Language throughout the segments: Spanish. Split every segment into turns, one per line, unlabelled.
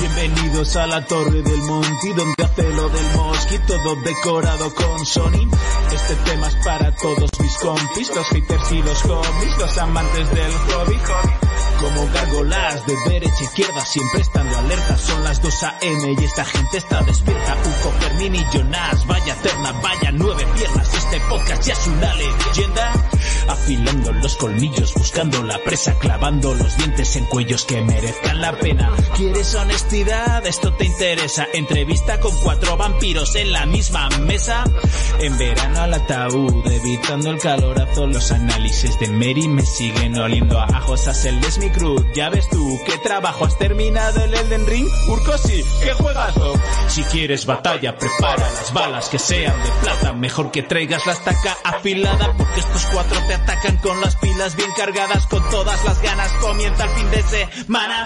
subidos a la torre del Monti, donde hace lo del mosqui, todo decorado con Sony. Este tema es para todos mis compis, los haters y los hobbies, los amantes del hobby. Como gárgolas de derecha e izquierda, siempre estando alerta, son las 2 a.m. y esta gente está despierta. Uco, Fermín y Jonas, vaya terna, vaya nueve piernas, este podcast ya es una leyenda. Afilando los colmillos, buscando la presa, clavando los dientes en cuellos que merezcan la pena. ¿Quieres honestidad? Esto te interesa. Entrevista con cuatro vampiros en la misma mesa. En verano al ataúd, evitando el calorazo, los análisis de Mary me siguen oliendo a ajos. Hazel es mi cruz, ya ves tú qué trabajo has terminado el Elden Ring. Urcosi, qué juegazo. Si quieres batalla, prepara las balas que sean de plata. Mejor que traigas la estaca afilada, porque estos cuatro te atacan con las pilas bien cargadas, con todas las ganas. Comienza el fin de semana.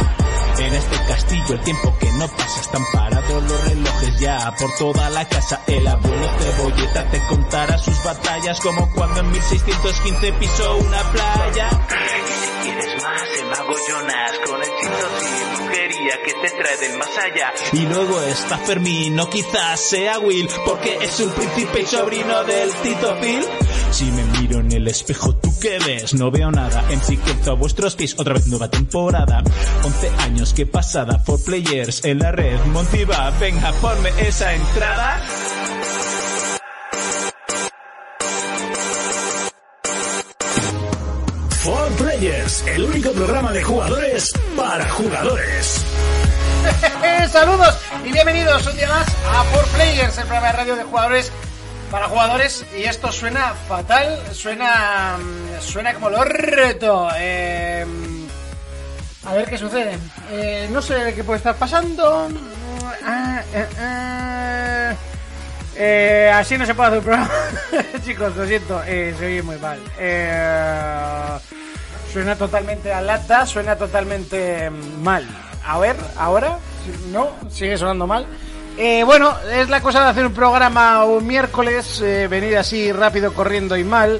En este castillo el tiempo que no pasa están parados los relojes ya por toda la casa. El abuelo cebolleta te contará sus batallas como cuando en 1615 pisó una playa. Y si quieres más, el mago Jonas con hechizos y brujería que te trae del más allá. Y luego está Fermín, o quizás sea Will, porque es un príncipe y sobrino del Tito Phil. Si me miro en el espejo, ¿tú qué ves? No veo nada. En Secreto a vuestros pies, otra vez nueva temporada. 11 años que pasada, por players en la red. Montiva, venga, ponme esa entrada.
For Players, el único programa de jugadores para jugadores.
Eh, Saludos y bienvenidos un día más a 4 Players, el programa de radio de jugadores para jugadores. Y esto suena fatal, suena mm, suena como el orto. Eh, a ver qué sucede. Eh, no sé qué puede estar pasando. Ah, eh, eh. Eh, así no se puede hacer un programa. Chicos, lo siento, eh, se oye muy mal. Eh, suena totalmente a lata, suena totalmente mm, mal. A ver, ahora, si- no, sigue sonando mal. Eh, bueno, es la cosa de hacer un programa un miércoles, eh, venir así rápido, corriendo y mal.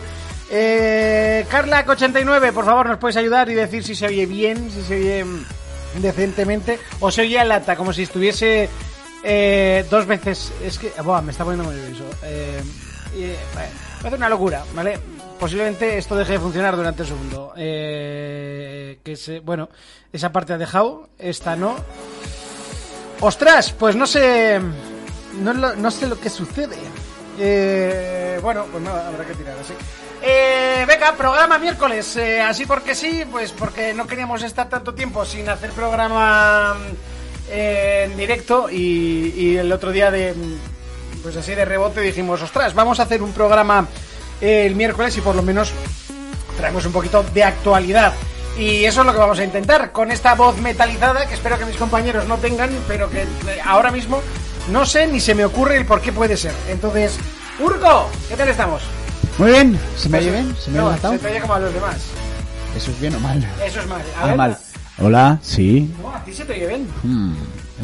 Eh, Carlac89, por favor, nos puedes ayudar y decir si se oye bien, si se oye mm, decentemente, o se oye a lata, como si estuviese eh, dos veces. Es que, buah, me está poniendo muy nervioso. Eh, eh, vale, parece una locura, ¿vale? Posiblemente esto deje de funcionar durante un segundo. Eh, que se, bueno, esa parte ha dejado, esta no. ¡Ostras! Pues no sé. No, lo- no sé lo que sucede. Eh, bueno, pues nada, habrá que tirar así. Eh, venga, programa miércoles. eh, así porque sí, pues porque no queríamos estar tanto tiempo sin hacer programa mm, eh, en directo. Y, y el otro día de. mm, Pues así de rebote dijimos, ostras, vamos a hacer un programa eh, el miércoles y por lo menos traemos un poquito de actualidad. Y eso es lo que vamos a intentar con esta voz metalizada que espero que mis compañeros no tengan, pero que eh, ahora mismo no sé ni se me ocurre el por qué puede ser. Entonces, Urco, ¿qué tal estamos?
Muy bien, ¿se me oye bien? ¿Se me
No,
ha levantado?
Se te oye como a los demás.
¿Eso es bien o mal?
Eso es mal. A
Ah,
ver,
mal. Hola, sí.
No, a ti se te oye bien.
Mm.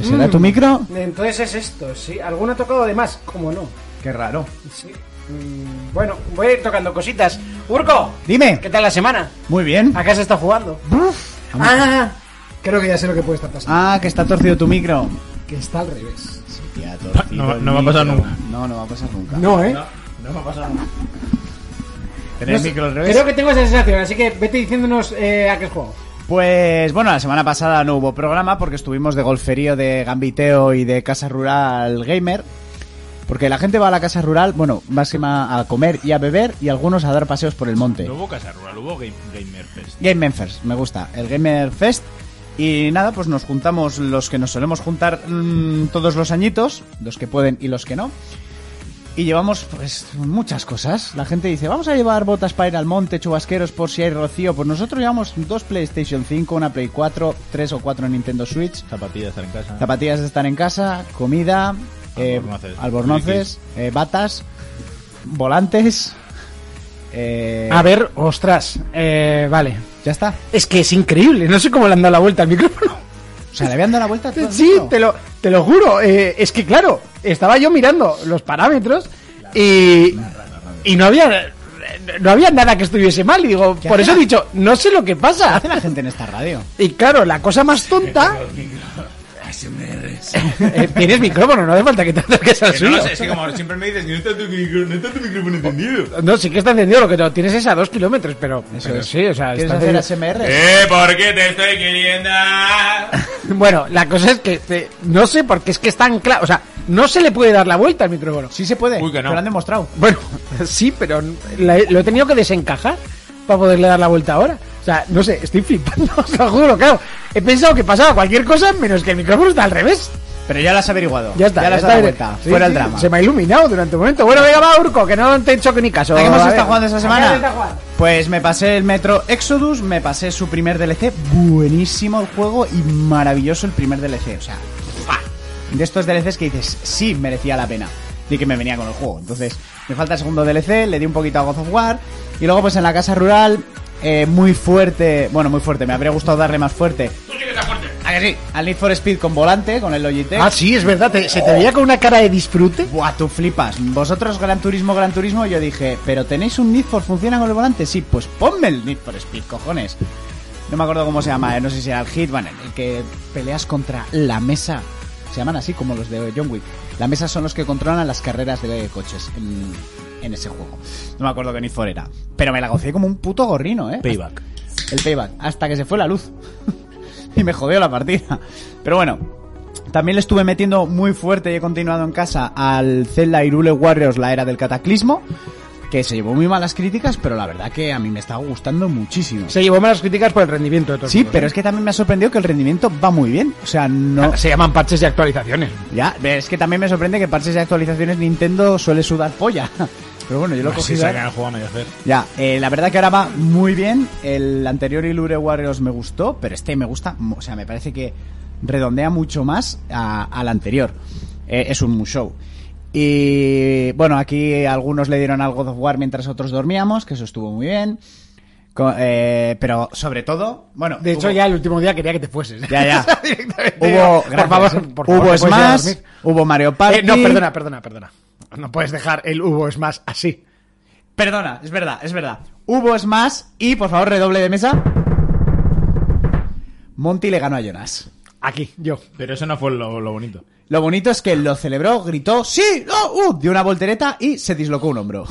¿Será tu micro?
Entonces es esto, sí. ¿Alguno ha tocado de más? ¿Cómo no?
Qué raro.
Sí. Mm, bueno, voy a ir tocando cositas. Urco,
Dime.
¿qué tal la semana?
Muy bien.
¿A qué has estado jugando?
Buf.
Ah, creo que ya sé lo que puede estar pasando.
Ah, que está torcido tu micro.
Que está al revés.
Sí, tía, torcido
No va-
el
no va a pasar
micro.
nunca.
No, no va a pasar nunca.
No, ¿eh?
No me ha pasado nada. ¿Tenéis
No sé,
micro al revés?
Creo que tengo esa sensación, así que vete diciéndonos eh, a qué juego.
Pues bueno, la semana pasada no hubo programa porque estuvimos de golferío, de gambiteo y de casa rural gamer. Porque la gente va a la casa rural, bueno, más que ma- a comer y a beber y algunos a dar paseos por el monte.
No hubo Casa Rural, hubo Game, Gamer Fest.
Game Fest, me gusta, el Gamer Fest. Y nada, pues nos juntamos los que nos solemos juntar mm, todos los añitos, los que pueden y los que no. Y llevamos pues muchas cosas. La gente dice, vamos a llevar botas para ir al monte, chubasqueros por si hay rocío. Pues nosotros llevamos dos PlayStation 5, una Play 4, tres o cuatro Nintendo Switch,
Zapatillas estar en casa.
zapatillas de estar en casa, comida, eh,
Albornoces.
albornoces, eh, batas, volantes. eh,
ver, ostras, eh, vale.
ya está.
Es que es increíble, no sé cómo le han dado la vuelta al micrófono.
O sea, le habían dado la vuelta a todo el
Sí,
mundo.
te lo, te lo juro. eh, es que, claro, estaba yo mirando los parámetros y, y no había no había nada que estuviese mal. Y digo,
¿Qué
por eso
hace
he
la-
dicho, no sé lo que
¿Qué
pasa.
hace la gente en esta radio?
Y claro, la cosa más tonta Eh, Tienes micrófono, no hace falta que te acerques al
Que no
suyo.
lo sé, es que como siempre me dices, no está tu micrófono, no está tu micrófono entendido.
No, sí que está encendido, lo que no tienes es a dos kilómetros, pero, pero sí, o sea,
¿Quieres
está
hacer
encendido.
ASMR?
Eh, ¿por qué te estoy queriendo?
Bueno, la cosa es que te- no sé porque es que es tan claro, o sea, no se le puede dar la vuelta al micrófono.
Sí se puede,
Uy, que no.
te lo han demostrado.
Bueno, sí, pero la- lo he tenido que desencajar para poderle dar la vuelta ahora. O sea, no sé, estoy flipando, os lo juro, claro. He pensado que pasaba cualquier cosa menos que el micrófono está al revés.
Pero ya lo has averiguado.
Ya está,
Ya lo has
está
dado
bien.
vuelta.
Sí,
Fuera
sí,
el drama.
Se me ha iluminado durante un momento. Bueno, venga, va, Urco, que no te he hecho que ni caso.
¿A qué hemos
A
estado
ver.
jugando esta
¿A qué
semana?
hemos estado jugando?
Pues me pasé el Metro Exodus, me pasé su primer DLC, buenísimo el juego y maravilloso el primer DLC, o sea, ¡fua! de estos DLCs que dices, sí, merecía la pena, y que me venía con el juego. Entonces, me falta el segundo DLC, le di un poquito a God of War, y luego pues en la casa rural, eh, muy fuerte, bueno, muy fuerte, me habría gustado darle más fuerte. ¿A que sí? Al Need for Speed con volante, con el Logitech.
Ah, sí, es verdad, te- se te veía con una cara de disfrute.
Buah, tú flipas. Vosotros Gran Turismo, Gran Turismo, yo dije, pero tenéis un Need for funciona con el volante, sí, pues ponme el Need for Speed, cojones. No me acuerdo cómo se llama, eh, no sé si era el Hit, bueno, el que peleas contra la mesa. Se llaman así como los de John Wick. La mesa son los que controlan las carreras de coches en, en ese juego. No me acuerdo qué Need for era, pero me la gocé como un puto gorrino, ¿eh?
Payback.
el payback, hasta que se fue la luz. y me jodió la partida. Pero bueno, también le estuve metiendo muy fuerte y he continuado en casa al Zelda Irule Warriors, la era del cataclismo, que se llevó muy malas críticas, pero la verdad que a mí me está gustando muchísimo.
Se llevó malas críticas por el rendimiento de todo el
Sí,
mundo,
pero
¿eh?
es que también me ha sorprendido que el rendimiento va muy bien. O sea,
Ah,
no...
Se llaman parches y actualizaciones.
Ya, es que también me sorprende que parches y actualizaciones Nintendo suele sudar polla. Pero bueno, yo lo he
Pues sí,
cogido... ahora.
sacan el juego a medio hacer.
Ya, eh, la verdad que ahora va muy bien. El anterior Ilure Warriors me gustó, pero este me gusta, mu- o sea, me parece que redondea mucho más a- al anterior. Eh, es un mushow. Y bueno, aquí algunos le dieron al God of War mientras otros dormíamos, que eso estuvo muy bien. Co- eh, pero sobre todo, bueno,
De hecho,
hubo-
ya el último día quería que te fueses.
Ya, ya.
Directamente, digo,
hubo,
por favor,
gracias, ¿eh?
por favor,
hubo
te puedes ir a
Smash,
dormir.
hubo Mario Party.
Eh, no, perdona, perdona, perdona. No puedes dejar el Hugo es más así.
Perdona, es verdad, es verdad. Hubo Smash y, por favor, redoble de mesa. Monty le ganó a Jonas.
Aquí, yo.
Pero eso no fue lo, lo bonito.
Lo bonito es que lo celebró, gritó, ¡Sí! ¡No! ¡Uh! Dio una voltereta y se dislocó un hombro.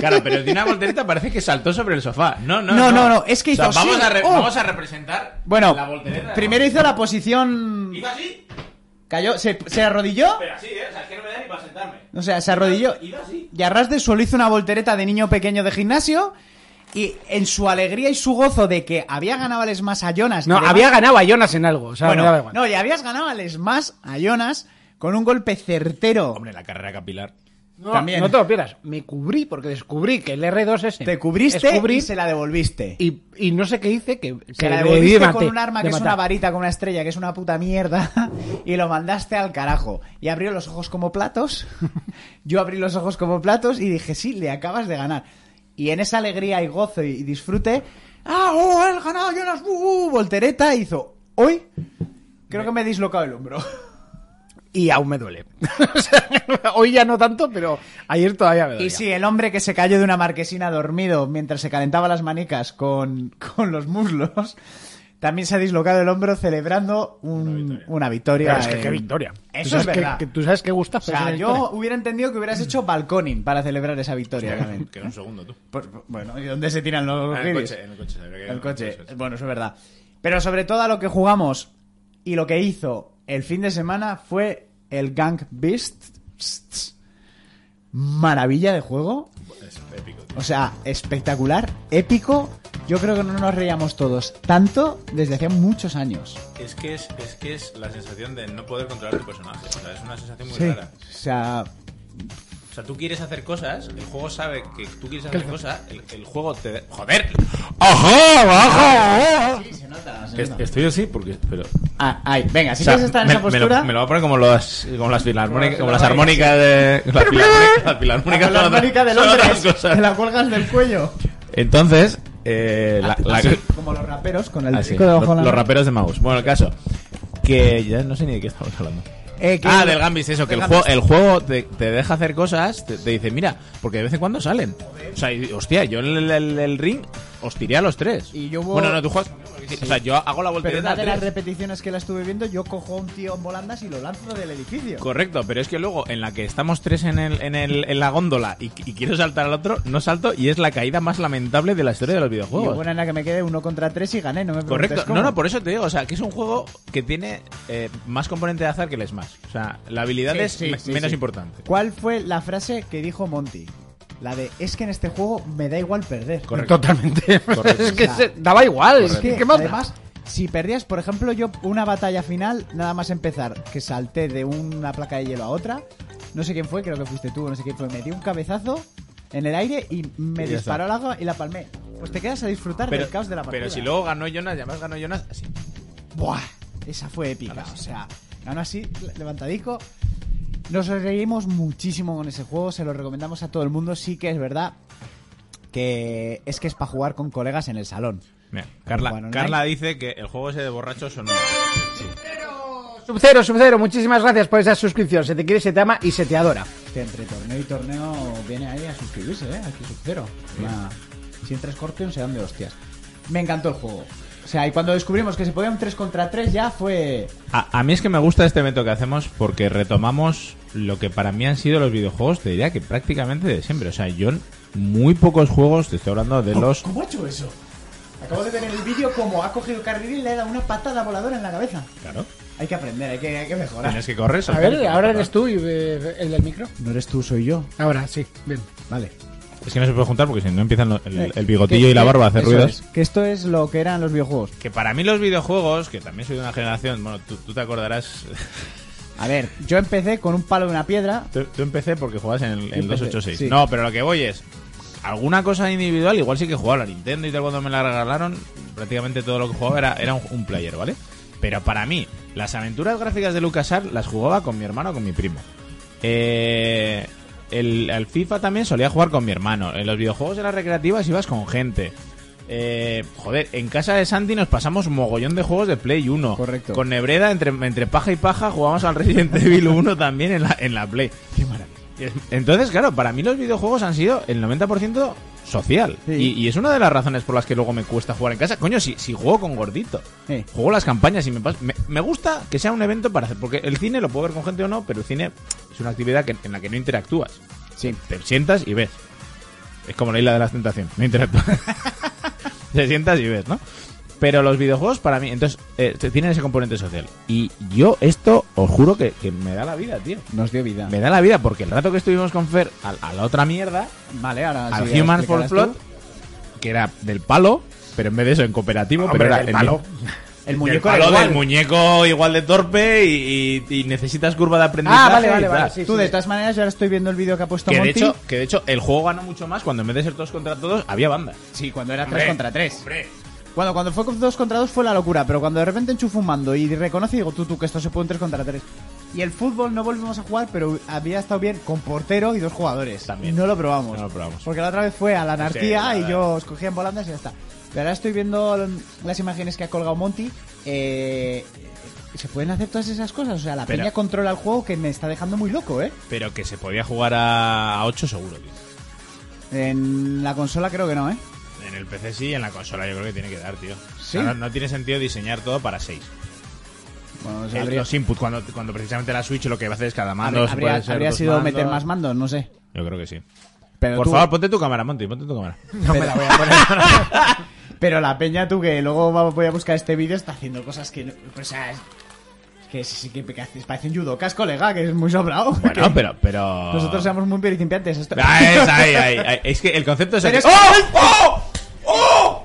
Claro, pero de una voltereta parece que saltó sobre el sofá. No, no,
No,
no.
no, no, es que
O sea,
hizo
vamos,
así.
a re-
Oh.
vamos a representar
Bueno,
la voltereta.
primero hizo la posición...
Iba así,
Cayó, se, se arrodilló.
pero así, ¿eh? O sea, es que no me da ni para sentarme.
O sea, se arrodilló.
Iba así.
Y a ras de suelo hizo una voltereta de niño pequeño de gimnasio. Y en su alegría y su gozo de que había ganado al Smash a Jonas... y
No,
demás,
había ganado a Jonas en algo. O sea, me daba
Bueno,
igual.
no, y habías ganado al Smash a Jonas con un golpe certero.
Hombre, la carrera capilar.
No,
también.
no te lo pierdas. Me cubrí porque descubrí que el R2S.
Te cubriste
es cubrir
y se la devolviste.
y, y no sé qué hice que, que
se la
le
devolviste
di de
con
mate-
un arma
de
que es una
matar.
varita con una estrella que es una puta mierda y lo mandaste al carajo. Y abrió los ojos como platos. Yo abrí los ojos como platos y dije, sí, le acabas de ganar. Y en esa alegría y gozo y disfrute, ¡ah, oh, has ganado! Yo las uh, uh", voltereta hizo. Hoy creo que me he dislocado el hombro.
Y aún me duele. O sea, hoy ya no tanto, pero ayer todavía me duele.
Y sí, el hombre que se cayó de una marquesina dormido mientras se calentaba las manicas con, con los muslos, también se ha dislocado el hombro celebrando un- una victoria.
es que qué
en-
victoria.
Eso
Tú
es
sabes que-
verdad.
que tú sabes que gusta.
O sea, yo hubiera entendido que hubieras hecho balconing para celebrar esa victoria. obviamente.
Queda un segundo, tú.
Pues, bueno, ¿y dónde se tiran los
Ah, en el
guiris?
coche, en el coche. se ve que-
El coche.
eso es.
Bueno, eso es verdad. Pero sobre todo a lo que jugamos y lo que hizo el fin de semana fue el Gang Beast. Maravilla de juego.
Es épico, tío.
O sea, espectacular, épico. Yo creo que no nos reíamos todos tanto desde hacía muchos años.
Es que es, es que es la sensación de no poder controlar tu personaje. O sea, es una sensación muy rara.
O sea,
O sea, tú quieres hacer cosas, el juego sabe que tú quieres hacer cosas, el, el juego te... ¡Joder! Estoy así porque... Pero,
ah, ay, venga, si quieres estar en esa
este- me,
postura,
lo, me lo voy a poner como, las como las filarmónicas, como las
las
armónicas de... Las filarmónicas, las
la
filarmónicas son otras-
filarmónica de
son otras
Londres,
cosas.
te la cuelgas del cuello.
Entonces, eh, la, la-
Así, como los raperos Ah, con el
así,
disco debajo de
los,
la
los
mano.
raperos de Maus. Bueno, el caso, que ya no sé ni de qué estamos hablando.
Eh, que-
Ah, del Gambis, eso, que el
del
juego,
Gambis.
el juego te, te deja hacer cosas, te, te dice, mira, porque de vez en cuando salen. O sea, y- hostia, yo en el, el- el ring os tiré a los tres.
Y yo hubo-
Bueno, no, tú juegas. O sea, yo hago la
Pero
voltereta
una
a
de las
tres.
repeticiones que la estuve viendo, yo cojo a un tío en volandas y lo lanzo del edificio.
Correcto, pero es que luego en la que estamos tres en, el, en, el, en la góndola y, y quiero saltar al otro, no salto y es la caída más lamentable de la historia de los
Y
videojuegos.
buena en la que me quedé uno contra tres y gané, no me preguntes
Correcto,
cómo.
no, no, por eso te digo, o sea, que es un juego que tiene eh, más componente de azar que el Smash. O sea, la habilidad
Sí,
es
sí,
me-
sí,
menos
sí.
importante.
¿Cuál fue la frase que dijo Monty? La de, es que en este juego me da igual perder.
Correcto.
Totalmente.
Correcto.
es que se- daba igual.
Es que,
¿Qué más?
además, si perdías, por ejemplo, yo una batalla final, nada más empezar, que salté de una placa de hielo a otra, no sé quién fue, creo que fuiste tú, no sé quién fue, metí un cabezazo en el aire y me
Y ya
disparó al agua y la palmé. Pues te quedas a disfrutar
Pero,
del caos de la partida.
pero si luego ganó Jonas, y además ganó Jonas así.
Buah, esa fue épica,
Ahora sí.
o sea, ganó así, levantadico. Nos reímos muchísimo con ese juego, se lo recomendamos a todo el mundo, sí que es verdad que es que es para jugar con colegas en el salón.
Mira, Carla,
Bueno, ¿no
Carla
hay?
dice que el juego ese de borrachos son
Subcero, Subcero, muchísimas gracias por esa suscripción. Se te quiere, se te ama y se te adora.
Que entre torneo y torneo viene ahí a suscribirse, ¿eh? Aquí Sub-Zero. Una- Si en tres Scorpion se dan de hostias. Me encantó el juego. O sea, y cuando descubrimos que se podía un 3 contra 3 ya fue...
A, a mí es que me gusta este evento que hacemos porque retomamos lo que para mí han sido los videojuegos, te diría que prácticamente de siempre. O sea, yo en muy pocos juegos, te estoy hablando de los...
¿Cómo ha hecho eso? Acabo de ver en el vídeo cómo ha cogido carril y le ha dado una patada voladora en la cabeza.
Oh, Claro,
Hay que aprender, hay que, hay que mejorar.
tienes que correr.
A
saltar y
ver, ahora
correr.
eres tú y eh, el del micro.
No eres tú, soy yo.
Ahora, sí, bien.
Vale.
Es que no se puede juntar porque si no empiezan lo- el, el bigotillo
Eh, Que-
y la barba a hacer
eso
ruidos.
es, que esto es lo que eran los videojuegos.
Que para mí los videojuegos, que también soy de una generación, bueno, tú, tú te acordarás,
A ver, yo empecé con un palo y una piedra.
tú, tú empecé porque jugabas en el, el
Empecé,
286.
sí.
No, pero lo que voy es, alguna cosa individual, igual sí que jugaba la Nintendo y tal cuando me la regalaron, prácticamente todo lo que jugaba era, era un, un player, ¿vale? Pero para mí, las aventuras gráficas de LucasArts las jugaba con mi hermano o con mi primo. Eh, el, al FIFA también solía jugar con mi hermano. En los videojuegos de las recreativas ibas con gente. Eh, joder, en casa de Santi nos pasamos mogollón de juegos de Play 1.
Correcto.
Con Nebreda, entre, entre paja y paja, jugábamos al Resident Evil 1 también en la, en la Play. Qué maravilla. Entonces, claro, para mí los videojuegos han sido el 90% social.
Sí.
Y, y es una de las razones por las que luego me cuesta jugar en casa. Coño, si, si juego con gordito.
Sí.
Juego las campañas y me paso. Me, me gusta que sea un evento para hacer. Porque el cine lo puedo ver con gente o no, pero el cine es una actividad que- en la que no interactúas.
Sí.
Te sientas y ves. Es como la isla de las tentaciones. No interactúas. Te sientas y ves, ¿no? Pero los videojuegos para mí, entonces, eh, tienen ese componente social. Y yo esto, os juro que, que me da la vida, tío.
Nos dio vida.
Me da la vida porque el rato que estuvimos con Fer a, a la otra mierda,
Vale, ahora sí.
al Humans for
explicarás
Flood,
tú.
que era del palo, pero en vez de eso en cooperativo,
Ah, Hombre,
pero era
del
el
palo.
mismo-
El
del
muñeco
palo
era igual.
del muñeco igual de torpe y, y- y necesitas curva de aprendizaje.
Ah, vale, vale,
y tal.
vale, sí.
Tú, de todas maneras, yo ahora estoy viendo el vídeo que ha puesto
Que de,
Monty.
hecho, que de hecho el juego ganó mucho más cuando en vez de ser todos contra todos había bandas.
Sí, cuando era 3 contra 3. Cuando, cuando fue 2 contra 2 fue la locura, pero cuando de repente enchufo un mando y reconoce y digo, tú, tú, que esto se puede en 3 contra 3. Y el fútbol no volvimos a jugar, pero había estado bien con portero y dos jugadores.
También.
No lo probamos.
No lo probamos.
Porque la otra vez fue a la anarquía
Sí,
y
la-
yo os cogía en volandas y ya está. Pero ahora estoy viendo las imágenes que ha colgado Monty. eh, se pueden hacer todas esas cosas. O sea, la
Pero-
peña controla el juego que me está dejando muy loco, ¿eh?
Pero que se podía jugar a 8 seguro, tío.
En la consola creo que no, ¿eh?
En el PC sí, en la consola yo creo que tiene que dar, tío.
Sí.
O sea, no, no tiene sentido diseñar todo para 6.
Bueno, o sea,
El-
habría-
los inputs, cuando, cuando precisamente la Switch lo que va a hacer es cada mando.
habría,
se
habría-
puede ser
habría
dos
sido
mandos.
meter más mandos, no sé.
Yo creo que sí.
Pero
Por
tú-
favor, ponte tu cámara, Monty, ponte tu cámara.
No me la voy a poner. Pero la peña, tú que luego va- voy a buscar este vídeo, está haciendo cosas que. no- O sea, es que, sí que, que haces- parecen judocas, colega, que es muy sobrado.
Bueno,
Que
pero, pero...
Nosotros somos muy principiantes. Esto...
Ah, es, ahí, ahí, ahí. es que el concepto es...
Pero
el-
es-
¡Oh! ¡Oh! ¡Oh!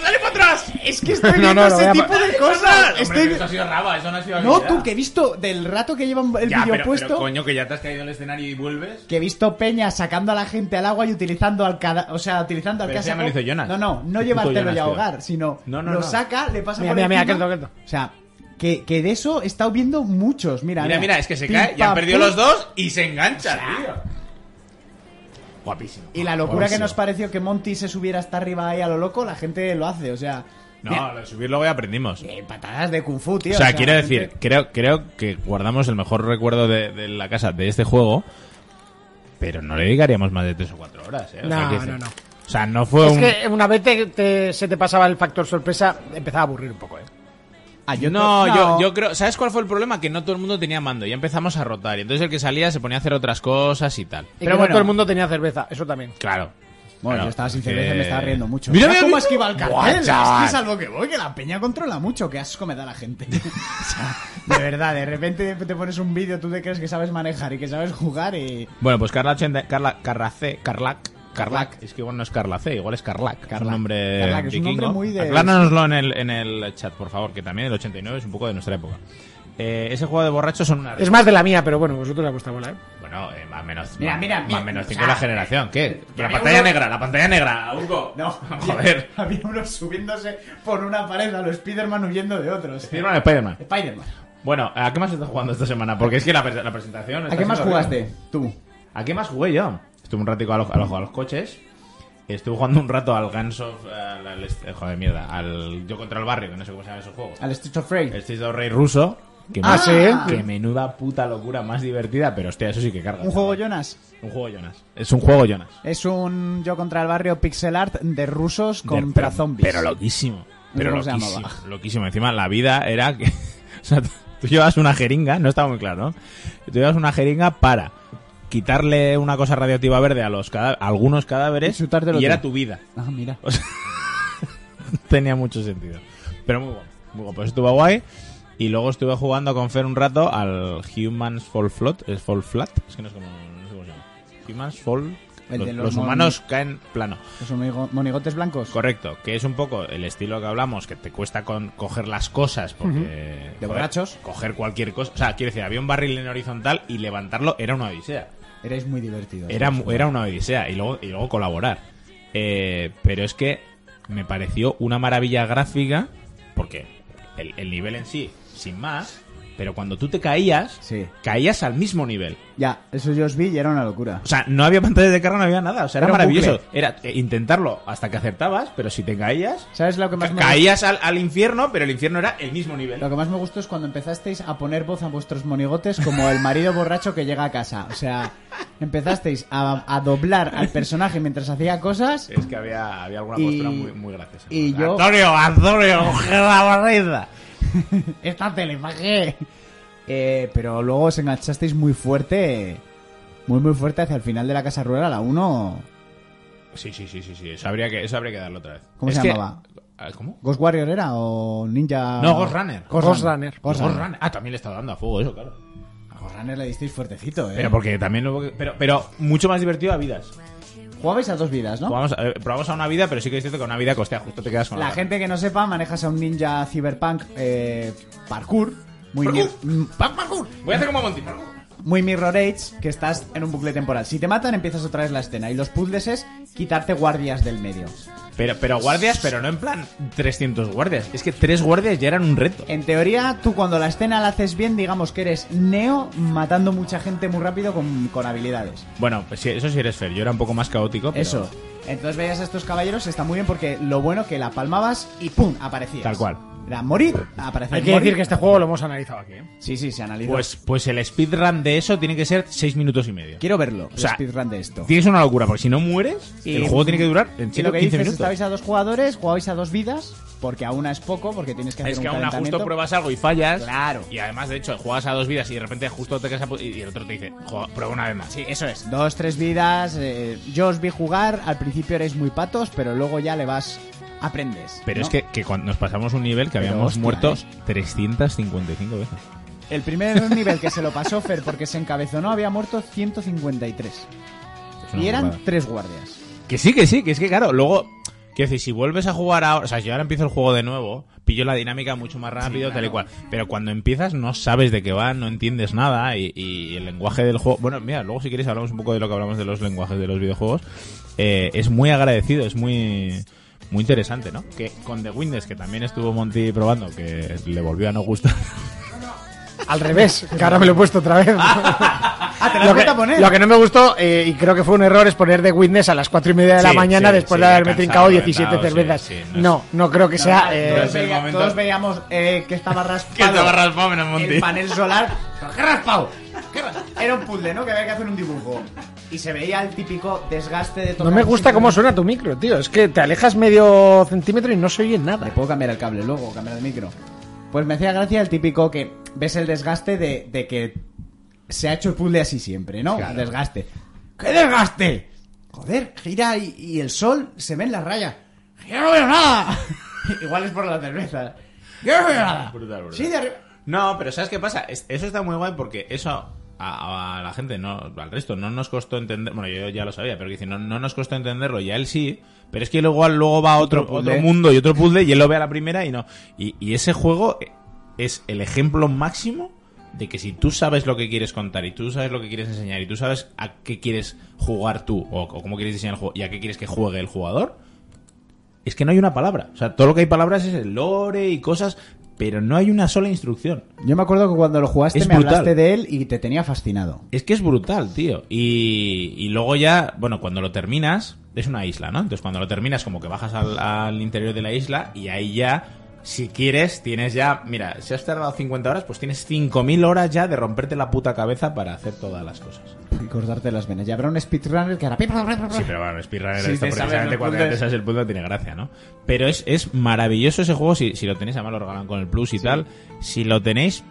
¡Dale para atrás!
Es que estoy
No,
viendo
no, lo voy
ese
a
tipo de cosas.
Hombre,
Estoy...
pero eso ha sido raba, eso no ha sido
No,
habilidad.
tú que he visto del rato que llevan el
Ya,
vídeo
pero-
puesto.
pero, coño, que ya te has caído en el escenario y vuelves.
Que he visto Peña sacando a la gente al agua y utilizando al cada, o sea, utilizando al
Pero ese
casa.
ya me lo hizo Jonas.
No, no, no
El
llevártelo
puto Jonas,
y
tío.
ahogar, sino
No, no,
lo
no.
saca, le pasa
Mira,
por
mira, mira,
encima.
quieto, quieto.
O sea, que, que de eso he estado viendo muchos. Mira,
Mira, mira, es que se
Pim,
cae y han
pam,
perdido
pum.
los dos y se engancha, tío. Guapísimo.
Y la locura que nos pareció que Monty se subiera hasta arriba ahí a lo loco, la gente lo hace, o sea,
No, lo de subir luego ya aprendimos.
eh, patadas de kung fu, tío.
o sea, quiero
la
decir,
gente-
creo, creo que guardamos el mejor recuerdo de, de la casa de este juego, pero no le dedicaríamos más de 3 o 4 horas, ¿eh? O sea,
No,
quiero decir,
no, no.
O sea, no fue
Es
un...
que una vez te- te- se te pasaba el factor sorpresa, empezaba a aburrir un poco, ¿eh?
Ah, yo
No,
creo-
Yo, yo creo. ¿Sabes cuál fue el problema? Que no todo el mundo tenía mando. Ya empezamos a rotar. Y entonces el que salía se ponía a hacer otras cosas y tal.
Y que no
bueno.
todo el mundo tenía cerveza, eso también.
Claro.
Bueno,
Claro, Eh,
yo estaba sin
que-
cerveza y me estaba riendo mucho. Mira
Mira, mira,
cómo
mira.
esquiva el
Buah,
cartel.
chaval.
Es que salvo que voy, que la peña controla mucho. Qué asco me da la gente. O sea, de verdad, de repente te pones un vídeo, tú te crees que sabes manejar y que sabes jugar y...
Bueno, pues Carla, 80 Carla Carracé, Carlac. Carlac.
Carlac.
Es que igual no es Carla C, igual es Carlac. Es un
Carlac.
nombre
Carlac, es un nombre
vikingo.
muy de-
Acláranoslo en el, en el chat, por favor, que también el 89 es un poco de nuestra época. Eh, ese juego de borrachos son una...
Es más de la mía, pero bueno, vosotros la gusta bola, ¿eh?
Bueno, eh, más menos...
Mira,
más-
mira,
más
mira,
menos
o
5
sea,
la generación. ¿Qué? La
había
pantalla
uno-
negra, la pantalla negra, Hugo.
No,
joder.
Había uno subiéndose por una pared a los Spiderman huyendo de otros.
Spiderman, Spiderman.
Spiderman.
Bueno, ¿a qué más estás jugando esta semana? Porque es que la, pres- la presentación...
¿A
está
qué más
siendo horrible.
jugaste tú?
¿A qué más jugué yo? Estuve un ratico a los, a los, a los coches. Estuve jugando un rato al Guns of... al- al este- joder, mierda. Al Yo contra el barrio, que no sé cómo se llama ese juego.
Al Street of Rage.
El Street of Rey ruso. Que
Ah,
me-
¿sí?
Que menuda puta locura más divertida, pero hostia, eso sí que carga.
Un juego Jonas.
Un juego Jonas. Es un juego Jonas.
Es un yo contra el barrio pixel art de rusos contra
Pero-
zombies.
Pero loquísimo. Pero
¿Cómo se
loquísimo.
llamaba?
Loquísimo. Encima la vida era que. o sea, tú- tú llevas una jeringa, no estaba muy claro, ¿no? Tú llevas una jeringa para quitarle una cosa radioactiva verde a los cada- a algunos cadáveres
Y chutártelo
era
tú.
tu vida.
Ah, mira.
O sea, tenía mucho sentido. Pero muy bueno. Muy bueno. Pues estuvo guay. Y luego estuve jugando con Fer un rato al Humans Fall Flat. ¿Es Fall Flat? Es que no, es como, no sé cómo se llama. Humans Fall.
El
los
de los
los
mon-
humanos caen plano.
¿Son monigo- monigotes blancos?
Correcto, que es un poco el estilo que hablamos, que te cuesta con coger las cosas porque... joder,
borrachos.
Coger cualquier cosa. O sea, quiero decir, había un barril en horizontal y levantarlo era una odisea.
Eres muy divertido.
Era, mu- era una odisea y luego, y luego colaborar. Eh, pero es que me pareció una maravilla gráfica porque el, el nivel en sí, sin más, pero cuando tú te caías,
Sí.
caías al mismo nivel.
Ya, eso yo os vi y era una locura.
O sea, no había pantallas de carga, no había nada. O sea, era,
Era un
maravilloso.
bucle.
Era eh, intentarlo hasta que acertabas, pero si te caías,
¿Sabes lo que más me
Caías al, al infierno, pero el infierno era el mismo nivel.
Lo que más me gustó es cuando empezasteis a poner voz a vuestros monigotes como el marido borracho que llega a casa. O sea, empezasteis a, a doblar al personaje mientras hacía cosas.
Es que había, había alguna
Y-
postura muy, muy graciosa.
y yo-
Antonio, Antonio, coge la barriga.
¡Esta telefaje! Eh, pero luego os enganchasteis muy fuerte, muy muy fuerte hacia el final de la casa rural, a la 1.
Sí, sí, sí, sí, sí. Eso habría que, eso habría que darlo otra vez.
¿Cómo
Es
se
que-
llamaba?
Ah, ¿Cómo?
¿Ghost Warrior era o Ninja...?
No, Ghost Runner.
Ghost Runner.
Ghost
Ghost
Runner.
Runner. Ah, también le está dando a fuego eso, claro.
A Ghost Runner le disteis fuertecito, ¿eh?
Pero porque también lo- pero, pero mucho más divertido a vidas.
Jugabais a dos vidas, ¿no?
Jugamos a- eh, probamos a una vida, pero sí que es cierto que una vida costea, justo te quedas con la,
La gente que no sepa, manejas a un ninja cyberpunk eh, parkour, muy, mir- mm,
Voy a hacer como Monty.
muy Mirror Age, que estás en un bucle temporal. Si te matan, empiezas otra vez la escena. Y los puzzles es quitarte guardias del medio.
Pero, pero guardias, pero no en plan 300 guardias. Es que tres guardias ya eran un reto.
En teoría, tú cuando la escena la haces bien, digamos que eres Neo matando mucha gente muy rápido con, con habilidades.
Bueno, pues sí, eso sí eres Fer. Yo era un poco más caótico. pero-
Eso. Entonces veías a estos caballeros, está muy bien porque lo bueno que la palmabas y ¡pum! aparecías.
Tal cual.
Era morir, aparecer.
Hay que
morir.
decir que este juego lo hemos analizado aquí, ¿eh?
Sí, sí, se analizó.
Pues, pues el speedrun de eso tiene que ser 6 minutos y medio.
Quiero verlo,
O sea,
el speedrun de esto.
Tienes una locura, porque si no mueres,
Y-
el juego tiene que durar en
Y lo
serio,
que
15
dices,
minutos.
estabais a dos jugadores, jugabais a dos vidas, porque a una es poco, porque tienes que hacer
Es
un
que a una
calentamiento.
justo pruebas algo y fallas.
Claro.
Y además, de hecho, juegas a dos vidas y de repente justo te quedas a pu- y el otro te dice, "Jo, prueba una vez más. Sí, eso es.
Dos, tres vidas. eh, yo os vi jugar, al principio erais muy patos, pero luego ya le vas... Aprendes.
Pero
¿no?
es que, que cuando nos pasamos un nivel que
Pero
habíamos
hostia,
muerto
eh.
355 veces.
El primer nivel que se lo pasó Fer porque se encabezonó había muerto 153.
Es una
Y eran
burrada.
tres guardias.
Que sí, que sí, que es que claro, luego... Quiero decir, si vuelves a jugar ahora, o sea, si ahora empiezo el juego de nuevo, pillo la dinámica mucho más rápido, tal y cual. Pero cuando empiezas no sabes de qué va, no entiendes nada y, y el lenguaje del juego... Bueno, mira, luego si quieres hablamos un poco de lo que hablamos de los lenguajes de los videojuegos. Eh, es muy agradecido, es muy... Muy interesante, ¿no? Que con The Windows, que también estuvo Monty probando, que le volvió a no gustar.
Al revés, que ahora me lo he puesto otra vez.
Ah, te la
Lo que,
vuelta a poner.
lo que no me gustó, eh, y creo que fue un error, es poner de Witness a las 4 y media de la
Sí,
mañana
sí,
después
sí,
de haberme
cansado,
trincado 17
reventado, sí,
cervezas.
sí, no
no,
es-
no, creo que sea. eh,
todos,
es el
veía-
momento.
todos veíamos eh, que estaba raspado
estaba raspado, menos Monty.
el panel solar. ¡Qué raspado! Era un puzzle, ¿no? Que había que hacer un dibujo. Y se veía el típico desgaste de
No me gusta cómo suena tu micro, tío. Es que te alejas medio centímetro y no se oye
Le
nada.
puedo cambiar el cable luego, cambiar el micro. Pues me hacía gracia el típico que ves el desgaste de, de que se ha hecho el puzzle así siempre, ¿no? El Desgaste. ¡Qué desgaste! Joder, gira y, y el sol se ve en la raya. ¡Yo no veo nada! Igual es por la cerveza. ¡Yo no veo nada!
Brutal, brutal.
Sí, de arriba.
No, pero ¿sabes qué pasa? Es- Eso está muy guay porque eso a- a, a la gente, no al resto, no nos costó entender. Bueno, yo ya lo sabía, pero que decir, no, no nos costó entenderlo y a él sí. Pero es que luego, luego va a otro,
Otro
otro,
puzzle.
mundo y otro puzzle y él lo ve a la primera y no. Y, y ese juego es el ejemplo máximo de que si tú sabes lo que quieres contar y tú sabes lo que quieres enseñar y tú sabes a qué quieres jugar tú o, o cómo quieres diseñar el juego y a qué quieres que juegue el jugador, es que no hay una palabra. O sea, todo lo que hay palabras es el lore y cosas, pero no hay una sola instrucción.
Yo me acuerdo que cuando lo jugaste
Es
me
brutal.
hablaste de él y te tenía fascinado.
Es que es brutal, tío. Y, y luego ya, bueno, cuando lo terminas, es una isla, ¿no? Entonces cuando lo terminas, como que bajas al, al interior de la isla y ahí ya, si quieres, tienes ya, mira, si has tardado 50 horas, pues tienes 5.000 horas ya de romperte la puta cabeza para hacer todas las cosas.
Y cortarte las venas. Y habrá un speedrunner que hará...
Sí, pero bueno, Speedrunner
Sí,
está
te sabes
precisamente
los
cuando ya
puzzles.
te sabes el puzzle tiene gracia, ¿no? Pero es, es maravilloso ese juego, si, si lo tenéis, además lo regalan con el plus y tal. Si lo tenéis,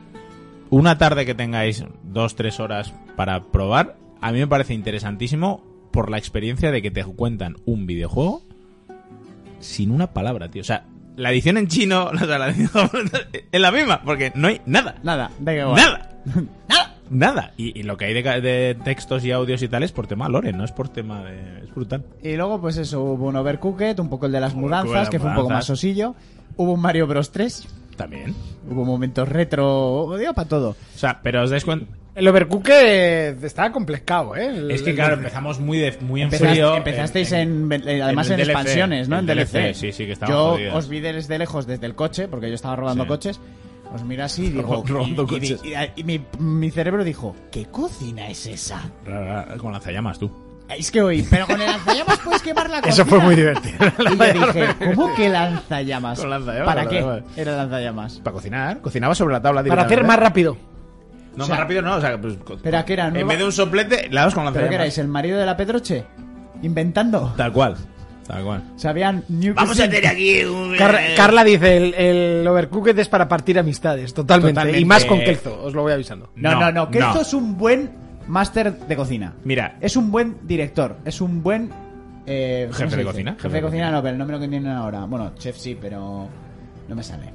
una tarde que tengáis dos, tres horas para probar, a mí me parece interesantísimo por la experiencia de que te cuentan un videojuego sin una palabra, tío. O sea, la edición en chino, o sea, la edición japonesa, es la misma, porque no hay nada.
Nada, da igual.
Nada. Nada. Nada. Y, y lo que hay de, ca- de textos y audios y tal es por tema lore, no es por tema de... Es brutal.
Y luego, pues eso, hubo un Overcooked, un poco el de las
de
mudanzas,
las
que fue un poco más
mudanzas.
sosillo. Hubo un Mario Bros 3,
También.
hubo momentos retro, digo, para todo.
O sea, pero os dais cuenta...
El overcooked está complicado, ¿eh? El-
Es que claro, empezamos muy, de- muy en
Empezaste-
frío.
empezasteis en, en- además en,
en DLC,
expansiones, ¿no? En
en
DLC.
DLC, sí, sí, que estaba
Yo
jodidas.
os vi desde lejos, desde el coche, porque yo estaba robando
Sí.
coches. Os miro así y digo...
Robando
y- y-
coches.
y- y mi, mi cerebro dijo, ¿qué cocina es esa?
Ra- ra- Con lanzallamas, tú.
Es que oí, pero con el lanzallamas puedes quemar la cocina.
Eso fue muy divertido.
Y yo dije, ¿cómo que lanzallamas?
Con lanzallamas,
¿Para
con
qué
lanzallamas.
era lanzallamas?
Para cocinar. Cocinaba sobre la tabla
Para hacer más rápido.
No,
o sea,
más rápido no. O sea, pues, co-
¿pero a qué era,
En
nueva?
vez de un soplete, la das con
¿Pero qué
lanzallamas.
erais? ¿El marido de la Petroche? Inventando.
Tal cual. Tal cual.
Sabían New
Vamos a hacer aquí un... eh,
Car- Carla dice, el, el overcooked es para partir amistades, totalmente.
Totalmente.
Y más con Kelzo, os lo voy avisando.
No, no, no. que esto es un buen máster de cocina.
Mira.
Es un buen director. Es un buen. eh, ¿cómo
Jefe
se
de
dice?
cocina,
Jefe, de cocina, no, pero el nombre que tienen ahora. Bueno, chef sí, pero. No me sale.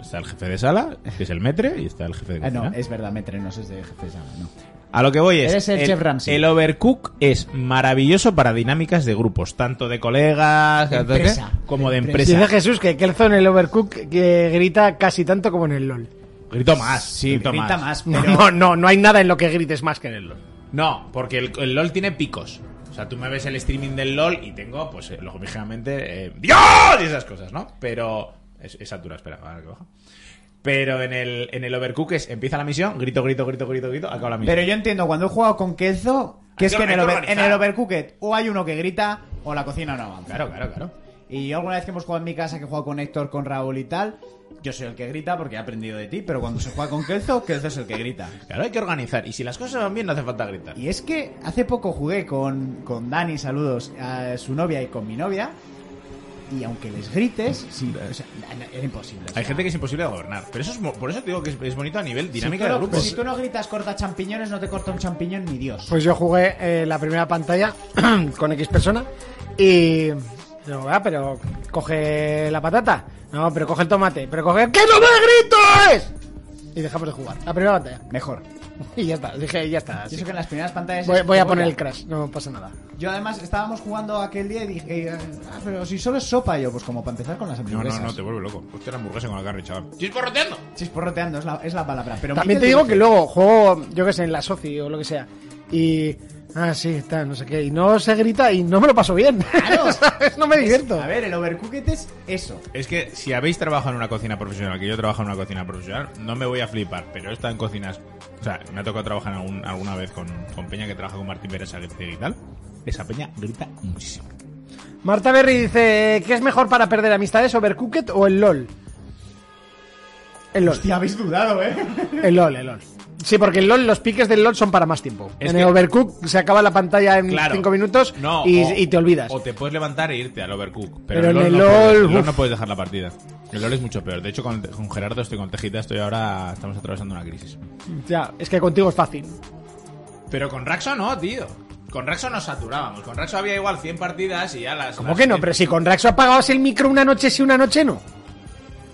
Está el jefe de sala, que es el metre, y está el jefe de
Ah, no,
cocina.
es verdad, Metre, no es de jefe de sala, no.
A lo que voy es.
Eres el chef Ramsay.
el Overcook es maravilloso para dinámicas de grupos, tanto de colegas
De empresa.
como de
De
empresa.
Dice Jesús que Kelzo en el overcooked que grita casi tanto como en el LOL.
Grito más.
Sí,
grito
grita más.
No,
pero-
no, no, no hay nada en lo que grites más que en el LOL.
No, porque el, el LOL tiene picos. O sea, tú me ves el streaming del LOL y tengo, pues, eh, lógicamente, eh, ¡Dios! Y esas cosas, ¿no? Pero. Es, es altura, espera, a ver que baja. Pero en el, en el Overcook es, empieza la misión, grito, grito, grito, grito, grito, acaba la misión.
Pero yo entiendo, cuando he jugado con queso, que
Hay
es
que-
que en
hay
el,
que
over- en
organizar.
el Overcooked o hay uno que grita o la cocina no avanza.
Claro, claro, claro.
Y yo alguna vez que hemos jugado en mi casa, que he jugado con Héctor, con Raúl y tal, yo soy el que grita porque he aprendido de ti, pero cuando se juega con Kelzo, Kelzo es el que grita.
Claro, hay que organizar. Y si las cosas van bien, no hace falta gritar.
Y es que hace poco jugué con, con Dani, saludos, a su novia y con mi novia, y aunque les grites, sí, o sea, na- na- era imposible. o sea.
Hay gente que es imposible de gobernar. Pero eso es, mo- por eso te digo que es, es bonito a nivel
Si
dinámica
tú
de
no-
grupos.
Si tú no gritas corta champiñones, no te corta un champiñón ni Dios.
Pues yo jugué eh, la primera pantalla con X persona y... No, ah, pero coge la patata. No, pero coge el tomate. Pero coge... ¡Que no me grites! Y dejamos de jugar. La primera pantalla.
Mejor.
Y ya está. Dije, ya está.
Y
así
eso que
que
en las primeras pantallas...
Voy,
es-
voy a poner el crash. No pasa nada.
Yo además estábamos jugando aquel día y dije, eh, ah, pero si solo es sopa, Y yo, pues como para empezar con las
No,
hamburguesas.
no, no, te vuelve loco. Hostia, la hamburguesa con la carne, chaval. ¡Chisporroteando!
Chisporroteando es la, es la palabra. Pero
También te
Miquel
digo
dice-
que luego juego, yo que sé, en la SOCI o lo que sea. Y. Ah, sí, está, no sé qué. Y no se grita y no me lo paso bien.
Claro.
¿Sabes? No me divierto.
A ver, el overcooked es eso.
Es que si habéis trabajado en una cocina profesional, que yo trabajo en una cocina profesional, no me voy a flipar, pero he estado en cocinas. O sea, me ha tocado trabajar algún- alguna vez con, con Peña que trabaja con Martín Pérez y tal. Esa Peña grita muchísimo.
Marta Berry dice: ¿Qué es mejor para perder amistades, Overcooked o el LOL? El LOL.
habéis dudado, ¿eh?
El LOL, el LOL. Sí, porque el LOL, los piques del LOL son para más tiempo.
Es
en
que-
el Overcook se acaba la pantalla en 5
Claro.
minutos
No,
y,
o-
y te olvidas.
O te puedes levantar e irte al Overcook.
Pero
Pero,
en
el
el
LOL, no, puedes,
LOL,
el LOL
uf.
no puedes dejar la partida. El LOL es mucho peor. De hecho, con, con Gerardo estoy con Tejita, estoy ahora. Estamos atravesando una crisis.
Ya, es que contigo es fácil.
Pero con Raxo no, tío. Con Raxo nos saturábamos. Con Raxo había igual 100 partidas y ya las.
¿Cómo
las-
que no? Pero si con Raxo apagabas el micro una noche sí, una noche no.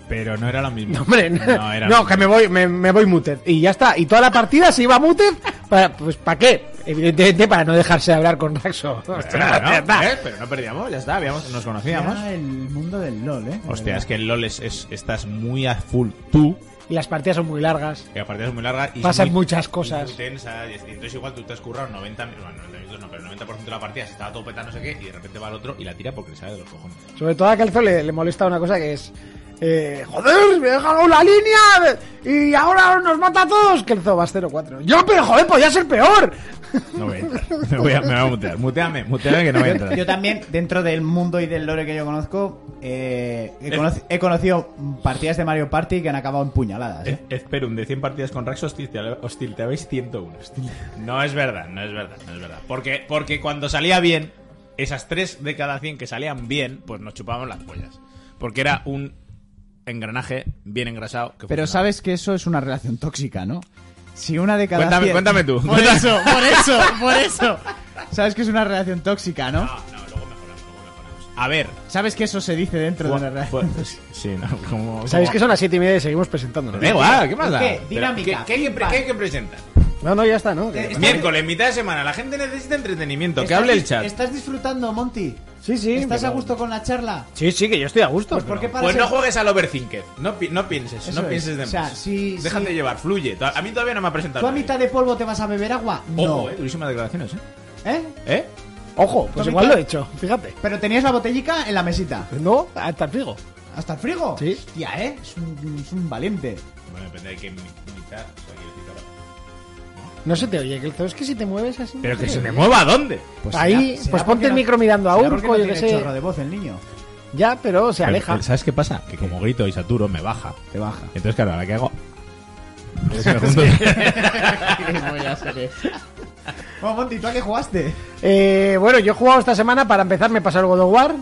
Pero no era lo mismo.
No, hombre, no,
No, era
No,
lo
que me
mismo.
voy, me, me voy muted. Y ya está. Y toda la partida se iba a muted. Para, pues, ¿para qué? Evidentemente para no dejarse hablar con Raxo.
Pero no, ¿eh? Pero no perdíamos, ya está. habíamos- nos conocíamos.
Era el mundo del LOL, eh. de
Hostia,
verdad.
es que el LOL es, es- estás muy a full tú,
Y las partidas son muy largas.
que la partida es muy larga y es
Pasan
muy-
muchas
y
cosas.
muy tensa, y es- y entonces igual tú te has currado 90, mi- bueno, 90 minutos no, pero 90% de la partida se estaba todo peta no sé qué y de repente va al otro y la tira porque le sale de los cojones.
Sobre todo a Calzo le, le molesta una cosa que es. eh, joder, me dejaron la línea y ahora nos mata a todos. Kelzo vas 0-4. Yo, pero joder, podía ser peor.
No voy a entrar. Me voy a, me voy a mutear. Muteame, muteame que no voy a entrar.
Yo también, dentro del mundo y del lore que yo conozco, eh, he, conoc- he conocido partidas de Mario Party que han acabado en puñaladas. eh.
Esperum, de 100 partidas con Rax hostil, te- hostil, te habéis 101. No es verdad, no es verdad, no es verdad. Porque, porque cuando salía bien, esas 3 de cada 100 que salían bien, pues nos chupábamos las pollas. Porque era un engranaje bien engrasado. que
Pero
funcionaba.
sabes que eso es una relación tóxica, ¿no? Si una de cada
Cuéntame,
cien-
cuéntame tú.
Por eso, por eso, por eso. Sabes que es una relación tóxica, ¿no?
No, no, luego mejoramos, luego mejoramos. A ver.
Sabes que eso se dice dentro de una
Pues,
relación.
sí, Pues no, como.
Sabéis
como-
que son las 7 y media y seguimos presentándonos.
Da igual, ¿qué más da?
¿Qué?
Pero,
Dinámica,
¿Qué, qué, hay que pre-
feedback.
qué hay que presentar? Este
No, no, ya está, ¿no?
Eh,
Que-
Está-
Miércoles, mitad de semana. La gente necesita entretenimiento. Que
¿Estás
hable el
dis-
chat.
¿Estás disfrutando, Monty?
Sí, sí,
¿Estás
pero-
a gusto con la charla?
Sí, sí, que yo estoy a gusto.
Pues ¿por qué
Pues
paras
no
el-
juegues al overthinker. No, pi- no pienses,
Eso es.
no pienses de más.
O sea, sí,
Déjate
sí.
llevar, fluye. To- A mí todavía no me ha presentado.
¿Tú a
nadie.
mitad de polvo te vas a beber agua?
Ojo,
No.
eh, durísimas declaraciones, ¿eh?
¿Eh?
¿Eh?
Ojo, pues
Tomita.
igual lo he hecho, fíjate.
Pero tenías la botellica en la mesita.
No, hasta el frigo.
¿Hasta el frigo?
Sí.
Hostia, ¿eh? Es un, es un valiente.
Bueno, depende de qué mi- mitad. o sea, quiero decir, ahora-
No se te oye, Kelzo. Es que si te mueves así.
Pero
no
que
te
se me
oye.
mueva, ¿a dónde?
Ahí,
será
pues
porque
ponte el
no-
micro mirando a
será
Urco,
porque no
yo que
tiene
sé.
chorro de voz el niño.
Ya, pero se aleja.
Pero, ¿Sabes qué pasa? Que como grito y saturo, me baja.
Te baja.
Entonces, claro, ahora que hago. Se me junto-
Bueno, Monty, ¿tú a qué jugaste?
Eh, bueno, yo he jugado esta semana para empezar, me he pasado el God of War.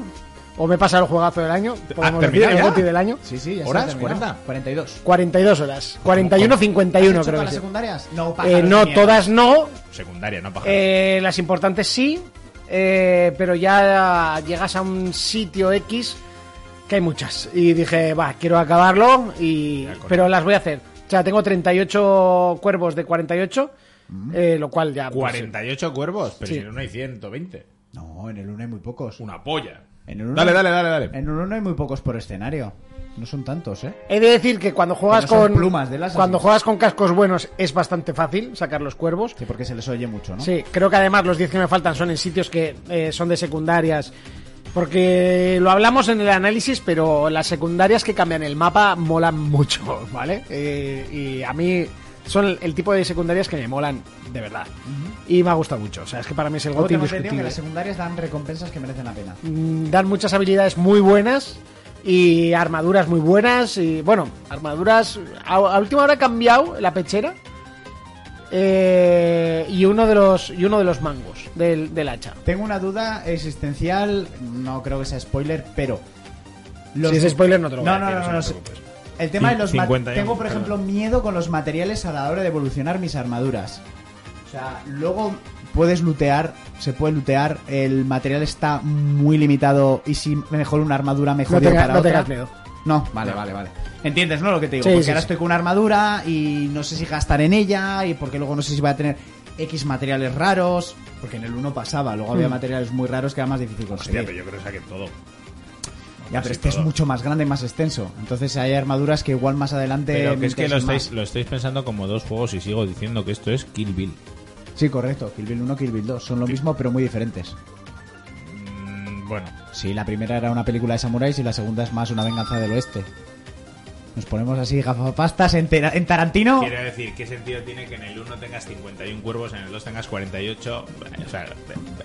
O me he pasado el juegazo del año.
Ah,
Podemos decir,
terminado
el
ya?
GOTY del año.
Sí, sí, ya
¿Horas?
está terminado. 42.
42 horas.
¿Has
41-51,
hecho
creo
todas
que
las
sí.
secundarias? No,
Eh,
pájaros
no,
de mierda.
todas no.
Secundaria, no paja.
Eh, las importantes sí. eh, pero ya llegas a un sitio X que hay muchas. Y dije, va, quiero acabarlo. Y,
con-
pero las voy a hacer. O sea, tengo 38 cuervos de 48. eh, lo cual ya. pues,
48 cuervos, pero
Sí.
si no, no hay 120.
No, en el 1 hay muy pocos.
Una polla.
En el uno-
Dale, dale, dale, dale.
En el 1 hay muy pocos por escenario. No son tantos, ¿eh?
He de decir que cuando juegas
Pero son
con
plumas del Assassin.
cuando juegas con cascos buenos es bastante fácil sacar los cuervos.
Sí, porque se les oye mucho, ¿no?
Sí, creo que además los 10 que me faltan son en sitios que eh, son de secundarias. Porque lo hablamos en el análisis, pero las secundarias que cambian el mapa molan mucho, ¿vale? Eh, y a mí son el, el tipo de secundarias que me molan de verdad. Y me ha gustado mucho. O sea, es que para mí es el
Luego
GOTY
tengo entendido que
indiscutible.
las secundarias dan recompensas que merecen la pena.
Mm, dan muchas habilidades muy buenas y armaduras muy buenas y bueno, armaduras a, a última hora he cambiado la pechera eh, y uno de los y uno de los mangos del, del hacha.
Tengo una duda existencial, no creo que sea spoiler, pero... los-
Si es spoiler no te lo voy a
No, no,
decir,
no,
o
no,
sea,
no sé. El tema de los... ma-
50
Tengo,
años,
por
perdón.
ejemplo, miedo con los materiales a la hora de evolucionar mis armaduras. O sea, luego puedes lootear, se puede lootear, el material está muy limitado y si mejor una armadura mejor
No te-
para
no
otra.
tengas miedo.
No, vale, vale, vale. ¿Entiendes, no? Lo que te digo.
Sí,
porque
sí,
ahora
sí.
estoy con una armadura y no sé si gastar en ella y porque luego no sé si voy a tener X materiales raros. Porque en el 1 pasaba, luego había
Mm.
materiales muy raros que era más difícil
Hostia,
conseguir.
pero yo creo que saqué todo.
ya,
casi
pero este es
todo.
mucho más grande y más extenso. Entonces hay armaduras que igual más adelante.
Pero que es que lo
interesan
estáis, lo estáis pensando como dos juegos y sigo diciendo que esto es Kill Bill.
más. Sí, correcto. Kill Bill 1, Kill Bill 2. Son lo mismo, pero muy diferentes.
Mm, bueno,
Sí, la primera era una película de samuráis y la segunda es más una venganza del oeste. Nos ponemos así gafapastas en, Tera- en Tarantino.
quiero decir, ¿qué sentido tiene que en el 1 tengas 51 cuervos, en el 2 tengas 48? O sea,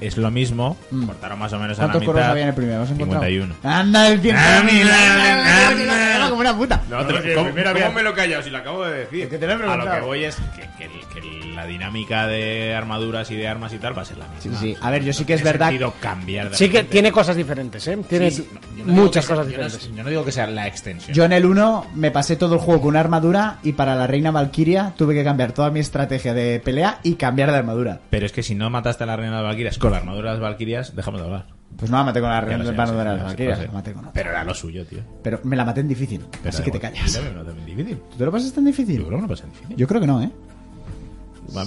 es lo mismo,
Mm.
cortaron más o menos a la
¿Cuántos
mitad.
cuervos había en el primero? ¿Has encontrado?
51.
Anda, el tiempo.
Ah, mira,
Anda,
anda.
Como una puta.
No, pero ¿cómo, cómo me lo he callado si lo acabo de decir?
Que te lo he
a lo
preguntado.
que voy es que, que el, que la dinámica de armaduras y de armas y tal va a ser la misma.
Sí, sí. A ver, yo
No
sí que es
tiene
verdad-
sentido cambiar de
Sí que
repente.
tiene cosas diferentes, ¿eh? Tiene
Sí, sí, no, yo no digo
muchas
que sea-
cosas
yo no-
diferentes.
Yo no digo que sea la extensión.
Yo en el 1 me pasé todo el juego con una armadura y para la reina Valkyria tuve que cambiar toda mi estrategia de pelea y cambiar de armadura.
Pero es que si no mataste a la reina de las Valquirias con la armadura de las Valquirias, dejamos de hablar.
Pues no la maté con la
Ya
reina
lo sé, ya sé,
armadura de
ya
las
sé,
Valkyrias,
lo sé.
la maté con otra.
Pero era lo suyo, tío.
Pero me la maté en difícil,
Pero
así
da
que te
igual.
callas.
Yo también, no, también difícil.
¿Tú te lo pasas tan
Yo creo
difícil?
que no pasa difícil.
Yo creo que no, ¿eh?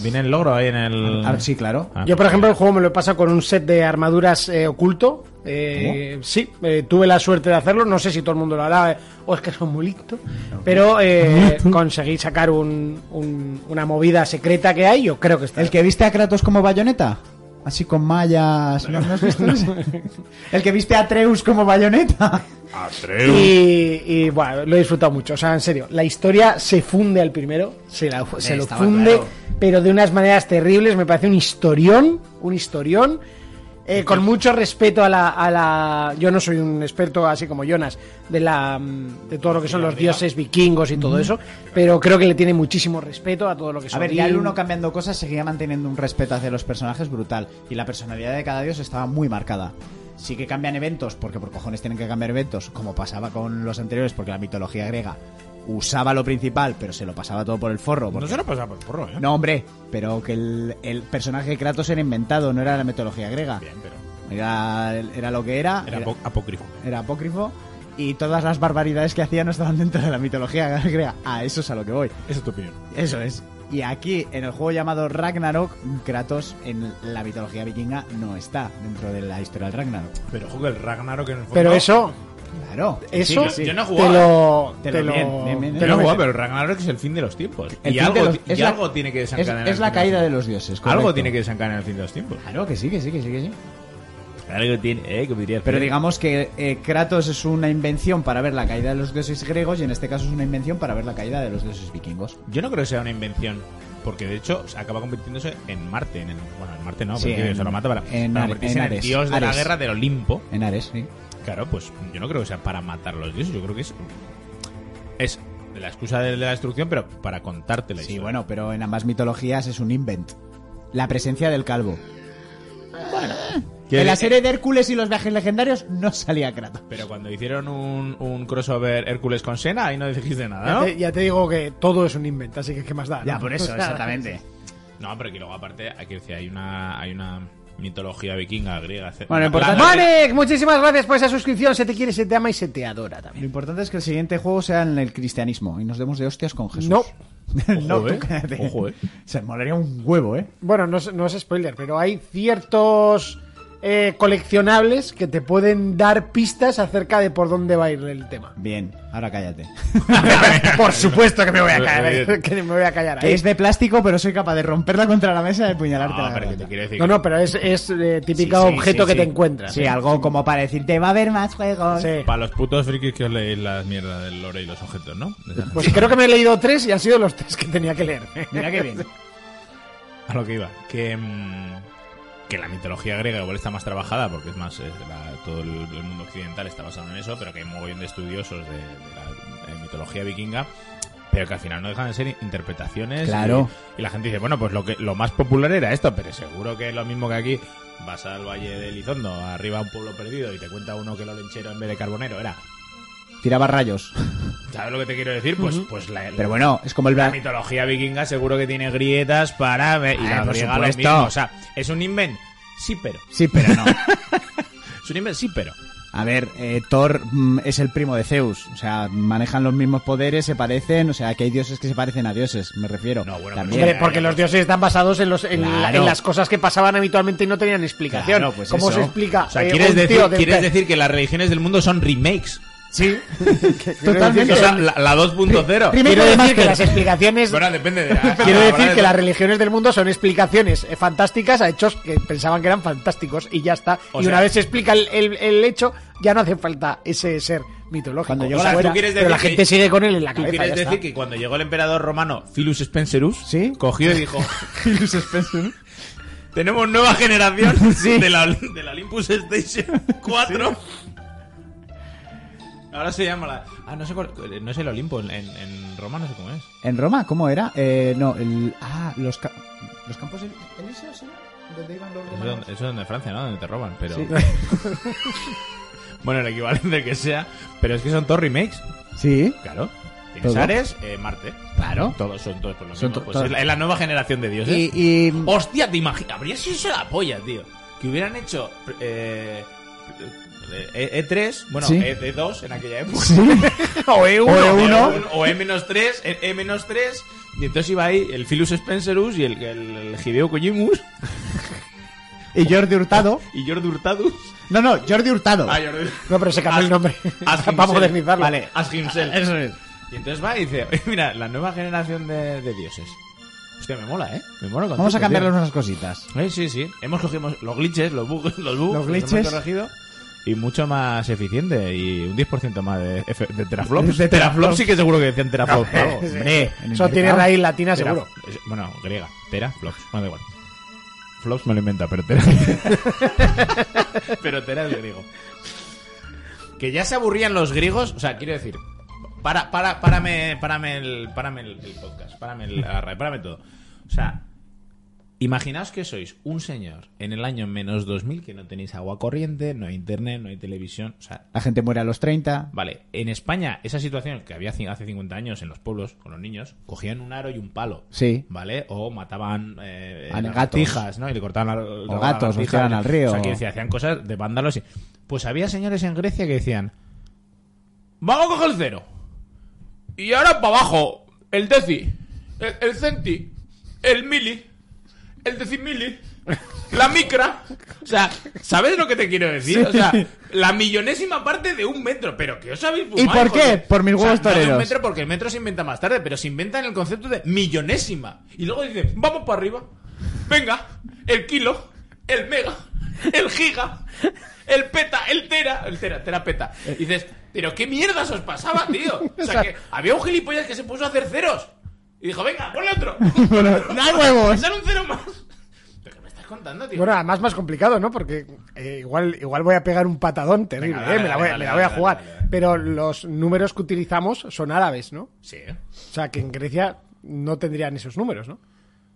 Viene el logro ahí en el.
Ah, sí, claro.
Ah,
Yo, por ejemplo, el juego me lo he pasado con un set de armaduras eh, oculto. Eh, sí, eh, tuve la suerte de hacerlo. No sé si todo el mundo lo hará eh, o es que son muy listos. Pero eh, conseguí sacar un- un- una movida secreta que hay. Yo creo que está.
¿El que viste a Kratos como bayoneta? Así con mallas. ¿No, ¿no has visto ese? ¿El que viste a Treus como bayoneta?
Y, y, bueno, lo he disfrutado mucho. O sea, en serio, la historia se funde al primero, se, la- se lo
estaba
funde,
claro.
pero de unas maneras terribles. Me parece un historión, un historión. eh, con mucho respeto a la, a la- Yo no soy un experto, así como Jonas, de, la, mm, de todo lo que son los dioses vikingos y todo eso, pero creo que le tiene muchísimo respeto a todo lo que son.
A ver, ya el
Odín.
uno cambiando cosas seguía manteniendo un respeto hacia los personajes brutal. Y la personalidad de cada dios estaba muy marcada. Sí que cambian eventos, porque por cojones tienen que cambiar eventos, como pasaba con los anteriores, porque la mitología griega usaba lo principal, pero se lo pasaba todo por el forro.
No
porque-
se lo pasa por el porro, ¿eh?
No, hombre, pero que el, el personaje de Kratos era inventado, no era la mitología griega.
Bien, pero.
Era, era lo que era.
Era apo- apócrifo.
era apócrifo y todas las barbaridades que hacía no estaban dentro de la mitología griega. A eso es a lo que voy.
Esa es tu opinión.
Eso es. Y aquí, en el juego llamado Ragnarok, Kratos en la mitología vikinga no está dentro de la historia del Ragnarok.
Pero ojo que el Ragnarok en el fondo.
Pero eso,
Claro.
eso
sí, yo no he
te
jugado, ¿eh?
lo.
Te
Te
lo-
lo.
bien, bien, bien,
te
bien.
Yo no
lo
he jugado,
meten.
pero el Ragnarok es el fin de los tiempos.
El
y
fin de
algo,
los-
ti-
es
y
la-
algo tiene que desencadenar.
es-
el
es la
fin los
caída de
tiempos.
los dioses,
Algo
correcto.
tiene que desencadenar el fin de los tiempos.
Claro que sí, que sí, que sí, que sí.
Algo tiene. Eh, como diría el
Pero
Fede.
digamos que eh, Kratos es una invención para ver la caída de los dioses griegos y en este caso es una invención para ver la caída de los dioses vikingos.
Yo no creo que sea una invención. Porque de hecho se acaba convirtiéndose en Marte. En el- bueno, en Marte no,
Sí,
porque
en-
se lo mata para,
en
para
Ar-
convertirse
en
en el
Ares,
dios de la
Ares.
guerra del Olimpo.
En Ares, sí.
Claro, pues yo no creo que sea para matar a los dioses, yo creo que es. Es la excusa de la destrucción, pero para contarte la
Sí,
historia.
bueno, pero en ambas mitologías es un invent. La presencia del calvo.
Que-
en la serie de Hércules y los viajes legendarios no salía Kratos.
Pero cuando hicieron un, un crossover Hércules con Sena, ahí no dijiste nada,
Ya
¿no?
te, ya te digo que todo es un invento, así que qué más da. ¿no? O sea,
No, pero que luego aparte, hay que decir, hay una, hay una mitología vikinga, griega, etc.
Bueno,
La-
importante-
la-
Manek, muchísimas gracias por esa suscripción. Se te quiere, se te ama y se te adora
Lo
también.
importante es que el siguiente juego sea en el cristianismo y nos demos de hostias con Jesús.
No.
no,
Ojo,
tú
eh.
cállate.
Ojo, eh.
Se molaría un huevo, ¿eh?
Bueno, no es, no es spoiler, pero hay ciertos eh, coleccionables que te pueden dar pistas acerca de por dónde va a ir el tema.
Bien, ahora cállate.
por supuesto que me voy a callar. que me voy a callar
Que
ahí.
es de plástico, pero soy capaz de romperla contra la mesa y apuñalarte
No,
la
Ah, pero que te
garganta.
quiero decir.
No,
que-
no, pero es, es eh, típico
Sí, sí,
objeto
sí,
que
sí.
te encuentras. ¿eh?
Sí, algo como para decirte, va a haber más juegos.
Sí.
Para los putos frikis que os leéis la mierda del lore y los objetos, ¿no? De esa gente.
Pues creo que me he leído tres y han sido los tres que tenía que leer.
Mira qué bien.
A lo que iba. Que, mm, que la mitología griega igual está más trabajada, porque es más, eh, la- todo el, el mundo occidental está basado en eso, pero que hay un mogollón de estudiosos de, de la eh, mitología vikinga, pero que al final no dejan de ser interpretaciones.
Claro.
Y, y la gente dice, bueno, pues lo, que, lo más popular era esto, pero seguro que es lo mismo que aquí. Vas al Valle de Elizondo, arriba a un pueblo perdido, y te cuenta uno que el olenchero en vez de carbonero era...
Tiraba rayos.
¿Sabes lo que te quiero decir? Pues, pues la,
Pero bueno, es como el...
la
bla-
mitología vikinga seguro que tiene grietas para y
Ah,
la
por
griega lo
supuesto.
mismo. O sea, es un invent, sí pero.
Sí, pero no.
Es un invent, sí pero.
A ver, eh, Thor mm, es el primo de Zeus, o sea, manejan los mismos poderes, se parecen, o sea, que hay dioses que se parecen a dioses, me refiero.
No, bueno,
También.
Hombre, porque los dioses están basados en, los, en, la-
Claro.
en las cosas que pasaban habitualmente y no tenían explicación.
Claro, pues
¿Cómo
eso.
se explica?
O sea,
eh,
quieres,
un tío
decir,
de-
quieres decir que las religiones del mundo son remakes.
Sí,
O
totalmente.
sea, la, la 2.0.
Primero
Quiero
de más
decir que
que-
las explicaciones.
Bueno, depende de.
Quiero decir que
la
las religiones del mundo son explicaciones eh, fantásticas a hechos que pensaban que eran fantásticos y ya está.
O
y
sea-
una vez se explica el, el- el hecho, ya no hace falta ese ser mitológico.
Cuando llegó
O sea,
la-
fuera,
tú
quieres
pero la
decir
gente
que-
sigue con él en la
¿Tú
cabeza.
quieres
ya
decir
está.
que cuando llegó el emperador romano Philus Spencerus,
Sí.
cogió y dijo: Tenemos nueva generación de, la, de la Olympus Station 4. Ahora se llama la. Ah, no sé cuál- No es el Olimpo. En, en- en Roma no sé cómo es.
¿En Roma? ¿Cómo era? Eh, no, el. Ah, los, ca- los campos el- elíseos, ¿sí? Donde iban los
Eso es,
romanos.
donde, eso es donde Francia, ¿no? Donde te roban, pero.
Sí.
bueno, el equivalente que sea. Pero es que son todos remakes.
Sí.
Claro. Tienes
Todo.
Ares, eh, Marte.
Claro.
Todos son todos por lo
Son
mismo.
to-
Pues
todos.
es, la, es la nueva generación de dioses.
Y, y-
Hostia, te imaginas. Habría sido la polla, tío. Que hubieran hecho. Eh, eh, E3, bueno,
Sí.
E2 en aquella época.
o E E1.
E1, O E-3, E- E-3. Y entonces iba ahí el Philus Spencerus y el, el, el Hideo Kojimus
Y Jordi Hurtado.
y Jordi Hurtadus.
No, no, Jordi Hurtado.
Ah, Jordi.
No, pero se cambió el nombre.
As
Para
himself.
modernizarlo.
Vale, as Pues himself.
Eso es.
Y entonces va y dice, mira, la nueva generación de, de dioses. Hostia, me mola, ¿eh? Me mola con
Vamos a
todo, tío.
cambiarles unas cositas.
Eh, sí, sí. Hemos cogido los glitches, los bugs, los bugs,
Los
hemos
glitches.
corregido. Y mucho más eficiente. Y un 10% más de, F- de teraflops.
De teraflops.
De teraflops sí que seguro que decían teraflops. algo.
Hombre, en el
Eso tiene
mercado.
raíz latina,
Tera-
seguro.
es- Bueno, griega. Teraflops. Bueno, da igual. Flops me lo inventa, pero tera. pero tera es griego. Que ya se aburrían los griegos. O sea, quiero decir. Para, para, párame, párame el, párame el, el podcast. Párame el la radio, párame todo. O sea, imaginaos que sois un señor en el año menos 2000 que no tenéis agua corriente, no hay internet, no hay televisión. O sea,
La gente muere a los 30.
Vale, en España esa situación que había ci- hace 50 años en los pueblos con los niños, cogían un aro y un palo.
Sí.
¿Vale? O mataban eh,
A gatos.
lagartijas, ¿no? Y le cortaban la- la
gatos, los
lagartija.
tiraban al río.
O sea, que decía, hacían cosas de vándalos. y- Pues había señores en Grecia que decían, vamos a coger el cero. Y ahora para abajo, el deci, el, el centi, el mili, el decimili, la micra. O sea, ¿sabes lo que te quiero decir? O sea, la millonésima parte de un metro. Pero que os habéis fumado,
¿Y por
hijo
qué?
de-
Por mis
O sea,
huevos
no de un
toreros.
metro porque el metro se inventa más tarde, pero se inventa en el concepto de millonésima. Y luego dice, vamos para arriba. Venga, el kilo, el mega, el giga, el peta, el tera, el tera, tera peta. Y dices, pero qué mierdas os pasaba, tío. O sea, que había un gilipollas que se puso a hacer ceros. Y dijo, venga, ponle otro.
No hay huevos.
Sale un cero más. ¿Pero qué me estás contando, tío?
Bueno, además más complicado, ¿no? Porque eh, igual, igual voy a pegar un patadón terrible,
Venga,
¿eh?
dale,
Me la
dale,
voy,
dale,
me la voy a
dale,
jugar.
dale, dale.
Pero los números que utilizamos son árabes, ¿no?
Sí, ¿eh?
O sea, que en Grecia no tendrían esos números, ¿no?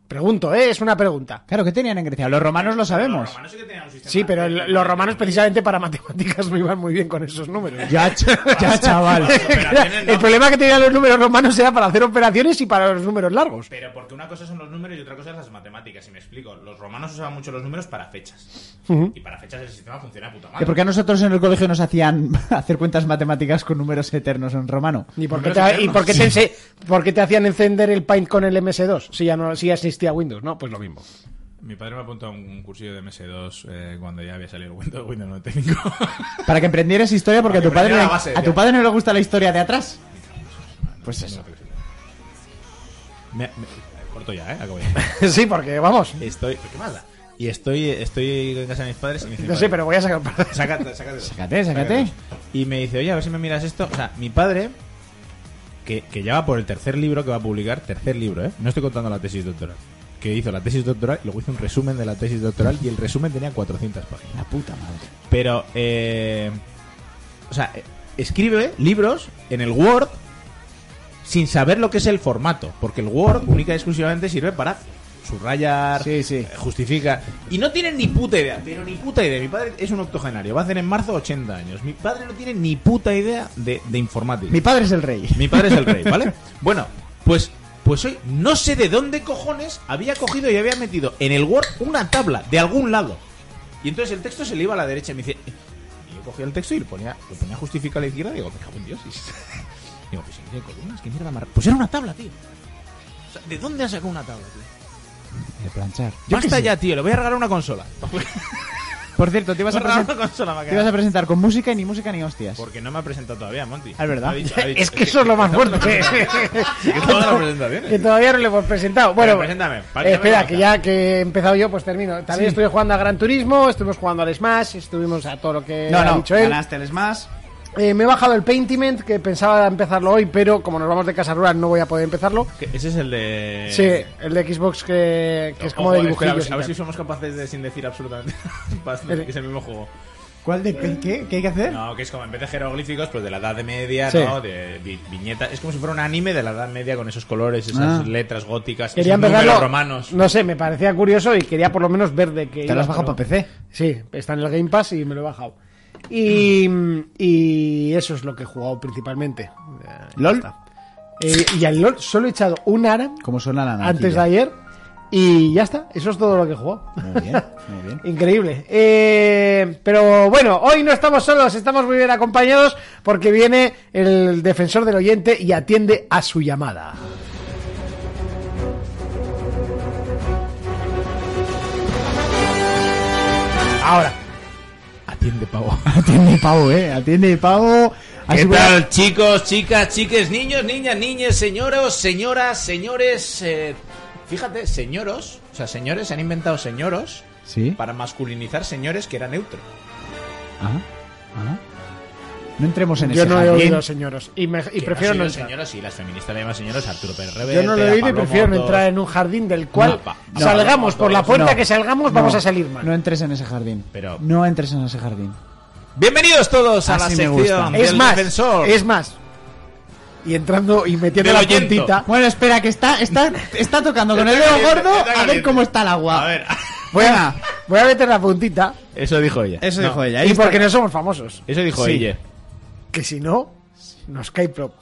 Pregunto, ¿eh? Es una pregunta.
Claro, ¿qué tenían en Grecia? Los romanos lo
Los
sabemos.
romanos sí que tenían un sistema.
Sí, pero el- los romanos precisamente para matemáticas no iban muy bien con esos números.
Ya, ch- ya, chaval.
operaciones, ¿no?
El problema que tenían los números romanos era para hacer operaciones y para los números largos.
Pero porque una cosa son los números y otra cosa es las matemáticas, y me explico. Los romanos usaban mucho los números para fechas. Y para fechas el sistema funciona a puta
¿Y
madre.
por qué a nosotros en el colegio nos hacían hacer cuentas matemáticas con números eternos en romano?
¿Y por qué
Números
te, y
eternos.
por qué te ense- por qué te hacían encender el Paint con el MS2 si ya no si ya existía Windows? No, pues lo mismo.
Mi padre me apuntó a un, un cursillo de MS2 eh, cuando ya había salido Windows, Windows 95.
Para que emprendieras historia porque a tu
Para que
padre
aprendiera
le-
la base,
a tu
tío.
padre no le gusta la historia de atrás. Pues eso.
Me- me- corto ya, ¿eh? Acabo ya.
sí, porque vamos.
Estoy... ¿Qué más da? Y estoy, estoy en casa de mis padres y me dicen...
No sé,
"Vale,
pero voy a sacar para
Sácate, sácate.
Sácate, sácate.
Y me dice, oye, a ver si me miras esto. O sea, mi padre, que, que ya va por el tercer libro que va a publicar, tercer libro, ¿eh? No estoy contando la tesis doctoral. Que hizo la tesis doctoral y luego hizo un resumen de la tesis doctoral y el resumen tenía 400 páginas.
La puta madre.
Pero, eh, o sea, eh, escribe libros en el Word sin saber lo que es el formato, porque el Word única y exclusivamente sirve para subrayar,
Sí, sí.
eh, justificar. Y no tienen ni puta idea, pero ni puta idea. Mi padre es un octogenario, va a hacer en marzo 80 años. Mi padre no tiene ni puta idea de, de informática.
Mi padre es el rey.
Mi padre es el rey, ¿vale? Bueno, pues, pues hoy no sé de dónde cojones había cogido y había metido en el Word una tabla de algún lado. Y entonces el texto se le iba a la derecha y me dice. Y yo cogía el texto y lo ponía, lo ponía justifica a la izquierda y digo, me cago en Dios. Y digo, pues si no tiene columnas, qué mierda mar... Pues era una tabla, tío. O sea, ¿de dónde ha sacado una tabla, tío?
De planchar.
Basta ya, tío, le voy a regalar una consola.
Por cierto, te ibas, a
Voy a regalar
presen-
una consola, me ha
te ibas
quedado.
a presentar con música y ni música ni hostias.
Porque no me ha presentado todavía, Monty.
Ah, es verdad.
Ha dicho- ha dicho-
Es que eso es lo más fuerte.
que todas las presentaciones.
que todavía no lo hemos presentado. Bueno,
Bueno, preséntame, para
eh,
que
espera,
me
que
conozca.
ya que he empezado yo, pues termino. También estuve jugando a Gran Turismo, estuvimos jugando al Smash, estuvimos a todo lo que
No,
ha
no,
dicho él.
ganaste el Smash.
Eh, me he bajado el Paintiment, que pensaba empezarlo hoy, pero como nos vamos de casa rural no voy a poder empezarlo.
Que Ese es el de.
Sí, el de Xbox que, que es como
Eh, Ojo,
de
espera, a
dibujillos.
ver si-
y
a ver si
tal.
somos capaces de, sin decir absolutamente nada, pasar, que es el mismo juego.
¿Cuál de qué? ¿Qué, qué hay que hacer?
No, que es como en vez de jeroglíficos, pues de la Edad Media,
Sí.
¿no? De vi- viñetas. Es como si fuera un anime de la Edad Media con esos colores, esas
Ah.
letras góticas,
Quería
esos números
empezarlo.
romanos.
No sé, me parecía curioso y quería por lo menos ver de qué.
Te
iba,
lo has bajado
pero-
para PC.
Sí, está en el Game Pass y me lo he bajado. Y,
Mm.
y eso es lo que he jugado principalmente.
LOL,
Eh, y al LOL solo he echado un ARAM
como suena la naranjilla.
antes de ayer y ya está. Eso es todo lo que he jugado.
Muy bien, muy bien.
Increíble. Eh, pero bueno, hoy no estamos solos, estamos muy bien acompañados porque viene el defensor del oyente y atiende a su llamada. Ahora,
Atiende, pavo.
Atiende pavo, eh. Atiende pavo.
¿Qué
Así que-
tal, chicos, chicas, chiques, niños, niñas, niñas, señoros, señoras, señores? eh, fíjate, señoros, o sea, señores, se han inventado señoros
Sí.
para masculinizar señores que era neutro.
Ajá, ajá. No entremos en
yo
ese
no he
jardín.
oído, señoros, y, me- y
Que
prefiero
no
no
ha sido
entrar.
señoros y las feministas le llaman señoros Arturo Pérez
Yo no lo he
Reverte,
oído y
a Pablo
prefiero no
Motos.
entrar en un jardín del cual
No, pa- no,
salgamos
no,
por la
no,
puerta
no,
que salgamos, vamos a salir mal.
No entres en ese jardín.
Pero-
No entres en ese jardín.
Bienvenidos todos a la
Así me
sección
gusta.
del
es más,
defensor.
es más. Y entrando y metiendo
Del
la
oyento.
puntita.
Bueno, espera, que está, está, está tocando con el
Está
dedo
caliente,
gordo
está
a ver
caliente.
cómo está el agua.
A ver,
Voy a, voy a meter la puntita.
eso dijo ella.
Eso dijo ella.
Y porque no somos famosos.
Eso dijo
Sí.
ella.
Que si no, nos cae pro-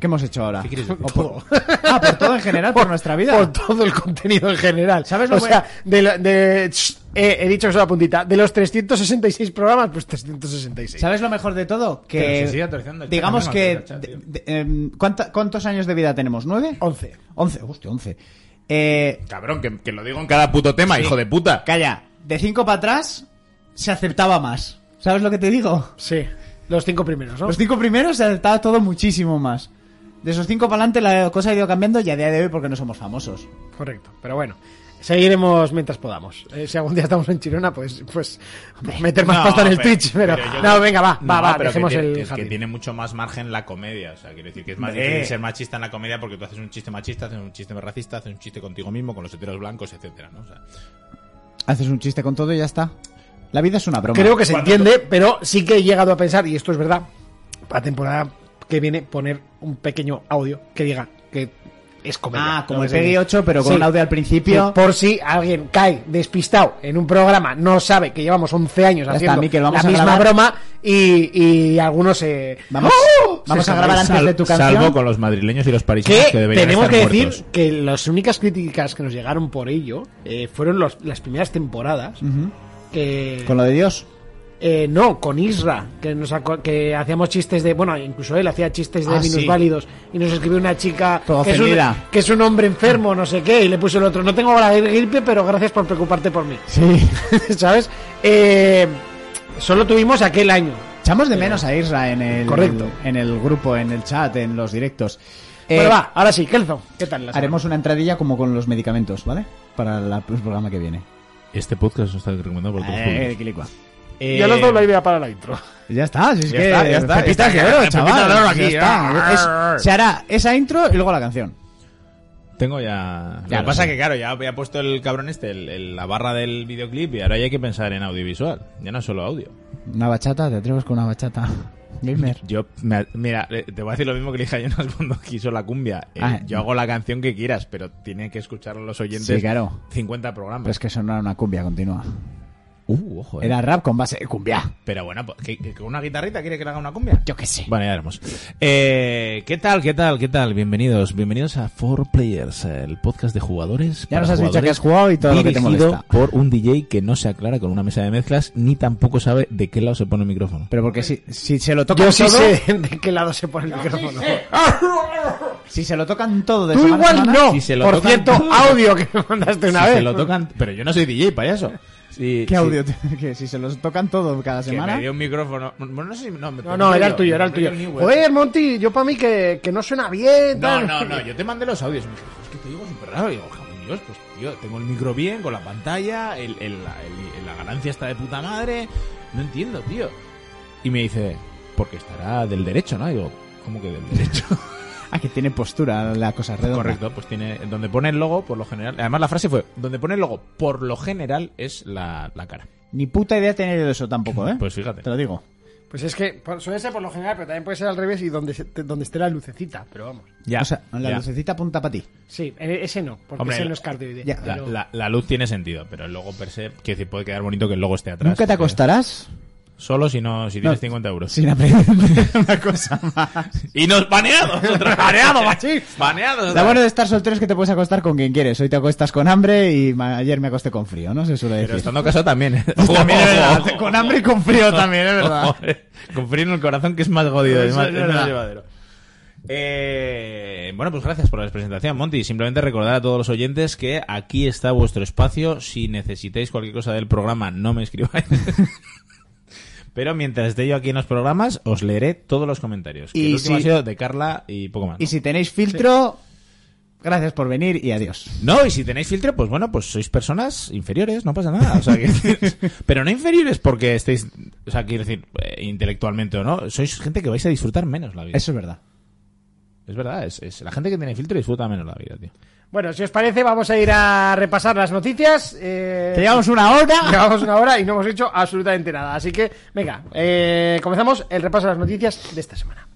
¿Qué hemos hecho ahora?
¿Qué quieres decir?
O por- Ah, por todo en general, por nuestra vida.
Por todo el contenido en general.
¿Sabes lo
o
bueno?
sea, de, lo- de- Shh, eh, he dicho que es la puntita. De los 366 programas, pues 366.
¿Sabes lo mejor de todo?
Pero
Que
se sigue atorciando el
digamos
chat,
que
no, no, no,
de-
no,
de- em, ¿cuánta- ¿cuántos años de vida tenemos? ¿Nueve?
11.
Once, hostia, once. Eh,
Cabrón, que, que lo digo en cada puto tema, hijo de puta.
calla, de cinco para atrás se aceptaba más. ¿Sabes lo que te digo?
Sí. Los cinco primeros, ¿no?
Los cinco primeros se aceptaba todo muchísimo más. De esos cinco para adelante la cosa ha ido cambiando y a día de hoy porque no somos famosos.
Correcto. Pero bueno. Seguiremos mientras podamos. Eh, si algún día estamos en Chirona, pues, pues meter más
No,
pasta en el
pero-
Twitch. Pero,
pero yo-
no, venga, va, va,
No,
va.
pero que
Dejemos
tiene-
el
es que
jardín. Eh.
tiene mucho más margen la comedia. O sea, quiero decir que es más
Hombre.
difícil ser machista en la comedia porque tú haces un chiste machista, haces un chiste racista, haces un chiste contigo mismo, con los heteros blancos, etcétera, ¿no? O sea,
Haces un chiste con todo y ya está. La vida es una broma.
Creo que se
Cuando
entiende, pero sí que he llegado a pensar, y esto es verdad, para temporada que viene poner un pequeño audio que diga que es comedia.
Ah, como
Lo
el
que se
Peggy
dice.
8, pero con
Sí.
un audio al
Sí,
principio.
por si alguien cae despistado en un programa, no sabe que llevamos 11 años
Ya está,
haciendo
Mikel, vamos
la
a
misma
grabar.
broma y, y algunos se...
Vamos,
¡Oh!
vamos
se
a grabar
escandalizan.
antes de tu canción.
Salvo con los madrileños y los parisinos
que
que, deberían
tenemos
estar
que decir
muertos.
que las únicas críticas que nos llegaron por ello eh, fueron los- las primeras temporadas
Ujú.
que
Con lo de Dios.
Eh, no, con Isra, que, nos aco- que hacíamos chistes de. Bueno, incluso él hacía chistes de
Ah, sí.
minusválidos. Y nos escribió una chica
Todo
que es, un,
ofendida.
que es un hombre enfermo, no sé qué. Y le puso el otro: No tengo la gripe, pero gracias por preocuparte por mí.
Sí.
¿Sabes? Eh, solo tuvimos aquel año.
Echamos de menos a Isra en el,
Correcto.
en el grupo, en el chat, en los directos. Eh,
Pero va, ahora sí, Kelzo, ¿qué tal? la
Haremos una entradilla como con los medicamentos, ¿vale? Para la- el programa que viene.
Este podcast no está recomendado por todos
Eh, quilicua.
semana? Ya los doy
eh,
la idea para la intro.
Ya está, si es
Ya
que
está, ya está,
pepitas
ya está,
de oro,
pepitas
chaval.
de oro
ya
aquí,
está.
ya.
Es- se hará esa intro y luego la canción.
Tengo
Ya
ya. lo
lo
que pasa
sé.
que, claro, ya había puesto el cabrón este, el- el- la barra del videoclip, y ahora ya hay que pensar en audiovisual. Ya no es solo audio.
Una bachata, te atreves con una bachata. Gamer.
Yo, me- mira, eh, te voy a decir lo mismo que le dije a Jonas cuando quiso la cumbia. Eh,
Ah,
yo hago la canción que quieras, pero tienen que escuchar los oyentes
Sí, claro. Pues,
50 programas.
Pero es que eso no era una cumbia continua.
Uh, ojo, eh.
Era rap con base de cumbia.
Pero bueno, pues, ¿que- que ¿con una guitarrita quiere que le haga una cumbia?
Yo qué sé.
Bueno, ya veremos. Eh, ¿Qué tal, qué tal, qué tal? Bienvenidos, bienvenidos a Four Players, el podcast de jugadores.
Ya
para
nos has dicho
jugadores,
que has jugado y todo lo que te
dirigido
molesta.
por un DJ que no se aclara con una mesa de mezclas ni tampoco sabe de qué lado se pone el micrófono.
Pero porque si, si se lo tocan
Yo sí
todo,
sé de qué lado se pone el micrófono.
si se lo tocan todo de
Tú
semana a
igual
semana-
no.
si se lo
Por
tocan-
cierto, audio que me mandaste una
Si
vez.
se lo tocan, pero yo no soy DJ, payaso. Sí,
¿Qué
sí.
audio? te- Que si se los tocan todo cada
Que
semana.
me dio un micrófono. Bueno, no sé si- me-
No, no, era el tuyo, era el
me dio
tuyo.
Newell.
Joder, Monty, yo para mí que, que no suena bien.
No,
tal.
no, no, yo te mandé los audios. y Me dije, es que te digo súper raro. Y digo, jamón Dios, pues tío, tengo el micro bien, con la pantalla, el, el- la- el- la ganancia está de puta madre. No entiendo, tío. Y me dice, porque estará del derecho, ¿no? Y digo, ¿cómo que del derecho?
Ah, que tiene postura la cosa redonda.
Correcto, pues tiene. Donde pone el logo, por lo general. Además, la frase fue: donde pone el logo, por lo general, es la, la cara.
Ni puta idea tenía yo de eso tampoco, ¿eh?
Pues fíjate.
Te lo digo.
Pues es que por- suele ser por lo general, pero también puede ser al revés y donde, se- te- donde esté la lucecita, pero vamos.
Ya,
O sea, la
ya.
lucecita apunta para ti.
Sí, e- ese no, porque
Hombre,
ese
la-
no es cardioide.
ya,
La,
Pero-
la- la luz tiene sentido, pero el logo per se, quiero decir, puede quedar bonito que el logo esté atrás.
¿Nunca te
porque-
acostarás?
Solo si no, si tienes
No.
50 euros.
Sin aprender una cosa más.
Y nos baneados, otros baneados, machín. Baneados. otra
Lo
vez.
bueno de estar soltero es que te puedes acostar con quien quieres. Hoy te acuestas con hambre y ma- ayer me acosté con frío, ¿no? Se suele
Pero
decir.
estando casado también.
También es verdad, con hambre y con frío también, es verdad.
Con frío en el corazón que es más jodido, es
Eso
más,
es
es más
verdad.
llevadero. Eh, bueno, pues gracias por la presentación, Monty. Simplemente recordar a todos los oyentes que aquí está vuestro espacio. Si necesitáis cualquier cosa del programa, no me escribáis. Pero mientras esté yo aquí en los programas, os leeré todos los comentarios. Que
Y
el último
si-
ha sido de Carla y poco más. ¿no?
Y si tenéis filtro, gracias por venir y adiós.
No, y si tenéis filtro, pues bueno, pues sois personas inferiores, no pasa nada. O sea, quiero decir, pero no inferiores porque estéis, o sea, quiero decir, eh, intelectualmente o no, sois gente que vais a disfrutar menos la vida. Es,
Eso es verdad.
verdad, es, es- la gente que tiene filtro disfruta menos la vida, tío.
Bueno, si os parece, vamos a ir a repasar las noticias. eh,
Te llevamos una hora.
llevamos una hora y no hemos hecho absolutamente nada. Así que, venga, eh, comenzamos el repaso de las noticias de esta semana.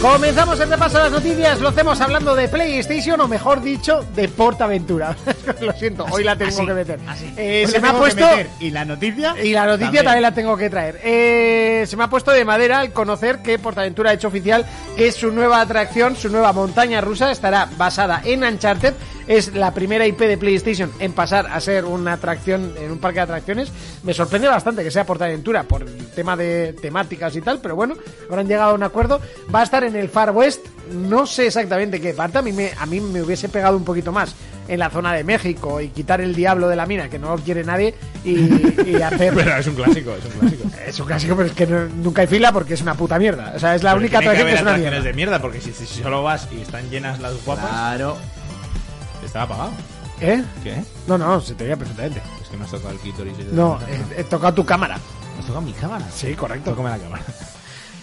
Comenzamos el repaso de las noticias, lo hacemos hablando de PlayStation o mejor dicho, de Portaventura. lo siento, hoy la tengo
Así,
que meter.
así.
Eh,
Hoy
se
la
me ha
tengo que
puesto
meter. ¿Y la noticia?
y la noticia también, la tengo que traer. Eh, se me ha puesto de madera al conocer que Portaventura ha hecho oficial que su nueva atracción, su nueva montaña rusa, estará basada en Uncharted. Es la primera IP de PlayStation en pasar a ser una atracción en un parque de atracciones. Me sorprende bastante que sea Portaventura por el tema de temáticas y tal, pero bueno, habrán llegado a un acuerdo. Va a estar en el Far West, no sé exactamente qué parte, a mí me, a mí me hubiese pegado un poquito más en la zona de México y quitar el diablo de la mina, que no lo quiere nadie, y, y hacer...
Pero es un clásico, es un clásico.
Es un clásico, pero es que no- nunca hay fila porque es una puta mierda. O sea, es la
Pero
única
tiene que
atracción que,
haber
es una mierda.
atracciones de mierda porque si, si solo vas y están llenas las guapas,
Claro.
estaba apagado.
¿Eh?
¿Qué?
No, no, se te veía perfectamente.
Es que me has tocado el clítoris. y-
No, eh, he, he tocado tu cámara.
me has tocado mi cámara.
Sí, correcto.
Tócame la cámara.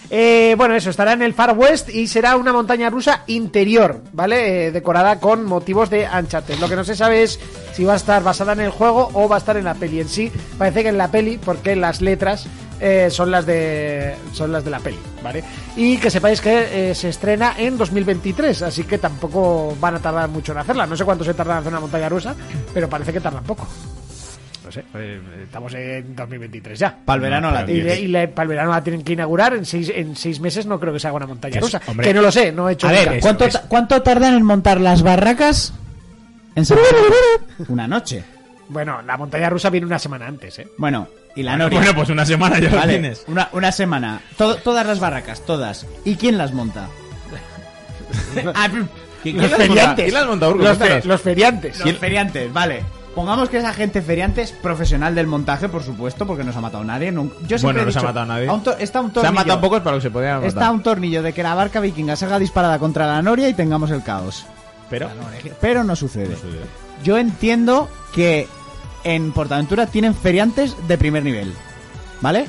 Eh, bueno, eso, estará en el Far West y será una montaña rusa interior, ¿vale? Eh, decorada con motivos de Uncharted. Lo que no se sabe es si va a estar basada en el juego o va a estar en la peli en sí. Parece que en la peli, porque las letras eh, son, las de, son las de la peli, ¿vale? Y que sepáis que eh, se estrena en 2023, así que tampoco van a tardar mucho en hacerla. No sé cuánto se tarda en hacer una montaña rusa, pero parece que tardan poco. No sé, eh, estamos en 2023 ya.
Para el verano
No,
la
pero
Y,
tienes.
le- y le- para el verano la tienen que inaugurar. En seis, en seis meses no creo que se haga una montaña
Que es-
rusa.
hombre.
que no lo sé, no he hecho
A
nunca.
ver, es-
¿Cuánto, ta- cuánto tardan en montar las barracas? En San Francisco? Una noche.
Bueno, la montaña rusa viene una semana antes, ¿eh?
Bueno, y la noria.
Bueno, pues una semana ya lo
Vale,
tienes.
Una, una semana. Todo- todas las barracas, todas. ¿Y quién las monta? Ah,
¿Quién las monta? ¿Quién las monta, Urco?
Los, fe-
Cuéntanos.
los feriantes.
Los feriantes, vale. Pongamos que esa gente feriante es profesional del montaje, por supuesto, porque no se ha matado nadie. nun- Yo siempre
Bueno,
he
no se ha
dicho,
matado nadie.
a un to- está un
Se
tornillo.
han matado pocos para los que se podían matar.
Está un tornillo de que la barca vikinga salga disparada contra la noria y tengamos el caos.
Pero...
Pero no sucede. Yo entiendo que en Portaventura tienen feriantes de primer nivel. ¿Vale?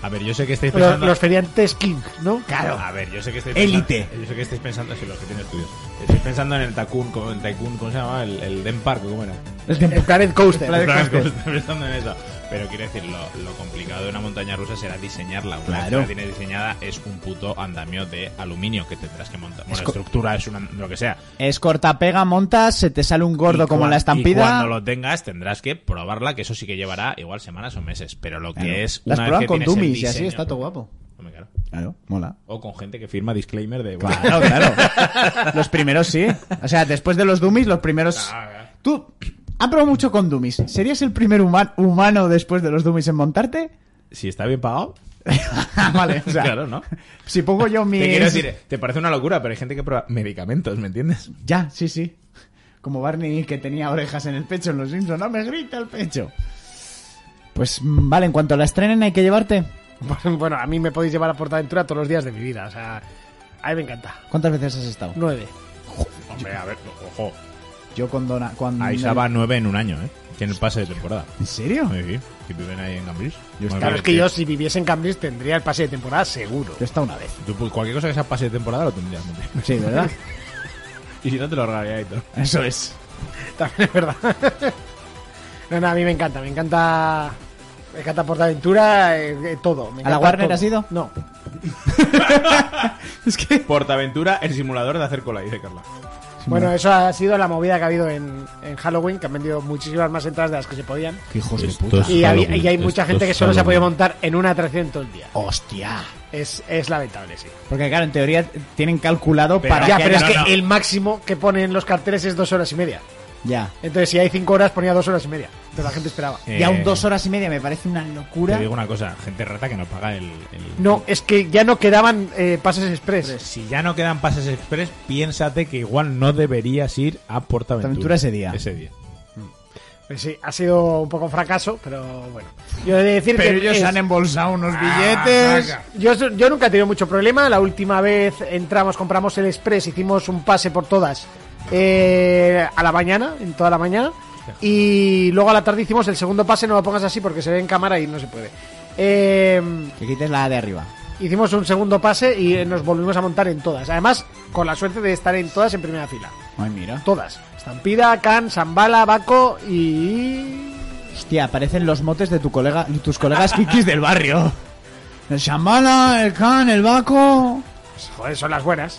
A ver, yo sé que estáis
Lo-
pensando...
los feriantes King, ¿no?
A ver, yo sé que estáis
Élite.
pensando- Yo sé que estáis pensando... Sí, los que tienen estudios. Estáis pensando en el Tycoon... como El tycoon ¿Cómo se llama? El, el Den Park, ¿cómo era?
El Planet Coaster.
Planet- Coaster.
Estoy pensando en eso. Pero quiero decir, lo, lo complicado de una montaña rusa será diseñarla. Una vez
Claro.
que la tienes diseñada, es un puto andamio de aluminio que tendrás que montar. Bueno,
co-
estructura es una, lo que sea.
Es corta pega, montas, se te sale un gordo
Y
como
cua-
en la
Y
estampida.
cuando lo tengas tendrás que probarla, que eso sí que llevará igual semanas o meses. Pero lo que
Claro.
es
Las
una vez
prueban
que
con
tienes el
dummies y así
diseño-
está todo guapo.
Hombre, claro.
Claro, mola.
O con gente que firma disclaimer de... bueno,
Claro, claro. Los primeros sí. O sea, después de los dummies, los primeros.
Ah, claro.
Tú han probado mucho con dummies. ¿Serías el primer huma- humano después de los dummies en montarte?
si está bien pagado...
Ah, vale, o sea,
Claro, ¿no?
Si pongo yo mi.
Te quiero decir, eh. te parece una locura, pero hay gente que prueba medicamentos, ¿me entiendes?
Ya, sí, sí. Como Barney que tenía orejas en el pecho en los Simpsons. No me grita el pecho. Pues mm, vale, en cuanto la estrenen hay que llevarte.
Bueno, a mí me podéis llevar a Portaventura todos los días de mi vida. O sea, a mí me encanta.
¿Cuántas veces has estado?
Nueve.
Hombre, a ver, ojo.
Yo con Dona. Con
Mm,
Ahí se va nueve en un año, ¿eh? Tiene el pase de temporada.
¿En serio?
Sí, sí. que viven ahí en Cambridge.
Yo
Más
estaba-
Claro,
bien,
es que
tío.
yo si viviese en Cambridge tendría el pase de temporada seguro.
Yo está una vez.
Tú, pues, cualquier cosa que sea pase de temporada lo tendrías. ¿no?
Sí, ¿verdad?
Y si no, te lo regalaría y todo.
Eso es.
También es verdad. No, no, a mí me encanta, me encanta. Me encanta Portaventura, eh, eh, todo. me
¿A la
encanta
Warner
todo.
has ido?
No.
Es que...
Portaventura, el simulador de hacer cola, dice Carla.
Bueno, eso ha sido la movida que ha habido en, en Halloween, que han vendido muchísimas más entradas de las que se podían.
Qué hijos
Esto
de puta.
es
Y, había-
Halloween,
y hay mucha
esto
gente
es
que solo se ha podido
Halloween.
montar en una 300 el día.
Hostia.
Es, es lamentable, sí.
Porque claro, en teoría tienen calculado
Pero-
para
ya,
que
pero es
haya-
que
no, no.
el máximo que ponen los carteles es dos horas y media.
Ya.
Entonces, si hay cinco horas, ponía dos horas y media. Entonces la gente esperaba.
Eh,
Ya un dos horas y media me parece una
Te
locura.
digo una cosa, gente rata que no paga el... el-
No, es que ya no quedaban eh, pases express.
Si ya no quedan pases express, piénsate que igual no deberías ir a Portaventura.
Portaventura ese día.
Ese día.
Pues sí, ha sido un poco fracaso, pero bueno. Yo he de decir que es-
em-
Ah,
embolsado unos
Ah,
yo, so- yo nunca he tenido mucho problema. La última vez entramos, compramos el Express, hicimos un pase por todas eh, a la mañana, en toda la mañana. Y luego a la tarde hicimos el segundo pase, no lo pongas así porque se ve en cámara y no se puede. Eh,
Que quites la de arriba.
hicimos un segundo pase y eh, nos volvimos a montar en todas. Además, con la suerte de estar en todas en primera fila.
Ay, mira.
Todas. Estampida, Can, Zambala, Baco y...
Hostia, aparecen los motes de tu colega, tus colegas kikis del barrio. El Shambhala, el Khan, el Baco
Joder, son las buenas.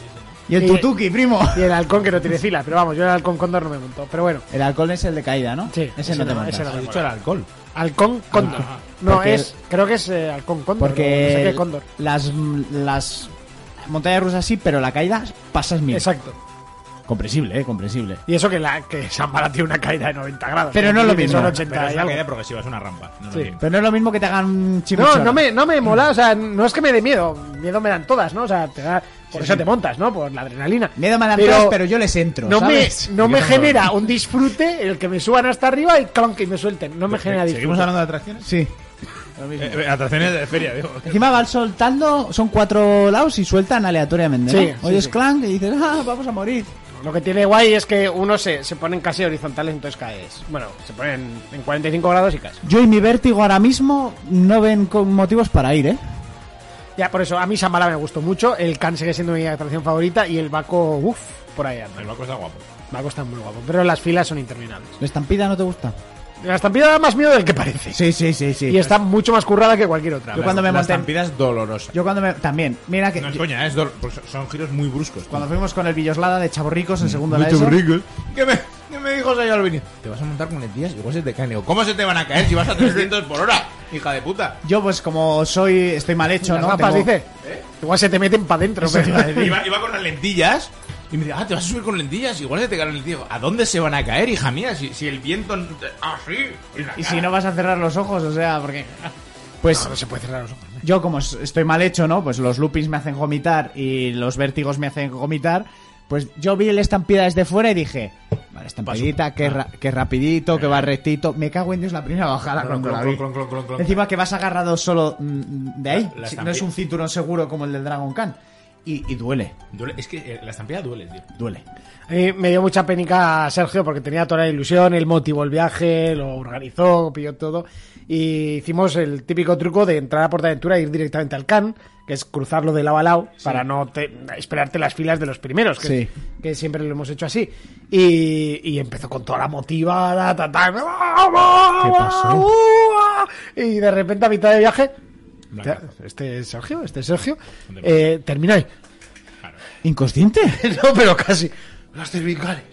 y el
Y-
Tutuki, primo.
Y el halcón que no tiene fila, pero vamos, yo el halcón cóndor no me monto. Pero bueno,
El alcohol es el de caída, ¿no?
Sí,
Ese no te montas.
ese no me
Has dicho el alcohol. Ah.
Halcón Cóndor. No,
Porque-
es. Creo que es eh, Halcón Cóndor. o no sé
Porque
qué Cóndor.
las, las montañas rusas sí, pero la caída pasas mil.
Exacto.
Comprensible, eh, comprensible.
Y eso que la que Zambala tiene una caída de 90 grados.
Pero no es lo
Y
mismo.
Son
Pero
80
es
y
una
algo.
caída progresiva, es una rampa. No, no,
Sí.
no.
Pero no es lo mismo que te hagan un
No,
chimichurri.
no me, no me mola. O sea, no es que me dé miedo. Miedo me dan todas, ¿no? O sea, te da- por eso te montas, ¿no? Por la adrenalina.
Miedo me dan
Pero
todas, pero yo les entro,
No me,
¿sabes?
no me
Yo no-
genera un disfrute el que me suban hasta arriba y clonk y me suelten. No me genera
¿Seguimos
disfrute.
hablando de atracciones?
Sí.
Eh, eh, atracciones de feria, digo.
Encima van soltando, son cuatro lados y sueltan aleatoriamente. ¿no?
Sí, sí,
Oyes
sí.
clank y dices, ah, vamos a morir.
Lo que tiene guay es que uno se, se ponen casi horizontales, entonces caes. Bueno, se ponen en 45 grados y caes.
Yo y mi vértigo ahora mismo no ven con motivos para ir, ¿eh?
Ya, por eso, a mí Samara me gustó mucho, el Khan sigue siendo mi atracción favorita y el Baco, uff, por ahí anda.
El banco está guapo.
Baco está muy guapo, pero las filas son interminables.
¿La estampida no te gusta?
La estampida da más miedo del que parece.
Sí, sí, sí, sí.
Y está mucho más currada que cualquier otra.
Yo cuando me
La
monté-
estampida es dolorosa.
Yo cuando me... También, mira que...
No es
yo-
coña, es dolor- pues son giros muy bruscos. tío.
cuando fuimos con el Villoslada de Chaborricos
Mm,
en segunda de la ESO,
¿Qué me, qué me dijo señor Albini? Te vas a montar con lentillas y igual se te caen. Digo, ¿cómo se te van a caer si vas a 300 por hora? Hija de puta.
Yo pues como soy... Estoy mal hecho,
Las
¿no?
gafas,
Tengo-
dice. Igual se te meten para dentro.
Eso te iba a decir.
Iba, iba con las lentillas y me dice, ah, te vas a subir con lentillas, igual se te caen las lentillas. ¿A dónde se van a caer, hija mía? Si, si el viento... Ah, sí. en la
Y
cara.
si no vas a cerrar los ojos, o sea, porque... Pues
No se puede cerrar los ojos.
yo como s- estoy mal hecho, ¿no? Pues los loopings me hacen vomitar y los vértigos me hacen vomitar. Pues yo vi el estampida desde fuera y dije, vale, estampidita, que,
Ah.
ra- que rapidito, que va rectito. Me cago en Dios la primera bajada
Eh. Clon,
cuando la
clon,
vi.
clon, clon, clon, clon.
Encima que vas agarrado solo mm, de ahí.
La- la
Si- no
estampi-
es un cinturón seguro como el del Dragon Khan. Y, y duele,
Duele- es que eh, la estampida duele, tío.
duele.
A mí me dio mucha pénica a Sergio porque tenía toda la ilusión, él motivó el viaje, lo organizó, pilló todo. Y hicimos el típico truco de entrar a Portaventura e ir directamente al CAN, que es cruzarlo de lado a lado para no te- esperarte las filas de los primeros, que,
Sí.
que siempre lo hemos hecho así. Y, y empezó con toda la motivada, ta, ta, ¡Vamos!
pasó?
¡Uah! y de repente a mitad de viaje,
Blancazo.
este es Sergio, este es Sergio,
¿Dónde vas?
eh, termina ahí.
¿Inconsciente?
No, pero casi. Las cervicales.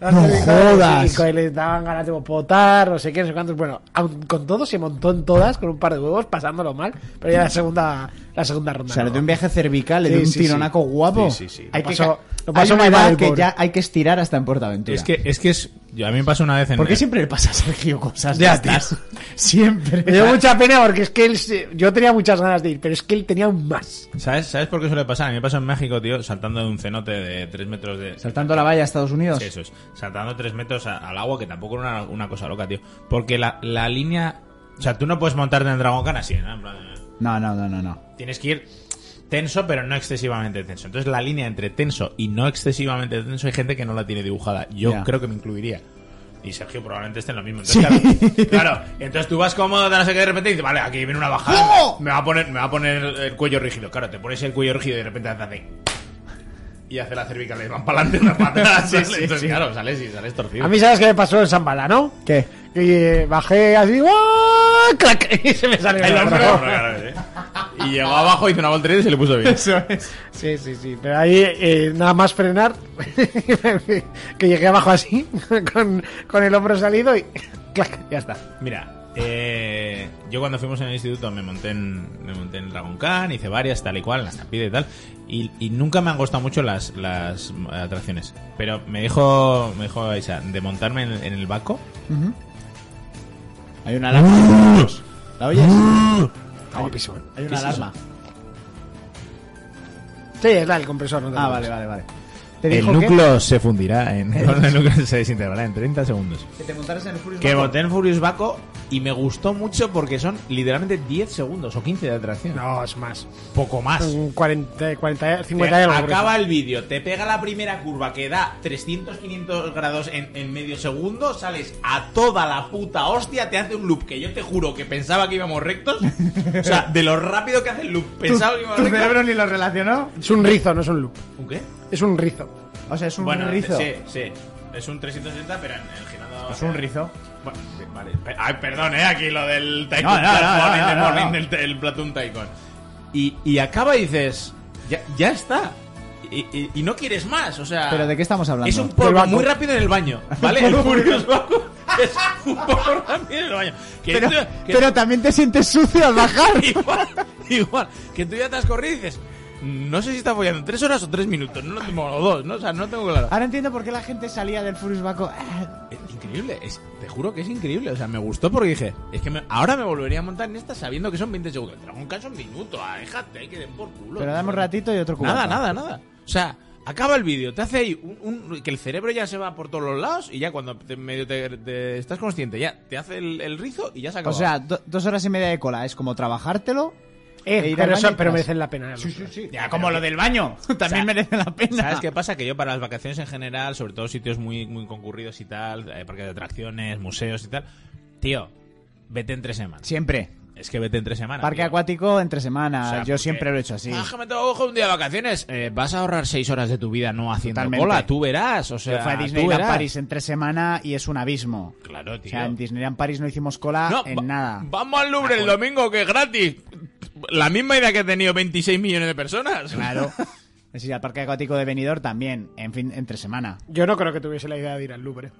Las
No
cervicales,
jodas.
y co- le daban ganas de votar, no sé qué, no sé cuántos. Bueno, aun con todo se montó en todas, con un par de huevos, pasándolo mal. Pero ya la segunda, la segunda
O
ronda.
sea, le
¿no?
dio un viaje cervical, le
Sí,
dio un
sí, sí.
tironaco guapo.
Sí, sí, sí.
Hay
Lo
que
pasó-
ca-
lo pasó
hay una
muy
edad
mal el
que
pobre.
ya hay que estirar hasta en Portaventura.
Es que, es que es... Yo, a mí me pasó una vez en...
¿Por qué siempre le pasa a Sergio cosas de
Ya,
estas? Siempre.
Me dio mucha pena porque es que él, se- yo tenía muchas ganas de ir, pero es que él tenía aún más.
¿Sabes, ¿Sabes por qué suele pasar? A mí me pasó en México, tío, saltando de un cenote de 3 metros de...
Saltando la valla a Estados Unidos.
Sí, eso es. Saltando 3 metros a- al agua, que tampoco era una, una cosa loca, tío. Porque la, la línea... O sea, tú no puedes montarte en el Dragon Khan así, ¿no? En plan, eh,
No, no, no, no, no.
Tienes que ir tenso, pero no excesivamente tenso. Entonces la línea entre tenso y no excesivamente tenso hay gente que no la tiene dibujada. Yo
Ya.
creo que me incluiría. Y Sergio probablemente esté en lo mismo. Entonces, claro, claro, entonces tú vas cómodo, no sé qué, de repente dices, vale, aquí viene una bajada. Me va a poner, me va a poner el cuello rígido. Claro, te pones el cuello rígido y de repente haces así. Y hace la cervical, le van para adelante una patada.
Sí,
¿sabes?
sí,
entonces,
sí.
claro, sales y sales torcido.
A mí, ¿sabes qué me pasó en Zambala, no?
¿Qué?
Y eh, bajé así, ¡guau! ¡Clac! Y se me salió
El
el
hombro,
brazo.
claro, ¿eh? Y llegó abajo, hizo una voltereta y se le puso bien.
Sí, sí, sí. Pero ahí, eh, nada más frenar, que llegué abajo así, con, con el hombro salido y ¡clac! Ya está.
Mira, eh, yo cuando fuimos en el instituto me monté en, me monté en Dragon Khan, hice varias, tal y cual, en las Stampede y tal. Y, y nunca me han gustado mucho las, las atracciones. Pero me dijo, me dijo Aisha, de montarme en, en el Baco.
Hay una alarma. ¿La oyes?
Ah, guapísimo.
Hay una alarma.
Sí, es la del compresor, no te
Ah, vale,
preocupes.
vale, vale.
Te dijo
se fundirá, en, el núcleo se desintegrará en 30 segundos.
¿Eh? Que te montaras en el Furious
Que
Baco.
monté en Furious Baco y me gustó mucho porque son literalmente 10 segundos o 15 de atracción.
que- No, es más.
Poco más.
Son 40, 40,
Te
50 y algo. por eso.
acaba el vídeo, te pega la primera curva que da 300-500 grados en, en medio segundo, sales a toda la puta hostia, te hace un loop que yo te juro que pensaba que íbamos rectos. O sea, de lo rápido que hace el loop, pensaba que íbamos
¿Tu
rectos.
cerebro ni lo relacionó?
Es un rizo, no es un loop.
¿Un qué?
Es un rizo.
O sea, es un
Bueno,
rizo.
sí, sí. Es un 360, pero en el girando.
Es un rizo.
Bueno, vale. Pe- Ay, perdón, ¿eh? Aquí lo del Tycoon
No, no, no,
Platform y
no,
de
no,
Morning
no.
del- del Platoon Tycoon. Y, y acaba y dices, ya, ya está. Y, y- y no quieres más, o sea.
¿Pero de qué estamos hablando?
Ah. Es un
Del
polvo
banco.
muy rápido en el baño, ¿vale? El Furious Baco es un polvo rápido en el baño. Que
Pero,
tú- que-
pero también te sientes sucio al bajar.
igual, igual, que tú ya te has corrido y dices, no sé si está follando tres horas o tres minutos, no lo tengo, o dos, ¿no? O sea, no tengo claro.
Ahora entiendo por qué la gente salía del Furious Baco. Ah,
Es increíble, es- te juro que es increíble. O sea, me gustó porque dije, es que me- ahora me volvería a montar en esta sabiendo que son 20 segundos. Pero un caso un minuto, ah, déjate, que den por culo.
Pero dame un ratito y otro
Nada,
cubata.
nada, nada. O sea, acaba el vídeo, te hace ahí un, un- que el cerebro ya se va por todos los lados y ya cuando te- medio te, te- estás consciente, ya te hace el, el rizo y ya se
O
acaba.
sea, do- dos horas y media de cola. Es como trabajártelo.
Eh,
e ir
pero,
al baño
eso-
y
pero
tras.
merecen la pena.
Ya, como lo del baño. También merece la pena.
¿Sabes qué pasa? Que yo para las vacaciones en general, sobre todo sitios muy, muy concurridos y tal, eh, parques de atracciones, museos y tal, tío, vete en tres semanas.
Siempre.
Es que vete en tres semanas.
Parque
tío.
acuático entre semana.
O sea,
Yo
porque-
siempre lo he hecho así.
Ah, que me tengo ojo un día de vacaciones. Eh, vas a ahorrar seis horas de tu vida no haciendo
Totalmente.
cola. Tú verás. O sea,
Yo fui a
Ah, tú
Disneyland
verás.
París entre semana y es un abismo.
Claro,
O
tío.
sea, en Disneyland París no hicimos cola
No, va-
Ah, en nada. Ah,
Vamos al Louvre el domingo, que es gratis. La misma idea que he tenido 26 millones de personas.
Claro. Es decir, al parque acuático de Benidorm también, en fin, entre semana.
Yo no creo que tuviese la idea de ir al ¿eh? Louvre.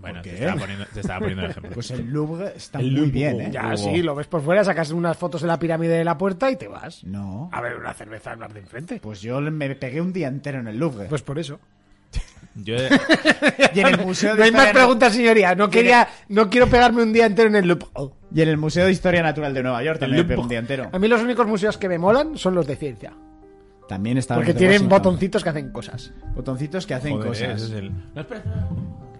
Bueno,
qué?
te estaba, poniendo, te estaba poniendo el ejemplo.
Pues el Louvre está
El
muy
Louvre.
bien, ¿eh?
Ya,
Hubo.
sí, lo ves por fuera, sacas unas fotos de la pirámide de la puerta y te vas.
No.
A ver, una cerveza al bar de enfrente.
Ah, Pues yo me pegué un día entero en el Louvre.
Pues por eso.
Yo,
y en el Museo de
No hay más
Historia Na-
preguntas, señoría. No quería, no quiero pegarme un día entero en el loop. Oh.
Y en el Museo de Historia Natural de Nueva York también me
Louvre.
pegué un día entero.
A mí los únicos museos que me molan son los de ciencia.
También estaba
Porque
en el de
tienen
Washington.
botoncitos que hacen cosas.
Botoncitos que hacen
Joder,
cosas.
ese es el- No, espera.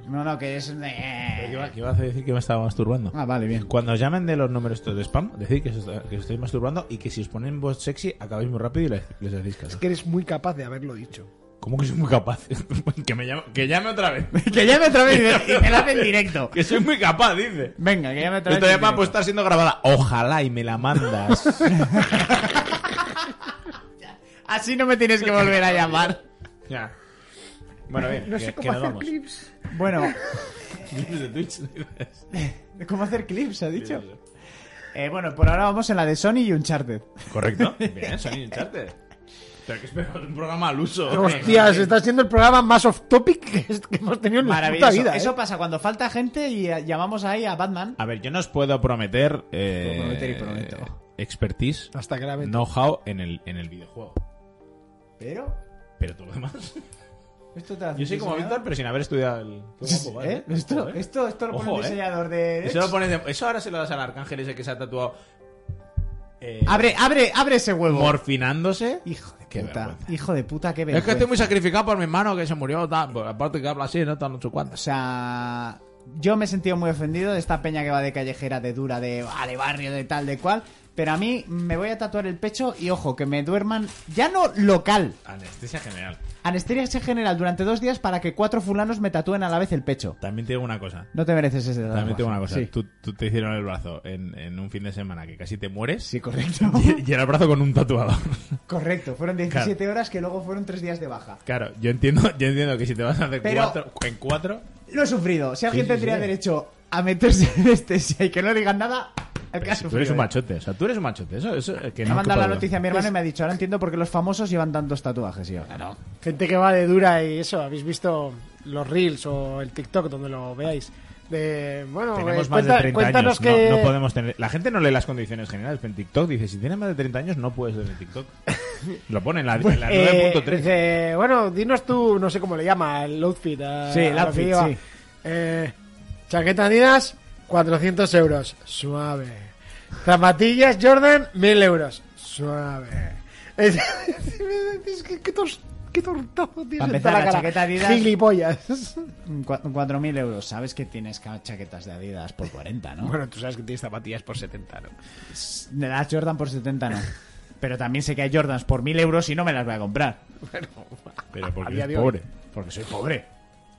No, no, que es...
¿Qué iba- qué ibas a decir que me estaba masturbando?
Ah, vale, bien.
Cuando os llamen de los números estos de spam, decid que os, está- que os estoy masturbando y que si os ponen voz sexy, acabéis muy rápido y les, les hacéis caso.
Es que eres muy capaz de haberlo dicho.
¿Cómo que soy muy capaz? que, me llame, que llame otra vez.
que llame otra vez y me- y me la hacen directo.
que soy muy capaz, dice.
Venga, que llame otra vez.
Esta
y
llamada
directo.
puede estar siendo grabada. Ojalá y me la mandas.
Así no me tienes que volver a llamar.
ya. Bueno, bien.
No
que-
sé
que
cómo
nos
hacer
vamos.
clips.
Bueno,
Clips de Twitch. dices.
¿cómo hacer clips? Ha dicho. Eh, bueno, por ahora vamos en la de Sony y Uncharted.
Correcto. Bien, Sony Uncharted. Pero que esperamos un programa al uso.
Hostias, está siendo el programa más off topic que es- que hemos tenido en la puta
Maravilloso.
vida. ¿eh?
Eso pasa cuando falta gente y eh, llamamos ahí a Batman.
A ver, yo no os puedo prometer. eh,
Puedo prometer y prometo.
Expertise,
Hasta que la venta.
know-how en el, en el videojuego.
Pero.
Pero todo lo demás.
Esto te lo hace
Yo soy como
diseñador.
Víctor, pero sin haber estudiado el. Qué guapo, ¿vale?
¿Eh? Esto,
Ojo, ¿eh?
esto, esto lo pone
Ojo,
el
¿eh?
diseñador de.
Eso, lo pones de- eso ahora se lo das al arcángel ese que se ha tatuado. eh,
Abre, abre, abre ese huevo.
morfinándose.
Hijo de
Qué
puta.
vergüenza.
Hijo de puta, qué
Es que
vergüenza.
estoy muy sacrificado por mi hermano que se murió. tal, por- aparte que habla así, no tan no sé cuánto.
O sea. Yo me he sentido muy ofendido de esta peña que va de callejera, de dura, de, ah, de barrio, de tal, de cual. Pero a mí me voy a tatuar el pecho y ojo, que me duerman ya no local.
Anestesia general.
Anestesia general durante dos días para que cuatro fulanos me tatúen a la vez el pecho.
También te digo una cosa.
No te mereces ese tatuaje.
También tengo una cosa.
Sí,
Tú, tú te hicieron el brazo en, en un fin de semana que casi te mueres.
Sí, correcto.
Y, y era el brazo con un tatuador.
correcto. Fueron 17 horas que luego fueron tres días de baja.
Claro, yo entiendo, yo entiendo que si te vas a hacer
Pero-
cuatro, en cuatro,
Lo he sufrido. Si alguien
sí,
tendría
sí.
derecho a meterse en anestesia y que no le digan nada, el que ha
tú eres
sufrido.
un machote. O sea, tú eres un machote. Eso, eso que
Me
no
ha mandado ¿eh? la
quepa duda.
noticia a mi hermano y me ha dicho, ahora entiendo por qué los famosos llevan tantos tatuajes. Y yo, claro.
Gente que va de dura y eso, habéis visto los reels o el TikTok donde lo veáis. De, bueno,
pues,
Tenemos
eh,
más
cuenta-
de 30
cuéntanos
años. no-
que
No, podemos tener. La gente no lee las condiciones generales. pero En TikTok dice: si tienes más de 30 años, no puedes ver en TikTok. Lo pone en la, en la
Eh,
Pues,
9.3.
dice, bueno, dinos tú, no sé cómo le llama, el outfit. a-
Sí, el
a lo que
outfit,
lleva.
sí.
Eh, chaqueta Adidas, 400 euros, suave. Zapatillas Jordan, 1000 euros, suave. Es, es que qué tos- qué tortazo tiene
Para
toda
empezar, la
cara.
chaqueta Adidas-
Gilipollas.
Mm.
Cua- 4.000 euros. Sabes que tienes ca- chaquetas de Adidas por 40, ¿no?
Bueno, tú sabes que tienes zapatillas por 70, ¿no?
De las Jordan por 70 no. Pero también sé que hay Jordans por 1.000 euros y no me las voy a comprar.
Pero
a
porque
día
es
de hoy.
pobre. Porque soy pobre.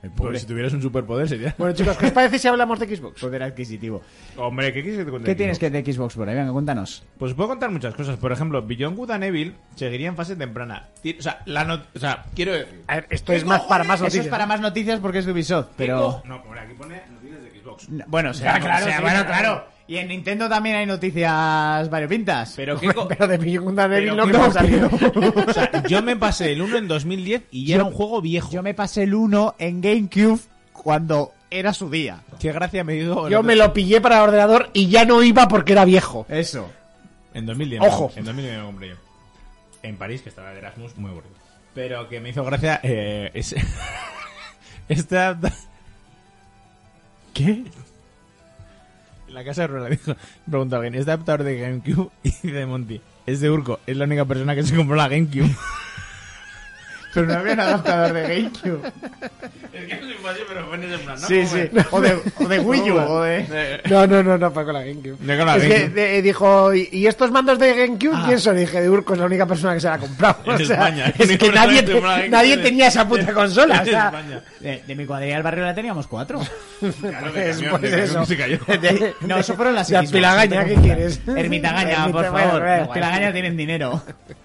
El pobre, si tuvieras un superpoder sería.
Bueno, chicos, ¿qué os parece si hablamos de Xbox?
Poder adquisitivo.
Hombre, ¿qué quieres que te cuente?
¿Qué
aquí?
tienes que de Xbox por ahí? Venga, cuéntanos.
Pues puedo contar muchas cosas. Por ejemplo, Beyond Good and Evil seguiría en fase temprana. Ti- O sea, la not- o sea quiero decir.
A ver, esto es más para más
Eso
noticias.
es para más noticias porque es de Ubisoft, pero...
No, hombre, aquí pone noticias de Xbox.
N- Bueno, o sea,
Ya, claro,
o sea,
sí,
bueno,
claro.
claro. Y en Nintendo también hay noticias variopintas.
Pero qué. co-
Pero de Beyond Good and Evil
Pero
no
¿qué
creo,
pasa,
tío.
o sea, yo me pasé el 1 en 2010 y ya era un juego viejo.
Yo me pasé el 1 en GameCube cuando era su día.
Qué gracia me dio. el
Yo
otro-
me lo pillé para ordenador y ya no iba porque era viejo.
Eso.
En 2010.
Ojo.
En 2010 me lo compré yo. En París, que estaba de Erasmus, muy aburrido. Pero que me hizo gracia. Eh, ese- esta. ¿Qué? En la casa de Ruela dijo, pregunta alguien, ¿es de adaptador de GameCube? Y dice Monty, es de Urco, es la única persona que se compró la GameCube.
Pero no había un adaptador de GameCube.
es que no soy fácil, pero pones en plan,
Sí, sí. O de, o de Wii U. O de...
No, no, no, no fue con la GameCube.
No con la
es que
GameCube.
de- eh, dijo, ¿y, y estos mandos de GameCube
Ah.
quién son? Y dije, de Urco es la única persona que se la ha comprado.
En
O sea,
España,
Es
la
que
única
nadie,
persona que
te-
compró la GameCube
nadie
en-
tenía esa puta consola. O
En
sea,
España.
De, de mi cuadrilla al barrio la teníamos cuatro.
Claro, de
pues,
camión, de
pues
camión
eso.
se cayó.
No, eso fueron las
La
Xbox.
Pilagaña, ¿qué quieres?
Ermitagaña, por
Ermita- bueno,
favor.
bueno,
Las Pilagaña tienen dinero.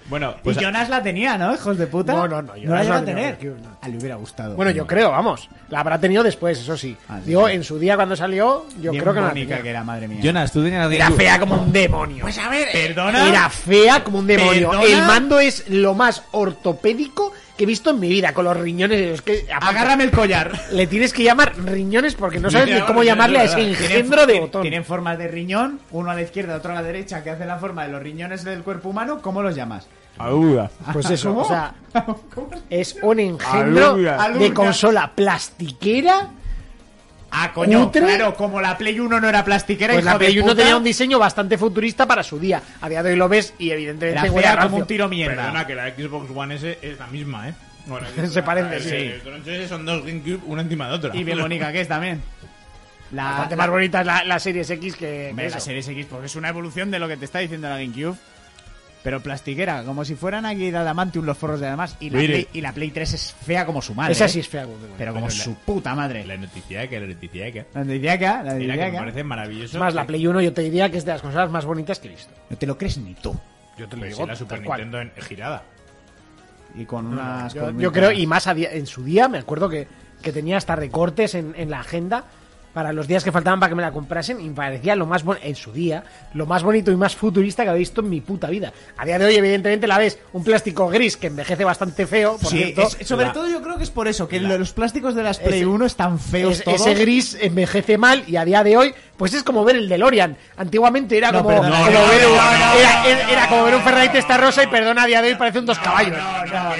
Bueno, pues
y Jonas la tenía, ¿no? Hijos de puta.
No, no, no,
No
Jonas
la
no
iba a
tenía
tener.
GameCube, no.
Ah, le hubiera gustado.
Bueno, yo creo, vamos. La habrá tenido después, eso sí.
Ah, sí,
Digo,
sí.
en su día cuando salió, yo
Bien
creo que no la
bonita
tenía.
que era, madre mía.
Jonas, tú tenías la
Era
GameCube.
fea como un demonio.
Pues a ver, perdona.
Era fea como un demonio.
¿Perdona?
El mando es lo más ortopédico que he visto en mi vida, con los riñones. Es que, aparte,
Agárrame el collar.
Le tienes que llamar riñones porque no
Le
sabes ni
llaman
cómo llamarle a ese
riñones,
Tienen-
engendro de
tienen-
botón.
Tienen formas de riñón, uno a la izquierda, otro a la derecha, que hace la forma de los riñones del cuerpo humano. ¿Cómo los llamas?
Aguda.
Pues eso,
¿Cómo?
o sea,
¿Cómo se-
es un engendro
Alumna.
de
Alumna.
consola plastiquera.
Ah, coño,
¿Cutre?
claro, como la Play 1 no era plastiquera,
Pues la
hijo de
Play 1
puta,
tenía un diseño bastante futurista para su día. A día de hoy lo ves y
era
evidentemente huele a
fea como un
cocio.
tiro mierda.
Perdona, que la Xbox One S es la misma, ¿eh? Bueno,
Se parece, sí.
Eh, Entonces son dos GameCube, una encima de otra.
Y bien bonita que es también. La,
Bastante más bonita es la, la Series X que, que
Hombre,
eso.
la Series X, porque es una evolución de lo que te está diciendo la GameCube. Pero plastiquera, como si fueran aquí de Adamantium los forros de además. Y la,
Mire.
Play, y la Play 3 es fea como su madre.
Esa
¿eh?
sí es fea. como un demonio.
Pero como
Pero la-
su puta madre.
La noticia que la noticia que.
La de Idiaca, la de
Mira que me
Idiaca.
parece maravilloso.
Es más, la Play 1 yo te diría que es de las consolas más bonitas que he visto.
No te lo crees ni tú.
Yo te
lo digo,
la
tal
Super
cual.
Nintendo en girada.
Y con unas.
Yo,
con-
yo creo, y más a día- en su día, me acuerdo que, que tenía hasta recortes en, en la agenda para los días que faltaban para que me la comprasen y me parecía lo más bon- en su día, lo más bonito y más futurista que había visto en mi puta vida. A día de hoy, evidentemente, la ves un plástico gris que envejece bastante feo, por
Sí,
cierto.
es- sobre
la-
todo yo creo que es por eso, que
la-
los plásticos de las Play
Ese-
1 están feos
Es-
todos.
ese gris envejece mal y a día de hoy, pues es como ver el DeLorean. Antiguamente era
No,
como,
perdona,
como
no,
ver
no,
un-
no,
era-
no,
era- era como ver un Ferrari Testarossa y perdona, a día de hoy parece un dos caballos.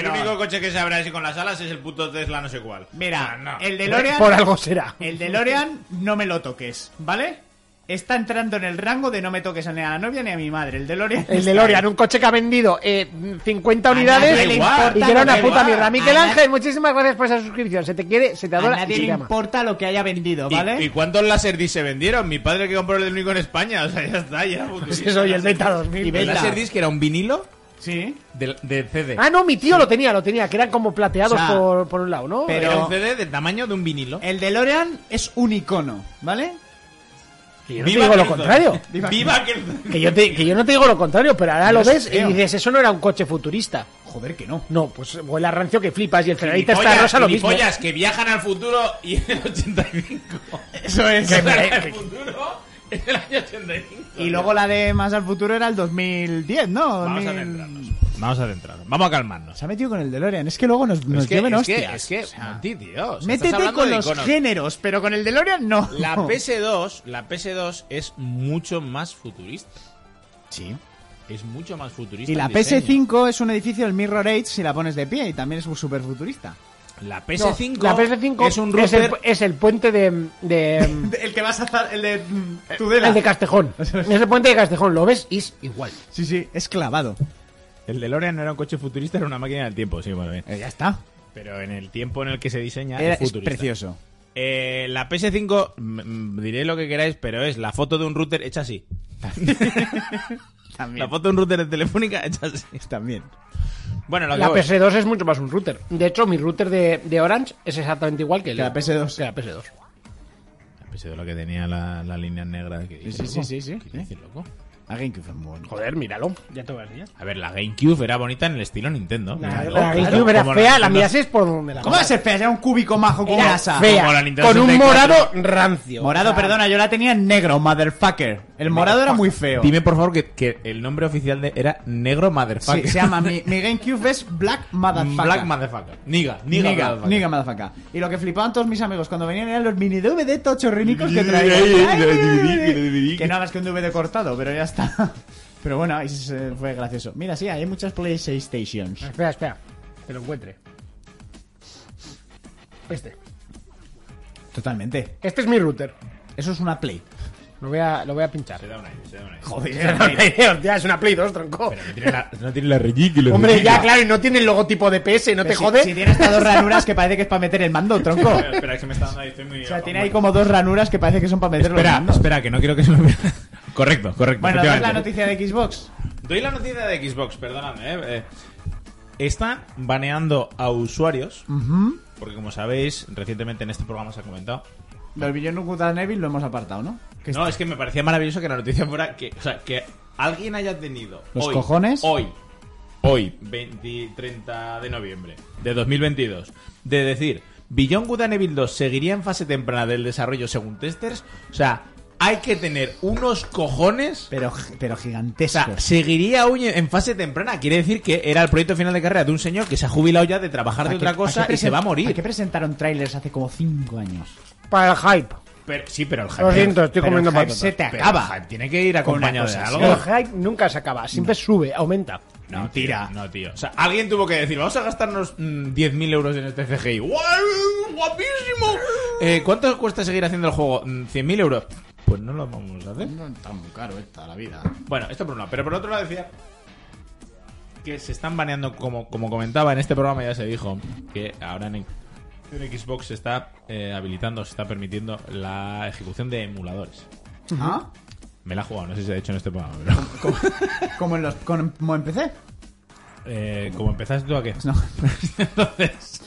el único coche que se abre así con las alas es el puto Tesla, no sé cuál.
Mira,
O sea, no.
el DeLorean.
Por algo será.
El DeLorean no me lo toques, ¿vale? Está entrando en el rango de no me toques ni a la novia ni a mi madre. El DeLorean.
El
está
DeLorean, un coche que ha vendido eh, 50
nadie
unidades
le
y
importa,
que era
no
una
le
puta
va.
mierda.
A
Miguel
nadie-
Ángel, muchísimas gracias por esa suscripción. Se te quiere, se te
ahí. A
adora y
nadie
se
le
te ama.
importa lo que haya vendido,
¿Y,
¿vale?
y cuántos láser disc se vendieron? Mi padre que compró el único en España. O sea, ya está, ya.
Sí, soy Pues el Beta
Y
2000.
El
Beta.
láser disc que era un vinilo
Sí.
de, de CD.
Ah, no, mi tío lo tenía, lo tenía, que eran como plateados
O sea,
por, por un lado, ¿no?
pero-
Era un CD del tamaño de un vinilo.
Eh,
El DeLorean es un icono, ¿vale?
Que yo no te digo lo
Kerzon.
contrario.
Viva
¡Viva Kerzon.
Que yo, te- que yo no te digo lo contrario, pero ahora lo
sé,
ves y
tío.
dices, eso no era un coche futurista.
Joder, que no.
No, pues huele a rancio que flipas y el Ferrari está
Gilipollas,
rosa lo mismo.
gilipollas que viajan al futuro y en el 85.
Eso es.
O sea,
que-
el futuro es el año 85.
Y luego la de más al futuro era el 2010, ¿no?
Vamos a
2000.
centrarnos. Vamos a centrarnos. Vamos a calmarnos.
Se ha metido con el DeLorean. Es que luego nos,
Pero
nos
es que,
lleven
es que,
hostias.
es que,
O sea,
Monty, tío, o sea, estás
métete
hablando
con
de
los
iconos.
géneros, pero con el DeLorean no.
La PS2, la PS2 es mucho más futurista.
Sí.
Es mucho más futurista.
Y la
el diseño.
PS5 es un edificio del Mirror Age si la pones de pie y también es súper futurista.
La
No,
PS5,
la PS5
es un
es
router.
el, es el puente de, de-
El que vas a hacer, el de
el de Castejón. Es el puente de Castejón, lo ves y es igual.
Sí, sí, es clavado.
El DeLorean no era un coche futurista, era una máquina del tiempo, sí, bueno, bien.
Eh, ya está.
Pero en el tiempo en el que se diseña
Era-
es
es
futurista.
precioso.
Eh, la PS5, mm, mm, diré lo que queráis, pero es la foto de un router hecha así.
También.
La foto de un router de telefónica hecha así.
También.
Bueno, lo que
La
voy.
PS2 es mucho más un router. De hecho, mi router de, de Orange es exactamente igual que, el-
Que la PS2.
que la PS2.
La PS2 Pues lo que tenía la, la línea negra. Que
Sí, sí, sí, sí,
¿Qué
sí.
dices, loco?
A GameCube fue muy bueno.
Joder, míralo. Ya te vas a
A ver, la GameCube era bonita en el estilo Nintendo.
La,
Míralo.
la
Claro,
GameCube era
como
fea, la
Nintendo-
mirases por donde la
¿Cómo va a
mirases.
ser fea? Era un cúbico majo con
Era
grasa.
Como la
fea,
Nintendo
con un
64.
morado rancio.
Morado,
O sea,
perdona, yo la tenía en negro, motherfucker. El morado era muy feo.
Dime por favor que, que el nombre oficial de era Negro
Sí,
Motherfucker. Mm,
se llama mi, mi GameCube es Black Motherfucker.
Black Motherfucker. Niga, Niga,
Niga,
Motherfucker.
niga, motherfucker. Y lo que flipaban todos mis amigos cuando venían eran los mini DVD tochorrinicos que
Ay, ay, ay,
traían.
DVD.
que no hagas que un DVD cortado, pero ya está. Pero bueno, ahí se- fue gracioso. Mira, sí, hay muchas PlayStations.
Espera, espera. Que lo encuentre. Este.
Totalmente.
Este es mi router.
Eso es una Play.
Lo voy a, lo voy a pinchar.
Se da una idea, se da una idea.
Joder.
Hostia, es una Play 2, tronco.
No tiene la- No tiene la rellique.
Hombre, ya, claro, y no tiene el logotipo de PS, ¿no te
Pero si-
jode?
Si, tiene estas dos ranuras que parece que es para meter el mando, tronco. O
Espera, que se me está dando ahí. Estoy muy.
Oh. sea, tiene ahí como dos ranuras que parece que son para meter los
Espera,
mandos.
espera, que no quiero que se me vea. Correcto, correcto.
Bueno, ¿das la
efectivamente.
noticia de Xbox?
Doy la noticia de Xbox, perdóname. eh, eh. Está baneando a usuarios. Porque como sabéis, recientemente en este programa se ha comentado.
Los Beyond Good and Evil lo hemos apartado, ¿no? Que
no, es que me parecía maravilloso que la noticia fuera que, o sea, que alguien haya tenido
¿Los
hoy,
cojones?
hoy, hoy, 20, 30 de noviembre de 2022, de decir, Beyond Good and Evil 2 seguiría en fase temprana del desarrollo según testers. O sea, hay que tener unos cojones
Pero, pero
o sea,
gigantesco.
seguiría aún en fase temprana. Quiere decir que era el proyecto final de carrera de un señor que se ha jubilado ya de trabajar de
¿Para qué-
otra cosa
para qué
y se va a
presen- ¿Para
morir.
qué presentaron trailers hace como 5 años?
Para el hype.
Pero- sí, pero el hype,
Lo siento, estoy
Pero
comiendo
el hype
patatas.
se te
pero
acaba.
el hype tiene que ir
Con una
acompañado de
cosa,
algo.
sí.
El hype nunca se acaba, siempre sube, aumenta.
No, mentira. no, tío. O sea, alguien tuvo que decir, vamos a gastarnos mm, 10.000 euros en este CGI. ¡Guau! ¡Guapísimo! Eh, ¿Cuánto cuesta seguir haciendo el juego? Mm, ¿100.000 euros? Pues no lo vamos a hacer.
No está muy caro esta la vida.
Bueno, esto por un lado. Pero por otro lado decía que se están baneando, como, como comentaba en este programa ya se dijo, que ahora en, en Xbox se está eh, habilitando, se está permitiendo la ejecución de emuladores.
¿Ah?
Me la he jugado, no sé si se ha hecho en este programa, pero...
Como en los como empecé.
Eh, como empezaste tú a qué?
No.
Entonces...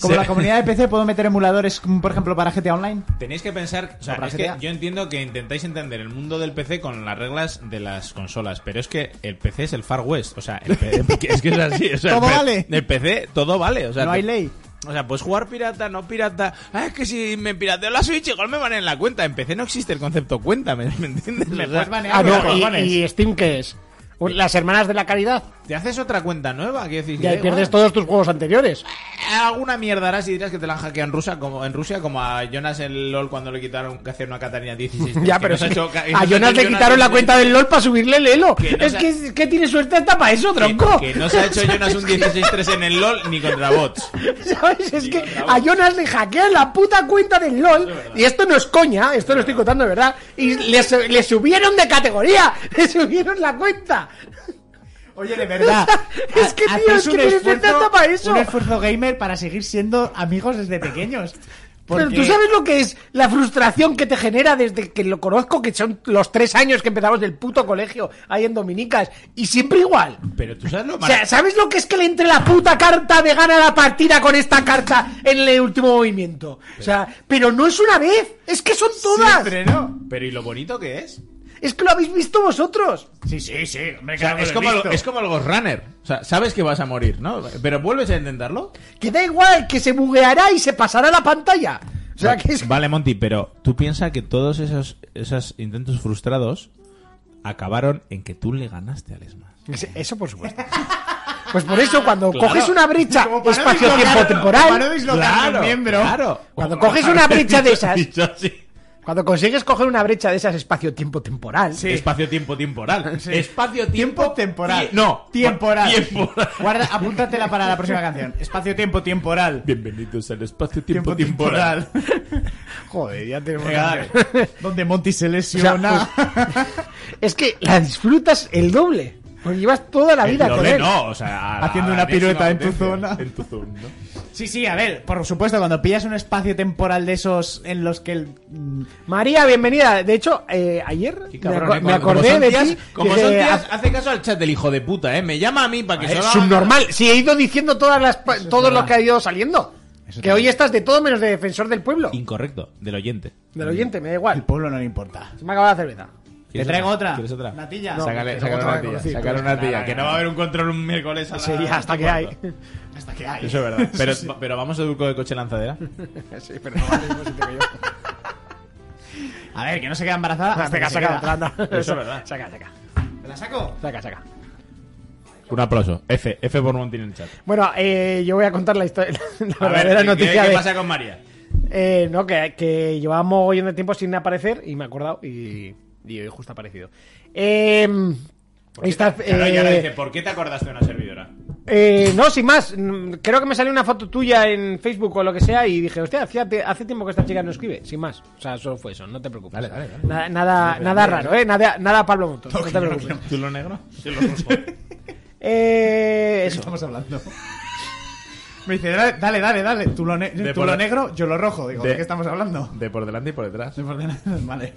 Como
se-
la comunidad de PC puedo meter emuladores, como por ejemplo para GTA Online.
Tenéis que pensar, o sea,
Habrá
es que
GTA.
yo entiendo que intentáis entender el mundo del PC con las reglas de las consolas, pero es que el PC es el Far West, o sea, el P- que es que es así, o sea, el
Todo
P-
vale.
El PC todo vale, o sea,
No hay
te-
ley.
O sea, puedes jugar pirata, no pirata. Ah, es que si me pirateo la Switch igual me van en la cuenta. En PC no existe el concepto cuenta, ¿me, me entiendes? O sea,
banear
Ah,
los
no, y,
cojones.
y Steam qué es? Las hermanas de la caridad.
Te haces otra cuenta nueva, quiero decir,
Y ahí
da
pierdes
igual.
todos tus juegos anteriores.
Alguna mierda harás y dirás que te la han hackeado en Rusia, como en Rusia, como a Jonas en LOL cuando le quitaron que hacer una Catarina 16.
Ya,
que
pero
nos ha
es
hecho
que
ca-
a
nos ha
Jonas
hecho
le quitaron la
16.
cuenta del LOL para subirle el elo.
Que no
es
se-
que, es que tiene suerte hasta para eso,
Que-
tronco.
Que, no se ha hecho Jonas un 16-3 en el LOL ni contra bots.
¿Sabes? Es que a Jonas le hackean la puta cuenta del LOL. Y esto no es coña, esto lo estoy contando de verdad. Y le, su- le subieron de categoría, le subieron la cuenta.
Oye, de verdad. Ah,
Es que,
ha-
tío,
hacéis
es que tienes tanta para eso.
un esfuerzo gamer para seguir siendo amigos desde pequeños.
Pero
Porque-
tú sabes lo que es la frustración que te genera desde que lo conozco, que son los tres años que empezamos del puto colegio ahí en Dominicas. Y siempre igual.
Pero tú sabes lo
O sea, ¿sabes lo que es que le entre la puta carta de gana la partida con esta carta en el último movimiento? O sea, pero no es una vez, es que son todas.
Siempre no. Pero ¿y lo bonito que es?
Es que lo habéis visto vosotros.
Sí, sí, sí. hombre,
O sea,
claro que
es,
lo he
como el,
visto.
es como el Ghost Runner. O sea, sabes que vas a morir, ¿no? Pero vuelves a intentarlo.
Que da igual, que se bugueará y se pasará la pantalla. O sea, que es...
Vale, Monty, pero tú piensas que todos esos, esos intentos frustrados acabaron en que tú le ganaste al Smash.
Eso por supuesto. Pues por eso cuando
Claro.
coges una brecha
Como para no
espacio-tiempo
dislocar- para no
temporal,
dislocar un miembro.
claro.
Cuando coges una brecha de esas-
Dicho así.
cuando consigues coger una brecha de esas espacio-tiempo temporal,
Espacio-tiempo temporal.
Sí.
Espacio-tiempo
Tiempo temporal.
Tie- No,
temporal.
Temporal.
Guarda, apúntatela para la próxima canción. Espacio tiempo temporal.
Bienvenidos al espacio-tiempo temporal.
Joder, ya tenemos.
Venga,
una- Donde Monty se lesiona.
O pues, es que la disfrutas el doble. Porque llevas toda la vida
Lo
con
de
él.
no, o sea, a la-
Haciendo
a la
una pirueta
enésima
en tu
potencia.
zona.
En tu zona. ¿no?
sí, sí, a ver. Por supuesto, cuando pillas un espacio temporal de esos en los que el. mm,
María, bienvenida. De hecho, eh, ayer
Qué
me,
cabrón,
aco-
eh,
me
como- como
acordé
son
de
tías-
ti.
Como
que-
son
eh,
tías, hace caso al chat del hijo de puta, ¿eh? Me llama a mí para que se lo
Es
haga-
subnormal. Sí, he ido diciendo todas las, pa- todo lo que ha ido saliendo.
Eso
que
también.
hoy estás de todo menos de defensor del pueblo.
Incorrecto, del oyente.
Del oyente, me da
Al
igual.
pueblo no le importa.
Se me ha acabado la cerveza.
¿Te traigo otra?
¿Quieres otra?
¿Natilla?
No,
Sácale,
pero
sácale
otra
una
de
tía,
conocido.
sácale una tía,
Claro,
que no
claro.
va a haber un control un miércoles a la-
Sería hasta que hay.
Hasta que hay.
Eso es verdad. Pero, pero vamos a Dulco de coche lanzadera.
sí, pero no vale, no sé qué me llevo.
A ver, que no se queda embarazada.
Ah,
Hasta
Saca,
que se
saca,
queda.
otra, anda.
Eso es verdad.
Saca, saca.
¿Te la saco?
Saca, saca.
Un aplauso. F, F por Monty en el chat.
Bueno, eh, yo voy a contar la historia. La
A ver,
verdadera
¿qué-
noticia
¿qué,
de-
pasa con María?
Eh, no, que, que llevaba mogollón de tiempo sin aparecer y me he acordado y, y hoy justo ha aparecido. Eh, esta-
Claro, y ahora
eh,
dice, ¿por qué te acordaste de una servidora?
eh, no, sin más. mm, Creo que me salió una foto tuya en Facebook o lo que sea y dije, hostia, hacía te- hace tiempo que esta chica no escribe. Sin más. O sea, solo fue eso, no te preocupes. Nada, nada, nada raro, ¿eh? Nada, nada Pablo Motos. No, te preocupes.
¿Tú lo negro? Yo lo
Eh, eso.
estamos hablando? Me dice, dale, dale, dale, dale. Tú lo, ne- tú
por-
lo negro, yo lo rojo. Digo, ¿de,
de-
qué estamos hablando?
De por delante y por detrás.
vale.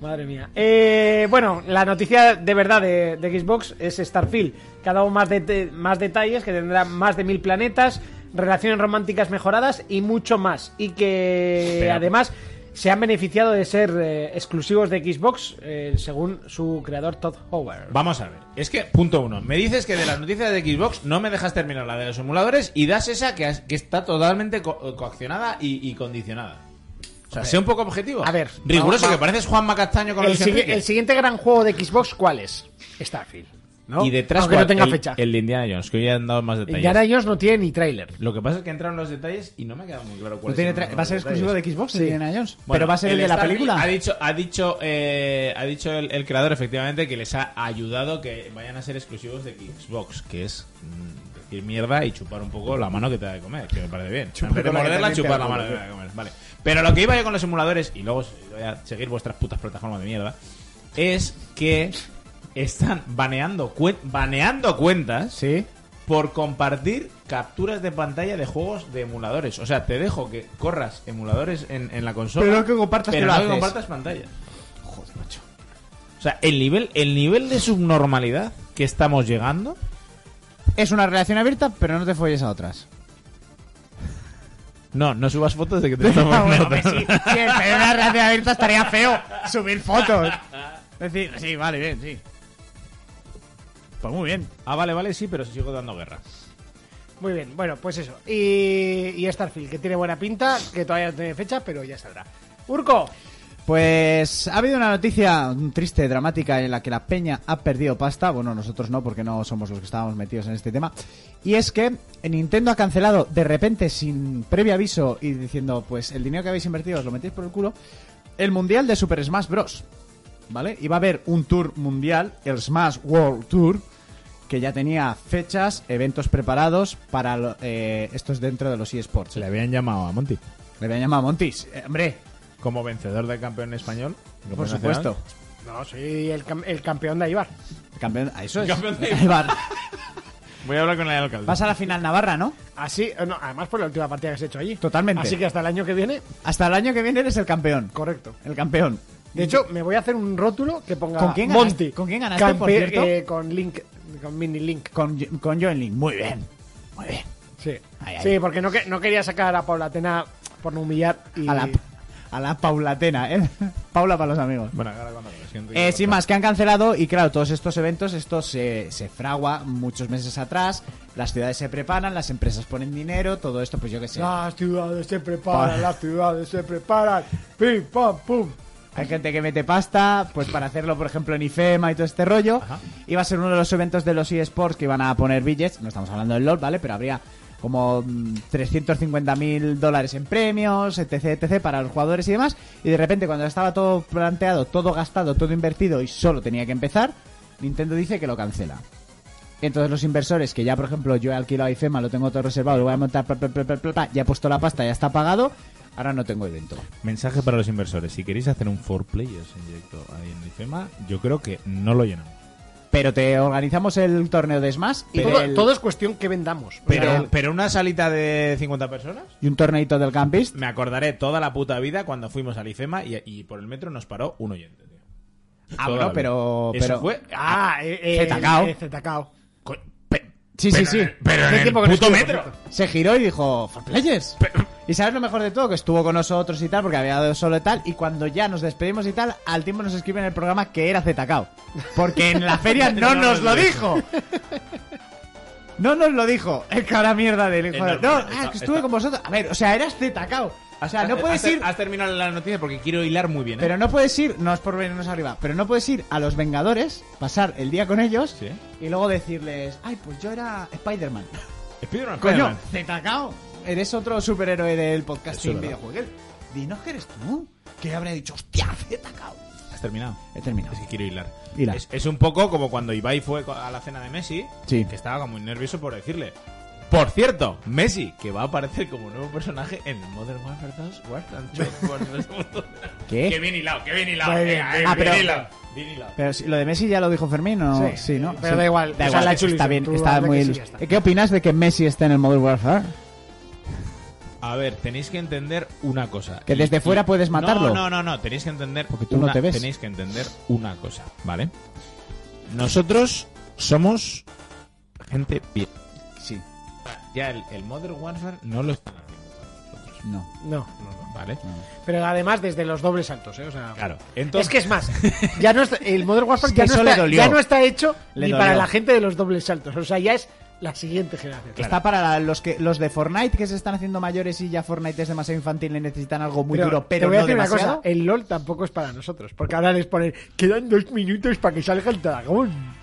Madre mía. Eh, bueno, la noticia de verdad de, de Xbox es Starfield, que ha dado más, de- de- más detalles, que tendrá más de mil planetas, relaciones románticas mejoradas y mucho más. Y que
pues.
Pero-
además se han beneficiado de ser eh, exclusivos de Xbox, eh, según su creador Todd Howard.
Vamos a ver. Es que, punto uno. Me dices que de las noticias de Xbox no me dejas terminar la de los emuladores y das esa que, has- que está totalmente co- coaccionada y, y condicionada. O sea, sea un poco objetivo.
A ver,
Riguroso,
vamos,
que pareces Juan Macastaño con
El,
Luis
sigui-
Enrique.
el siguiente gran juego de Xbox, ¿cuál es? Starfield. ¿no?
Y detrás
Aunque no
¿cuál?
tenga
el,
fecha.
el de Indiana Jones, que hoy han dado más detalles.
Indiana Jones no tiene ni tráiler.
Lo que pasa es que entraron los detalles y no me ha quedado muy claro cuál
No tiene tra- ¿Va a ser exclusivo de Xbox? Sí. Jones? ¿Pero va a ser el, de la película?
Ha dicho, ha dicho, eh, ha dicho el, el creador efectivamente que les ha ayudado que vayan a ser exclusivos de Xbox, que es mm, decir mierda y chupar un poco la mano que te da de comer, que me parece bien. en vez de
con la que
morderla,
te
chupar la
limpia
mano
el
que te da de comer. Vale. Pero lo que iba yo con los emuladores, y luego voy a seguir vuestras putas plataformas de mierda, es que están baneando, cuen- baneando cuentas
Sí.
por compartir capturas de pantalla de juegos de emuladores. O sea, te dejo que corras emuladores en, en la consola.
Pero no que compartas
pero
que lo
no
haces.
compartas pantalla. Joder, macho. O sea, el nivel, el nivel de subnormalidad que estamos llegando.
Es una relación abierta, pero no te folles a otras.
No, no subas fotos de que te estamos
Ah, bueno, hombre, sí, sí, el tener una relación abierta estaría feo. Subir fotos. Es decir, sí, vale, bien, sí. Pues muy bien.
Ah, vale, vale, sí, pero sigo dando guerra.
Muy bien, bueno, pues eso. Y, y Starfield, que tiene buena pinta, que todavía no tiene fecha, pero ya saldrá. Urco,
Pues ha habido una noticia triste, dramática, en la que la peña ha perdido pasta. Bueno, nosotros no, porque no somos los que estábamos metidos en este tema. Y es que Nintendo ha cancelado de repente, sin previo aviso, y diciendo, pues el dinero que habéis invertido os lo metéis por el culo, el mundial de Super Smash Bros. ¿Vale? Iba a haber un tour mundial, el Smash World Tour, que ya tenía fechas, eventos preparados para... lo- eh, esto es dentro de los eSports.
Se le habían llamado a Monty.
Le habían llamado a Montis. Eh, hombre,
Como vencedor del campeón español. campeón
por
nacional.
supuesto.
No, soy el, cam- el campeón de Ibar.
Campeón, ah, eso es.
Campeón de-
Ahí va.
Voy a hablar con el alcalde.
Vas a la final Navarra, ¿no?
Así, eh, no, además por la última partida que has hecho allí.
Totalmente.
Así que hasta el año que viene,
Hasta el año que viene eres el campeón.
correcto.
El campeón.
De hecho, me voy a hacer un rótulo que ponga
¿Con quién ganaste-
Monty.
con quién ganaste, por cierto?
eh, con Link, con Mini Link.
Con, con Join Link. Muy bien. Muy bien.
Sí,
Ay, ay.
sí porque no, que- no quería sacar a Paula Tena por no humillar y...
A la, a la paulatena, ¿eh? Paula para los amigos.
Bueno, ahora cuando lo siento.
Eh, sin más, que han cancelado y claro, todos estos eventos, esto se, se fragua muchos meses atrás, las ciudades se preparan, las empresas ponen dinero, todo esto, pues yo qué sé.
Las ciudades se preparan,
Pa-
las ciudades se preparan. Pim, pam, pum.
Hay gente que mete pasta, pues para hacerlo, por ejemplo, en IFEMA y todo este rollo. Iba a ser uno de los eventos de los eSports que iban a poner billets. No estamos hablando del LOL, ¿vale? Pero habría como mm, 350 mil dólares en premios, etc, etc, para los jugadores y demás. Y de repente, cuando estaba todo planteado, todo gastado, todo invertido y solo tenía que empezar, Nintendo dice que lo cancela. Entonces los inversores, que ya por ejemplo yo he alquilado IFEMA, lo tengo todo reservado, lo voy a montar, pla, pla, pla, pla, pla, ya he puesto la pasta, ya está pagado, ahora no tengo evento.
Mensaje para los inversores. Si queréis hacer un four players en directo ahí en el IFEMA, yo creo que no lo llenamos.
Pero te organizamos el torneo de Smash y,
todo,
el-
todo es cuestión que vendamos. O sea,
Pero, pero una salita de 50 personas.
y un torneito del Campist.
Me acordaré toda la puta vida cuando fuimos al IFEMA y, y por el metro nos paró un oyente, tío.
Ah,
Toda
bueno,
la vida.
pero-
Eso
pero-
fue.
Ah, eh, eh,
Zetacao.
eh, Zetacao.
co- pe-
Sí, sí, sí.
Pero en
Hace
el
tiempo que no
puto
estuve, por
metro.
cierto.
Se giró y dijo, "For Players. Y sabes lo mejor de todo, que estuvo con nosotros y tal, porque había dado solo y tal, y cuando ya nos despedimos y tal, al tiempo nos escriben en el programa que era Zetacao. Porque en la feria no nos lo dijo. No nos lo dijo. El cara mierda del hijo de...
Enorme,
No,
está-
ah, que estuve
está-
con vosotros. A ver, o sea, eras Zetacao. O sea, no
Has-
puedes
has-
ir...
Has terminado la noticia porque quiero hilar muy bien. ¿eh?
Pero no puedes ir, no es por venirnos arriba, pero no puedes ir a los Vengadores, pasar el día con ellos
Sí.
y luego decirles, ay, pues yo era Spider-Man.
Spider-Man,
Coño,
Spider-Man.
Zetacao, eres otro superhéroe del podcasting
Eso es verdad.
videojuego. Dinos que eres tú, que habré dicho, hostia, Zetacao.
Has terminado.
He terminado.
Es que quiero hilar.
Hila.
Es, es un poco como cuando Ibai fue co- a la cena de Messi,
Sí.
que estaba muy nervioso por decirle. Por cierto, Messi, que va a aparecer como nuevo personaje en Modern Warfare 2, Warfare 2.
¿Qué?
Qué bien hilado, qué bien hilado.
Muy bien,
Venga, eh,
ah,
bien
pero-
hilado, bien hilado.
Pero si- lo de Messi ya lo dijo Fermín, ¿o
Sí.
sí, ¿no?
Pero
Sí.
da igual,
Da
o sea,
igual,
la ha hecho
está
ilusión,
bien,
tú
está
hazle
muy...
que sí,
ilus-
ya está.
¿Qué opinas de que Messi esté en el Modern Warfare?
A ver, tenéis que entender una cosa.
Que desde fuera puedes matarlo.
No, no, no, no, tenéis que entender.
Porque tú no
una-
te ves.
Tenéis que entender una cosa, ¿vale? Nosotros somos gente bien.
Sí,
Ya el, el Modern Warfare no lo están haciendo para nosotros.
no.
No,
¿Vale?
Mm.
pero además desde los dobles saltos, ¿eh? O sea,
Claro.
Es
Entonces,
que es más, ya no está- el Modern Warfare
Es
ya,
que
no
eso le
está,
dolió.
ya no está hecho
Le
ni
dolió.
para la gente de los dobles saltos. O sea, ya es la siguiente generación.
Está para la- los que los de Fortnite que se están haciendo mayores y ya Fortnite es demasiado infantil y necesitan algo muy duro,
te
pero
voy a
no
decir una
demasiado.
cosa, el LOL tampoco es para nosotros, porque ahora les ponen, quedan dos minutos para que salga el dragón.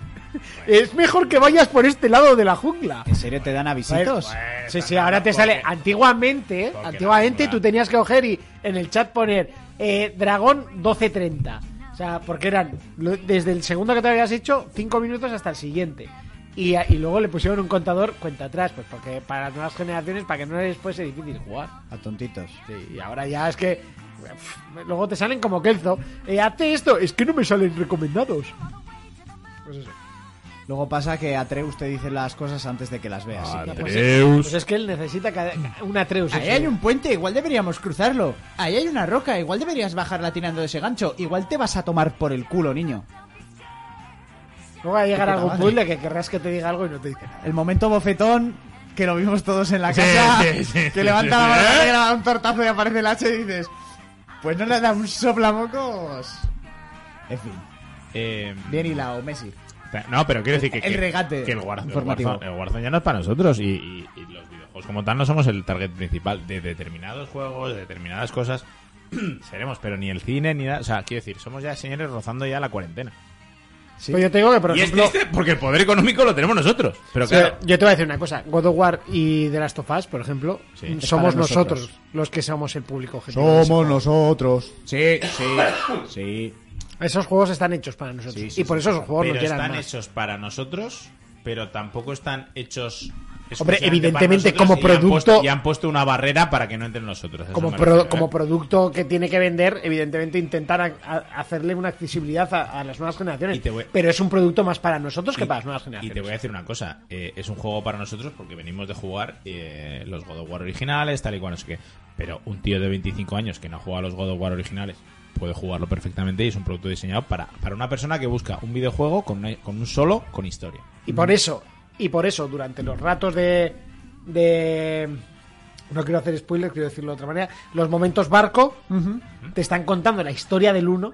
Es mejor que vayas por este lado de la jungla.
¿En serio te dan avisitos?
sí, sí, ahora te sale. Antiguamente, ¿eh?
porque
antiguamente
la jungla-
tú tenías que coger y en el chat poner eh, Dragón 1230. O sea, porque eran lo- desde el segundo que te habías hecho, 5 minutos hasta el siguiente. Y, a- y luego le pusieron un contador cuenta atrás, pues porque para las nuevas generaciones, para que no les fuese difícil jugar.
A tontitos.
Sí, y ahora ya es que. pf, Luego te salen como Kelzo. Eh, hazte esto, es que no me salen recomendados. Pues eso.
Luego pasa que Atreus te dice las cosas antes de que las veas. así que-
Pues es que él necesita ca- ca- un Atreus. en
Ahí
su
hay
vida.
un puente, igual deberíamos cruzarlo. Ahí hay una roca, igual deberías bajarla tirando de ese gancho. Igual te vas a tomar por el culo, niño.
Luego va a llegar
Puta
algún
madre.
puzzle que querrás que te diga algo y no te dice nada.
El momento bofetón que lo vimos todos en la casa. que levanta la mano, negra, da un tortazo y aparece el H y dices: Pues no le da un soplamocos. En fin,
eh,
bien hilado, Messi.
Ta- No, pero quiero decir que.
El
que-
regate
Que el Warzone, el
informativo.
Warzone- el Warzone ya no es para nosotros. Y, y- y los videojuegos como tal no somos el target principal de determinados juegos, de determinadas cosas. Seremos, pero ni el cine ni nada. O sea, quiero decir, somos ya señores rozando ya la cuarentena.
Pues yo te digo que, por
y es
ejemplo,
triste porque el poder económico lo tenemos nosotros. Pero
Sí,
claro,
Yo te voy a decir una cosa. God of War y The Last of Us, por ejemplo,
Sí.
mm,
Es
somos
para
nosotros.
nosotros.
los que somos el público objetivo.
Somos nosotros.
sí, sí, sí.
Esos juegos están hechos para nosotros.
Sí, sí,
y por
sí,
eso
sí.
esos juegos
pero
nos llenan
están
más.
hechos para nosotros, pero tampoco están hechos.
Hombre,
exclusivamente
evidentemente,
para nosotros
como
y han
producto-
puesto- y han puesto una barrera para que no entren nosotros. a eso
Como,
me
pro-
refiero, ¿eh?
como producto que tiene que vender, evidentemente intentar a- a- hacerle una accesibilidad a, a las nuevas generaciones.
Y te voy-
Pero es un producto más para nosotros que
Y-
para las nuevas
Y
generaciones.
te voy a decir una cosa, eh, es un juego para nosotros porque venimos de jugar eh, los God of War originales, tal y cual, no sé qué. Pero un tío de 25 años que no ha jugado a los God of War originales puede jugarlo perfectamente y es un producto diseñado para, para una persona que busca un videojuego con, una- con un solo, con historia.
Y por eso, y por eso, durante los ratos de. de no quiero hacer spoilers, quiero decirlo de otra manera. Los momentos barco te están contando la historia del uno,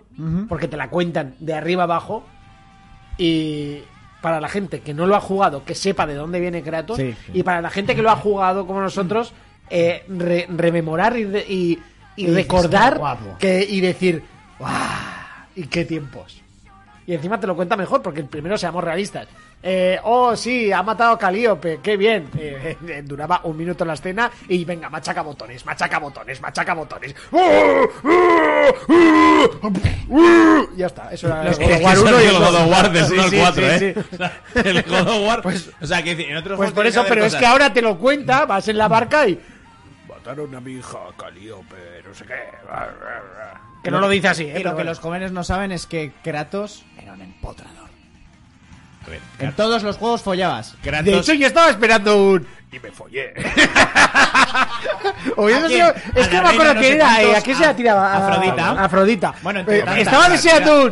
porque te la cuentan de arriba abajo. Y para la gente que no lo ha jugado, que sepa de dónde viene Kratos.
Sí.
Y para la gente que lo ha jugado como nosotros, eh, re- rememorar y, re- y- y
dices,
recordar
"Qué guapo".
que, y decir, ¡guau! ¿Y qué tiempos? Y encima te lo cuenta mejor, porque el primero seamos realistas. Eh, oh, sí, ha matado a Calíope, qué bien. Eh, eh, duraba un minuto la escena y venga, machaca botones, machaca botones, machaca botones. ¡Uh, Ya está, eso era
Es
el
que
God of War 1
eso es
y el Sí,
el God of War del 1 al
sí,
4,
sí, sí.
¿eh? O sea, el God of War. o sea, que en otros
Pues por
juegos tiene
eso,
haber
pero es
cosas.
que ahora te lo cuenta, vas en la barca y...
Mataron a mi hija, Calíope, no sé qué.
Que no lo dice así, ¿eh?
Y
Pero
lo que
bueno.
los jóvenes no saben es que Kratos era un empotrador.
A ver,
En todos los juegos follabas.
Kratos-
De hecho, yo estaba esperando un...
Y me follé.
O yo no
¿A
sé-
quién?
es
A
que
la
me acuerdo
reina no
que
sé
era. eh,
cuántos,
¿A quién se la
a-
tiraba? A-
Afrodita.
a Afrodita.
Bueno, entre
Eh,
tantas,
estaba
la
deseando
tira.
un.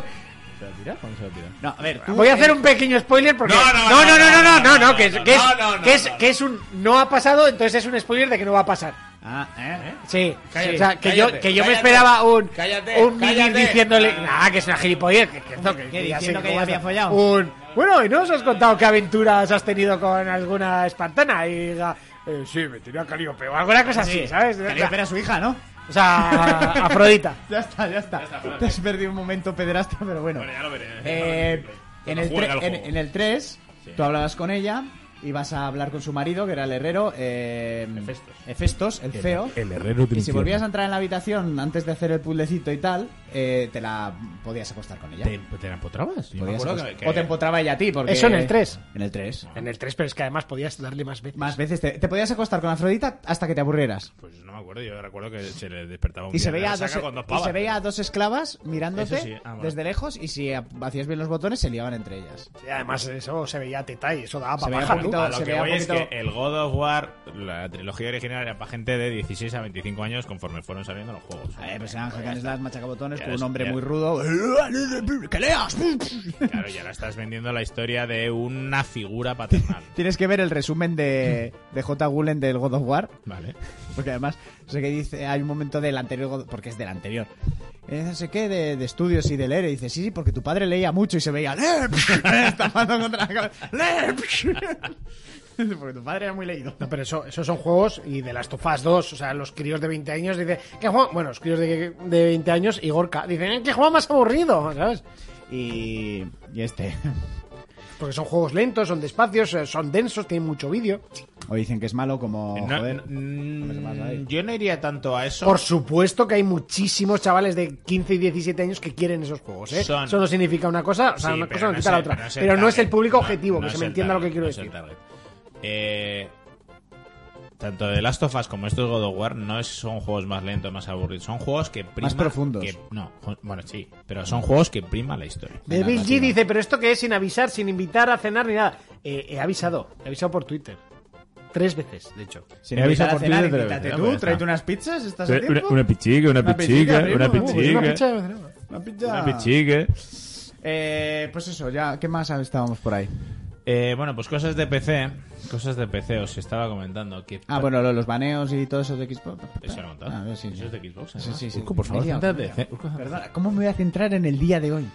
¿Se la tira? ¿Cuándo se la tira?
No, a ver, tú-
Voy a hacer un pequeño spoiler porque.
No, no, no,
no, no, no,
no,
no, que es-
no,
que es-
no, no, no,
que es-
no.
que es un. No ha pasado, entonces es un spoiler de que no va a pasar.
Ah, ¿eh?
Sí,
Cállate,
sí, o sea, que yo,
cállate,
que yo me
cállate,
esperaba un,
cállate,
un mini
cállate.
diciéndole, ah, que es una gilipollez, que, que, no, que-
¿Qué,
que ya
diciendo
sé
que
cómo
ya había
está.
follado?
Un, bueno, ¿y no os has contado qué aventuras has tenido con alguna espartana? Y diga, eh, sí, me tiré a Calíope o alguna cosa así, ¿sabes? O sea,
Calíope era su hija, ¿no?
O sea, Afrodita.
Ya está, ya está. Te has perdido un momento pederasta, pero bueno.
Bueno, ya lo veré.
Eh, en, el
Juega
tre-
al
en,
juego.
en el 3, tú hablabas con ella, ibas a hablar con su marido, que era el herrero, eh,
Hefestos.
Hefestos, el feo.
el herrero del
Y si
infierno.
volvías a entrar en la habitación antes de hacer el puzzlecito y tal, eh, te la podías acostar con ella.
¿Te, te la empotrabas? Yo me
Podías
acuerdo
acostar-
que- que-
O te empotraba ella a ti, porque...
Eso en el 3.
En el 3.
En el 3, pero es que además podías darle más veces.
Más veces. Te, te podías acostar con Afrodita hasta que te aburrieras.
Pues no me acuerdo, yo recuerdo que se le despertaba un
Y
día
se,
de la
veía a
saca
dos, e-
con dos
y
pavas.
se veía a dos esclavas mirándote
Eso sí, ah, bueno.
desde lejos y si a- hacías bien los botones se liaban entre ellas.
Y además eso se veía teta y eso daba
Se
para
veía
paja,
poquito-
¿no?
A lo
se
que
veía
voy es que
poquito-
el God of War, la trilogía original, era para gente de 16 a 25 años conforme fueron saliendo los juegos.
A ver, pues eran hack and slash, machacabotones,
Ya
con un
ves,
hombre
ya.
muy rudo. ¡Que leas!
Claro, ya la estás vendiendo la historia de una figura paternal.
Tienes que ver el resumen de, de J. Gulen del God of War,
Vale.
porque además, sé que dice, hay un momento del anterior, God- porque es del anterior. Eh, no sé qué, de, de estudios y de leer, y dice, sí, sí, porque tu padre leía mucho y se veía, ¡Leer! Estampando contra la cabeza, ¡Leer! Porque tu padre era muy leído.
No, pero eso, esos son juegos y de las Tofas 2, o sea, los críos de 20 años dicen, ¿qué juego? Bueno, los críos de, de 20 años y Gorka dicen, "Eh, ¿qué juego más aburrido? ¿Sabes?
Y, y este,
Porque son juegos lentos, son despacios, eh, son densos, tienen mucho vídeo.
o dicen que es malo como,
Eh, No,
joder.
mm,
no me sepas ahí.
yo no iría tanto a eso.
Por supuesto que hay muchísimos chavales de 15 y 17 años que quieren esos juegos, ¿eh?
Son-
Eso no significa una cosa, o sea,
Sí,
una
pero
cosa no
no
quita
es
la
el-
otra.
es el
Pero no es el
target.
público
No,
objetivo,
no
que se
es
me
el
entienda lo que
target,
quiero
no es el
decir.
target. Eh, tanto The Last of Us como estos God of War no es- son juegos más lentos, más aburridos. Son juegos que prima.
profundos.
que- no, jo- bueno, sí. Pero son juegos que prima la historia.
Devil G
narrativa.
dice, pero esto que es sin avisar, sin invitar a cenar ni nada. Eh, he avisado, he avisado por Twitter. Tres veces, de hecho.
Si
He
no invitar
avisado
a
por
cenar,
Twitter,
invítate
pero ya
tú,
está.
tráete unas pizzas, ¿estás a tiempo?
pichica, una,
pichica, pichica, una primo.
Uy, una pizza de Barcelona.
Una pizza. Eh, pues eso, ya, ¿qué más estábamos por ahí?
Eh, bueno, pues cosas de PC. Cosas de PC, os estaba comentando. Que
Ah, bueno, lo- los baneos y todo eso de Xbox.
Eso lo he montado.
Ah, sí, sí.
Eso es de Xbox.
Sí,
además.
sí, sí.
Urco, por favor,
Me he liado,
céntrate.
me he liado.
Urco, céntrate.
Perdona, ¿cómo me voy a centrar en el día de hoy?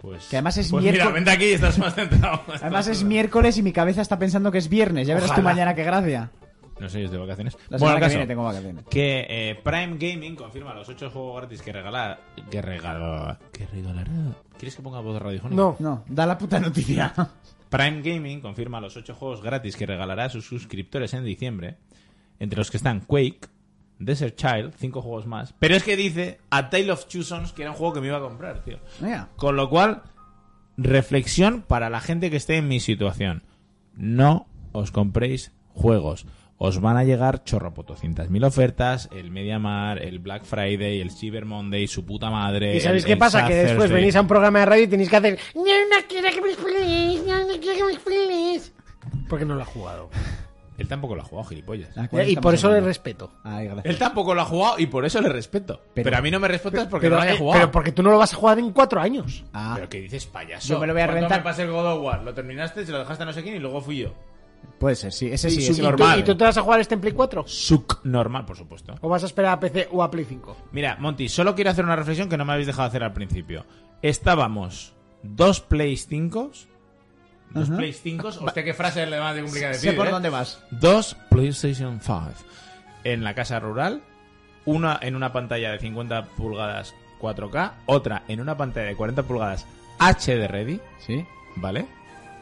Pues-
Que además es
pues
miércoles-
Mira, vente aquí y estás más centrado.
Además es miércoles y mi cabeza está pensando que es viernes. Ya verás tú mañana qué gracia.
No sé, es de vacaciones.
La semana
Bueno, el
que
caso,
viene tengo vacaciones.
que, eh, Prime Gaming confirma los 8 juegos gratis que regala. Que regala. Que regalará. ¿Quieres que ponga voz radiofónica?
No.
No, da la puta noticia.
Prime Gaming confirma los 8 juegos gratis que regalará a sus suscriptores en diciembre, entre los que están Quake, Desert Child, 5 juegos más. Pero es que dice A Tale of Two Sons, que era un juego que me iba a comprar, tío.
Mira,
Con lo cual, reflexión para la gente que esté en mi situación. No os compréis juegos. Os van a llegar chorropotocientas mil ofertas, el Mediamar, el Black Friday, el Cyber Monday, su puta madre.
¿Y sabéis
Eh, el-
qué
el
pasa?
Sad
Que después
Thursday.
venís a un programa de radio y tenéis que hacer. No, no quiero que me expliques, no, no quiero que me expliques. Porque no lo ha jugado.
Él tampoco lo ha jugado, gilipollas.
¿a cuál
Y
estamos
por eso le
hablando?
respeto.
Ay, gracias.
Él tampoco lo ha jugado y por eso le respeto. Pero,
Pero-
a mí no me respetas porque
pero,
no lo haya
eh,
jugado.
pero porque tú no lo vas a jugar en cuatro años.
Ah,
Pero que dices payaso.
Yo me lo voy a
¿Cuándo
reventar?
me pasé el God of War? Lo terminaste, se lo dejaste a no sé quién y luego fui yo.
puede ser, sí, ese
Sí,
sí,
sí,
ese-
¿Y,
normal.
Tú, ¿Y tú te vas a jugar este en Play 4?
Suc normal, por supuesto.
¿O vas a esperar a PC o a Play 5?
Mira, Monty, solo quiero hacer una reflexión que no me habéis dejado hacer al principio. Estábamos dos Play 5 Dos Play 5 Hosté, qué frase le más de complicada de
sé
decir,
por
¿eh?
dónde vas.
Dos PlayStation 5 en la casa rural, una en una pantalla de 50 pulgadas 4K, otra en una pantalla de 40 pulgadas HD Ready,
Sí.
¿vale?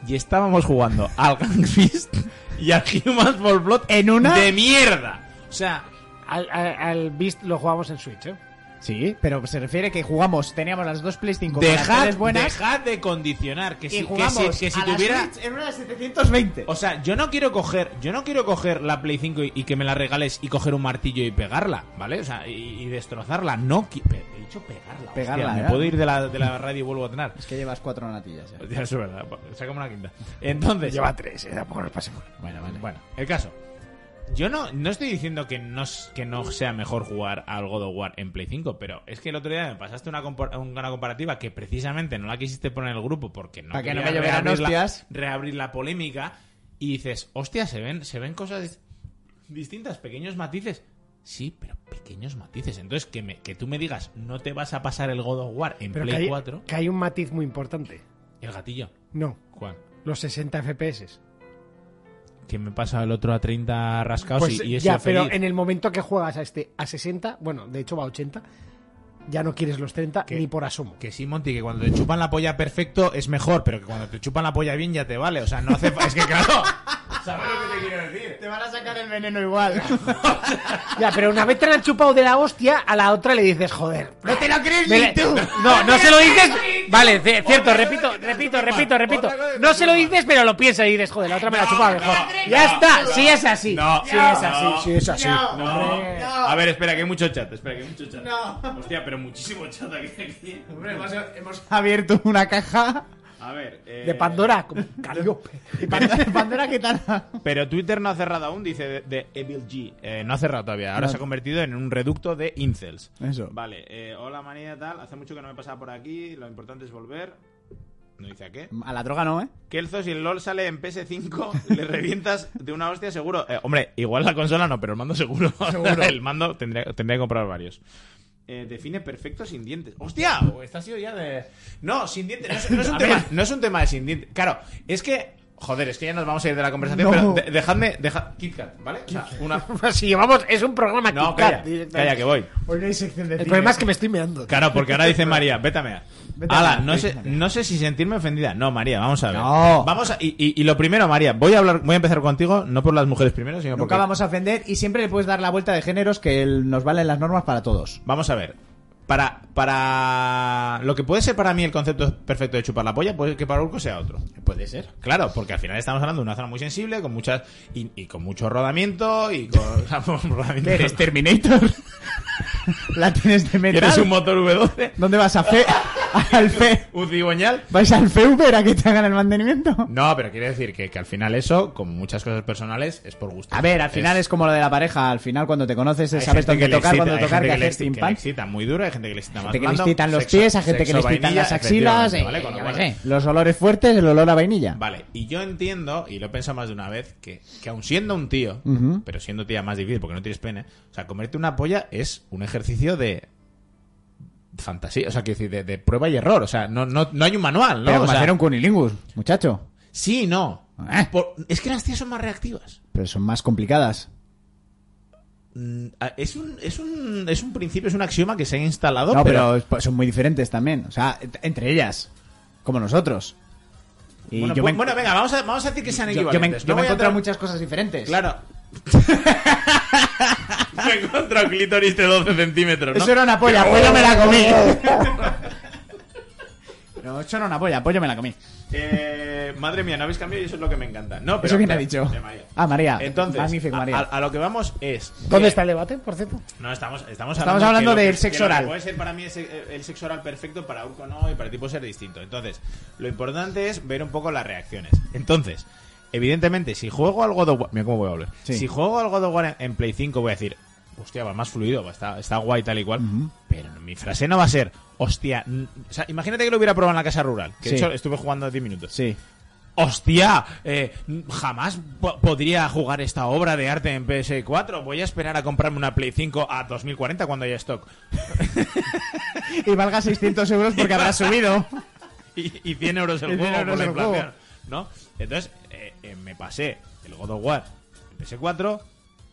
Y estábamos jugando al Gang Fist y al Humans Fall Blood en una de mierda. O sea,
Al, al- al Beast lo jugamos en Switch, ¿eh?
Sí, pero se refiere que jugamos, teníamos las dos Play 5 con las
dejad,
teles buenas
dejad de condicionar que
y
si, que
jugamos
si, que si
a la
tuviera
Switch en una de 720.
O sea, yo no quiero coger, yo no quiero coger la Play 5 y, y que me la regales y coger un martillo y pegarla, ¿vale? O sea, y, y destrozarla. No, qui- pe- he dicho pegarla.
Pegarla,
hostia, me
¿eh?
puedo ir de la, de la radio y vuelvo a tener.
Es que llevas cuatro natillas ya.
Hostia, eso es verdad. Sácame una quinta. Entonces. Lleva tres, eh, Bueno, vale. Bueno, el caso. Yo no, no estoy diciendo que no, s- que no sea mejor jugar al God of War en Play 5, pero es que el otro día me pasaste una, compar- una comparativa que precisamente no la quisiste poner en el grupo porque no
Pa' que no
querías
me llovieran
reabrir la-
hostias.
reabrir la polémica y dices, hostia, se ven, se ven cosas distintas, pequeños matices. Sí, pero pequeños matices. Entonces, que, me, que tú me digas, no te vas a pasar el God of War en
Pero que
Play
hay,
4,
que hay un matiz muy importante.
el gatillo.
No,
Juan.
los 60 FPS.
que me pasa el otro a 30 rascados
Pues
Ah, y, y eso
ya,
feliz.
pero en el momento que juegas a este a 60, bueno, de hecho va a 80, ya no quieres los 30
Que-
ni por asomo.
Que sí, Monty, que cuando te chupan la polla perfecto es mejor, pero que cuando te chupan la polla bien ya te vale. O sea, no hace fa- Es que claro. ¿Sabes lo que te quiero decir?
Te van a sacar el veneno igual.
Ya, pero una vez te la han chupado de la hostia, a la otra le dices, joder.
¡No te lo crees
me la- No, no se lo dices. Vale, c- cierto, repito, repito, repito, repito. No se lo dices, pero lo piensas y dices, joder, la otra me la ha chupado mejor. Ya está, si es así.
No,
Si es así, si es así.
No, A ver, espera, que hay mucho chat. Espera, que hay mucho chat. Hostia, pero muchísimo chat aquí. aquí.
Hemos abierto una caja.
A ver. eh,
De Pandora, como Calliope.
Pandora, Pandora, ¿qué tal?
Pero Twitter no ha cerrado aún, dice de, de Evil G. Eh, no ha cerrado todavía. Ahora
No.
se ha convertido en un reducto de incels.
Eso.
Vale. eh, hola, manía tal. Hace mucho que no me pasaba por aquí. Lo importante es volver. No dice a qué.
A la droga no, ¿eh?
Kelzo, si el LOL sale en PS5, le revientas de una hostia seguro. Eh, hombre, igual la consola no, pero el mando seguro. el mando tendría, tendría que comprar varios. Eh, define perfecto sin dientes. ¡Hostia! Esta ha sido ya de. No, sin dientes. No es, no es un, tema, no es un tema de sin dientes. Claro, es que. Joder, es que ya nos vamos a ir de la conversación,
No.
pero de- dejadme. Deja... KitKat, ¿vale? O sea, una.
Si llevamos, es un programa Kit
No,
Kat
calla,
directamente.
calla, que voy.
Hoy no hay sección de
El problema es que me estoy meando.
Claro, porque ahora dice María, vete a mear.
Vete a
Ala,
mear,
no
vete
sé,
a mear.
no sé si sentirme ofendida. No, María, vamos a ver.
No.
Vamos a- y, y- y lo primero, María, voy a hablar, voy a empezar contigo, no por las mujeres primero, sino
Nunca
porque-
vamos a ofender y siempre le puedes dar la vuelta de géneros que el- nos valen las normas para todos.
Vamos a ver. Para, para lo que puede ser para mí el concepto perfecto de chupar la polla, puede que para Urco sea otro.
Puede ser.
Claro, porque al final estamos hablando de una zona muy sensible, con muchas y, y con mucho rodamiento y con rodamiento.
eres Terminator? ¿La tienes de metal?
¿Eres un motor V12?
¿Dónde vas? ¿A fe? ¿Al fe?
¿Un cigüeñal?
¿Vais al Feuber a que te hagan el mantenimiento?
No, pero quiere decir que, que al final eso, como muchas cosas personales, es por gusto.
A ver, al final es... como lo de la pareja. Al final, cuando te conoces, sabes dónde tocar, cuando tocar, qué hacer, pim,
Que le
pam.
excita muy duro, hay gente que le excita más
gente que le
blando,
excitan los
sexo-
pies, a gente que le
sexo
excitan
vainilla,
las axilas,
efectivamente,
eh,
¿vale? Con lo
yo
cual-
qué sé. los olores fuertes, el olor a vainilla.
Vale, y yo entiendo, y lo he pensado más de una vez, que, que aun siendo un tío,
Ujú.
pero siendo tía más difícil porque no tienes pene, o sea, comerte una polla es un ejercicio de fantasía, o sea, quiero decir, de, de prueba y error, o sea, no, no, no hay un manual, ¿no?
Pero
O
como
sea,
hacer un cunilingus, muchacho.
Sí, no.
Eh.
Por- es que las tías son más reactivas.
Pero son más complicadas.
mm, a- es un, es un, es un principio, es un axioma que se ha instalado,
No,
pero,
pero pues, son muy diferentes también. O sea, ent- entre ellas. Como nosotros. Y
bueno,
yo
pues-
me,
bueno, venga, vamos a, vamos a decir que sean
yo- yo me-
equivalentes.
yo
No
me he
voy a
encontrado
entrar-
muchas cosas diferentes.
Claro. me he encontrado
este
clítoris de 12 centímetros, ¿no?
Eso era una polla, pollo me la comí. no, eso era una polla, pollo me la comí.
Eh, madre mía, no habéis cambiado y eso es lo que me encanta. No, pero,
¿Eso quién te ha dicho?
pero- de María.
Ah, María.
Entonces,
Magnífico,
a-
María.
A, a lo que vamos es.
¿Dónde
que-
está el debate, por cierto?
No, estamos, estamos,
Estamos
que
hablando
lo que-
del
que
sexo
lo que
oral.
Puede ser para mí es, eh, el sexo oral perfecto, para Urco no, y para ti puede ser distinto. Entonces, lo importante es ver un poco las reacciones. Entonces, evidentemente, si juego al God of War. Mira cómo voy a hablar.
Sí.
Si juego al God of War en, en Play 5, voy a decir. Hostia, va más fluido, va, está, está guay tal y cual. Pero mi frase no va a ser, hostia. n- o sea, imagínate que lo hubiera probado en la casa rural. Que
Sí.
de hecho estuve jugando 10 minutos.
Sí.
Hostia, eh, jamás po- podría jugar esta obra de arte en PS4. Voy a esperar a comprarme una Play 5 a 2040 cuando haya stock.
Y valga 600 euros porque habrá subido.
Y, y 100 euros el
Y 100
juego por
euros
la
el juego.
inflación, ¿no? Entonces, eh, eh, me pasé el God of War en PS4,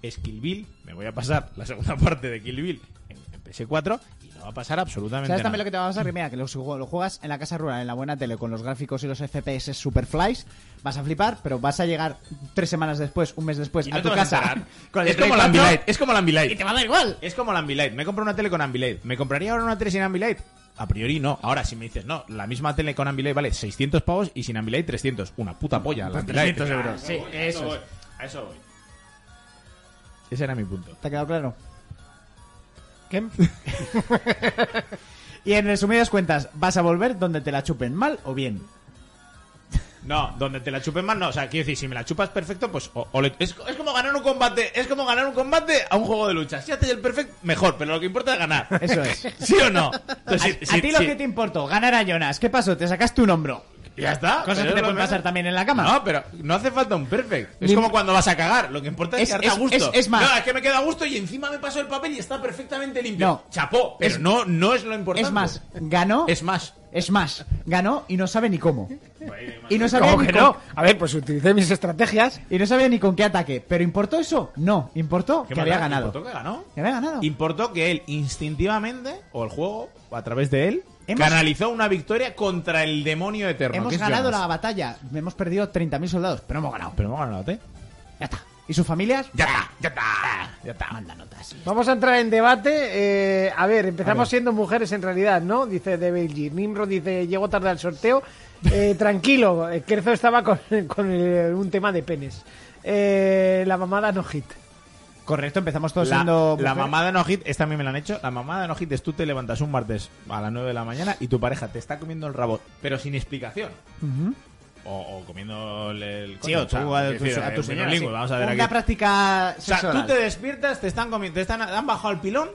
es Kill Bill, me voy a pasar la segunda parte de Kill Bill en, en PS4 y no va a pasar absolutamente
¿Sabes
nada.
también lo que te va a pasar? Que mira, que lo, ju- lo juegas en la casa rural, en la buena tele, con los gráficos y los FPS superflies. Vas a flipar, pero vas a llegar tres semanas después, un mes después,
Y
a
no te
tu
vas a
casa.
enterar.
con el
es, como
Play
la
4,
Ambilight, es como la Ambilight.
Y te va a dar igual.
Es como la Ambilight. Me he comprado una tele con Ambilight. ¿Me compraría ahora una tele sin Ambilight? A priori no. Ahora, si me dices, no, la misma tele con Ambilight vale 600 pavos y sin Ambilight 300. Una puta polla. La Ambilight.
300 euros.
Ah,
Sí,
voy,
eso es.
voy, A eso voy. Ese era mi punto.
¿Te ha quedado claro?
¿Qué?
Y en resumidas cuentas, vas a volver donde te la chupen, mal o bien.
No, donde te la chupen más, no. O sea, quiero decir, si me la chupas perfecto, pues. o- o le- es, es como ganar un combate. Es como ganar un combate a un juego de lucha. Si haces el perfecto, mejor. Pero lo que importa es ganar.
Eso es.
¿Sí o no?
A,
Entonces, sí,
a
sí,
ti lo
sí.
que te importó, ganar a Jonas. ¿Qué pasó? Te sacaste un hombro.
Ya está.
Cosas que te
pero es lo
pueden
menos.
pasar también en la cama.
No, pero no hace falta un perfect. Es
Ni-
como cuando vas a cagar. Lo que importa es,
Es-
quedarte
es-
a gusto.
es- es más-
No, es que me queda a gusto y encima me paso el papel y está perfectamente limpio.
No.
Chapó. Pero
Es-
no, no es lo importante.
Es más, ganó.
Es más.
Es más, ganó y no sabe ni cómo. Y no sabía
¿Cómo
ni
que
con,
no? A ver, pues utilicé mis estrategias.
y no sabía ni con qué ataque. ¿Pero importó eso? No, importó que había
maldad,
ganado.
Importó que ganó.
Que había ganado.
Importó que él instintivamente, o el juego, o a través de él,
Hemos-
canalizó una victoria contra el demonio eterno. que
Hemos
es
ganado
Jonas.
la batalla. Hemos perdido 30.000 soldados, pero hemos ganado.
Pero hemos ganado, ¿eh?
Ya está. ¿Y sus familias?
Ya está, ya está, ya está.
Manda notas.
Vamos a entrar en debate. eh, a ver, empezamos siendo mujeres en realidad, ¿no? Dice De Belgi. Nimrod dice, llego tarde al sorteo. Eh, tranquilo, eh, Kerzo estaba con, con el- un tema de penes. Eh, la mamada no hit.
Correcto, empezamos todos
La,
siendo.
la
mujeres.
mamada no hit, esta a mí me la han hecho. La mamada no hit es tú te levantas un martes a las 9 de la mañana y tu pareja te está comiendo el rabo, pero sin explicación. o, o comiendo el. el
Sí,
coño,
o tú
sea,
a
quiero
tu-
decir,
a tu
eh,
señora,
bilingüe,
sí.
Vamos a ver
Una
aquí.
práctica
O sea, tú
sexual.
te despiertas, te están comiendo, te están, han bajado el pilón,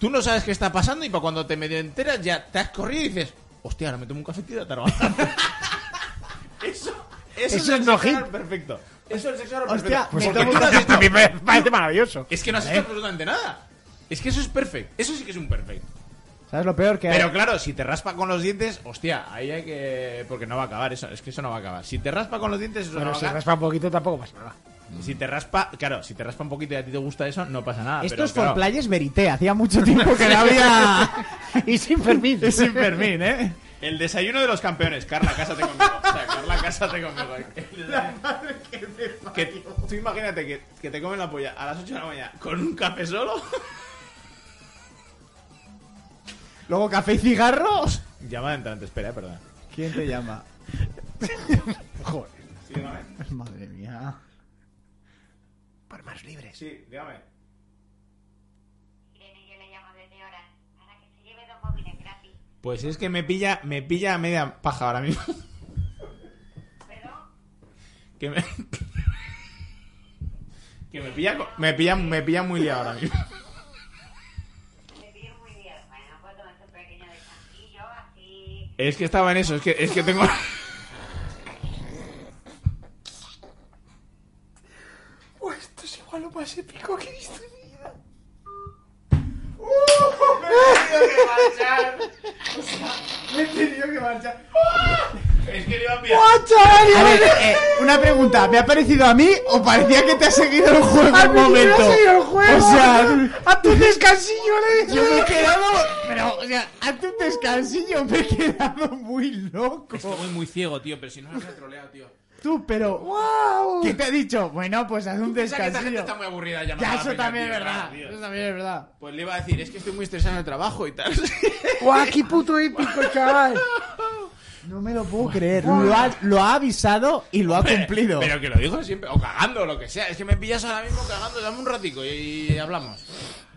tú no sabes qué está pasando y para cuando te medio enteras ya te has corrido y dices, hostia, ahora me tomo un cafetito de tarba. eso,
Eso
eso,
es
el
no
sexo
hit.
oral perfecto. Eso es el sexo oral
Hostia,
perfecto.
pues
Porque
porque
tú no has hecho-
Me parece maravilloso.
es que no has hecho absolutamente nada. Es que eso es perfecto. Eso sí que es un perfecto.
¿Sabes lo peor que hay?
Pero claro, si te raspa con los dientes, hostia, ahí hay que. Porque no va a acabar eso. Es que eso no va a acabar. Si te raspa con los dientes, eso
Bueno,
no va a
si
acabar.
raspa un poquito tampoco pasa nada.
Si te raspa, claro, si te raspa un poquito y a ti te gusta eso, no pasa nada.
Esto
pero,
es
claro,
For Players Verité. Hacía mucho tiempo que no había.
y sin Fermín.
Es sin Fermín, ¿eh?
El desayuno de los campeones. Carla, cásate conmigo. O sea, Carla, cásate conmigo. El desayuno- que Tú imagínate que, que te comen la polla a las 8 de la mañana con un café solo.
Luego café y cigarros.
Llama de entrante, espera, eh, perdón.
¿Quién te llama?
Sí, dígame.
Madre mía.
Por manos libres.
Sí, dígame.
Irene, yo le llamo desde horas para que se lleve dos móviles gratis.
Pues es que me pilla, me pilla a media paja ahora mismo. Que me. Que me pilla, co- me pilla, me pilla muy liado ahora mismo.
Me pido muy bien. Bueno, pues tomarse un pequeño descansillo, así.
Es que estaba en eso, es que, es que tengo.
esto es igual lo más épico que he visto en mi vida.
Me he tenido que marchar.
¡Ah,
A ver, eh, una pregunta, ¿me ha parecido a mí o parecía que te ha seguido el juego
¡Al
un momento?
el juego!
O sea,
¡A tu descansillo le
yo me he quedado, pero, o sea, hazte un descansillo, me he quedado muy loco.
Estoy muy ciego, tío, pero si no nos ha troleado, tío.
Tú, pero, ¿qué te ha dicho? Bueno, pues haz un
Esa que esta gente
descansillo.
está muy aburrida ya.
Ya, eso también es verdad, eso también es verdad.
Pues le iba a decir, es que estoy muy estresado en el trabajo y tal.
¡Guau, qué puto épico, chaval!
No me lo puedo creer. Lo ha, lo ha avisado y lo ha cumplido.
Pero que lo dijo siempre, o cagando, o lo que sea. Es que me pillas ahora mismo cagando, dame un ratico y, y hablamos.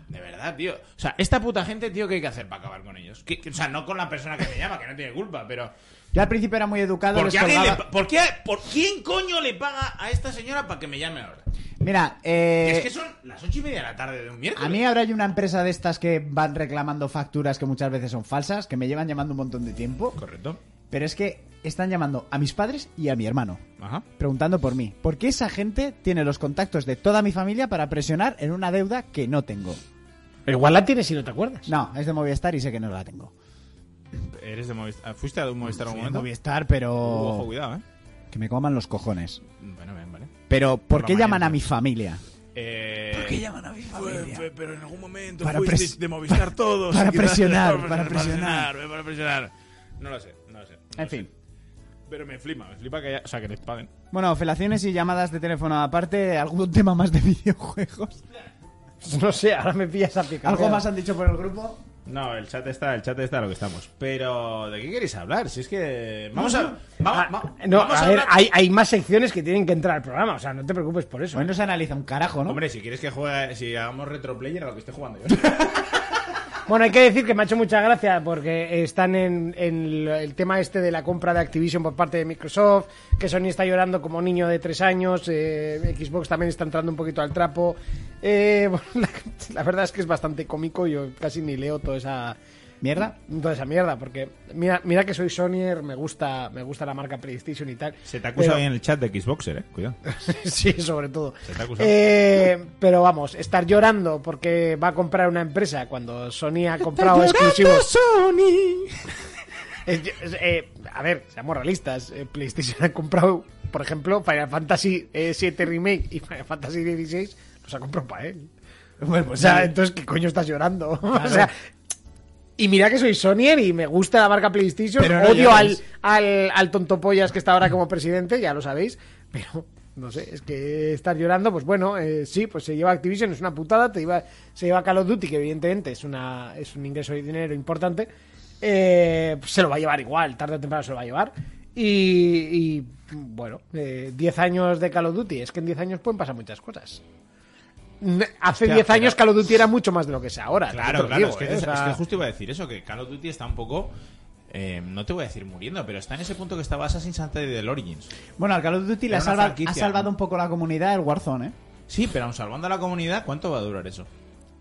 De verdad, tío. O sea, esta puta gente, tío, ¿qué hay que hacer para acabar con ellos? Que- que- o sea, no con la persona que me llama, que no tiene culpa, pero...
Yo al principio era muy educado.
¿Por
les
qué, alguien le
colgaba-
pa- por qué- por quién coño le paga a esta señora para que me llame ahora?
Mira, eh,
es que son las ocho y media de la tarde de un miércoles.
a mí ahora hay una empresa de estas que van reclamando facturas que muchas veces son falsas, que me llevan llamando un montón de tiempo.
Correcto.
Pero es que están llamando a mis padres y a mi hermano,
Ajá.
preguntando por mí. ¿Por qué esa gente tiene los contactos de toda mi familia para presionar en una deuda que no tengo?
Pero igual la tienes y no te acuerdas.
No, es de Movistar y sé que no la tengo.
Eres de Movistar. ¿Fuiste a un Movistar
Soy de Movistar, pero...
cuidado, eh.
Que me coman los cojones.
Bueno, bien, vale.
Pero, ¿por
la
qué llaman
mañana.
a mi familia?
Eh...
llaman a mi
pero en algún momento
Para
fuisteis
pres-
de Movistar
para-
todos.
para
y quizás-
presionar,
para,
para
presionar,
presionar.
para presionar. No lo sé, no lo sé. no
En
lo sé.
fin.
Pero me flipa, me flipa que haya, o sea, que les paguen.
Bueno, felaciones y llamadas de teléfono aparte, algún tema más de videojuegos.
No sé, ahora me pillas a picar.
¿Algo más han dicho por el grupo?
No, el chat está, el chat está lo que estamos. Pero ¿de qué queréis hablar? Si es que vamos a vamos,
Ah,
va-
no,
vamos
a ver,
hablar-
hay, hay más secciones que tienen que entrar al programa, o sea, no te preocupes por eso.
Bueno, se analiza un carajo, ¿no?
Hombre, si quieres que juegue, si hagamos retroplayer a lo que estoy jugando yo.
Bueno, hay que decir que me ha hecho mucha gracia porque están en, en el- el tema este de la compra de Activision por parte de Microsoft, que Sony está llorando como niño de tres años, eh, Xbox también está entrando un poquito al trapo. Eh, bueno, la, la verdad es que es bastante cómico, yo casi ni leo toda esa
Mierda.
toda esa mierda, porque mira, mira que soy Sonyer, me gusta, me gusta la marca PlayStation y tal.
Se te acusa
pero-
hoy en el chat de Xboxer, eh. Cuidado.
sí, sobre todo.
Se te ha acusado.
Eh, pero vamos, estar llorando porque va a comprar una empresa cuando Sony ha comprado exclusivos. Eh, yo- eh, a ver, seamos realistas. eh, PlayStation ha comprado, por ejemplo, Final Fantasy eh, 7 Remake y Final Fantasy 16 los ha comprado para él.
pues
o sea, entonces, ¿qué coño estás llorando? o sea, y mira que soy Sonyer y me gusta la marca PlayStation.
Pero no
odio al,
llores.
al, al tontopollas que está ahora como presidente, ya lo sabéis. Pero, no sé, es que estar llorando, pues bueno, eh, sí, pues se lleva Activision, es una putada. Te lleva, se lleva Call of Duty, que evidentemente es, una, es un ingreso de dinero importante. eh, pues se lo va a llevar igual, tarde o temprano se lo va a llevar. Y, y, bueno, eh, 10 años de Call of Duty, es que en 10 años pueden pasar muchas cosas. N- Hace
Ya,
10 años
pero-
Call of Duty era mucho más de lo que es ahora. también te
Claro,
lo
claro.
digo,
es, que,
eh, o
es
sea-
que justo iba a decir eso, que Call of Duty está un poco... eh, no te voy a decir muriendo, pero está en ese punto que estaba Assassin's Creed y del Origins.
Bueno, al Call of Duty le
Era
ha,
una
salva-
franquicia,
ha salvado
¿no?
un poco la comunidad el Warzone, ¿eh?
Sí, pero aun salvando a la comunidad, ¿cuánto va a durar eso?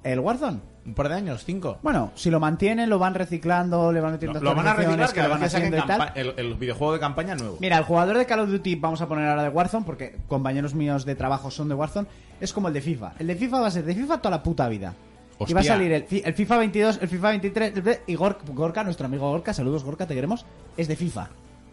¿El Warzone?
¿Un par de años? ¿Cinco?
Bueno, si lo mantienen, lo van reciclando, le van metiendo
Lo, lo van a
actualizaciones
reciclar
que
cada
lo
vez
van
que saquen
haciendo y tal.
campa- el, el videojuego de campaña nuevo.
Mira, el jugador de Call of Duty, vamos a poner ahora de Warzone, porque compañeros míos de trabajo son de Warzone, es como el de FIFA. El de FIFA va a ser de FIFA toda la puta vida. Y va a
Hostia.
salir el, fi- el FIFA 22, el FIFA 23, el- y Gor- Gorka, nuestro amigo Gorka, saludos Gorka, te queremos, es de FIFA.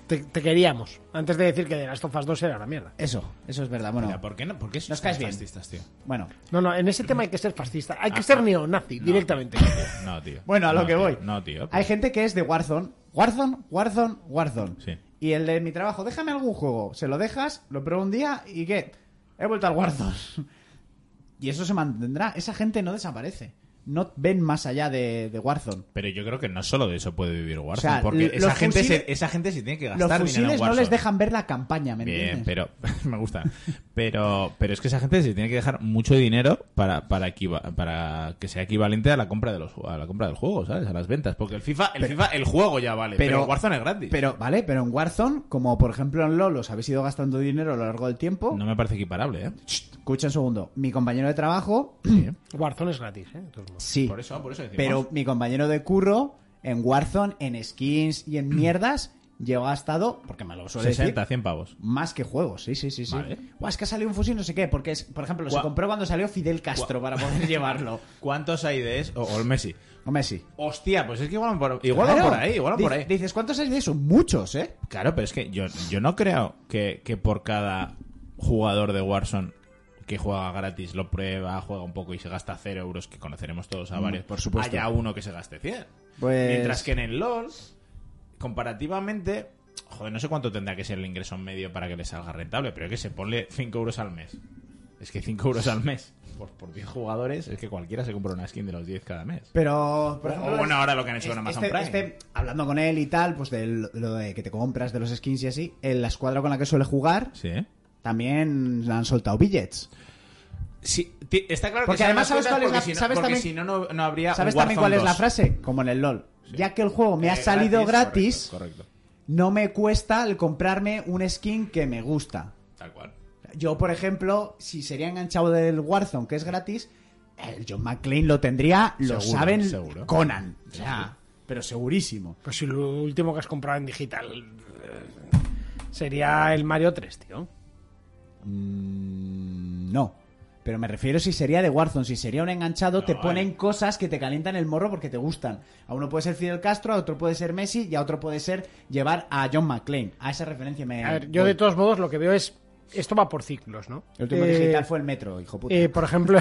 Te, te queríamos. Antes de decir que de Last of Us 2 era una mierda.
Eso, eso es verdad. Bueno,
Mira, ¿por qué no? ¿Por qué sois
Nos caes bien.
fascistas, tío?
bueno.
No, no, en ese tema hay que ser fascista. Hay que
Ah,
ser
ah.
neonazi
No,
directamente.
tío, No, tío.
Bueno, a lo
No,
que
tío,
voy.
No, tío.
Hay gente que es de Warzone, Warzone, Warzone, Warzone.
Sí.
Y el de mi trabajo, déjame algún juego, se lo dejas, lo pruebo un día y ¿qué? He vuelto al Warzone. y eso se mantendrá, esa gente no desaparece. No ven más allá de, de Warzone.
Pero yo creo que no solo de eso puede vivir Warzone,
O sea,
porque
l-
esa
los
gente,
fusiles-
se, esa gente se tiene que
Los
gastar dinero en
fusiles no
Warzone.
les dejan ver la campaña, ¿me
Bien,
entiendes?
pero me gusta. Pero, pero es que esa gente se tiene que dejar mucho dinero para, para, equiva- para que sea equivalente a la compra de los a la compra del juego, ¿sabes? A las ventas, porque el FIFA, el FIFA, el juego ya vale, pero, Warzone es gratis.
Pero, vale, pero en Warzone, como por ejemplo en LoL, os habéis ido gastando dinero a lo largo del tiempo.
no me parece equiparable, ¿eh?
Escucha un segundo. Mi compañero de trabajo,
Warzone es gratis, ¿eh? De todos modos.
sí.
Por eso, por eso decimos.
Pero mi compañero de curro, en Warzone, en skins y en mierdas, llegó ha estado, porque me lo suele
60,
decir,
100 pavos.
más que juegos, sí, sí, sí, sí.
Vale.
Buah, es que ha salido un fusil no sé qué, porque es, por ejemplo, se
Guau.
compró cuando salió Fidel Castro
Guau.
para poder llevarlo.
¿Cuántos hay de eso? O, o el Messi.
O Messi.
Hostia, pues es que igual van por, igual van
Claro.
por ahí, igual van por
Dic-
ahí.
Dices, ¿cuántos hay de eso? Muchos, ¿eh?
Claro, pero es que yo, yo no creo que, que por cada jugador de Warzone que juega gratis, lo prueba, juega un poco y se gasta 0 euros, que conoceremos todos a varios,
Mm, por supuesto.
haya uno que se gaste 100.
Pues-
Mientras que en el LOL, comparativamente, joder, no sé cuánto tendrá que ser el ingreso medio para que le salga rentable, pero que se ponle 5 euros al mes. Es que 5 euros al mes por, por 10 jugadores, es que cualquiera se compra una skin de los 10 cada mes.
Pero, por
O-
ejemplo,
o Oh, bueno, ahora lo que han hecho con Amazon
este-
Prime.
este, hablando con él y tal, pues de lo lo de que te compras de los skins y así, en la escuadra con la que suele jugar,
Sí, ¿eh?
también han soltado billets.
Sí, ti- está claro
Porque
que
además
saben las
sabes cuál es
cuentas
la-
porque si no-
sabes
porque
también-
si no, no, no habría.
¿Sabes
un
también
Warzone
cuál es la
2.
frase? Como en el LOL. Ya que el juego me ha
Eh,
salido gratis,
Correcto, correcto.
no me cuesta el comprarme un skin que me gusta.
Tal cual.
Yo, por ejemplo, si sería enganchado del Warzone, que es gratis, el John McClane lo tendría, lo
Seguro,
saben
seguro.
Conan. O sea, pero segurísimo.
Pues si lo último que has comprado en digital eh, sería el Mario 3, tío.
Mm, no. Pero me refiero si sería de Warzone, si sería un enganchado, te ponen cosas que te calientan el morro porque te gustan. A uno puede ser Fidel Castro, a otro puede ser Messi y a otro puede ser llevar a John McClane. A esa referencia me...
A ver, yo
voy.
de todos modos lo que veo es. Esto va por ciclos, ¿no?
El último
Eh,
digital fue el metro, hijo puta.
eh, por ejemplo,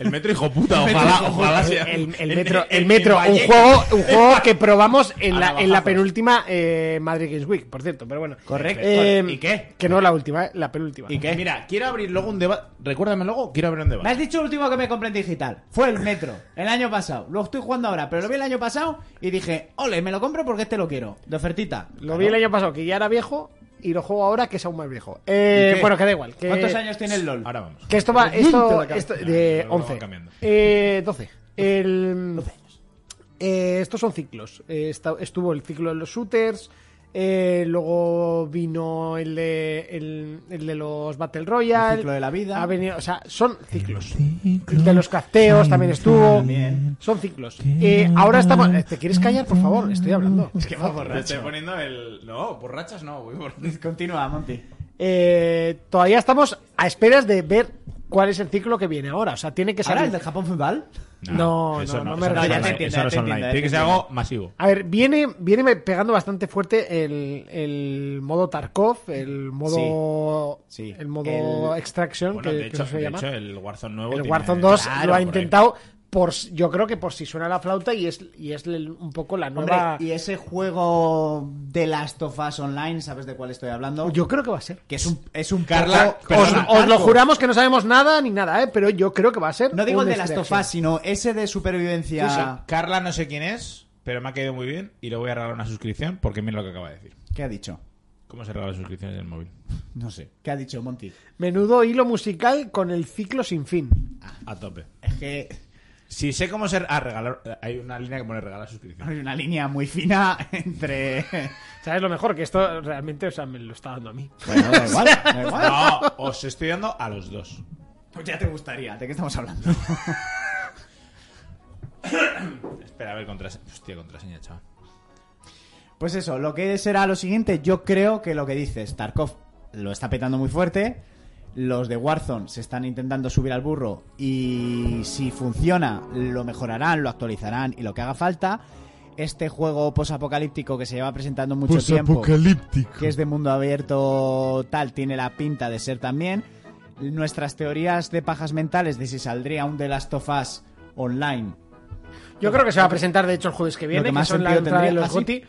El metro, hijo puta, ojalá, ojalá sea.
el, el
en-
metro,
en-
el metro,
en
un
Vallecas.
juego, un juego que probamos en la,
A
en
navajazos.
la penúltima eh, Madrid Games Week, por cierto, pero bueno.
Correcto.
Eh,
¿Y qué?
Que no la última, eh, la penúltima.
¿Y qué? Mira, quiero abrir luego un debate. Recuérdame luego, quiero abrir un
Me
debate.
has dicho el último que me compré en digital. Fue el Metro, el año pasado. Lo estoy jugando ahora, pero lo vi el año pasado y dije, ole, me lo compro porque este lo quiero. De ofertita.
Lo vi el año pasado, que ya era viejo, y lo juego ahora, que es aún más viejo. Eh,
¿Y qué?
bueno, que da igual. que-
¿Cuántos años tiene el LOL?
Ahora vamos.
Que esto va, esto, esto-
Ya,
de
lo vamos
11,
cambiando.
eh, 12. El, eh, estos son ciclos. Eh, esta- estuvo el ciclo de los shooters, eh, luego vino el de, el, el de los Battle Royale.
El ciclo de la vida.
Ha venido, o sea, son ciclos. El de los crafteos también estuvo. Son ciclos. Eh, ahora estamos... eh, ¿Te quieres callar, por favor? Estoy hablando.
Es que va borracho.
Estoy poniendo el. No, borrachas no, voy por.
Continúa, Monty.
Eh, todavía estamos a esperas de ver cuál es el ciclo que viene ahora. O sea, tiene que
¿Ahora
salir...
el del Japón Fútbol?
No,
eso
no, no me
eso
refiero.
es
Ya te
entiendo, ya
online, Eso no es
te
online.
entiendo, ya
Tiene que
te
ser algo masivo.
A ver, viene, viene me- pegando bastante fuerte el, el modo Tarkov, el modo,
Sí, sí.
el modo
El-
Extraction,
Bueno,
que,
de
que
hecho,
se
de
llama.
hecho, el Warzone nuevo.
el
tiene-
Warzone 2
Claro,
lo ha
correcto.
intentado, por, s- yo creo que por si suena la flauta y es, y es el- un poco la
Hombre,
nueva...
y ese juego de Last of Us Online, ¿sabes de cuál estoy hablando?
Yo creo que va a ser.
Que es un, es un
Carla,
juego-
Os,
Perdona,
os lo
Tarkov.
juramos que no sabemos nada ni nada, ¿eh? pero yo creo que va a ser.
No digo
un
el de Last of
Extraction.
Us, sino ese de supervivencia.
Puso, Carla, no sé quién es, pero me ha caído muy bien y le voy a regalar una suscripción porque mira lo que acaba de decir.
¿Qué ha dicho?
¿Cómo se regalan suscripciones en el móvil?
No sé. ¿Qué ha dicho Monty?
Menudo hilo musical con el ciclo sin fin.
A tope.
Es que
Si sé cómo ser. Ah, regalar. Hay una línea que pone regalar suscripción.
hay una línea muy fina entre...
¿Sabes lo mejor? Que esto realmente o sea, me lo está dando a mí.
Bueno, da igual, da igual.
No, os estoy dando a los dos.
Pues ya te gustaría, ¿de qué estamos hablando?
Espera, a ver, contraseña. Hostia, contraseña, chaval.
Pues eso, lo que será lo siguiente, yo creo que lo que dices, Tarkov lo está petando muy fuerte, los de Warzone se están intentando subir al burro y si funciona lo mejorarán, lo actualizarán y lo que haga falta. Este juego posapocalíptico que se lleva presentando mucho tiempo, que es de mundo abierto tal, tiene la pinta de ser también. Nuestras teorías de pajas mentales de si saldría un The Last of Us online
Yo creo que se va a presentar, de hecho, el jueves que viene,
que
que,
más
son la
sentido
entrada de
tendría,
los
¿ah, sí?
GOTY.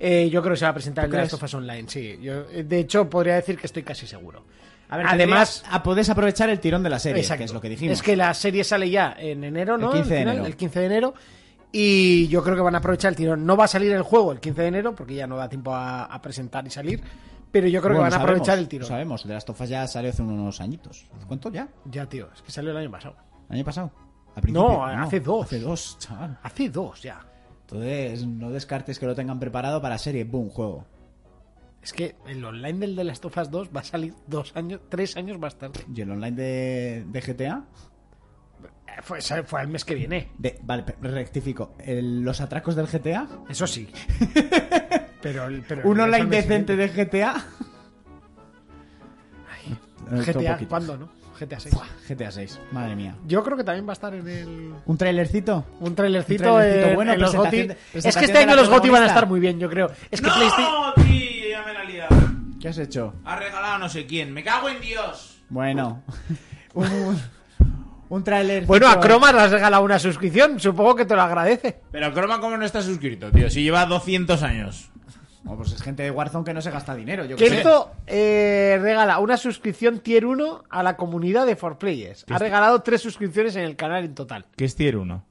Eh, yo creo que se va a presentar
¿Tú
el de Last of
crees?
Us Online, sí. Yo, eh, de hecho, podría decir que estoy casi seguro.
A ver,
Además,
Además, podés aprovechar el tirón de la serie,
exacto.
que es lo que dijimos.
Es que la serie sale ya en enero, ¿no?
El 15 de
Al final,
enero.
el 15 de enero. Y yo creo que van a aprovechar el tirón. No va a salir el juego el 15 de enero, porque ya no da tiempo a, a presentar y salir. Pero yo creo
Bueno,
que van a
sabemos,
aprovechar el tirón.
Sabemos, de las tofas ya salió hace unos añitos. ¿Cuánto ya?
Ya, tío, es que salió el año pasado.
¿El año pasado? ¿Al
No, eh, hace dos.
Hace dos, chaval.
Hace dos ya.
Entonces, no descartes que lo tengan preparado para serie. Boom, juego.
Es que el online del de Last of Us 2 va a salir dos años, tres años más tarde.
¿Y el online de, de GTA?
Eh, Fue, fue el mes que viene.
De- vale, pe- rectifico. El- los atracos del GTA
Eso sí. Pero, pero
Un
eso
online
me
decente
sirve.
de GTA.
GTA, ¿cuándo, no? GTA 6.
GTA 6, madre mía.
Yo creo que también va a estar en el.
¿Un trailercito?
Un trailercito,
Un trailercito
en-
bueno,
en los GOTY.
presentación de-
Es que
presentación
este
de
año
la
los GOTY van a
protagonista.
estar muy bien, yo creo. Es que PlayStation.
¡No, tío! Ya me la he liado.
¿Qué has hecho?
Ha regalado no sé quién. ¡Me cago en Dios!
Bueno. un, un trailer.
Bueno, a Chroma le has regalado una suscripción, supongo que te lo agradece.
Pero Chroma, ¿cómo no está suscrito, tío? Si lleva 200 años.
Oh, pues es gente de Warzone que no se gasta dinero. Yo
Que
qué sé.
esto eh, regala una suscripción tier 1 a la comunidad de 4Players. Ha regalado tres suscripciones en el canal en total.
¿Qué es Tier 1?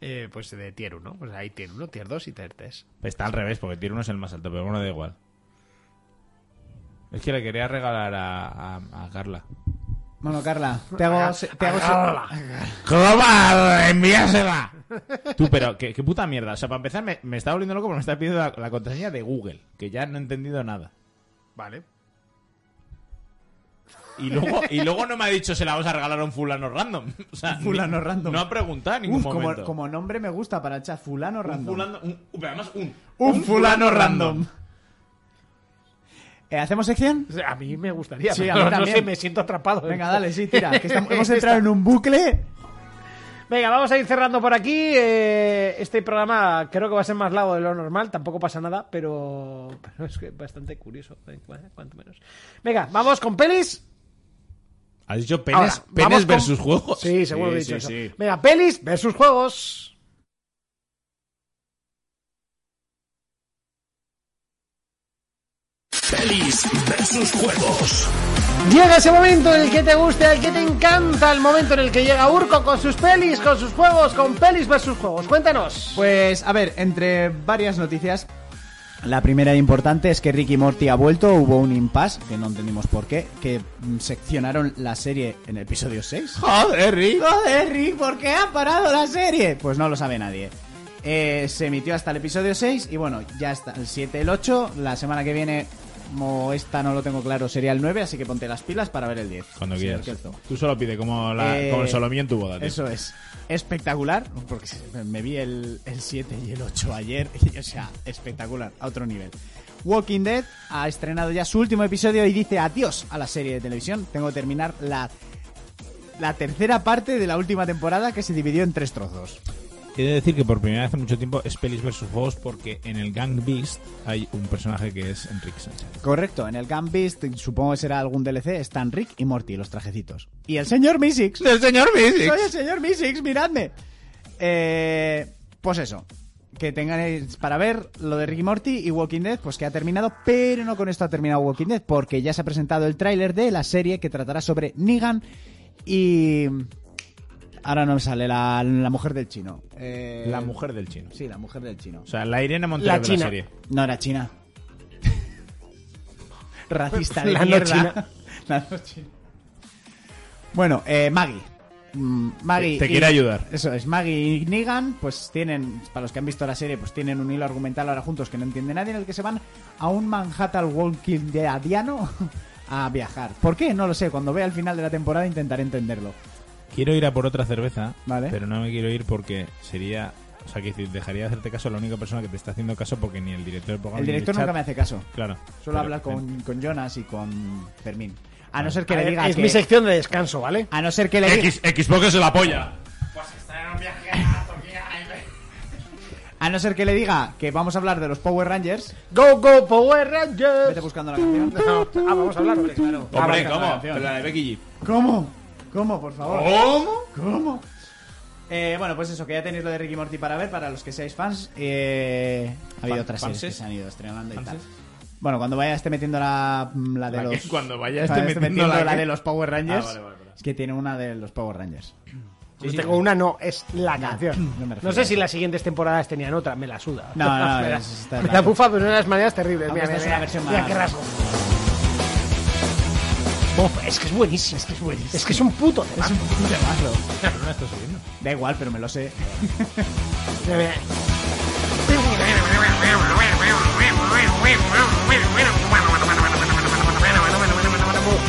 Eh, pues de tier 1, pues hay tier 1, tier 2 y tier 3.
Está al revés, porque Tier 1 es el más alto, pero bueno, da igual. Es que le quería regalar a, a- a Carla.
Bueno, Carla, te hago. se- Te hago se-
¡Chroma, envíasela! Tú, pero qué, qué puta mierda. O sea, para empezar, me, me está volviendo loco porque me está pidiendo la, la contraseña de Google, que ya no he entendido nada.
Vale.
Y luego, y luego no me ha dicho se la vas a regalar a un fulano random. O sea,
Fulano
ni-
random.
No ha preguntado en ningún
Uf, como,
momento.
como nombre me gusta para el chat. Fulano
un
random.
fulano, un- pero además un,
Un fulano
random.
Eh, ¿Hacemos sección?
O sea, a mí me gustaría,
Sí, a
pero
mí
no
también.
sé, me siento atrapado.
Venga, dale, sí, tira. que estamos- hemos entrado en un bucle.
Venga, vamos a ir cerrando por aquí. eh, este programa creo que va a ser más largo de lo normal, tampoco pasa nada, pero, pero es que es bastante curioso, eh, cuanto menos. Venga, vamos con pelis.
Has dicho
Ahora,
penes,
vamos
penes
con-
versus juegos.
Sí, seguro que he dicho
sí,
eso.
sí.
Venga, pelis versus juegos.
Pelis versus juegos.
Llega ese momento en el que te gusta, el que te encanta, el momento en el que llega Urco con sus pelis, con sus juegos, con pelis versus juegos. Cuéntanos.
Pues, a ver, entre varias noticias. La primera importante es que Ricky Morty ha vuelto, hubo un impasse, que no entendimos por qué, que mm, seccionaron la serie en el episodio 6.
Joder, Rick.
Joder, Rick, ¿por qué ha parado la serie? Pues no lo sabe nadie. Eh, se emitió hasta el episodio 6 y bueno, ya está el 7, el 8. La semana que viene, como esta no lo tengo claro, sería el 9, así que ponte las pilas para ver el 10.
Cuando
señor
quieras.
Kelzo.
Tú solo pide como, la,
Eh,
como el solomillo en tu boda, tío.
Eso es. Espectacular, porque me vi el, el 7 y el 8 ayer, y, o sea, espectacular, a otro nivel. Walking Dead ha estrenado ya su último episodio y dice adiós a la serie de televisión. Tengo que terminar la, la tercera parte de la última temporada que se dividió en tres trozos.
He de decir que por primera vez en mucho tiempo es pelis versus juegos porque en el Gang Beast hay un personaje que es Enrique Sánchez.
Correcto, en el Gambist, supongo que será algún DLC, están Rick y Morty, los trajecitos. Y el señor Misix.
¡El señor
Soy el señor Misix, miradme. Eh, pues eso. Que tengáis para ver lo de Ricky Morty y Walking Dead, pues que ha terminado, pero no con esto ha terminado Walking Dead, porque ya se ha presentado el tráiler de la serie que tratará sobre Negan y... Ahora no me sale la, la mujer del chino. Eh,
La mujer del chino.
Sí, la mujer del chino.
O sea, la Irene Montero
La
de
china.
la serie.
No era china. Racista de
La no
mierda.
china.
La no china. Bueno, eh, Maggie. Mm, Maggie
Te- te quiere ayudar.
Eso es, Maggie y Negan, pues tienen, para los que han visto la serie, pues tienen un hilo argumental ahora juntos que no entiende nadie, en el que se van a un Manhattan Walking de Adiano a viajar. ¿Por qué? No lo sé, cuando vea el final de la temporada intentaré entenderlo.
Quiero ir a por otra cerveza,
Vale.
pero no me quiero ir porque sería... O sea, que decir, dejaría de hacerte caso a la única persona que te está haciendo caso porque ni el director del programa
El
ni
director
chat-
nunca me hace caso.
Claro.
Solo
Pero-
habla con, con Jonas y con Fermín. A no ser que
A
le
ver,
diga
es
que-
mi sección de descanso, ¿vale?
A no ser que le diga...
X, Xbox es la polla.
A no ser que le diga que vamos a hablar de los Power Rangers,
Go, go, Power
vete
Rangers.
buscando la canción.
No, ah, vamos a hablar, hombre, claro. Ah,
Hombre,
vale.
¿cómo? Pero La de Becky G.
¿Cómo? ¿Cómo, por favor?
¿Cómo?
¿Cómo? Oh. Eh, bueno, pues eso, que ya tenéis lo de Ricky Morty para ver, para los que seáis fans. Eh, ha habido
Fan-
otras series que
fanses.
se han ido estrenando y tal.
Fanses.
Bueno, cuando vaya esté metiendo la, mm, la de
La que-
los...
cuando vaya esté metiendo la
la,
que-
de los Power Rangers.
Ah, vale, vale, vale.
Es que tiene una de los Power Rangers.
Yo tengo una, no, es la canción.
no me
No,
refiero.
sé si las siguientes temporadas tenían otra, me la suda.
No, no,
me la,
es- está
me la
claro.
bufa, pero de unas maneras terribles.
Aunque
Mira, mira,
esta es
mira,
una versión
mira
más-
qué rasgo. Uf, es que es buenísimo, es que es buenísimo. Es que es un puto temazo.
Da igual, pero me lo sé.
Mira, mira.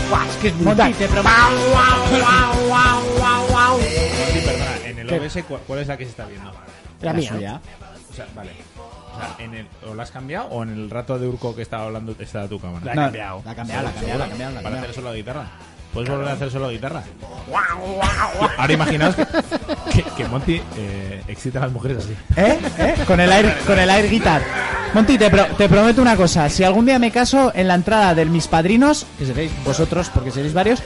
Buah, Es que es brutal.
Sí, perdona, en el OBS, ¿cu- ¿cuál es la que se está viendo?
La mía.
suya.
O sea, vale. O, sea, en el, o la has cambiado o en el rato de Urco que estaba hablando estaba tu cámara.
No, La ha cambiado, la ha cambiado, la ha cambiado. la ha
Para hacer
cambiado.
solo de guitarra. ¿Puedes volver a hacer solo de guitarra? Ahora imaginaos que, que, que Monty eh, excita a las mujeres así.
¿Eh? ¿Eh? Con el air, con el air guitar. Monty, te, pro- te prometo una cosa. Si algún día me caso en la entrada de mis padrinos, que seréis vosotros porque seréis varios,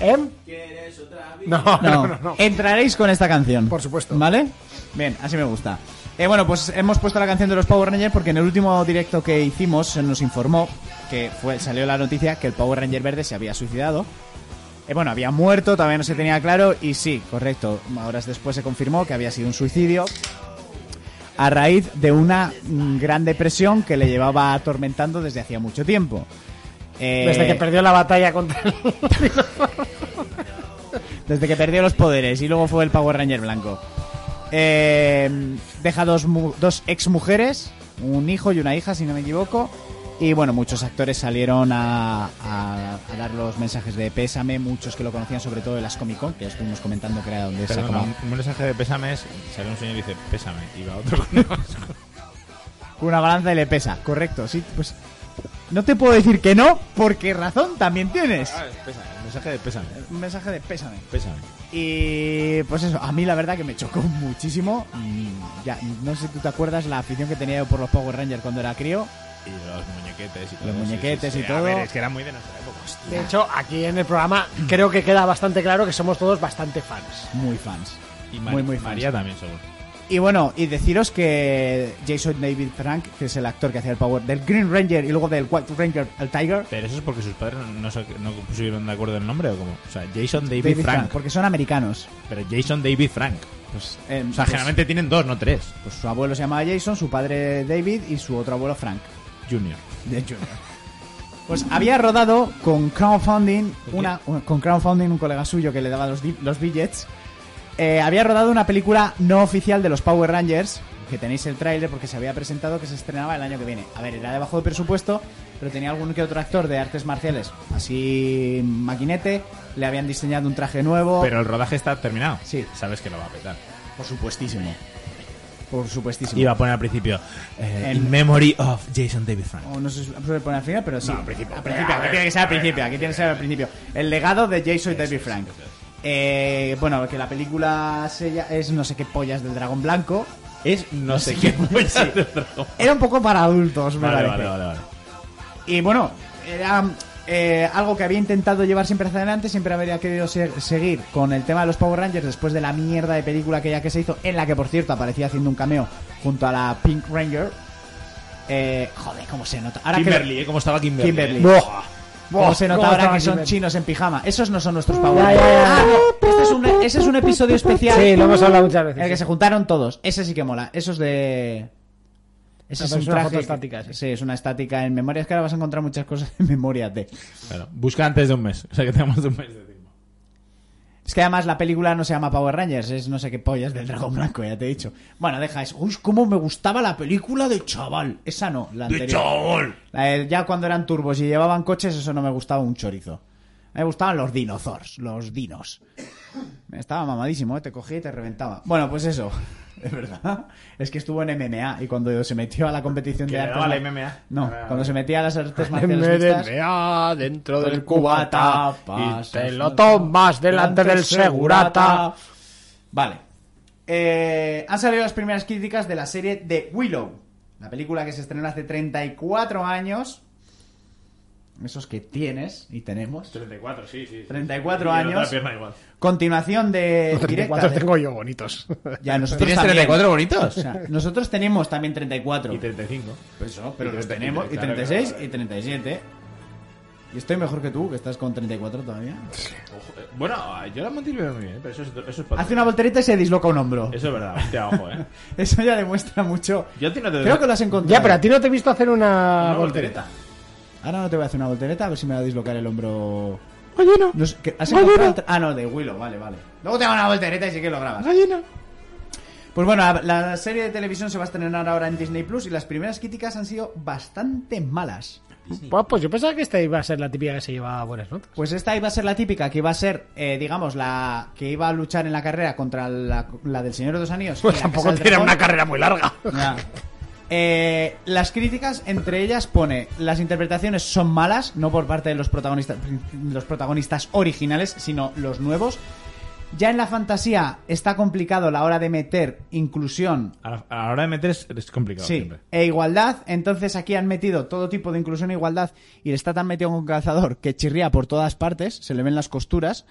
¿Eh? No, no,
no,
no, no.
entraréis con esta canción.
Por supuesto.
¿Vale? Bien, así me gusta. Eh, bueno, pues hemos puesto la canción de los Power Rangers porque en el último directo que hicimos se nos informó que fue, salió la noticia que el Power Ranger verde se había suicidado. Eh, bueno, había muerto, todavía no se tenía claro, y sí, correcto. Horas después se confirmó que había sido un suicidio a raíz de una mm, gran depresión que le llevaba atormentando desde hacía mucho tiempo. Eh,
Desde que perdió la batalla contra el...
Desde que perdió los poderes y luego fue el Power Ranger blanco. Eh, deja dos, mu- dos ex mujeres, un hijo y una hija, si no me equivoco. Y bueno, muchos actores salieron a, a- a dar los mensajes de pésame, muchos que lo conocían sobre todo de las Comic Con, que estuvimos comentando que era donde se
Perdona,
acababa.
un un mensaje de pésame es. Sale un señor y dice pésame. Y va otro con
Con una balanza y le pesa, correcto, sí, pues no te puedo decir que no, porque razón también tienes.
Ah, es pésame. Un mensaje de pésame.
Un mensaje de pésame.
Pésame.
Y pues eso, a mí la verdad que me chocó muchísimo. Mm, Ya, no sé si tú te acuerdas la afición que tenía yo por los Power Rangers cuando era crío.
Y los muñequetes y todo.
Los
sí,
muñequetes
sí,
y
sí. A
todo.
ver, es que era muy de nuestra época.
De hecho, aquí en el programa creo que queda bastante claro que somos todos bastante fans.
Muy fans.
Y Mar-
muy, muy fans.
María también, seguro.
Y bueno, y deciros que Jason David Frank, que es el actor que hacía el Power del Green Ranger y luego del White Ranger, el Tiger.
Pero eso es porque sus padres no, no se- no pusieron de acuerdo el nombre o cómo. O sea, Jason David,
David
Frank.
Frank, porque son americanos.
Pero Jason David Frank.
Pues, eh,
O sea,
pues-
generalmente tienen dos, no tres.
pues su abuelo se llamaba Jason, su padre David y su otro abuelo Frank.
Junior.
de Junior. Pues había rodado con crowdfunding, una, con crowdfunding un colega suyo que le daba los, di- los billets. eh, había rodado una película no oficial de los Power Rangers, que tenéis el tráiler porque se había presentado que se estrenaba el año que viene. A ver, era de bajo de presupuesto, pero tenía algún que otro actor de artes marciales, así maquinete, le habían diseñado un traje nuevo.
Pero el rodaje está terminado.
Oh. Sí.
Sabes que lo va a petar.
por supuestísimo. Por supuestísimo.
Iba a poner al principio. eh,
El-
In memory of Jason David Frank.
O no sé si se pone al final, pero sí.
al principio.
Al principio, aquí tiene que ser al principio, aquí tiene que ser al principio. El legado de Jason y David Frank. Eh, bueno, que la película se lla- es no sé qué pollas del dragón blanco.
Es no sé qué.
Sí. Era un poco para adultos, me
Vale,
parece.
vale, vale, vale.
Y bueno, era eh, algo que había intentado llevar siempre hacia adelante, siempre habría querido ser- seguir con el tema de los Power Rangers después de la mierda de película que ya que se hizo, en la que por cierto aparecía haciendo un cameo junto a la Pink Ranger. Eh, joder, cómo se nota. Ahora que-
Kimberly, ¿eh? ¿Cómo estaba Kimberly?
Kimberly.
eh?
¿Cómo se nota
¿Cómo
ahora
estaba
que son
Kimberly?
chinos en pijama? Esos no son nuestros Power
Ya,
Rangers.
ya, ya.
Ah, no, este es un, ese es un episodio especial.
Sí, lo hemos hablado muchas
En
veces.
el que
sí.
se juntaron todos. Ese sí que mola. Eso es de. Ese
Ah,
es
pero
un
es una
traje.
foto estática, sí.
sí, es una estática en memoria. Es que ahora vas a encontrar muchas cosas en memoria de.
Claro, busca antes de un mes. O sea, que tenemos un mes de tiempo.
Es que además la película no se llama Power Rangers, es no sé qué pollas del dragón blanco, ya te he dicho. Bueno, deja eso. Uy, cómo me gustaba la película de chaval. Esa no, la anterior. La de- ya cuando eran turbos y llevaban coches, eso no me gustaba un chorizo. Me gustaban los dinosaurs, los dinos. Me estaba mamadísimo, ¿eh? te cogía y te reventaba. Bueno, pues eso. Es verdad. Es que estuvo en MMA y cuando se metió a la competición de
le
artes
daba la
mar-
MMA.
No,
Ah.
cuando se metía a las artes marciales mixtas.
MMA dentro del cubata
cubata,
y te
pasas
lo tomas delante del segurata.
Vale. Eh, han salido las primeras críticas de la serie de Willow, la película que se estrenó hace 34 años. Esos que tienes y tenemos.
34, sí, sí.
34
Y la
años.
otra pierna igual.
Continuación de directa. ¿eh?
34
de-
tengo yo bonitos.
Ya, nosotros
¿Tienes
también.
34 bonitos?
O sea, nosotros tenemos también 34.
Y 35.
Pues eso, pero
Y
los
30,
tenemos. Y
claro,
36
claro.
y 37. Y estoy mejor que tú, que estás con 34 todavía.
Ojo, eh, Bueno, yo la Monty lo veo muy bien, ¿eh? pero eso es, eso es para
Hace una voltereta y se disloca un hombro.
Eso es verdad, hostia, ojo, eh.
Eso ya demuestra mucho.
Yo a ti no te
Creo que lo has encontrado.
Ya, pero a ti no te he visto hacer una,
Una
voltereta.
voltereta.
Ahora no te voy a hacer una voltereta, a ver si me va a dislocar el hombro.
Gallina,
No sé, ¿qué- ¿Has
Ay, mira.
encontrado el tra- Ah, no, de Willow, vale, vale. Luego te hago una voltereta y sí que lo grabas.
gallina.
Pues bueno, la- la serie de televisión se va a estrenar ahora en Disney Plus y las primeras críticas han sido bastante malas.
Pues, pues yo pensaba que esta iba a ser la típica que se llevaba buenas notas.
Pues esta iba a ser la típica, que iba a ser, eh, digamos, la que iba a luchar en la carrera contra la, la del Señor de los Anillos. y
Pues
la
tampoco
Casa del
tiene
Dragón.
una carrera muy larga.
Ya. Eh, las críticas, entre ellas, pone las interpretaciones son malas, no por parte de los protagonistas, los protagonistas originales, sino los nuevos. Ya en la fantasía está complicado la hora de meter inclusión
A la, a la hora de meter es, es complicado
sí,
siempre.
e igualdad. Entonces aquí han metido todo tipo de inclusión e igualdad y está tan metido con calzador que chirría por todas partes, se le ven las costuras.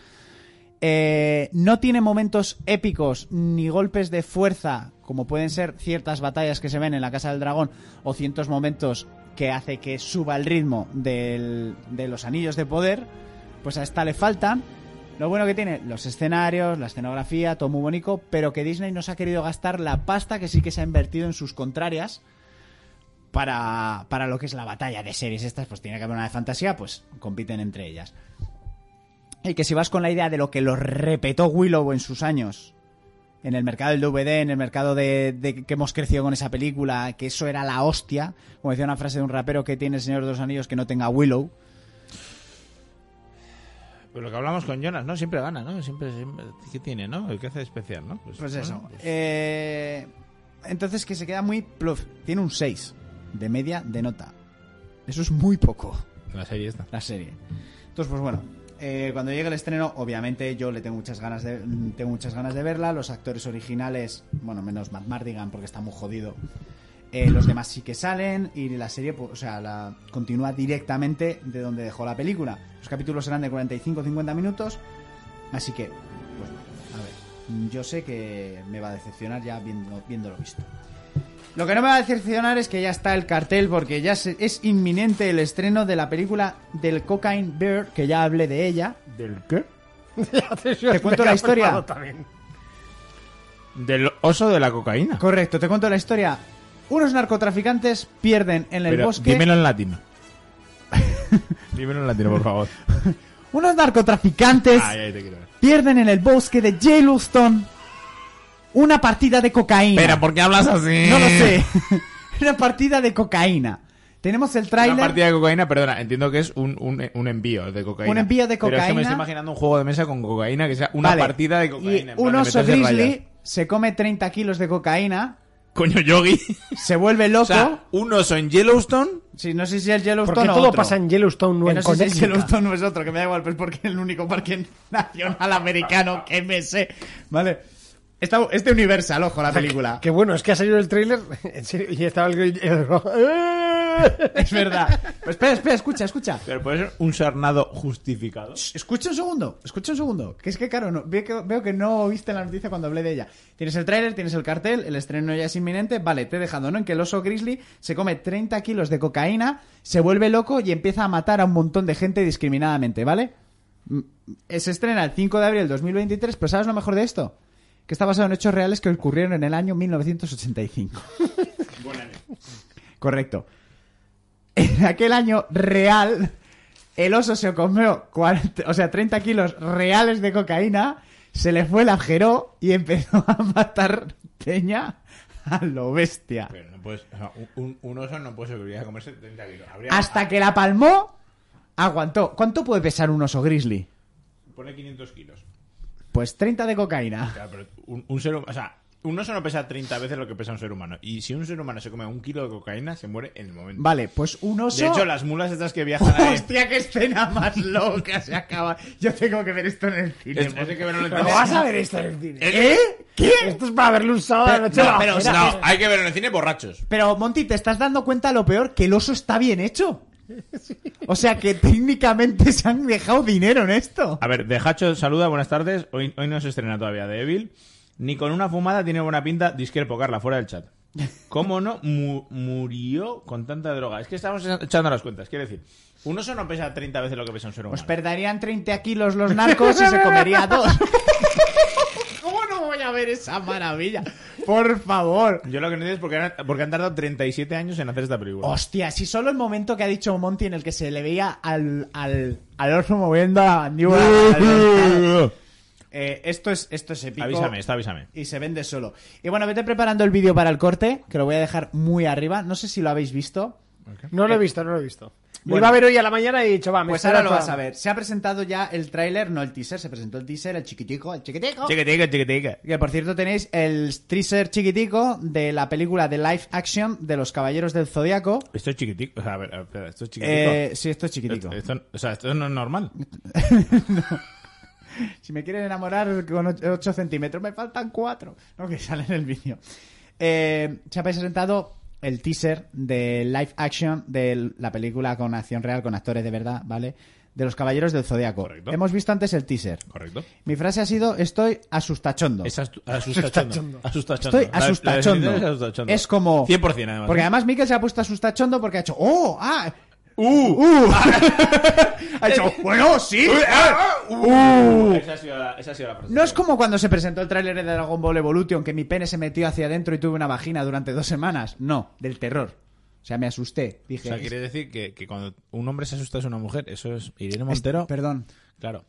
Eh, no tiene momentos épicos ni golpes de fuerza, como pueden ser ciertas batallas que se ven en la Casa del Dragón o ciertos momentos que hace que suba el ritmo del- de los anillos de poder, pues a esta le faltan. Lo bueno que tiene los escenarios, la escenografía, todo muy bonito, pero que Disney no se ha querido gastar la pasta que sí que se ha invertido en sus contrarias para, para lo que es la batalla de series estas, pues tiene que haber una de fantasía, pues compiten entre ellas. Y que si vas con la idea de lo que lo repetó Willow en sus años, en el mercado del DVD, en el mercado de, de que hemos crecido con esa película, que eso era la hostia, como decía una frase de un rapero que tiene el Señor de los Anillos que no tenga Willow.
Pero Pues lo que hablamos con Jonas, ¿no? Siempre gana, ¿no? Siempre, siempre- ¿Qué tiene, no? El que hace especial, ¿no?
Pues
bueno,
eso.
pues-
Eh, entonces que se queda muy pluf. Tiene un 6 de media de nota. Eso es muy poco,
la serie esta.
la serie. Entonces, pues bueno. eh, cuando llegue el estreno, obviamente yo le tengo muchas ganas de mm, tengo muchas ganas de verla. Los actores originales, bueno, menos Matt Mardigan porque está muy jodido. Eh, los demás sí que salen y la serie, pues, o sea, la continúa directamente de donde dejó la película. Los capítulos serán de 45-50 minutos, así que, pues, a ver, yo sé que me va a decepcionar ya viendo, viéndolo visto. Lo que no me va a decepcionar es que ya está el cartel porque ya se- es inminente el estreno de la película del Cocaine Bear, que ya hablé de ella.
¿Del qué?
Te
cuento la historia.
Del oso de la cocaína.
Correcto, te cuento la historia. Unos narcotraficantes pierden en el
Pero
bosque...
Dímelo en latino. dímelo en latino, por favor.
Unos narcotraficantes...
Ay, ay, te quiero ver.
pierden en el bosque de Yellowstone una partida de cocaína.
Pero, ¿por qué hablas así?
No lo sé. una partida de cocaína. Tenemos el
Una
tráiler.
partida de cocaína, perdona, entiendo que es un, un, un envío de cocaína.
Un envío de
Pero es que
cocaína.
me estoy imaginando un juego de mesa con cocaína que sea una
Vale.
partida de cocaína.
Y
en plan
un
de
oso
meterse
grizzly
rayas.
se come 30 kilos de cocaína,
Coño, yogi.
se vuelve loco.
o sea, un oso en Yellowstone.
Sí, no sé si es Yellowstone
Porque
o
todo
otro.
pasa en Yellowstone, no
Que
en
no sé si es
Connecticut.
Yellowstone o es otro, que me da igual, pero es porque es el único parque nacional americano que me sé. Vale. Esta, este Universal, ojo, la película.
Que bueno, es que ha salido el tráiler, en serio, y estaba el grillo- el rojo.
Es verdad. Pero espera, espera, escucha, escucha.
Pero puede ser un sarnado justificado.
Shh, Escucha un segundo, escucha un segundo. Que es que, claro, no, ve que- veo que, no viste la noticia cuando hablé de ella. Tienes el tráiler, tienes el cartel, el estreno ya es inminente. Vale, te he dejado, ¿no? En que el oso grizzly se come 30 kilos de cocaína, se vuelve loco y empieza a matar a un montón de gente discriminadamente, ¿vale? Mm, eh, Se estrena el 5 de abril del 2023, pero ¿sabes lo mejor de esto? Que está basado en hechos reales que ocurrieron en el año 1985. Correcto. En aquel año real, el oso se comió 40 o sea, 30 kilos reales de cocaína, se le fue la jeró y empezó a matar teña a lo bestia.
Pero no puedes, o sea, un, un oso no puede sobrevivir a comerse 30 kilos. Habría-
Hasta que la palmó, aguantó. ¿Cuánto puede pesar un oso grizzly?
Pone 500 kilos.
Pues 30 de cocaína.
Claro, pero un, un ser hum- o sea, un oso no pesa 30 veces lo que pesa un ser humano. Y si un ser humano se come un kilo de cocaína, se muere en el momento.
Vale, pues un oso...
De hecho, las mulas estas que viajan a...
Hostia, qué escena más loca se acaba. Yo tengo que ver esto en el cine.
Es- es que verlo en el
Pero
cine.
vas a ver esto en el cine.
¿Eh?
¿Qué? Esto es para verlo un sábado de noche.
no,
a la
pero-
ojera.
No, hay que verlo en el cine borrachos.
Pero, Monty, ¿te estás dando cuenta lo peor? Que el oso está bien hecho. O sea que técnicamente se han dejado dinero en esto.
A ver, Dejacho saluda, buenas tardes. Hoy, hoy no se estrena todavía The Evil. Ni con una fumada tiene buena pinta. Discrepo, Carla, fuera del chat. ¿Cómo no mu- murió con tanta droga? Es que estamos echando las cuentas. Quiero decir, un oso no pesa 30 veces lo que pesa un ser
Os
humano.
perderían 30 kilos los narcos y se comería dos. ¿Cómo no voy a ver esa maravilla? Por favor.
Yo lo que no entiendo es porque han, porque han tardado 37 años en hacer esta película.
Hostia, si solo el momento que ha dicho Monty en el que se le veía al, al, al oso moviendo la mandíbula. Eh, esto es esto es épico.
Avísame, esto avísame.
Y se vende solo. Y bueno, vete preparando el vídeo para el corte, que lo voy a dejar muy arriba. No sé si lo habéis visto.
No lo he visto, no lo he visto. Lo
Bueno.
iba a ver hoy a la mañana y he dicho, va, me
Pues
espero
ahora lo
hasta-
vas a ver. Se ha presentado ya el tráiler, no el teaser. Se presentó el teaser, el chiquitico, el chiquitico.
Chiquitica, chiquitica.
Que por cierto tenéis el teaser chiquitico de la película de live action de los Caballeros del Zodiaco.
Esto es chiquitico. O sea, a ver, espera, esto es chiquitico.
Eh, sí, esto es chiquitico.
Esto- esto- o sea, esto no es normal.
Si me quieren enamorar con 8 centímetros, me faltan 4. No, que sale en el vídeo. Eh, se ha presentado el teaser de live action de la película con acción real, con actores de verdad, ¿vale? De los Caballeros del Zodiaco.
Correcto.
Hemos visto antes el teaser.
Correcto.
Mi frase ha sido: Estoy asustachondo.
Es astu- asustachondo. Asustachondo.
Estoy
La- la
asustachondo.
definición es asustachondo.
Es como.
100% además.
Porque
¿eh?
además Mikel se ha puesto asustachondo porque ha hecho. ¡Oh! ¡Ah! ¡Uh! ¡Uh! ha hecho. ¡Bueno, sí! ¡Uh!
Esa ha sido la, esa ha sido la frase.
No es como cuando se presentó el tráiler de Dragon Ball Evolution, que mi pene se metió hacia adentro y tuve una vagina durante dos semanas. No, del terror. O sea, me asusté.
O
Dije.
sea, quiere decir que, que cuando un hombre se asusta es una mujer. Eso es Irene Montero.
"Es- Perdón.
Claro.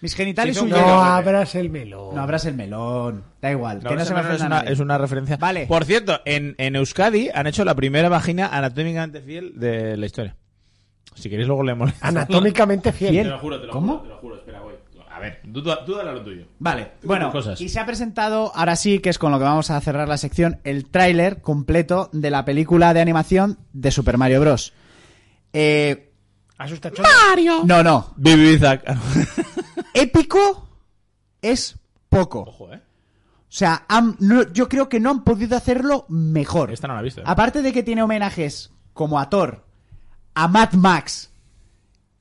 Mis genitales
Sí, no,
huyeron.
No
Venga,
abras el melón.
No abras el melón. Da igual.
La
que no
Brasa
se me
Menor es
ofenda
una,
nadie.
es una referencia.
Vale.
Por cierto, en, en Euskadi han hecho la primera vagina anatómicamente fiel de la historia. Si queréis, luego leemos.
Anatómicamente fiel.
Fiel.
Te lo juro, te lo
¿Cómo?
juro, te lo juro. Espera, voy. A ver, duda, dúdala lo tuyo.
Vale, bueno,
cosas.
y se ha presentado, ahora sí, que es con lo que vamos a cerrar la sección, el tráiler completo de la película de animación de Super Mario Bros. Eh,
Asustachondo.
no, no,
Bibi Isaac.
épico es poco. O
Ojo, eh.
sea, han- no- yo creo que no han podido hacerlo mejor.
Esta no la he visto. eh.
Aparte de que tiene homenajes como a Thor, a Mad Max,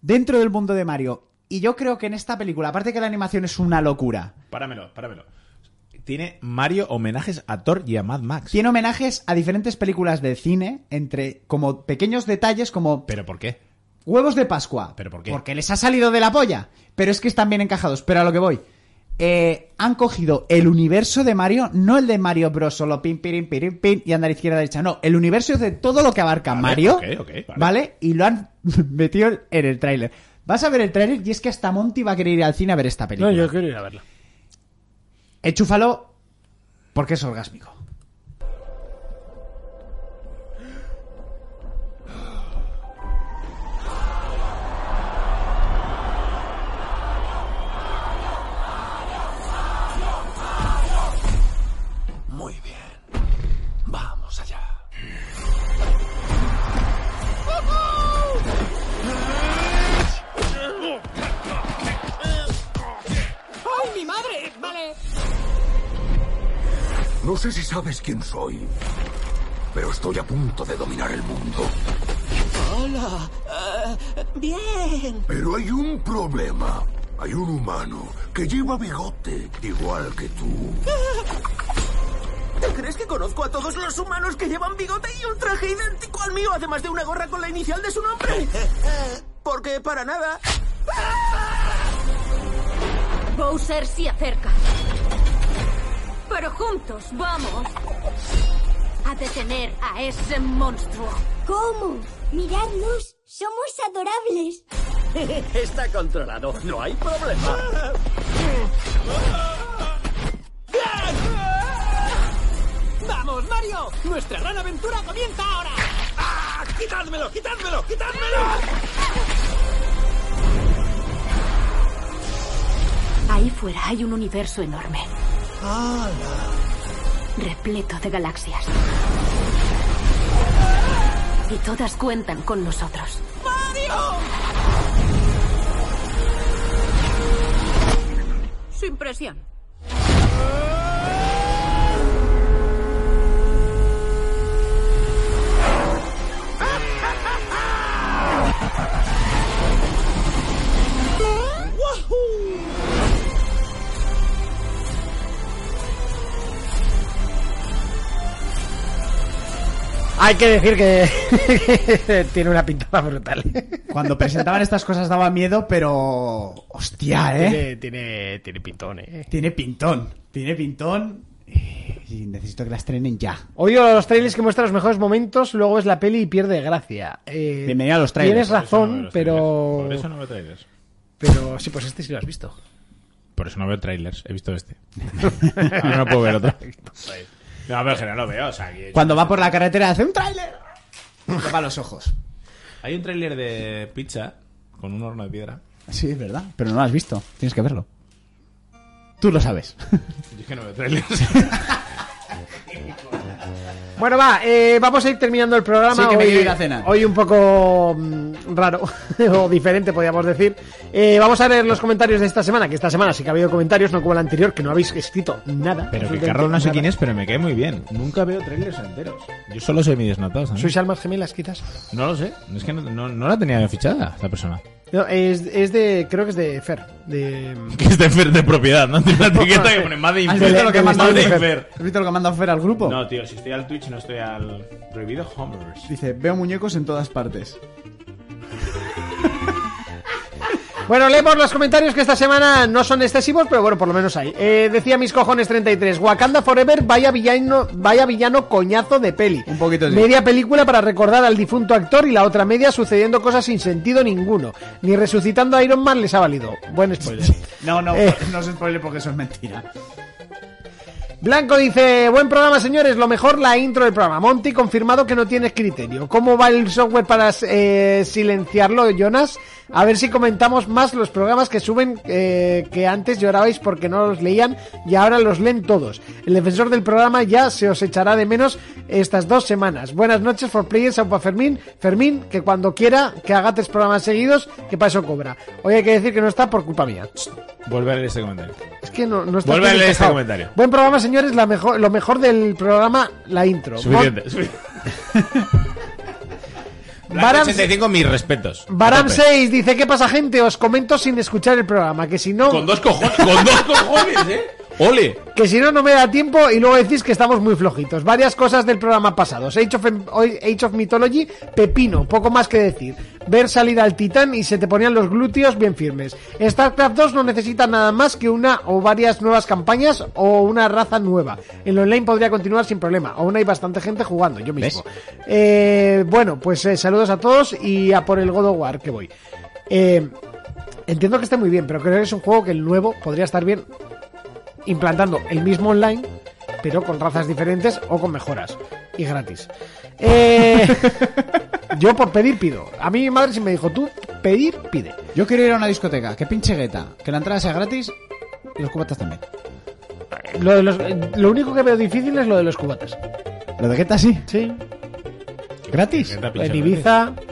dentro del mundo de Mario, y yo creo que en esta película, aparte de que la animación es una locura,
Páramelo, páramelo. Tiene Mario homenajes a Thor y a Mad Max.
Tiene homenajes a diferentes películas de cine, entre como pequeños detalles como
¿Pero por qué?
huevos de Pascua.
¿Pero por qué?
Porque les ha salido de la polla. Pero es que están bien encajados. Pero a lo que voy. Eh, han cogido el universo de Mario, no el de Mario Bros. Solo pin, pin, pin, pin y andar izquierda, derecha. No, el universo de todo lo que abarca
Vale,
Mario.
ok, ok, vale.
Y lo han metido en el tráiler. Vas a ver el tráiler y es que hasta Monty va a querer ir al cine a ver esta película.
No, yo quiero ir a verla.
Enchúfalo porque es orgásmico.
Muy bien. Vamos allá.
¡Oh, mi madre! Vale.
No sé si sabes quién soy, pero estoy a punto de dominar el mundo.
Hola. Ah, bien.
Pero hay un problema. Hay un humano que lleva bigote, igual que tú.
¿Te crees que conozco a todos los humanos que llevan bigote y un traje idéntico al mío, además de una gorra con la inicial de su nombre? Porque para nada.
Bowser se acerca. Pero juntos vamos a detener a ese monstruo.
¿Cómo? Miradnos, somos adorables.
Está controlado, no hay problema. ¡Vamos, Mario! ¡Nuestra gran aventura comienza ahora! ¡Ah! ¡Quitádmelo, quitádmelo, quitádmelo!
Ahí fuera hay un universo enorme. Repleto de galaxias. Y todas cuentan con nosotros. ¡Mario! Sin presión.
Hay que decir que tiene una pintada brutal.
Cuando presentaban estas cosas daba miedo, pero. Hostia,
Tiene,
eh.
tiene, tiene pintón, eh.
Tiene pintón. Tiene pintón. Y necesito que las trenen ya.
Odio los trailers que muestran los mejores momentos, luego es la peli y pierde gracia. Eh,
Bienvenido a los trailers.
Tienes
Por eso no
razón,
veo los trailers.
pero...
Por eso no me trailers.
Pero sí, pues este sí lo has visto.
Por eso no veo trailers. He visto este. Ahora no puedo ver otro. No, pero en general lo veo. O sea, que-
Cuando va por la carretera hace un tráiler. Tapa los ojos.
Hay un trailer de pizza con un horno de piedra.
Sí, es verdad. Pero no lo has visto. Tienes que verlo. Tú lo sabes.
Yo es que no veo trailers.
Bueno, va, eh, vamos a ir terminando el programa.
Sí, que me
hoy,
quiero ir a cenar.
hoy un poco mm, raro, o diferente, podríamos decir. Eh, vamos a leer los comentarios de esta semana, que esta semana sí que ha habido comentarios, no como la anterior, que no habéis escrito nada.
Pero que
absolutamente
Carlos no sé
nada.
quién es, pero me cae muy bien. Nunca veo trailers enteros. Yo solo soy mi desnatado. ¿sabes?
¿Sois almas gemelas, quizás?
No lo sé. Es que no, no- no la tenía fichada esa persona.
No, es, es de, creo que es de Fer, de... mm,
Que es de Fer de propiedad, ¿no? Tiene una etiqueta que pone más de
visto
Infer.
lo que ha
más
mandado
de
Fer?
Infer.
¿Has visto lo que ha mandado Fer al grupo?
No, tío, si estoy al Twitch no estoy al prohibido Homers.
Dice, veo muñecos en todas partes.
Bueno, leemos los comentarios que esta semana no son excesivos, pero bueno, por lo menos hay. Eh, decía mis cojones 33, Wakanda Forever, vaya villano, vaya villano coñazo de peli.
Un poquito sí.
Media película para recordar al difunto actor y la otra media sucediendo cosas sin sentido ninguno. Ni resucitando a Iron Man les ha valido. Buen spoiler.
No, no,
Eh.
no se spoile porque eso es mentira.
Blanco dice, buen programa señores, lo mejor la intro del programa. Monty confirmado que no tienes criterio. ¿Cómo va el software para eh, silenciarlo, Jonas? A ver si comentamos más los programas que suben eh, que antes llorabais porque no los leían y ahora los leen todos. El defensor del programa ya se os echará de menos estas dos semanas. Buenas noches for players, Aupa Fermín. Fermín, que cuando quiera que haga tres programas seguidos, que para eso cobra. Hoy hay que decir que no está por culpa mía.
Volver a leer este comentario.
Es que no, no está
Vuelve a
bien
leer este
encajado.
comentario.
Buen programa, señores. La mejor, lo mejor del programa, la intro.
Suficiente. suficiente. Blanco
Baram-
85, mis respetos. A tope.
Baram6 dice: ¿Qué pasa, gente? Os comento sin escuchar el programa. Que si no,
Con dos cojones, con dos cojones, ¿eh? Ole.
que si no, no me da tiempo. Y luego decís que estamos muy flojitos. Varias cosas del programa pasado: Age of, Em- Age of Mythology, Pepino, poco más que decir. Ver salir al titán y se te ponían los glúteos bien firmes. StarCraft 2 no necesita nada más que una o varias nuevas campañas o una raza nueva. El online podría continuar sin problema. Aún hay bastante gente jugando, yo mismo. Eh, bueno, pues eh, saludos a todos y a por el God of War que voy. Eh, entiendo que esté muy bien, pero creo que es un juego que el nuevo podría estar bien implantando el mismo online, pero con razas diferentes o con mejoras. Y gratis. Eh, yo por pedir pido. A mí mi madre sí me dijo, tú pedir pide.
Yo quiero ir a una discoteca, que pinche gueta, que la entrada sea gratis y los cubatas también.
Lo, de los- lo único que veo difícil es lo de los cubatas.
¿Lo de gueta sí?
Sí.
¿Gratis?
Está pinchado.
En Ibiza,
¿eh?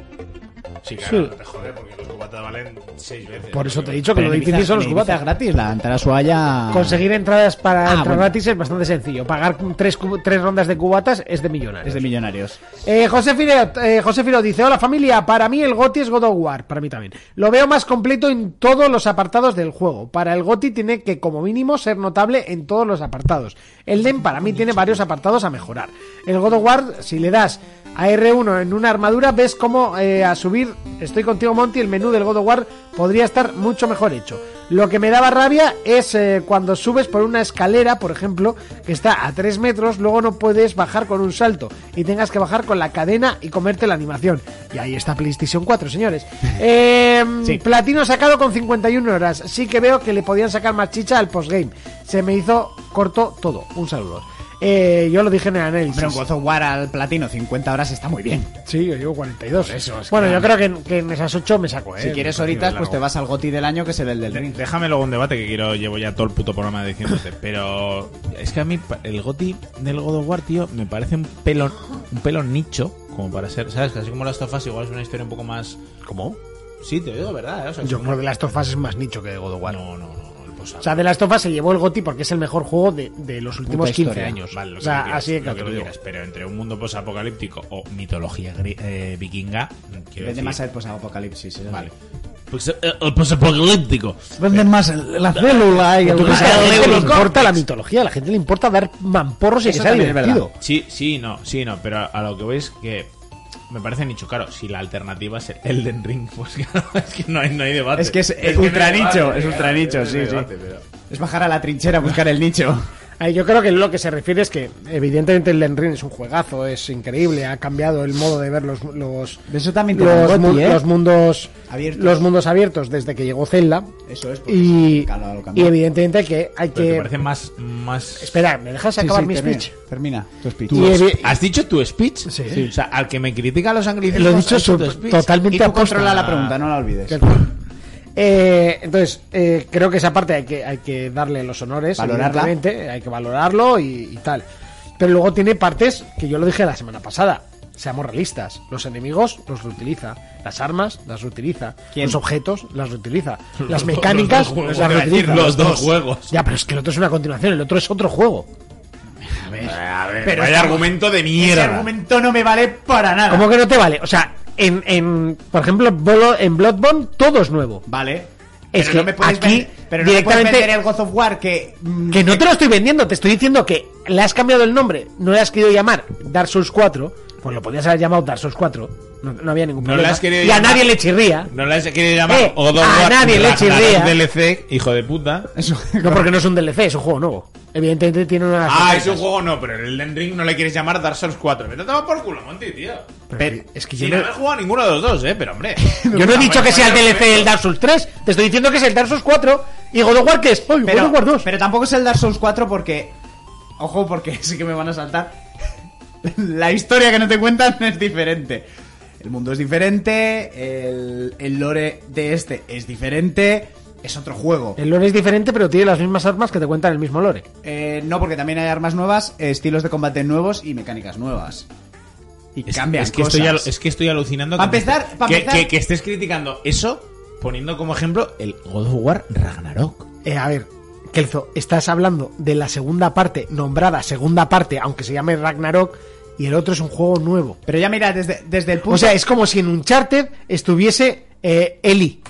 Sí.
Sí, claro, no te jode, porque los cubatas valen seis veces.
por eso te he dicho que lo difícil son los cubatas.
gratis, la entrada suaya...
Conseguir entradas para
Ah,
entrar
bueno.
gratis es bastante sencillo. Pagar tres, cu- tres rondas de cubatas es de millonarios.
Es de millonarios.
Eh, José, Firo, eh, José Firo dice, hola familia, para mí el GOTI es God of War, para mí también. Lo veo más completo en todos los apartados del juego. Para el GOTI tiene que como mínimo ser notable en todos los apartados. El DEM para mí tiene varios apartados a mejorar. El God of War, si le das a R1 en una armadura, ves cómo eh, a subir, estoy contigo Monty, el menú del God of War podría estar mucho mejor hecho. Lo que me daba rabia es eh, cuando subes por una escalera, por ejemplo, que está a 3 metros, luego no puedes bajar con un salto y tengas que bajar con la cadena y comerte la animación. Y ahí está PlayStation 4, señores. Eh, Platino sacado con 51 horas. Sí que veo que le podían sacar más chicha al postgame. Se me hizo corto todo. Un saludo. Eh, yo lo dije en el análisis.
Pero un God of War al platino 50 horas está muy bien.
Sí, yo llevo 42. bueno, yo creo que en, que en esas 8 me saco, ¿eh?
Si quieres horitas, pues te vas al goti del año, que es el del
De-
ring.
Déjame luego un debate que quiero llevo ya todo el puto programa diciéndote, pero es que a mí pa- el goti del God of War, tío, me parece un pelo un pelo nicho como para ser, sabes, Que así como Last of Us igual es una historia un poco más ¿Cómo? Sí, te digo verdad, ¿eh? O sea,
Yo
es
creo
como-
que Last of Us es más nicho que de God of War.
no, no, no, el posado.
O sea, The Last of Us se llevó el GOTI porque es el mejor juego de, de los últimos 15
historia.
años.
Vale, lo
o
que
sea,
tú quieras,
así de
lo
claro
que
te
tú
lo digo.
quieras, pero entre un mundo posapocalíptico o mitología gri- eh, vikinga,
Vende
quiero decir,
más el posapocalipsis. eso sí.
vale. Pues, eh, el posapocalíptico.
Venden más la célula y el...
Tú crees que a la
Ah,
gente le
Lego
importa la mitología, a la gente le importa dar mamporros y que
Eso
sea
también es
divertido.
Sí, sí, no, sí, no, pero a- a lo que voy es que me parece nicho, claro, si la alternativa es el Elden Ring, pues claro, es que no hay, no hay debate.
Es que es
no hay
ultranicho,
debate,
es
claro,
ultranicho,
es que no hay
sí, sí.
debate, pero-
Es bajar a la trinchera a buscar el nicho.
Ahí yo creo que lo que se refiere es que, evidentemente, el Elden Ring es un juegazo, es increíble, ha cambiado el modo de ver los, los,
De eso también te
los,
dan
mu-
goti, ¿eh?
los mundos
Abiertos.
los mundos abiertos desde que llegó Zelda.
Eso es, porque
Y,
claro, lo cambió.
y evidentemente que hay
Pero te
que.
parece más. más...
Espera, ¿me dejas
Sí,
acabar
sí,
mi
termina,
speech? eh,
Termina tu speech.
Y evi-
¿Has dicho tu speech?
Sí.
O sea, al que me critica los anglicismos.
Lo he dicho
¿has tu
sobre-
speech?
totalmente
Y tú
aposta.
controla la pregunta, no la olvides.
Eh, entonces, eh, creo que esa parte hay que, hay que darle los honores.
Valorarla.
evidentemente, Hay que valorarlo y, y tal. Pero luego tiene partes que yo lo dije la semana pasada. Seamos realistas. Los enemigos los reutiliza. Las armas las reutiliza.
¿Quién?
Los objetos las reutiliza. Las mecánicas
los
las
dos juegos, iba a decir,
reutiliza.
los dos juegos.
Ya, pero es que el otro es una continuación. El otro es otro juego.
A ver,
Pero
vaya
estamos-
argumento de
Ese
mierda.
argumento no me vale para nada.
¿Cómo que no te vale? O sea, en, en por ejemplo, Bolo- en Bloodborne todo es nuevo.
Vale.
Es
pero
que
no me puedes
aquí
vender- pero no me puedes
directamente-
vender el God of War que mm,
Eh,
Que no te lo estoy vendiendo, te estoy diciendo que le has cambiado el nombre, no le has querido llamar Dark Souls 4, pues lo podías haber llamado Dark Souls 4, no, no había ningún
No
problema.
le has querido
y a
llamar-
nadie le chirría,
No la he querido llamar
Eh,
God of
a
War
nadie le
Ragnarok
chirría.
DLC, hijo de puta.
no porque no es un DLC, es un juego nuevo. Evidentemente tiene una...
Ah, es un juego no, pero el Elden Ring no le quieres llamar Dark Souls 4. Vete a tomar por culo, Monty, tío.
Pero es que yo
Si
no,
no he jugado ninguno de los dos, eh, pero hombre.
yo no he dicho que sea el
Vaya,
DLC del Dark Souls 3, te estoy diciendo que es el Dark Souls 4 y God of War que es... ¡Ay, God
Pero,
of War 2!
pero tampoco es el Dark Souls 4 porque. Ojo, porque sí que me van a saltar. La historia que no te cuentan es diferente. El mundo es diferente. El, el lore de este es diferente. Es otro juego.
El lore es diferente, pero tiene las mismas armas que te cuentan el mismo lore.
Eh, no, porque también hay armas nuevas, eh, estilos de combate nuevos y mecánicas nuevas. Y
Es,
cambian
es que
cosas.
estoy al- es que estoy alucinando.
Pa'
que-
empezar- pa'
que,
empezar-
que- que estés criticando eso poniendo como ejemplo el God of War Ragnarok.
Eh, a ver, Kelzo, estás hablando de la segunda parte, nombrada segunda parte, aunque se llame Ragnarok, y el otro es un juego nuevo.
Pero ya mira, desde, desde el punto...
O sea, es como si en Uncharted estuviese eh, Eli.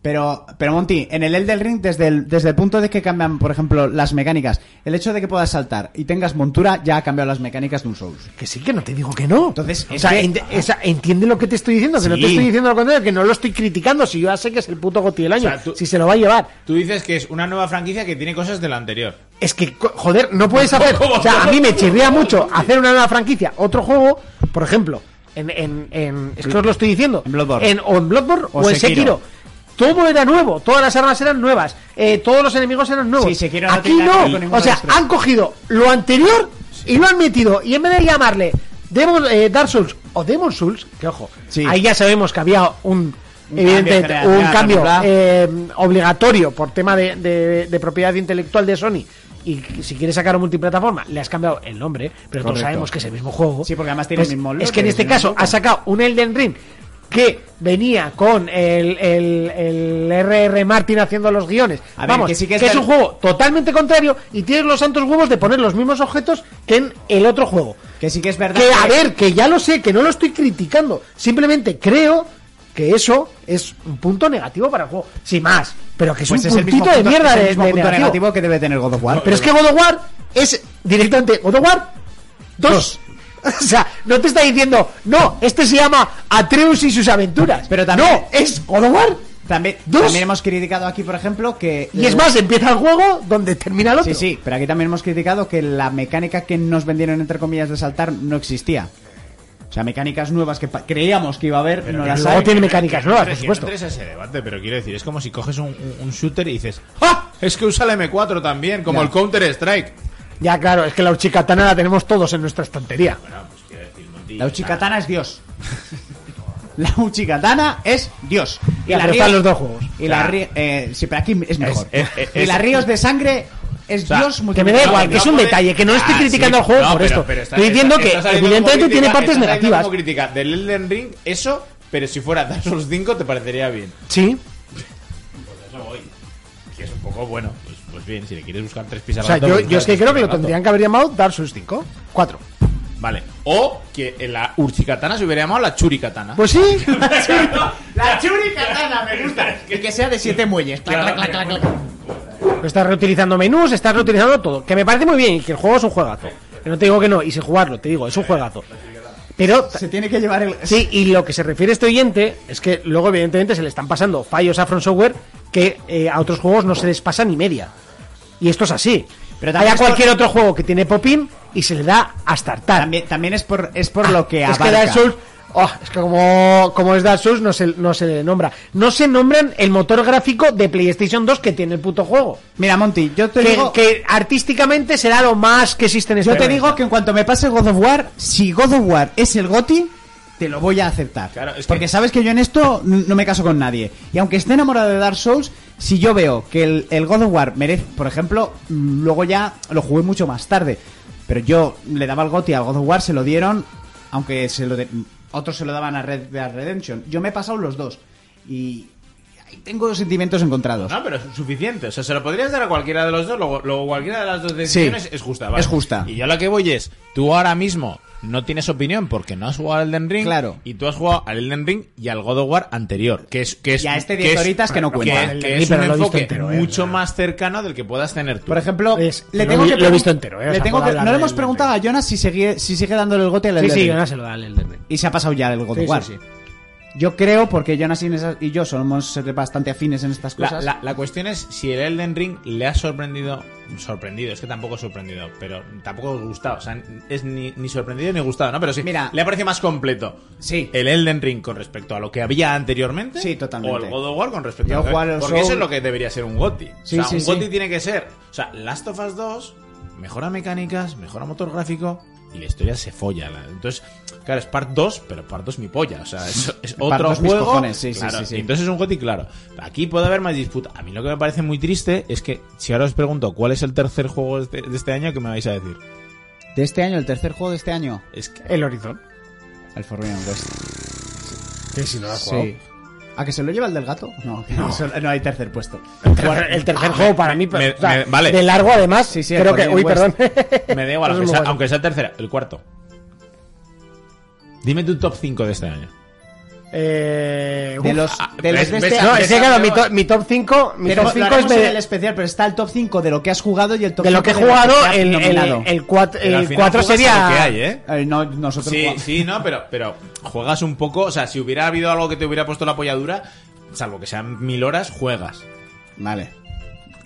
Pero, pero Monty, en el Elden Ring, desde el, desde el punto de que cambian, por ejemplo, las mecánicas, el hecho de que puedas saltar y tengas montura ya ha cambiado las mecánicas de un Souls.
Que sí, que no te digo que no.
Entonces,
o
es
sea,
que-
ent- esa- entiende lo que te estoy diciendo, que no
Sí.
te estoy diciendo lo contrario, que no lo estoy criticando, si yo ya sé que es el puto goti del año,
sea, tú-
si se lo va a llevar.
Tú dices que es una nueva franquicia que tiene cosas de la anterior.
Es que, co- joder, no puedes hacer. O sea, a mí me chirría mucho hacer una nueva franquicia, otro juego, por ejemplo, en. en, en es que os lo estoy diciendo.
En Bloodborne.
En- o en Bloodborne o,
O
en
Sekiro.
Sekiro. Todo era nuevo, todas las armas eran nuevas, eh, todos los enemigos eran nuevos.
Sí, Sekiro no
Aquí
tiene nada que ver con
no. O
ninguno de
sea,
los tres.
han cogido lo anterior y lo han metido. Y en vez de llamarle Demon, eh, Dark Souls o Demon Souls, que ojo,
Sí.
ahí ya sabemos que había un.
Un
Evidentemente,
cambio de
un
creación,
cambio
bla, bla.
eh, obligatorio por tema de, de- de propiedad intelectual de Sony. Y si quieres sacar a multiplataforma, le has cambiado el nombre, pero todos
Correcto.
sabemos que es el mismo juego.
Sí, porque además tiene el mismo
Es
lore,
que en este
si no me
caso
equivoco.
ha sacado un Elden Ring que venía con el, el, el RR Martin haciendo los guiones.
A ver,
Vamos,
que
que,
sí que
es
está-
un juego totalmente contrario y tienes los santos huevos de poner los mismos objetos que en el otro juego.
Que sí que es verdad
Que a ver, que ya lo sé, que no lo estoy criticando. Simplemente creo que eso es un punto negativo para el juego. Sin más. Pero que es
pues
un
es el mismo
puntito de
punto-
mierda
es el
de,
mismo
de
punto
negativo.
negativo. que debe tener God of War.
Pero es que God of War es directamente God of War 2. O sea, no te está diciendo, no, este se llama Atreus y sus aventuras.
Pero también-
No, es God of War.
también,
Dos.
también hemos criticado aquí, por ejemplo, que...
Y es más, empieza el juego donde termina el otro.
Sí, sí, pero aquí también hemos criticado que la mecánica que nos vendieron, entre comillas, de saltar no existía. O sea, mecánicas nuevas que pa- creíamos que iba a haber, no
Pero
las
luego
hay.
tiene mecánicas nuevas, por
Que
supuesto.
No entres a ese debate, pero quiero decir, es como si coges un, un- un shooter y dices, ¡Ah! Es que usa la M4 también, como
Ya.
el Counter Strike.
Ya, claro, es que la Uchicatana la tenemos todos en nuestra estantería.
La Uchikatana es Dios. La Uchikatana es Dios.
Ya, pero están los dos juegos.
Y la ri- eh, sí, pero aquí es mejor.
Es- es-
y la
es-
Ríos de Sangre es
sea,
Dios
Que me da
multiplicado
igual,
por
que es
Dios.
un
puede-
detalle, que no estoy
Ah,
criticando
sí.
al juego
No,
por
pero-
esto.
pero está-
estoy
está-
diciendo
está
que,
saliendo
evidentemente,
como
tiene
crítica-
partes
está saliendo
negativas.
como crítica del Elden Ring, eso, pero si fuera Dark Souls 5 te parecería bien.
Sí,
Eso voy. Que es un poco bueno. Pues, pues bien, si le quieres buscar tres pisas
o sea,
al rato,
yo,
pues
yo es que creo
busca
que
tres
lo
pisas al rato.
tendrían que haber llamado Dark Souls 5. 4.
Vale. O que en la Urchikatana se hubiera llamado la Churikatana.
Pues sí.
La Churikatana me gusta. Y que sea de siete muelles. Clac, clac, clac, clac, clac.
Estás reutilizando menús, estás reutilizando todo. Que me parece muy bien y que el juego es un juegazo. Que no te digo que no, y sin jugarlo, te digo, es un juegazo. Pero
Se tiene que llevar el.
Sí, y lo que se refiere este oyente es que luego, evidentemente, se le están pasando fallos a From Software que eh, a otros juegos no se les pasa ni media. Y esto es así.
Pero
Hay
también
a
es por-
cualquier otro juego que tiene pop-in y se le da a startar.
También, también es por Ah, es por lo que
es
abarca.
que Dark Souls. oh, es que como, como es Dark Souls, no se, no se le nombra. No se nombran el motor gráfico de PlayStation 2 que tiene el puto juego.
Mira, Monty, yo te
Que,
digo
que artísticamente será lo más que existe en este
yo te
planeta.
digo que en cuanto me pase God of War, si God of War es el GOTI, te lo voy a aceptar.
Claro, es que-
Porque sabes que yo en esto n- no me caso con nadie. Y aunque esté enamorado de Dark Souls, si yo veo que el, el God of War merece, por ejemplo, mm, luego ya lo jugué mucho más tarde. Pero yo le daba el GOTI al God of War, se lo dieron, aunque se lo de- otros se lo daban a Red Dead Redemption. Yo me he pasado los dos. Y ahí tengo sentimientos encontrados.
No, pero es suficiente. O sea, se lo podrías dar a cualquiera de los dos. Luego, luego cualquiera de las dos decisiones es justa. ¿vale?
es justa.
Y yo la que voy es, tú ahora mismo no tienes opinión porque no has jugado al Elden Ring.
Claro.
Y tú has jugado al Elden Ring y al God of War anterior. Que es, que es,
Y a este
que
10
es-
horitas que no
que-
cuenta.
Que,
Elden Ring,
es un
pero lo he visto
enfoque
entero, eh.
mucho más cercano del que puedas tener tú.
Por ejemplo,
Es-
le
lo
tengo
vi-
que
lo he
pregun-
visto entero, eh, o
le
sea,
tengo
puedo
que-
hablar
no le
del
hemos
Elden
preguntado a Jonas si sigue, si sigue dándole el gote al
Sí,
Elden
sí,
Ring.
yo no se lo da al Elden Ring.
Y se ha pasado ya el God
Sí,
of
sí,
War.
sí.
Yo creo, porque Jonas y Inés y yo somos bastante afines en estas
La,
cosas.
la- la cuestión es si el Elden Ring le ha sorprendido. Sorprendido, es que tampoco sorprendido, pero tampoco gustado. O sea, es ni, ni sorprendido ni gustado, ¿no? Pero sí,
Mira.
le ha parecido más completo
Sí.
eh.
el Elden Ring con respecto a lo que había anteriormente.
Sí, totalmente.
O el God of War con respecto
Yo
a lo que
jugar al
Porque
Soul-
eso es lo que debería ser un GOTI.
Sí,
o sea,
sí,
un
sí.
GOTI tiene que ser. O sea, Last of Us 2 mejora mecánicas, mejora motor gráfico y la historia se folla. la- Entonces, claro, es part 2, pero part 2 mi polla. O sea, es, es
Part
otro
2 mis
juego.
cojones, sí, sí,
Claro,
sí, sí.
y entonces es un GOTI, claro. Aquí puede haber más disputa. A mí lo que me parece muy triste es que si ahora os pregunto cuál es el tercer juego de de este año, ¿qué me vais a decir?
De este año, el tercer juego de este año,
Es que
El Horizon.
el Forbidden West.
Que si no lo has
Sí. ¿A que se lo lleva el del gato? No, que eso- no, hay tercer puesto.
El tercer juego para mí,
me-
o sea,
me- vale.
de largo además.
Sí, sí, el
creo que, uy,
Forbidden
perdón.
West.
me da igual,
Eso
aunque
es muy
sea,
bueno.
aunque sea el tercero, el cuarto. Dime tu top 5 de este año.
Eh,
De
uf.
los,
ah,
de, los
ves-
de
ves-
este
no,
año.
es que claro, mi, to- mi top 5 mi
Tenemos-
top
lo
5 es
haremos en
medio-
el especial, pero está el top 5 de lo que has jugado y el top
de lo que he
5
jugado,
lo que has
el,
nominado.
el, el, cuat-
Pero al
el
final
4
juegas a
sería...
lo que hay, ¿eh?
Eh, no, nosotros
Sí,
jugamos.
sí, no, pero, pero juegas un poco. O sea, si hubiera habido algo que te hubiera puesto la polladura, salvo que sean mil horas, juegas.
Vale.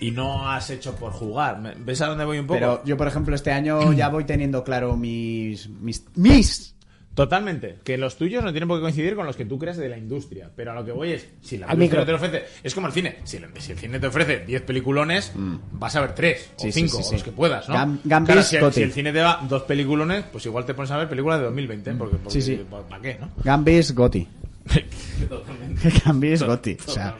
Y no has hecho por jugar. ¿Me- ¿Ves a dónde voy un poco?
Pero yo, por ejemplo, este año ya voy teniendo claro mis. mis. mis.
Totalmente. Que los tuyos no tienen por qué coincidir con los que tú creas de la industria. Pero a lo que voy es, si la
Al
industria
micro.
te ofrece. Es como el cine. Si, el- si el cine te ofrece 10 peliculones, vas a ver 3
Mm. Sí, sí,
o 5,
sí, sí.
o los que puedas, ¿no?
Gam- Gambis,
Claro, si, el-
Gotti.
si el cine te da dos peliculones, pues igual te pones a ver películas de 2020, porque, porque
Sí, sí.
¿para qué, no?
Gambis Goti. Gambis Goti. O sea,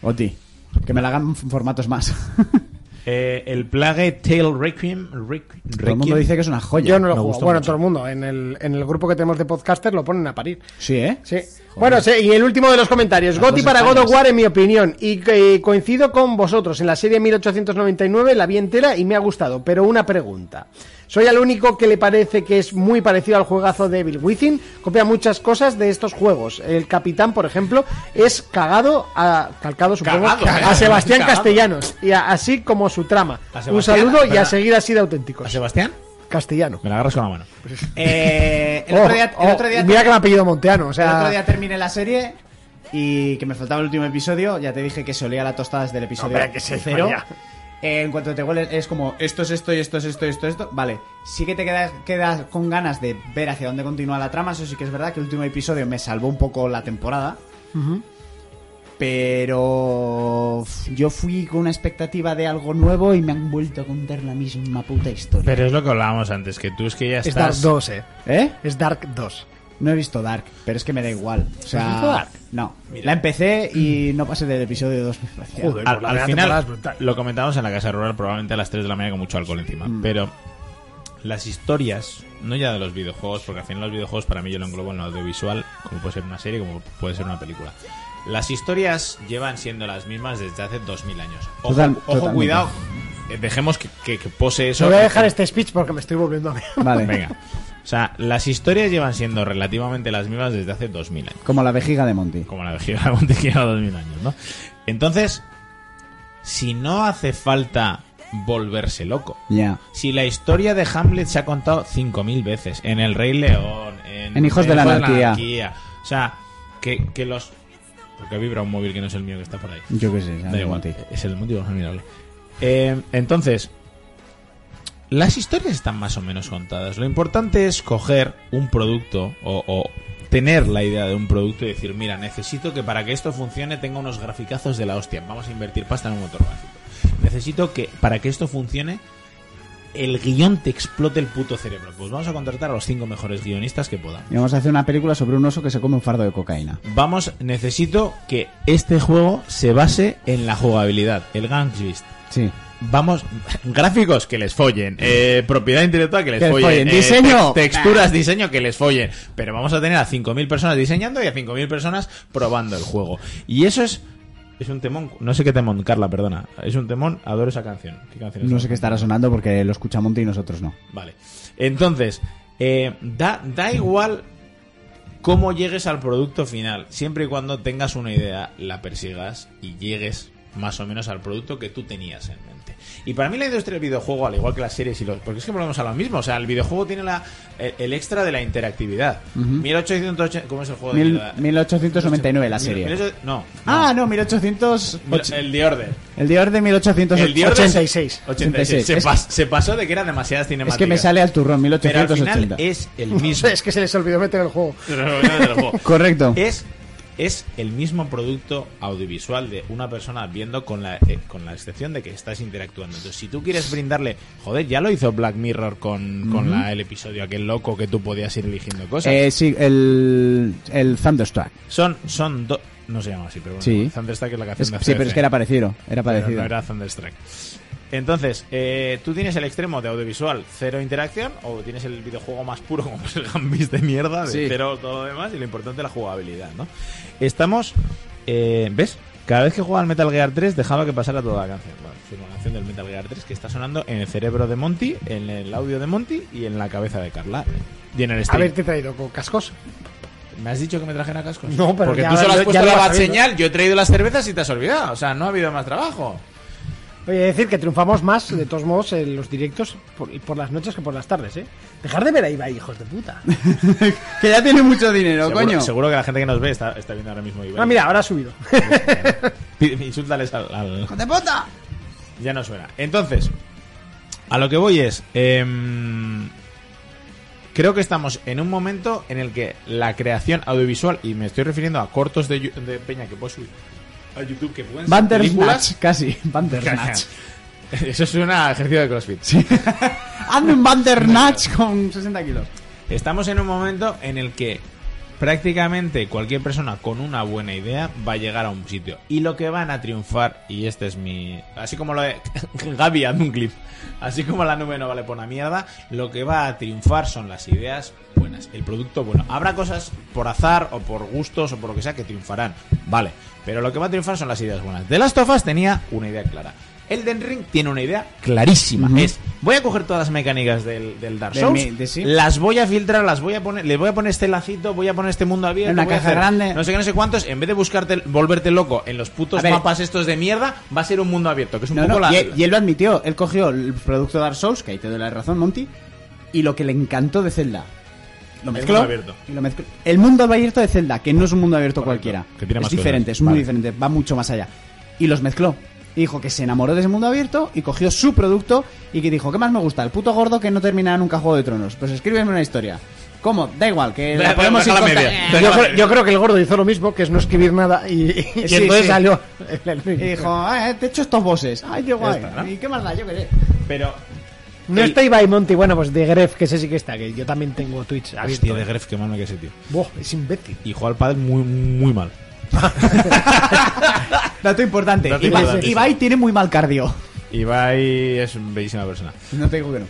Goti. Que me la hagan en formatos más.
Eh, el Plague Tale Requiem. Requ-
Todo el mundo
Requiem.
dice que es una joya.
Yo no lo
Me
juego.
gustó
Bueno,
mucho.
todo el mundo. En el, en el grupo que tenemos de podcasters lo ponen a parir.
Sí, ¿eh?
Sí. Bueno, sí, y el último de los comentarios. Goti
dos
para God
Españas.
of War, en mi opinión. Y eh, coincido con vosotros. En la serie 1899 la vi entera y me ha gustado. Pero una pregunta. ¿Soy al único que le parece que es muy parecido al juegazo de Evil Within? Copia muchas cosas de estos juegos. El Capitán, por ejemplo, es cagado, a, calcado supongo,
Cagado,
a
eh.
Sebastián
Cagado.
Castellanos. Y a- así como su trama.
A
Un
Sebastián,
saludo y a
¿verdad?
seguir así de auténticos.
¿A Sebastián?
Castellano.
Me la agarras con la mano.
Eh, el, otro día, el
Oh, oh,
otro día-
y mira que me ha pedido Monteano, o
el
sea,
otro día terminé la serie y que me faltaba el último episodio. Ya te dije que se olía la tostada desde el episodio
Hombre, que se
cero.
olía.
Eh, en cuanto te hueles, es como esto es esto y esto es esto y esto, esto. Vale, sí que te quedas, quedas con ganas de ver hacia dónde continúa la trama. Eso sí que es verdad que el último episodio me salvó un poco la temporada. Pero uf, yo fui con una expectativa de algo nuevo y me han vuelto a contar la misma puta historia.
Pero es lo que hablábamos antes, que tú es que ya
es Dark
estás.
2, eh.
¿Eh?
Es Dark 2.
No he visto Dark, pero es que me da igual. O sea,
¿No has visto Dark?
No. La empecé y no pasé del episodio 2.
Joder.
al,
por la
al
primera temporada es
final,
brutal.
lo comentamos en la casa rural probablemente a las 3 de la mañana con mucho alcohol encima.
Mm.
Pero las historias, no ya de los videojuegos, porque al final los videojuegos para mí yo lo englobo en lo audiovisual, como puede ser una serie, como puede ser una película. Las historias llevan siendo las mismas desde hace 2000 años. Ojo,
Total-
ojo,
totalmente.
cuidado. eh, Dejemos que, que- que pose eso.
Yo voy a dejar este speech porque me estoy volviendo a mí.
Vale.
Venga. O sea, las historias llevan siendo relativamente las mismas desde hace 2000 años
Como la vejiga de Monty.
como la vejiga de Monte que lleva 2000 años, ¿no? Entonces, si no hace falta volverse loco,
Ya.
si la historia de Hamlet se ha contado 5.000 veces, en El Rey León, en,
En Hijos de la Anarquía.
o sea, que, que los... Porque vibra un móvil que no es el mío que está por ahí.
Yo qué sé, ¿sabes,
Da igual,
Monty?
es el motivo admirable. Eh, entonces, las historias están más o menos contadas. Lo importante es coger un producto o, o tener la idea de un producto y decir, mira, necesito que para que esto funcione tenga unos graficazos de la hostia. Vamos a invertir pasta en un motor gráfico. Necesito que para que esto funcione el guión te explote el puto cerebro. Pues vamos a contratar a los cinco mejores guionistas que podamos.
Y vamos a hacer una película sobre un oso que se come un fardo de cocaína.
Vamos, necesito que este juego se base en la jugabilidad, el Gangswist.
Sí.
Vamos, gráficos que les follen, eh, propiedad intelectual que les
Que les
follen,
follen,
eh,
diseño.
tex- texturas, diseño que les follen. Pero vamos a tener a 5.000 personas diseñando y a 5.000 personas probando el juego. Y eso es. Es un temón, no sé qué temón, Carla, perdona. Es un temón, adoro esa canción. ¿Qué canción es
No
esa?
sé qué estará sonando porque lo escucha Monte y nosotros no.
Vale. Entonces, eh, da, da igual cómo llegues al producto final, siempre y cuando tengas una idea, la persigas y llegues más o menos al producto que tú tenías en mente. Y para mí la industria del videojuego, al igual que las series y los... Porque es que volvemos a lo mismo, o sea, el videojuego tiene la, el, el extra de la interactividad. 1880... ¿Cómo es el juego de
Mil-
mierda?
1899 la serie.
1800 no.
Ah, no, 1800.
no, El The Order.
El de Orden 1886.
El The Order...
86.
86. Se,
Es-
pas- se pasó de que eran demasiadas cinemáticas.
Es que me sale al turrón,
Pero al
1880.
final es el mismo.
Es que se les olvidó meter el juego.
Pero no te lo juego.
Correcto.
Es, es el mismo producto audiovisual de una persona viendo con la, eh, con la excepción de que estás interactuando. Entonces, si tú quieres brindarle, joder, ya lo hizo Black Mirror con, con la- el episodio aquel loco que tú podías ir eligiendo cosas.
Eh, sí, el, el Thunderstruck.
son, son dos. No se llama así, pero bueno.
Sí.
Thunderstruck es la canción
Es-
de
sí, pero
ACDC.
es que era parecido. Era
Pero
parecido.
No era Thunderstruck. Entonces, eh, tú tienes el extremo de audiovisual, cero interacción, o tienes el videojuego más puro, como es el Gambis de mierda, de
Sí.
cero todo lo demás, y lo importante la jugabilidad, ¿no? Estamos. eh, ¿Ves? Cada vez que jugaba al Metal Gear 3 dejaba que pasara toda la canción. Bueno, es una canción del Metal Gear 3 que está sonando en el cerebro de Monty, en el audio de Monty y en la cabeza de Carla. Y en el
A
stream.
ver, te he traído con cascos.
¿Me has dicho que me trajera cascos?
No, pero
Porque
ya
tú
lo-
solo has
ya
puesto
lo
la
vas
bat
sabiendo.
señal, yo he traído las cervezas y te has olvidado. O sea, no ha habido más trabajo.
Oye, decir que triunfamos más, de todos modos, en los directos por, y por las noches que por las tardes, ¿eh? Dejar de ver a Ibai, hijos de puta.
que ya tiene mucho dinero,
Seguro,
coño.
seguro que la gente que nos ve está, está viendo ahora mismo Ibai.
Ah, mira, ahora ha subido.
Pide- Insúltales al, al-
¡Hijo de puta!
Ya no suena. Entonces, a lo que voy es... em, creo que estamos en un momento en el que la creación audiovisual, y me estoy refiriendo a cortos de, Yu- de Peña que puedo subir a YouTube, que pueden ser películas...
Bandersnatch, casi. Bandersnatch.
Eso es un ejercicio de CrossFit.
Hazme un Bandersnatch con 60 kilos.
Estamos en un momento en el que prácticamente cualquier persona con una buena idea va a llegar a un sitio. Y lo que van a triunfar, y este es mi... Así como lo de... Gaby, hazme un clip. Así como la nube no vale por una mierda, lo que va a triunfar son las ideas buenas, el producto bueno. Habrá cosas por azar o por gustos o por lo que sea que triunfarán, vale. Pero lo que va a triunfar son las ideas buenas. The Last of Us tenía una idea clara. Elden Ring tiene una idea clarísima.
Ujú.
Es, voy a coger todas las mecánicas del, del Dark
De
Souls,
mi- de sí.
las voy a filtrar, las voy a poner, le voy a poner este lacito, voy a poner este mundo abierto,
En una
voy a
caja
hacer
grande.
no sé qué, no sé cuántos, en vez de buscarte, volverte loco en los putos
A ver.
mapas estos de mierda, va a ser un mundo abierto, que es un
No,
poco
no,
la...
y, él- y él lo admitió. Él cogió el producto Dark Souls, que ahí te doy la razón, Monty, y lo que le encantó de Zelda. Lo mezcló.
mundo abierto.
y lo mezcló. El mundo abierto de Zelda, que no es un mundo abierto cualquiera.
que tiene
es
más
diferente,
cosas.
es muy
Vale.
diferente, va mucho más allá. Y los mezcló. Y dijo que se enamoró de ese mundo abierto y cogió su producto y que dijo, ¿qué más me gusta? El puto gordo que no termina nunca Juego de Tronos. Pues escríbeme una historia. ¿Cómo? Da igual, que la
Deja-
podemos ir
deja la
contando.
media.
Yo, creo- yo creo que el gordo hizo lo mismo, que es no escribir nada y, y- y
Sí,
entonces
sí.
salió.
Y dijo, "Ah, eh, te he hecho estos bosses. Ay, qué guay.
está, ¿no?
¿Y qué más da? Yo qué sé.
Pero...
No está Ibai Monti, bueno, pues de Gref, que ese sí que está, que yo también tengo Twitch abierto.
Hostia, de Gref, qué mal me que ese tío.
Buah, es imbécil.
Y juega al padre muy, muy mal.
Dato importante.
Dato
Ibai,
importante, sí.
Ibai tiene muy mal cardio.
Ibai es una bellísima persona.
No te digo que no.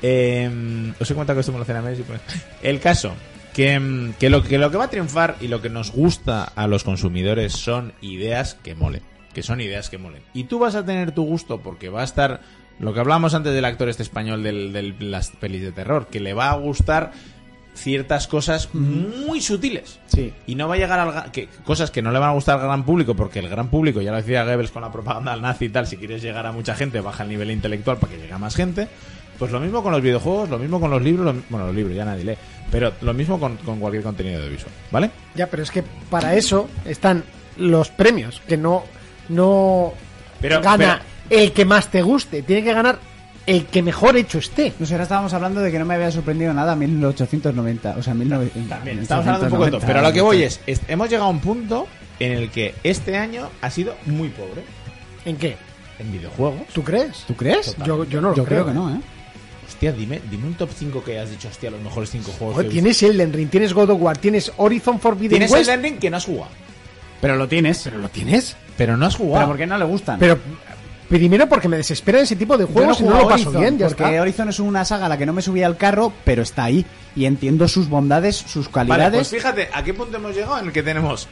Eh, os he comentado que esto me lo hacen a Messi, pues. El caso, que, mm, que, lo, que lo que va a triunfar y lo que nos gusta a los consumidores son ideas que molen. Que son ideas que molen. Y tú vas a tener tu gusto porque va a estar... Lo que hablábamos antes del actor este español de las pelis de terror, que le va a gustar ciertas cosas muy sutiles.
Sí.
Y no va a llegar al... ga- Que, cosas que no le van a gustar al gran público, porque el gran público, ya lo decía Goebbels con la propaganda al nazi y tal, si quieres llegar a mucha gente, baja el nivel intelectual para que llegue a más gente. Pues lo mismo con los videojuegos, lo mismo con los libros, lo- bueno, los libros ya nadie lee, pero lo mismo con, con cualquier contenido de visual, ¿vale?
Ya, pero es que para eso están los premios, que no, no
Pero-
gana el que más te guste, tiene que ganar el que mejor hecho esté.
No sé, ahora estábamos hablando de que no me había sorprendido nada 1890, o sea, 1990.
También, estamos hablando un poco de todo. Pero a lo que voy es, es- hemos llegado a un punto en el que este año ha sido muy pobre
¿En qué?
en videojuegos.
¿Tú crees?
¿Tú crees?
Yo, yo no lo
Yo creo
creo.
que no, ¿eh?
Hostia, dime, dime un top 5 que hayas dicho, hostia, los mejores 5 juegos.
Joder,
que he visto.
tienes Elden Ring, tienes God of War, tienes Horizon Forbidden
Tienes
West.
Elden Ring que no has jugado.
Pero lo tienes.
Pero lo tienes.
Pero no has
Pero
jugado.
porque no le gustan.
Pero primero porque me desespera ese tipo de
Yo no
juegos y
juego
no lo
a
paso
Horizon,
bien. Ya
porque
está.
Horizon es una saga a la que no me subí al carro, pero está ahí. Y entiendo sus bondades, sus
Vale,
cualidades.
pues fíjate, ¿a qué punto hemos llegado en el que tenemos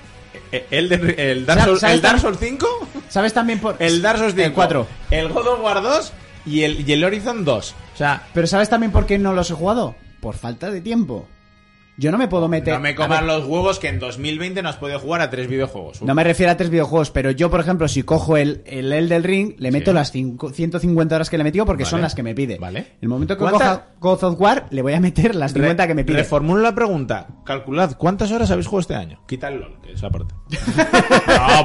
eh, Elden Ring- el, Dark
¿Sabes-
Souls,
sabes
el Dark
tam-
Souls 5?
¿Sabes también por...?
El Dark Souls 5.
El 4.
El God of War 2 y el, y el Horizon 2. O sea,
Pero ¿sabes también por qué no los he jugado? Por falta de tiempo. Yo no me puedo meter...
no me
A
comas
ver,
los huevos que en 2020 no has podido jugar a tres videojuegos.
no me refiero a tres videojuegos, pero yo, por ejemplo, si cojo el, el del Ring, le meto las cinco- 150 horas que le he metido porque son
Vale.
las que me pide.
Vale.
El momento que
¿Cuántas-
coja God of War, le voy a meter las 50 que me pide.
Reformulo la pregunta. Calculad, ¿cuántas horas habéis jugado este año? Quita el LOL, que esa parte. no,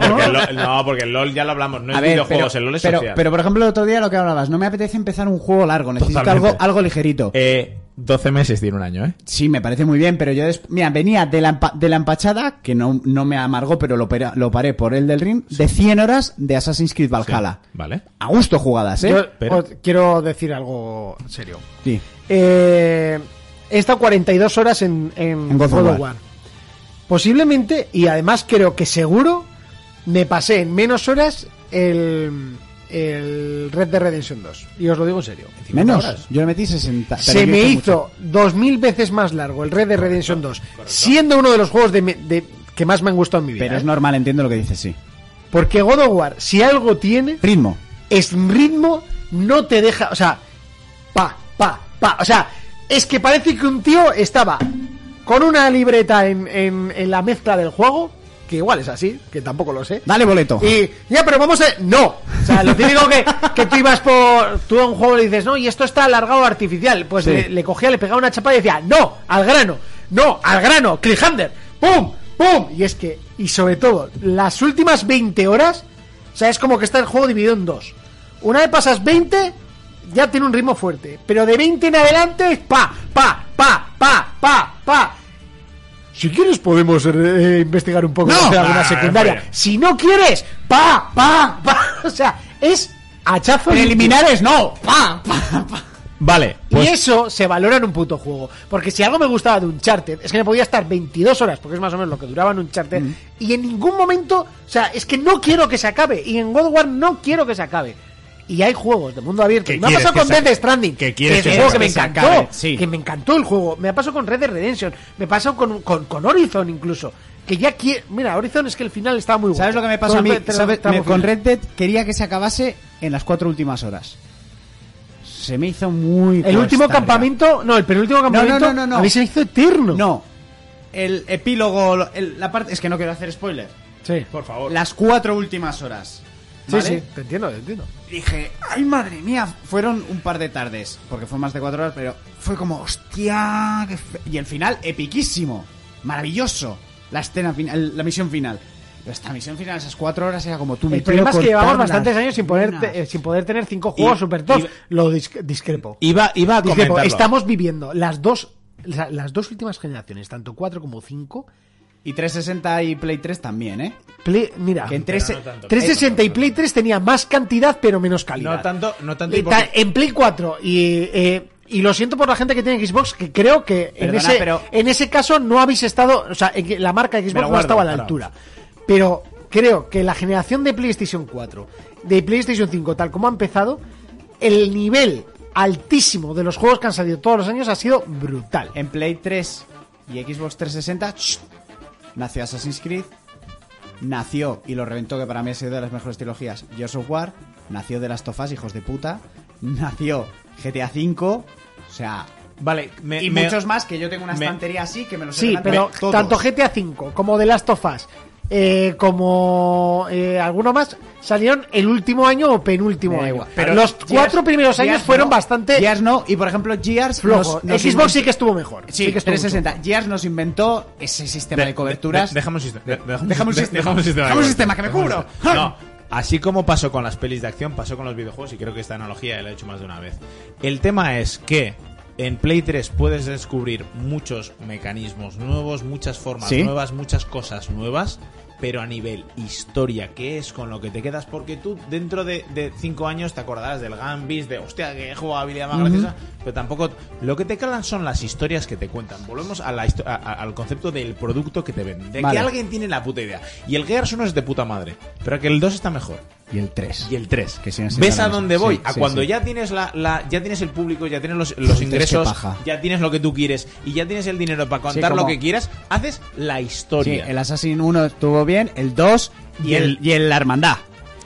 porque el LOL, no, porque el LOL ya lo hablamos, no es videojuegos, el LOL es
pero,
social.
pero, por ejemplo, el otro día lo que hablabas, no me apetece empezar un juego largo, necesito
Totalmente.
algo algo ligerito.
Eh, 12 meses tiene un año, ¿eh?
Sí, me parece muy bien, pero yo des- mira, venía de la, empa- de la empachada, que no, no me amargó, pero lo, pera- lo paré por el del ring, de 100 horas de Assassin's Creed Valhalla.
Vale.
A gusto jugadas, ¿eh?
Yo
pero-
os quiero decir algo serio.
Sí.
Eh, he estado 42 horas en, en
En God of
God of
War.
War. Posiblemente, y además creo que seguro, me pasé en menos horas el, el Red Dead Redemption 2. Y os lo digo en serio.
Menos. Yo le metí 60. pero
Se
yo
me
hice
hizo dos mil veces más largo el Red Dead Redemption 2, siendo uno de los juegos de, me- de- que más me han gustado en mi vida.
Pero es
¿eh?
normal, entiendo lo que dices, sí.
Porque God of War, si algo tiene,
Ritmo.
es ritmo, no te deja, o sea, pa, pa, pa, o sea, es que parece que un tío estaba con una libreta en, en- en la mezcla del juego, que igual es así, que tampoco lo sé.
Dale boleto.
Y ya, pero vamos a. ¡No! O sea, lo típico que, que tú ibas por. Tú a un juego le dices, no, y esto está alargado artificial. Pues
Sí.
le, le cogía, le pegaba una chapa y decía, ¡No! ¡Al grano! ¡No! ¡Al grano! ¡Cliffhanger! ¡Pum! ¡Pum! Y es que, y sobre todo, las últimas 20 horas, o sea, es como que está el juego dividido en dos. Una vez pasas 20, ya tiene un ritmo fuerte. Pero de 20 en adelante es pa, pa, pa, pa, pa, pa. Si quieres podemos eh, investigar un poco
No.
hacer alguna
Ah,
secundaria.
bueno.
Si no quieres, pa, pa, pa. O sea, es hachazo.
Preliminares, no.
Pa, pa, pa.
Vale,
y
pues
eso se valora en un puto juego. Porque si algo me gustaba de un charter, es que me podía estar 22 horas, porque es más o menos lo que duraba en un charter.
Mm.
Y en ningún momento, o sea, es que no quiero que se acabe. Y en God of War no quiero que se acabe. Y hay juegos de mundo abierto.
¿Qué
Y Me ha
quieres
pasado
que
con
se acabe?
Death Stranding.
¿Qué quieres
es un
que
juego
se
que me
acabe?
encantó.
Que se acabe, sí.
Que me encantó el juego. Me ha pasado con Red Dead Redemption. Me ha pasado con, con, con Horizon incluso. Que ya quiere. Mira, Horizon es que el final estaba muy bueno.
¿Sabes lo que me pasa a mí?
Con-
¿Sabes?
tramo
Me- con
final.
Red Dead quería que se acabase en las cuatro últimas horas. Se me hizo muy.
El último
cuesta arriba.
campamento. No, el penúltimo campamento.
no, no, no.
A mí se me hizo eterno.
No. El epílogo, el- la parte. Es que no quiero hacer spoiler.
Sí.
por favor.
Las cuatro últimas horas.
Sí,
¿vale?
sí, te entiendo, te entiendo.
Dije, ay madre mía, fueron un par de tardes, porque fue más de cuatro horas, pero fue como, hostia, qué fe-". y el final, epiquísimo, maravilloso, la escena final, la misión final. Pero esta misión final, esas cuatro horas, era como tú me
El problema es
quiero
que llevamos
cortar las
bastantes años sin poder,
venas".
eh, sin poder tener cinco juegos super tops. Lo dis- discrepo.
Iba, iba a
"Pues
Discrepo.
comentarlo.
Estamos viviendo las dos, la- las dos últimas generaciones, tanto 4 como 5.
Y 360 y Play 3 también, ¿eh?
Play- mira,
Que en tres-
Pero no tanto.
360 y Play 3 tenía más cantidad, pero menos calidad.
No tanto, no tanto.
Y
y porque-
ta- en Play 4 y, eh, y lo siento por la gente que tiene Xbox, que creo que en,
Perdona,
ese,
pero-
en ese caso no habéis estado, o sea, en que la marca Xbox
Me lo
no
guardo,
estaba a la
ahora.
altura. Pero creo que la generación de PlayStation 4, de PlayStation 5, tal como ha empezado, el nivel altísimo de los juegos que han salido todos los años ha sido brutal.
En Play 3 y Xbox 360 ¡ch! nació Assassin's Creed, nació y lo reventó, que para mí ha sido de las mejores trilogías, Gears of War, nació de las tofas, hijos de puta, nació GTA V, o sea...
Vale, me,
y
me-
muchos más que yo tengo una
me-
estantería así que me los he
Sí,
delante
pero
de todos.
tanto GTA V como The Last of Us, eh, como eh, alguno más, salieron el último año o penúltimo
Me da
año.
igual.
Pero los
Gears-
cuatro primeros
Gears
años fueron
no,
bastante
Gears no y por ejemplo Gears
flojos.
nos-
Xbox
nos
sí
inventó-
que estuvo mejor.
Sí,
que estuvo
360.
mucho
Gears nos inventó ese sistema
de-
de coberturas.
de- dejamos sistema.
Dejamos un sistema.
Dejamos un sistema.
Dejamos un sistema, que me cubro.
No, Así como pasó con las pelis de acción, pasó con los videojuegos y creo que esta analogía la he hecho más de una vez. El tema es que en Play 3 puedes descubrir muchos mecanismos nuevos, muchas formas
Sí.
nuevas, muchas cosas nuevas, pero a nivel historia, que es con lo que te quedas? Porque tú dentro de, de cinco años te acordarás del Gambis, de hostia, qué jugabilidad más graciosa, pero tampoco... Lo que te calan son las historias que te cuentan. Volvemos a la histo- a- a- al concepto del producto que te venden. De
Vale.
Eh, que alguien tiene la puta idea. Y el Gears 1 es de puta madre, pero que el 2 está mejor
Y el 3.
y el 3.
Que siguen siendo
¿Ves
la
a
misma.
dónde voy?
Sí,
a
sí,
cuando
sí.
ya tienes la, la- ya tienes el público, ya tienes los, los
qué
ingresos,
paja.
ya tienes lo que tú quieres y ya tienes el dinero para contar
como-
lo que quieras, haces la
Sí,
historia.
el Assassin 1 estuvo bien, el 2 y
Y
el,
el-
y el La Hermandad.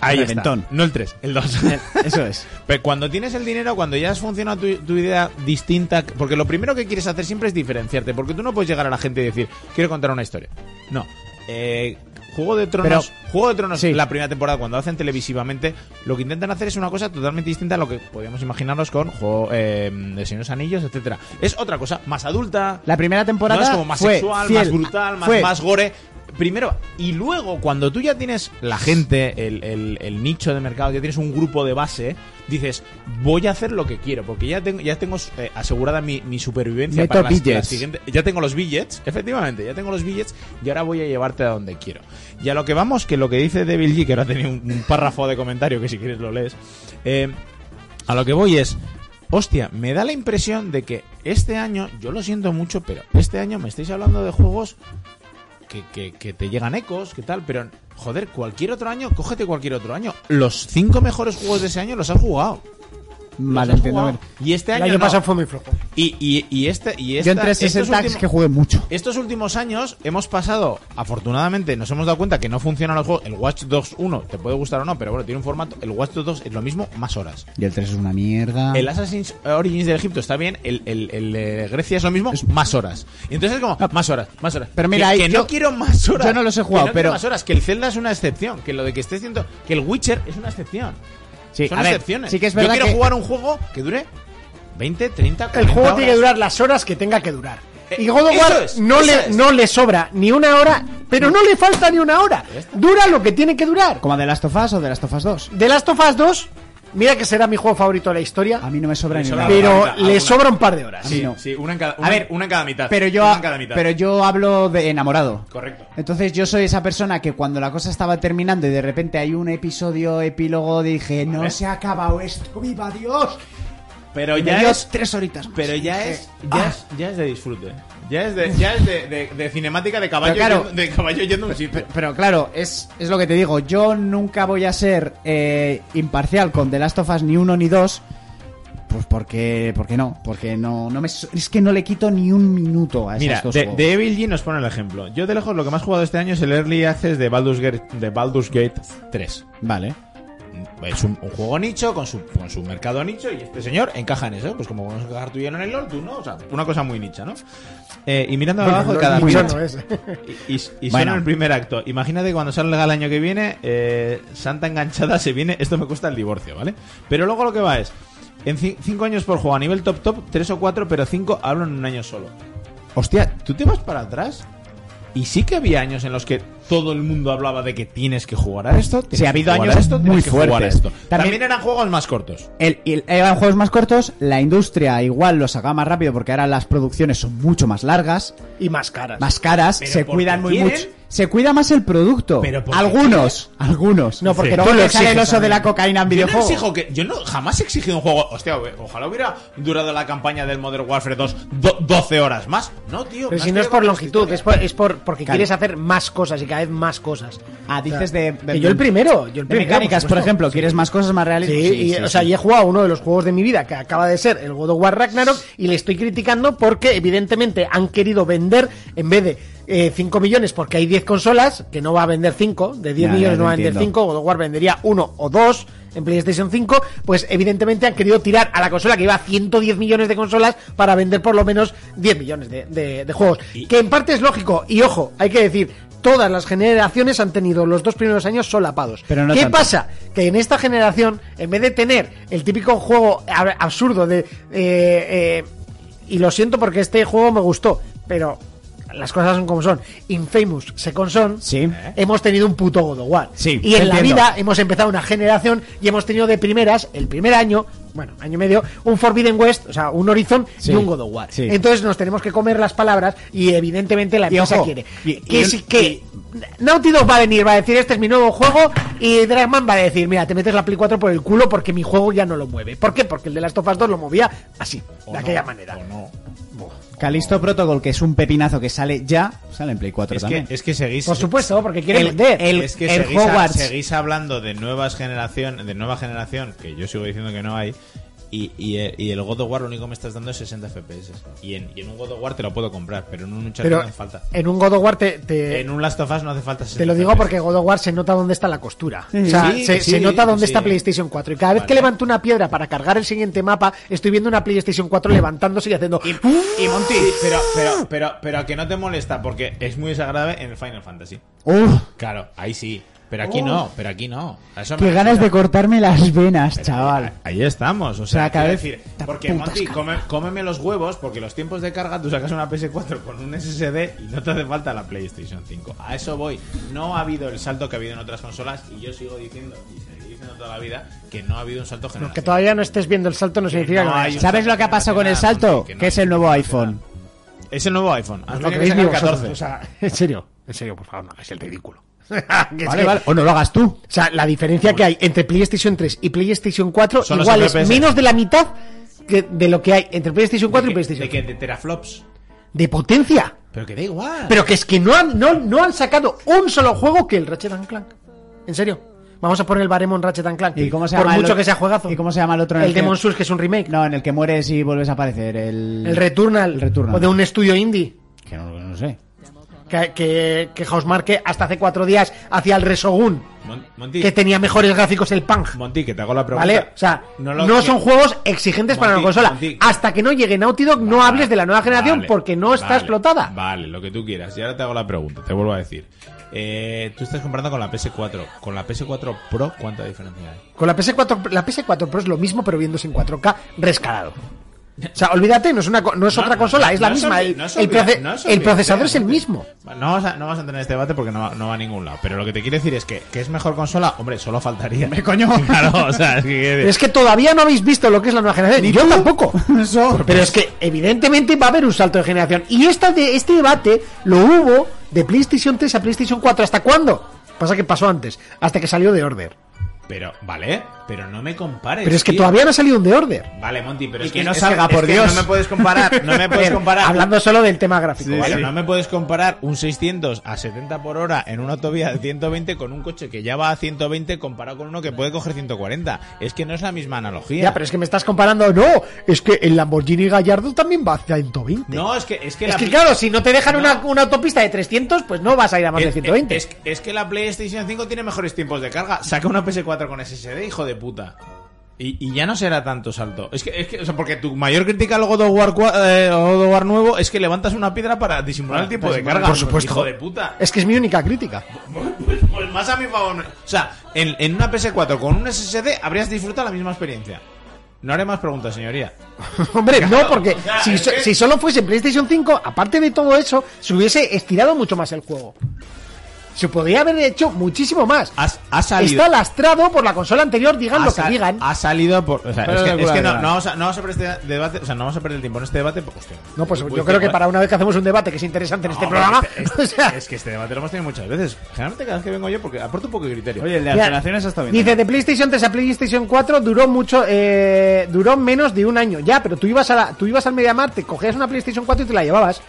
Ahí está.
Reventón.
No el 3, el 2.
Eso es.
Pero cuando tienes el dinero, cuando ya has funcionado tu, tu idea distinta, porque lo primero que quieres hacer siempre es diferenciarte, porque tú no puedes llegar a la gente y decir, quiero contar una historia. No. Eh, Juego de Tronos,
Pero-
Juego de Tronos,
Sí.
la primera temporada, cuando hacen televisivamente, lo que intentan hacer es una cosa totalmente distinta a lo que podíamos imaginarnos con Juego eh, de Señores Anillos, etcétera. Es otra cosa, más adulta,
La primera temporada
no es como más
fue
sexual,
fiel.
más brutal, más,
Fue-
más gore. Primero, y luego, cuando tú ya tienes la gente, el, el- el nicho de mercado, ya tienes un grupo de base, dices, voy a hacer lo que quiero, porque ya tengo, ya tengo eh, asegurada mi, mi supervivencia
Meto
para las-
billets.
la siguiente- Ya tengo los billets, efectivamente, ya tengo los billets y ahora voy a llevarte a donde quiero. Y a lo que vamos, que lo que dice Devil G, que ahora tenía un, un párrafo de comentario que si quieres lo lees, eh, a lo que voy es, hostia, me da la impresión de que este año, yo lo siento mucho, pero este año me estáis hablando de juegos que, que- que te llegan ecos, que tal, pero joder, cualquier otro año, cógete cualquier otro año. Los cinco mejores juegos de ese año los has jugado. Los
Vale,
has
entiendo.
jugado.
a ver.
Y este
El
año,
año
no.
pasado fue muy flojo.
y, y, y este y
Yo
esta-
en 360
estos
es
últimos-
que jugué mucho.
estos últimos años hemos pasado, afortunadamente, nos hemos dado cuenta que no funcionan los juegos. El Watch Dogs 1 te puede gustar o no, pero bueno, tiene un formato. El Watch Dogs 2 es lo mismo, más horas.
Y el 3 es una mierda.
El Assassin's Origins del Egipto está bien, el, el- el, eh, Grecia es lo mismo, más horas. Y entonces es como, más horas, más horas.
Ah, Pero mira,
que,
ahí
que
yo-
no quiero más horas.
yo no los he
que
jugado,
quiero
pero-
más horas, que el Zelda es una excepción, que lo de que esté siendo que el Witcher es una excepción.
Sí,
Son
a ver,
excepciones.
sí que es
yo
verdad
quiero
que-
jugar un juego que dure 20, 30, 40
El juego tiene que
horas.
durar las horas que tenga que durar.
Eh,
Y God of War
eso es,
no,
eso
le,
es.
no le sobra ni una hora, pero no le falta ni una hora. Dura lo que tiene que durar.
Como de Last of Us o de Last of Us 2.
The Last of Us 2, mira que será mi juego favorito de la historia,
A mí no me sobra
Me
ni
sobra
una.
la
pero
Alguna,
le
alguna.
sobra un par de horas.
mí no.
Sí, sí, una en cada,
A
una,
ver,
una en cada mitad.
Pero yo,
Una en cada mitad.
pero yo hablo de enamorado.
Correcto.
Entonces yo soy esa persona que cuando la cosa estaba terminando y de repente hay un episodio epílogo dije, no
Vale.
se ha acabado esto, viva Dios.
Pero
Y me
ya
dio
es.
tres horitas más.
Pero ya
Dije,
es. Ya,
"Ah".
es, ya es de disfrute. Ya es de, ya es de, de- de cinemática de caballo,
Pero claro-
yendo, de caballo yendo a un sitio.
Pero, pero claro, es, es lo que te digo. Yo nunca voy a ser eh, imparcial con The Last of Us ni uno ni dos. Pues porque, porque no, porque no, no me, so- es que no le quito ni un minuto a esos
Mira,
dos
de,
juegos.
de Evil G nos pone el ejemplo. Yo de lejos lo que más he jugado este año es el Early Access de Baldur's Gate, de Baldur's Gate 3.
Vale.
Es un, un juego nicho con su, con su mercado nicho y este señor encaja en eso. Pues como vamos a encajar tú y yo en el LOL, tú no. O sea, una cosa muy nicha, ¿no? Eh, y mirando abajo de cada
Muy
pieza-
bueno ese.
Y, y, y
Bueno.
suena el primer acto. Imagínate que cuando salga el año que viene, eh, Santa enganchada se viene. Esto me cuesta el divorcio, ¿vale? Pero luego lo que va es: en 5 años por juego, a nivel top top, 3 o 4, pero 5 hablan en un año solo. Hostia, ¿tú te vas para atrás? Y sí que había años en los que todo el mundo hablaba de que tienes que jugar a esto. tienes
Sí, ha
que
habido
jugar a
años
esto, tienes
muy
que jugar a
fuertes.
esto.
También-
También, eran juegos más cortos.
El, el- eran juegos más cortos, la industria igual los haga más rápido porque ahora las producciones son mucho más largas,
Y más caras.
más caras,
Pero
se
porque
cuidan muy
quieren.
mucho. Se cuida más el producto.
Pero porque
algunos, algunos. No,
porque
luego
tú lo
te sale el
exiges
oso de
también.
la cocaína en
Yo no
videojuegos.
exijo que. Yo no, jamás he exigido un juego. Hostia, o- ojalá hubiera durado la campaña del Modern Warfare 2 do- 12 horas más. No, tío.
Pero
me
si
has
no es
pillado
por
con
longitud,
esta
es por, es por porque
Claro.
quieres hacer más cosas y cada vez más cosas.
Ah, dices de- de-
que yo el primero, yo el
De
primero.
mecánicas, por
supuesto.
ejemplo, quieres más cosas más pues
Sí,
realistas.
y, o sea, y he jugado uno de los juegos de mi vida que acaba de ser el God of War Ragnarok y le estoy criticando porque evidentemente han querido vender en vez de eh, 5 millones porque hay 10 consolas que no va a vender 5, de 10
Ya, ya,
millones
lo
no va a vender
entiendo.
5, God of War vendería 1 o 2 en PlayStation 5, pues evidentemente han querido tirar a la consola que iba a 110 millones de consolas para vender por lo menos 10 millones de, de- de juegos. Que en parte es lógico, y ojo, hay que decir, todas las generaciones han tenido los dos primeros años solapados.
Pero no
¿Qué
tanto.
pasa? pasa? Que en esta generación, en vez de tener el típico juego ab- absurdo de... eh, eh, y lo siento porque este juego me gustó, pero las cosas son como son. Infamous Second Son.
Sí.
Hemos tenido un puto God of War.
Sí,
y en
te
la
entiendo.
vida hemos empezado una generación y hemos tenido de primeras, el primer año, bueno, año y medio, un Forbidden West, o sea, un Horizon
Sí,
y un God of War.
sí.
Entonces nos tenemos que comer las palabras y evidentemente la
Y
empresa
ojo,
quiere.
y-
que
y-
sí, que Naughty Dog va a venir, va a decir, este es mi nuevo juego y Dragman va a decir, mira, te metes la Play 4 por el culo porque mi juego ya no lo mueve. ¿Por qué? Porque el de Last of Us 2 lo movía así, de aquella manera.
O no.
Calisto Protocol, que es un pepinazo que sale ya, sale en Play 4
Es que,
también.
es que seguís.
Por supuesto, porque quiere
El-
vender.
el-
es que
el
seguís, a-
Hogwarts.
seguís hablando de nuevas generación, de nueva generación, que yo sigo diciendo que no hay. Y, y, el- y el God of War lo único que me estás dando es 60 FPS. Y en, y en un God of War te lo puedo comprar, pero en un Uncharted
Pero
no hace falta.
en un God of War te, te-
En un Last of Us no hace falta 60
Te lo digo
FPS.
porque God of War se nota dónde está la costura. o sea,
Sí,
se,
sí,
se nota dónde
sí.
está PlayStation 4. Y cada vez
Vale.
que levanto una piedra para cargar el siguiente mapa, estoy viendo una PlayStation 4 levantándose y haciendo.
Y,
¡Uh!
y Monty, pero, pero, pero, pero a que no te molesta, porque es muy desagradable en el Final Fantasy.
Uf,
Claro, ahí sí. Pero aquí
¡Oh!
no, pero aquí no. A eso
qué
me
ganas de
refiero.
cortarme las venas,
Pero
chaval.
ahí- Ahí estamos, o sea,
sea, cada
quiero
vez
decir,
te
porque
apuntas,
Monty, come-
cabrón.
cómeme los huevos, porque los tiempos de carga tú sacas una PS4 con un SSD y no te hace falta la PlayStation 5. A eso voy. No ha habido el salto que ha habido en otras consolas y yo sigo diciendo y seguiré diciendo toda la vida que no ha habido un salto general.
Que todavía no estés viendo el salto no significa que.
no
no
hay
hayas-
un
¿Sabes lo que ha pasado con el salto?
Que no
Que es
hay
el nuevo iPhone.
Es el nuevo iPhone. Has
Os lo
tenido que
creéis ni
sacar
vosotros,
14.
O sea, en serio, en serio, por favor, no hagáis el ridículo. Que es
Vale,
que-
vale. O no lo hagas tú.
O sea, la diferencia que hay entre PlayStation 3 y PlayStation 4
Son los
igual es
FPS.
menos de la mitad que- de lo que hay entre PlayStation 4 y
de que-
PlayStation
de que de teraflops.
De potencia.
Pero que da igual.
Pero que es que no han, no, no han sacado un solo juego que el Ratchet and Clank. ¿En serio? Vamos a poner el baremo en Ratchet and Clank.
¿Y cómo se
Por
llama el
mucho
otro-
que sea juegazo.
¿Y cómo se llama el otro en
El
el que-
Demon Souls, que es un remake.
No, en el que mueres y vuelves a aparecer. El,
El Returnal.
El Returnal.
O de un estudio indie.
Que no, no sé.
Que, que, que Housemarque hasta hace cuatro días hacía el Resogun.
Mon- Monty,
Que tenía mejores gráficos el Punk.
Monty, que te hago la pregunta.
¿Vale? O sea, no,
lo- que-
son juegos exigentes para la
Monty,
consola.
Monty.
Hasta que no llegue Naughty Dog, no
Vale,
hables de la nueva generación
vale,
porque no está
vale,
explotada.
Vale, lo que tú quieras. Y ahora te hago la pregunta, te vuelvo a decir. Eh, tú estás comparando con la PS4. Con la PS4 Pro, ¿cuánta diferencia hay?
Con la PS4, la PS4 Pro es lo mismo, pero viéndose en 4K rescalado. O sea, olvídate, no es, una, co- no es
No,
otra
no,
consola,
no,
es la
no
misma.
olvi-
el,
no es
el
olvida-
proce-
no es
el
olvidar,
procesador es el
Monty.
mismo.
No vas, a, no vas a entrar en este debate porque no, va- no va a ningún lado. Pero lo que te quiero decir es que, que es mejor consola, hombre, solo faltaría. Me coño. Claro, o sea, es que.
Pero es que todavía no habéis visto lo que es la nueva generación. Yo tampoco. Pero es que evidentemente va a haber un salto de generación. Y esta de, este debate lo hubo de PlayStation 3 a PlayStation 4. ¿Hasta cuándo? Pasa que pasó antes, hasta que salió de Order.
Pero, vale, pero no me compares.
Pero es que
tío.
todavía no ha salido un de Order.
Vale, Monty, pero
Y
es
que
que
no
es
salga,
es
por
que
Dios.
No me puedes comparar, no me puedes
Pero,
comparar.
Hablando solo del tema gráfico. ¿vale?
Pero no me puedes comparar un 600 a 70 por hora en una autovía de 120 con un coche que ya va a 120 comparado con uno que puede coger 140. Es que no es la misma analogía.
Ya, pero es que me estás comparando. No, es que el Lamborghini Gallardo también va a 120.
No, es que, es que
es
la
que
Play-
claro, si no te dejan
No.
una, una autopista de 300, pues no vas a ir a más de
es,
120.
es- es que la PlayStation 5 tiene mejores tiempos de carga. Saca una PS4 con SSD, hijo de puta. Y, y ya no será tanto salto. Es que, es que o sea, porque tu mayor crítica al God of War, cua- eh, God of War nuevo es que levantas una piedra para disimular el tiempo de
pues
carga.
por supuesto.
Hijo de puta.
Es que es mi única crítica.
Pues, pues más a mi favor. O sea, en, en una PS4 con un SSD habrías disfrutado la misma experiencia. No haré más preguntas, señoría.
Hombre, no, porque
o sea,
si,
es
so-
que-
si solo fuese en PlayStation 5, aparte de todo eso, se hubiese estirado mucho más el juego. Se podría haber hecho muchísimo más.
Has- ha salido.
Está lastrado por la consola anterior, digan
ha
lo que
sal-
digan.
ha salido por. O sea,
Pero
es
de
que, es
culo
que
de
no,
verdad.
no vamos a, no vamos a perder este debate. O sea, no vamos a perder el tiempo en este debate. porque, hostia,
No, pues
muy- muy
yo creo que
feo, ¿eh?
para una vez que hacemos un debate que es interesante en este
No,
programa,
pero este-
o sea,
este- es que este debate lo hemos tenido muchas veces. Generalmente cada vez que vengo yo, porque aporto un poco de criterio.
Oye, el de las
Mira,
generaciones está bien.
Dice, de PlayStation 3 a PlayStation 4 duró mucho, eh, duró menos de un año. Ya, pero tú ibas, a la- tú ibas al Mediamar, te cogías una PlayStation 4 y te la llevabas.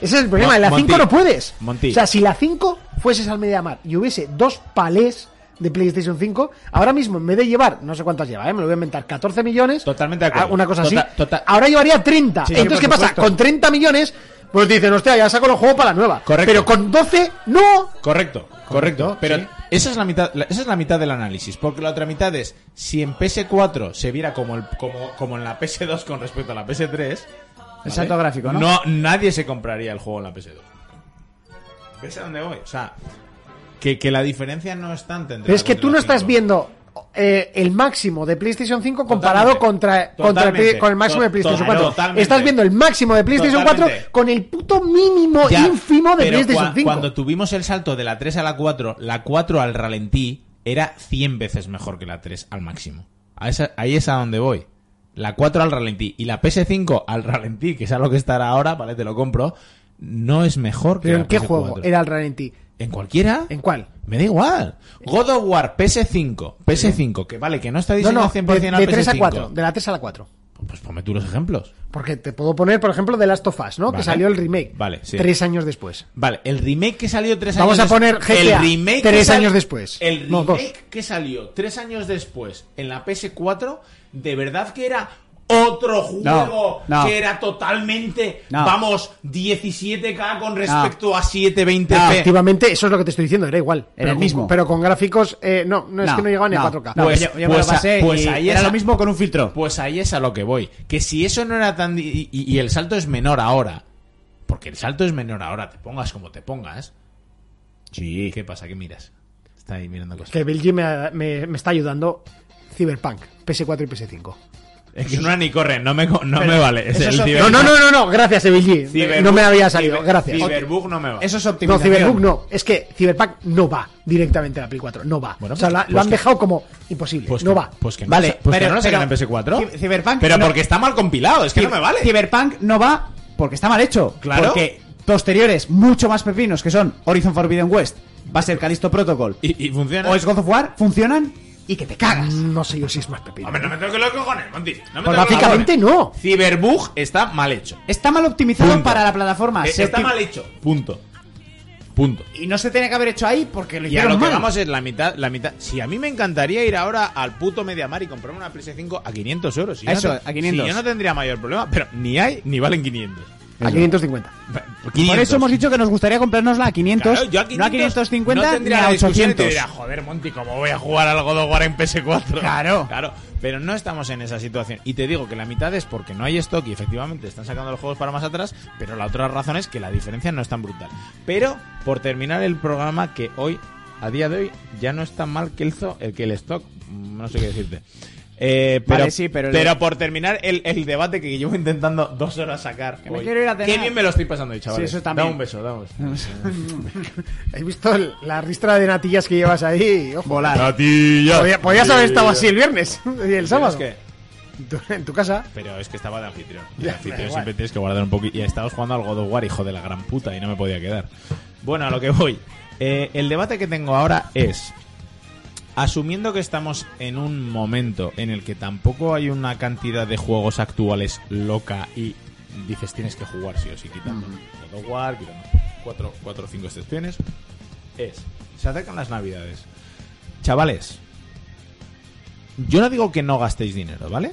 Ese es el problema,
Mon-
en la
Monty,
5 no puedes.
Monty.
O sea, si la 5 fueses al Mediamar y hubiese dos palés de PlayStation 5, ahora mismo en vez de llevar, no sé cuántas lleva, ¿eh? me lo voy a inventar, 14 millones.
Totalmente de acuerdo.
ah, Una cosa
Tota-
así.
tota-
ahora llevaría 30.
Sí, sí,
Entonces,
por
¿qué pasa?
supuesto.
Con 30 millones, pues dicen, hostia, ya saco los juegos para la nueva.
Correcto.
Pero con 12, no.
Correcto, correcto. Pero esa es la mitad, la- esa es la mitad del análisis, porque la otra mitad es si en PS4 se viera como el, como, como en la PS2 con respecto a la PS3,
El salto gráfico, ¿no?
nadie se compraría el juego en la PS2. ¿Ves a dónde voy? O sea, que, que la diferencia no es tanta entre
Pero es
la
que
cuatro
tú
y la
no estás
cinco.
viendo eh, el máximo de PlayStation 5 comparado
Totalmente.
contra, contra el
Totalmente.
Play- con el máximo de
To-
PlayStation
to-
4.
totalmente.
Estás viendo el máximo de PlayStation
Totalmente.
4 con el puto mínimo
Ya,
ínfimo de
pero
PlayStation
cua-
5.
Cuando tuvimos el salto de la 3 a la 4, la 4 al ralentí era 100 veces mejor que la 3 al máximo. A esa- ahí es a donde voy. La 4 al ralentí y la PS5 al ralentí, que es a lo que estará ahora, vale, te lo compro, no es mejor que
¿Pero
la
en qué
PS4.
juego era el ralentí?
¿En cualquiera?
¿En cuál?
Me da igual. God of War PS5, PS5, que vale, que no está
No,
diseñado
no,
100%
de,
al
de 3 a
PS5.
4. De la 3 a la 4.
Pues ponme tú los ejemplos.
Porque te puedo poner, por ejemplo, The Last of Us, ¿no?
Vale.
Que salió el remake.
Vale, sí.
Tres años después.
Vale, el remake que salió tres
Vamos
años
a poner
después-
GTA,
el remake que
tres
sal-
años después.
El remake
No, dos.
que salió tres años después en la PS4, de verdad que era otro juego
No, no.
que era totalmente,
No.
vamos, 17K con respecto a 720p.
Ah, Activamente, eso es lo que te estoy diciendo, era igual. Pero
el
con-
mismo.
Pero con gráficos, eh, no, no, es que no llegaba ni a 4K.
no,
Pues-
yo, yo me
pues
lo pasé
a- pues
y
ahí
era
es a-
lo mismo con un filtro.
Pues ahí es a lo que voy. Que si eso no era tan... di- Y, y el salto es menor ahora. Porque el salto es menor ahora, te pongas como te pongas. Sí. ¿Qué pasa? ¿Qué miras? Está ahí mirando cosas.
Que Bill G me, me- me está ayudando Cyberpunk, PS4 y PS5.
Es que una ni corre, no me, co- no me vale. Es
eso
el
es-
ciber-
No, no, no, no, no, gracias, Bill G.
Cyberbug-
no me había salido,
ciber-
gracias.
Cyberbug no me va.
Eso es
no,
optimización.
Cyberpunk no, es que Cyberpunk no va directamente a la Play 4, no va.
Bueno,
o sea,
pues-
la-
pues
lo han
que-
dejado como imposible,
Pues
no
que-
va.
Pues que no,
Vale,
sa- pues que
pero-
no lo saquen
pero-
en PS4.
Ci- Cyberpunk
Pero
no-
porque está mal compilado, es que no me vale.
Cyberpunk no va porque está mal hecho.
Claro.
Porque posteriores, mucho más pepinos que son Horizon Forbidden West, va a ser Callisto Protocol
Y, y funciona.
o es God of War, funcionan y que te cagas.
No sé yo si es más pepino.
Hombre, no me toques los cojones, Monty. No me
Pues
toques los
gráficamente
cojones.
no.
Cyberbug está mal hecho.
Está mal optimizado
Punto.
para la plataforma.
Ah,
Eh,
se
está
opti-
mal hecho. Punto. Punto.
Y no se tiene que haber hecho ahí porque lo
Y a lo
hicieron
que
mal.
vamos es la mitad, la mitad. Si a mí me encantaría ir ahora al puto Mediamar y comprarme una PS5 a 500 euros. Si yo
Eso,
no te-
a 500.
si yo no tendría mayor problema, pero ni hay ni valen 500.
A 550.
Por eso
500.
hemos dicho que nos gustaría comprárnosla a 500,
Claro, yo a
no a 550
no
ni
tendría
a
la discusión y
800.
te diría, joder, Monty, ¿cómo voy a jugar al God of War en PS4?
Claro.
Claro, pero no estamos en esa situación. Y te digo que la mitad es porque no hay stock y efectivamente están sacando los juegos para más atrás, pero la otra razón es que la diferencia no es tan brutal. Pero, por terminar el programa que hoy, a día de hoy, ya no está mal que el, zo- el, que el stock, mm, no sé qué decirte. Eh, pero,
Vale, sí, pero el-
por terminar el, el debate que llevo intentando dos horas sacar.
Que me
hoy.
quiero ir a
Qué
cenar.
bien me lo estoy pasando hoy, chavales.
eso también.
Da un beso, da un beso.
¿Has visto el- la ristra de natillas que llevas ahí? Ojo,
Volar.
podía- podías haber estado así el viernes y el
Pero
sábado.
es que,
Tu- En tu casa.
pero es que estaba de anfitrión. De
Ya, da
anfitrión
igual.
siempre tienes que guardar un poquito. Y estabas jugando al God of War, hijo de la gran puta, y no me podía quedar. Bueno, a lo que voy. Eh, el debate que tengo ahora es. Asumiendo que estamos en un momento en el que tampoco hay una cantidad de juegos actuales loca y dices tienes que jugar sí o sí, quitando God of War, quitando 4 o 5 excepciones, es. Se acercan las navidades. Chavales, yo no digo que no gastéis dinero, ¿vale?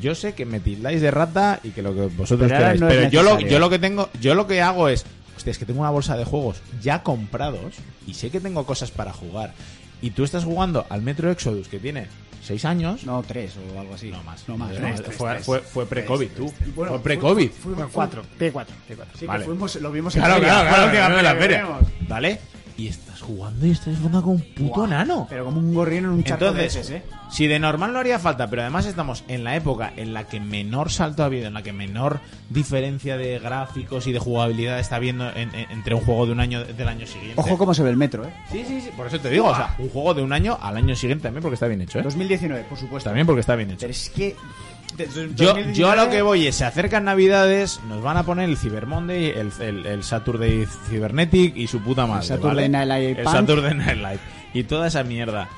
Yo sé que me tildáis de rata y que lo que vosotros
Pero ahora
queráis,
no es
pero yo lo,
necesario.
yo lo que tengo, yo lo que hago es, hostia, es que tengo una bolsa de juegos ya comprados y sé que tengo cosas para jugar. Y tú estás jugando al Metro Exodus que tiene 6 años,
No, tres o algo así.
No más,
No más.
no
no
más.
más.
fue fue, fue pre-COVID, tú. fue pre-COVID.
Bueno, 4, P4, P4.
Sí, que
Vale.
fuimos- lo vimos en
Claro,
feria,
claro,
fue la
claro,
última
claro,
feria
la
que
feria.
vimos.
¿Vale? Y estás jugando y estás jugando con un puto nano.
Pero como un gorrión en un charco
Entonces,
de heces, ¿eh?
si de normal no haría falta, pero además estamos en la época en la que menor salto ha habido, en la que menor diferencia de gráficos y de jugabilidad está habiendo en- en- entre un juego de un año del año siguiente.
Ojo cómo se ve el metro, ¿eh?
Sí, sí, sí, por eso te digo, o sea, un juego de un año al año siguiente también porque está bien hecho, ¿eh?
2019, por supuesto.
También porque está bien hecho.
Pero es que... desde
Yo,
2019
yo a lo que voy es, se acercan navidades, nos van a poner el Cyber Monday, el, el, el Saturday Cybernetic y su puta madre.
Saturday
¿vale?
Night Live
El
Punk.
Saturday Night Live. Y toda esa mierda.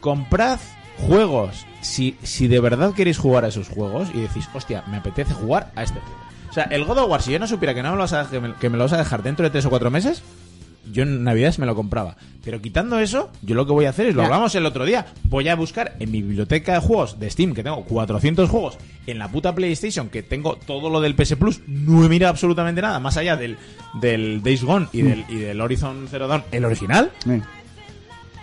Comprad juegos. Si, si de verdad queréis jugar a esos juegos y decís, hostia, me apetece jugar a este juego. O sea, el God of War, si yo no supiera que, no me lo vas a, que, me, que me lo vas a dejar dentro de tres o cuatro meses, yo en Navidades me lo compraba. Pero quitando eso, yo lo que voy a hacer es, lo
Ya.
hablamos el otro día, voy a buscar en mi biblioteca de juegos de Steam, que tengo 400 juegos, en la puta PlayStation, que tengo todo lo del PS Plus, no he mirado absolutamente nada, más allá del, del Days Gone y del, y del Horizon Zero Dawn, el original,
Eh,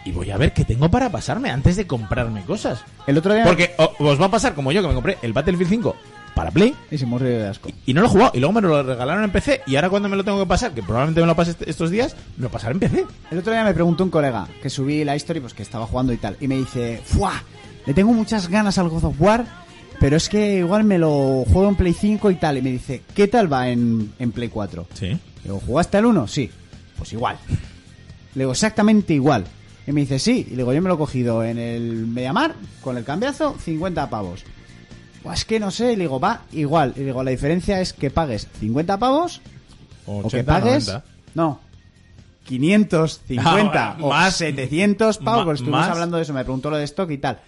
y voy a ver qué tengo para pasarme antes de comprarme cosas.
El otro día...
Porque o- os va a pasar como yo, que me compré el Battlefield 5 para Play
Y se murió de asco.
y no lo he jugado. Y luego me lo regalaron en PC. Y ahora cuando me lo tengo que pasar, que probablemente me lo pase est- estos días, me lo pasaré en PC.
El otro día me preguntó un colega que subí la historia, pues que estaba jugando y tal, y me dice, ¡fua! Le tengo muchas ganas al God of War, pero es que igual me lo juego en Play 5 y tal, y me dice, ¿qué tal va en, en Play 4?
Sí.
Le digo, ¿jugaste al 1? Sí. Pues igual. Le digo, exactamente igual. Y me dice, sí. Y le digo, yo me lo he cogido en el Mediamar, con el cambiazo, 50 pavos. Pues es que no sé, y le digo, va igual. Y le digo, la diferencia es que pagues 50 pavos
O
o que pagues. No. 550
Ah,
o
más-
700 pavos,
ma-
porque estuvimos
más.
hablando de eso, me preguntó lo de stock y tal.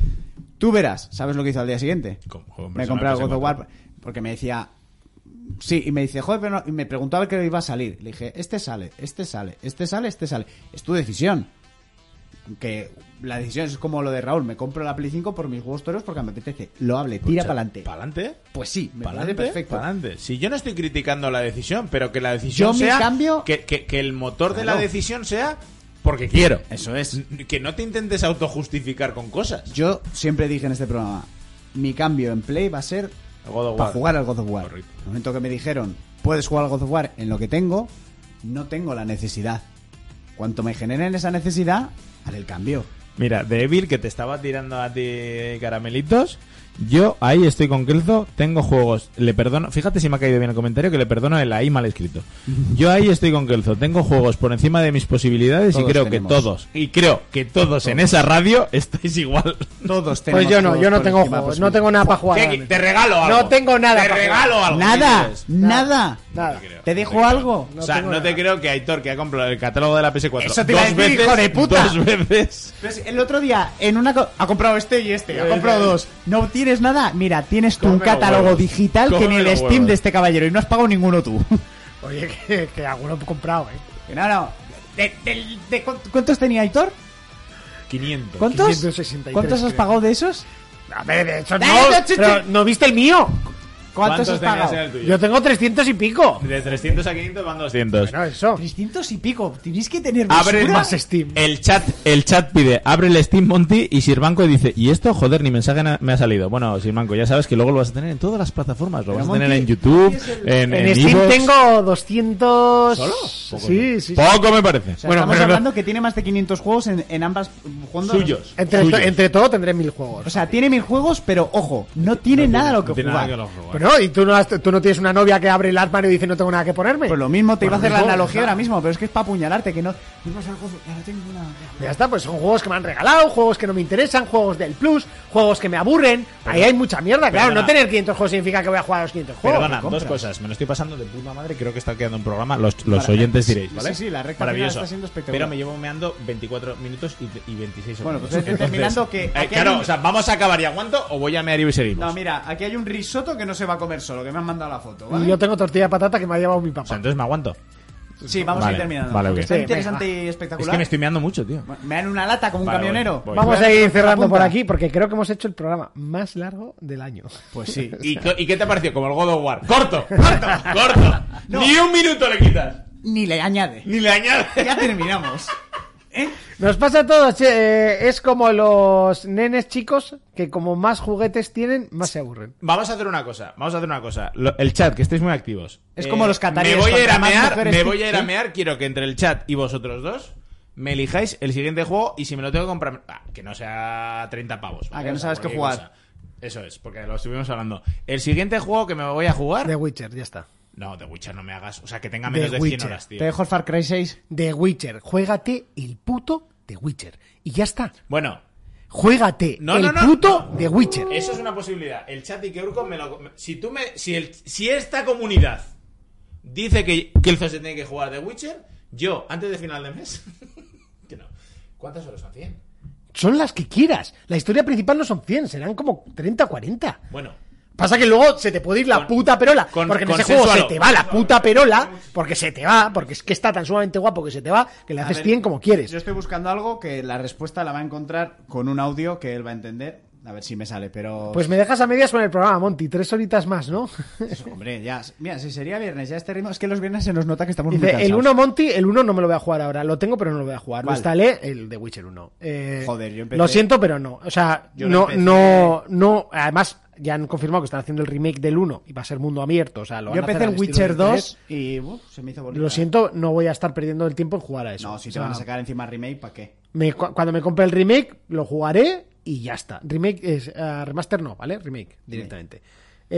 Tú verás, ¿sabes lo que hizo al día siguiente?
Com- joder,
me
personal,
compré el
PS4.
God of War porque me decía, sí, y me dice, joder, pero no, y me preguntó a ver qué iba a salir. Le dije, este sale, este sale, este sale, este sale. Es tu decisión. Que la decisión es como lo de Raúl, me compro la Play 5 por mis juegos toros porque me apetece. Lo hable, tira para adelante.
¿Para adelante?
Pues sí, me
Pa'lante,
parece perfecto.
pa'lante. Si yo no estoy criticando la decisión, pero que la decisión
Yo mi
sea.
cambio-
Que, que- que el motor de la
Claro.
decisión sea porque quiero.
Eso es.
N- Que no te intentes autojustificar con cosas.
Yo siempre dije en este programa, mi cambio en Play va a ser
God of
para
War.
jugar al God of War. En
Correcto.
el momento que me dijeron, puedes jugar al God of War en lo que tengo, no tengo la necesidad. Cuanto me generen esa necesidad, haré el cambio.
Mira, de Evil, que te estaba tirando a ti caramelitos. Yo ahí estoy con Kelzo, tengo juegos, le perdono, fíjate si me ha caído bien el comentario que le perdono el ahí mal escrito. Yo ahí estoy con Kelzo, tengo juegos por encima de mis posibilidades y
Todos
creo
tenemos.
que todos, y creo que todos, en esa radio estáis igual.
Todos tenemos
Pues yo no,
juegos
yo no
por
tengo
encima pues
juegos,
posible.
no tengo nada para jugar. eh.
¿Qué- te regalo algo.
No tengo nada
Te
para
regalo algo. ¿qué
Nada,
quieres?
nada.
Nada.
¿Te dejo algo?
o sea, no
tengo
te creo que Aitor, que ha comprado el catálogo de la PS4
Eso te iba
dos
a decir,
veces,
hijo de puta.
dos veces,
Pero si Pues el otro día en una co- ha comprado este y este, ha comprado dos. No tienes nada. Mira, tienes tu
Cómeme los
catálogo
huevos.
digital que en
Cómeme
el
los
Steam
huevos.
de este caballero y no has pagado ninguno tú.
Oye, que, que alguno he comprado, eh.
Que no, no. De- del- de- ¿Cuántos tenía Aitor?
500.
¿Cuántos?
563,
¿Cuántos has
creo.
pagado de esos?
A ver, de hecho, no,
Dale, no, chuchu.
pero ¿no viste el mío?
¿Cuántos, has
tenías
pagado?
en el tuyo?
Yo tengo 300 y pico.
De 300 a 500 van 200.
Bueno, eso.
300 y pico. Tenéis que tener
Abre
basura.
más Steam.
El chat, el chat pide, abre el Steam Monty y Sirbanco dice, y esto, joder, ni mensaje na- me ha salido. Bueno, Sirbanco, ya sabes que luego lo vas a tener en todas las plataformas, lo
Pero
vas a tener
Monty,
en YouTube, en,
En,
en
Steam
iVoox.
tengo 200.
¿Solo? Poco me-
Sí, sí. sí.
Poco me parece.
O sea,
Bueno,
estamos
pero no-
hablando que tiene más de 500 juegos en, en ambas jugando.
Suyos.
Entre,
suyos.
entre todo tendré mil juegos.
O sea, tiene mil juegos, pero ojo, no tiene nada lo que
No tiene
jugar.
nada que lo jugar.
Pero, ¿y tú no, has- tú no tienes una novia que abre el armario y dice no tengo nada que ponerme?
Pues lo mismo, te iba a hacer la
Bueno,
analogía
no.
ahora mismo, pero es que es para apuñalarte, que no. No pasa algo, ahora tengo una-
Ya está, pues son juegos que me han regalado, juegos que no me interesan, juegos del Plus, juegos que me aburren. Ahí hay mucha mierda. Claro,
perdona.
no tener 500 juegos significa que voy a jugar a los 500 juegos.
Perdona,
que
dos
compras.
cosas. Me lo estoy pasando de puta madre. Creo que está quedando un programa. Los, los
Para-
oyentes
sí,
diréis,
sí,
¿vale?
sí, la recta final
Maravilloso.
está siendo espectacular.
Pero me llevo meando 24 minutos y, y 26 segundos.
Bueno, pues estoy terminando que
eh,
aquí hay
claro,
un-
o sea, vamos a acabar y aguanto o voy a mear y seguimos.
No, mira, aquí hay un risoto que no se va a comer solo, que me han mandado la foto, ¿vale?
Y yo tengo tortilla de patata que me ha llevado mi papá.
o sea, entonces me aguanto.
Sí, vamos a
Vale,
ir terminando.
vale, ok.
Está
Sí,
interesante
venga.
y
Es
espectacular.
que me estoy meando mucho, tío.
Bueno, Me dan una lata como un
Vale,
camionero.
voy, voy.
Vamos
Voy
a ir
hasta la
cerrando
punta.
por aquí porque creo que hemos hecho el programa más largo del año.
Pues sí.
¿Y, co- y qué te pareció? Como el God of War. ¡Corto! ¡Corto! ¡Corto! ¡Ni un minuto le quitas!
Ni le añade.
¡Ni le añades!
Ya terminamos. ¿Eh?
Nos pasa a todos, che, eh, es como los nenes chicos que como más juguetes tienen, más se aburren.
Vamos a hacer una cosa, vamos a hacer una cosa. Lo- el chat, que estéis muy activos. Eh,
Es como los cataríes,
Me voy a ir
cuanto
a
más
mear,
mujeres
me
ti-
voy a ir a
¿sí?
mear. Quiero que entre el chat y vosotros dos me elijáis el siguiente juego y si me lo tengo que comprar, ah, que no sea 30 pavos.
Ah, que no
O sea,
sabes qué
cualquier
jugar.
cosa. Eso es, porque lo estuvimos hablando. El siguiente juego que me voy a jugar...
The Witcher, ya está.
No, The Witcher no me hagas. O sea, que tenga
The
menos de 100
Witcher.
horas, tío.
Te dejo el Far Cry 6.
The Witcher, juégate el puto The Witcher. Y ya está.
Bueno,
Juégate
No,
el
no, no.
puto The Witcher.
Eso es una posibilidad. El chat y Keurko me lo. me- Si tú me. Si, el, si esta comunidad dice que Kelzo se tiene que jugar de Witcher, yo, antes de final de mes. que no. ¿Cuántas horas son 100?
Son las que quieras. La historia principal no son 100, serán como 30 o 40.
Bueno.
Pasa que luego se te puede ir la
Con-
puta perola.
con-
porque en ese
consensualo.
juego se te va la puta perola. Porque se te va. Porque es que está tan sumamente guapo que se te va. Que le haces
ver,
100 como quieres.
Yo estoy buscando algo que la respuesta la va a encontrar con un audio que él va a entender. A ver si me sale, pero.
Pues me dejas a medias con el programa, Monty. Tres horitas más, ¿no?
Eso, hombre, ya. Mira, si sería viernes, ya este ritmo. Es que los viernes se nos nota que estamos muy
Dice,
cansados.
el 1 Monty, el 1 no me lo voy a jugar ahora. Lo tengo, pero no lo voy a jugar. Lo
Vale.
instalé, el de Witcher 1. Eh,
Joder, yo empecé-
Lo siento, pero no. O sea,
Yo
no,
lo empecé-
no, no. Además, ya han confirmado que están haciendo el remake del 1 y va a ser mundo abierto. O sea, lo van
Yo
a
empecé
hacer
el
al estilo
Witcher
del
2 y. uf, se me hizo
3.
bonito.
Lo siento, no voy a estar perdiendo el tiempo en jugar a eso.
No, si
O
te van a
sea,
sacar encima remake, ¿para qué?
me- cu- cuando me compre el remake, lo jugaré y ya está. Remake es. eh, remaster no, ¿vale? Remake, directamente.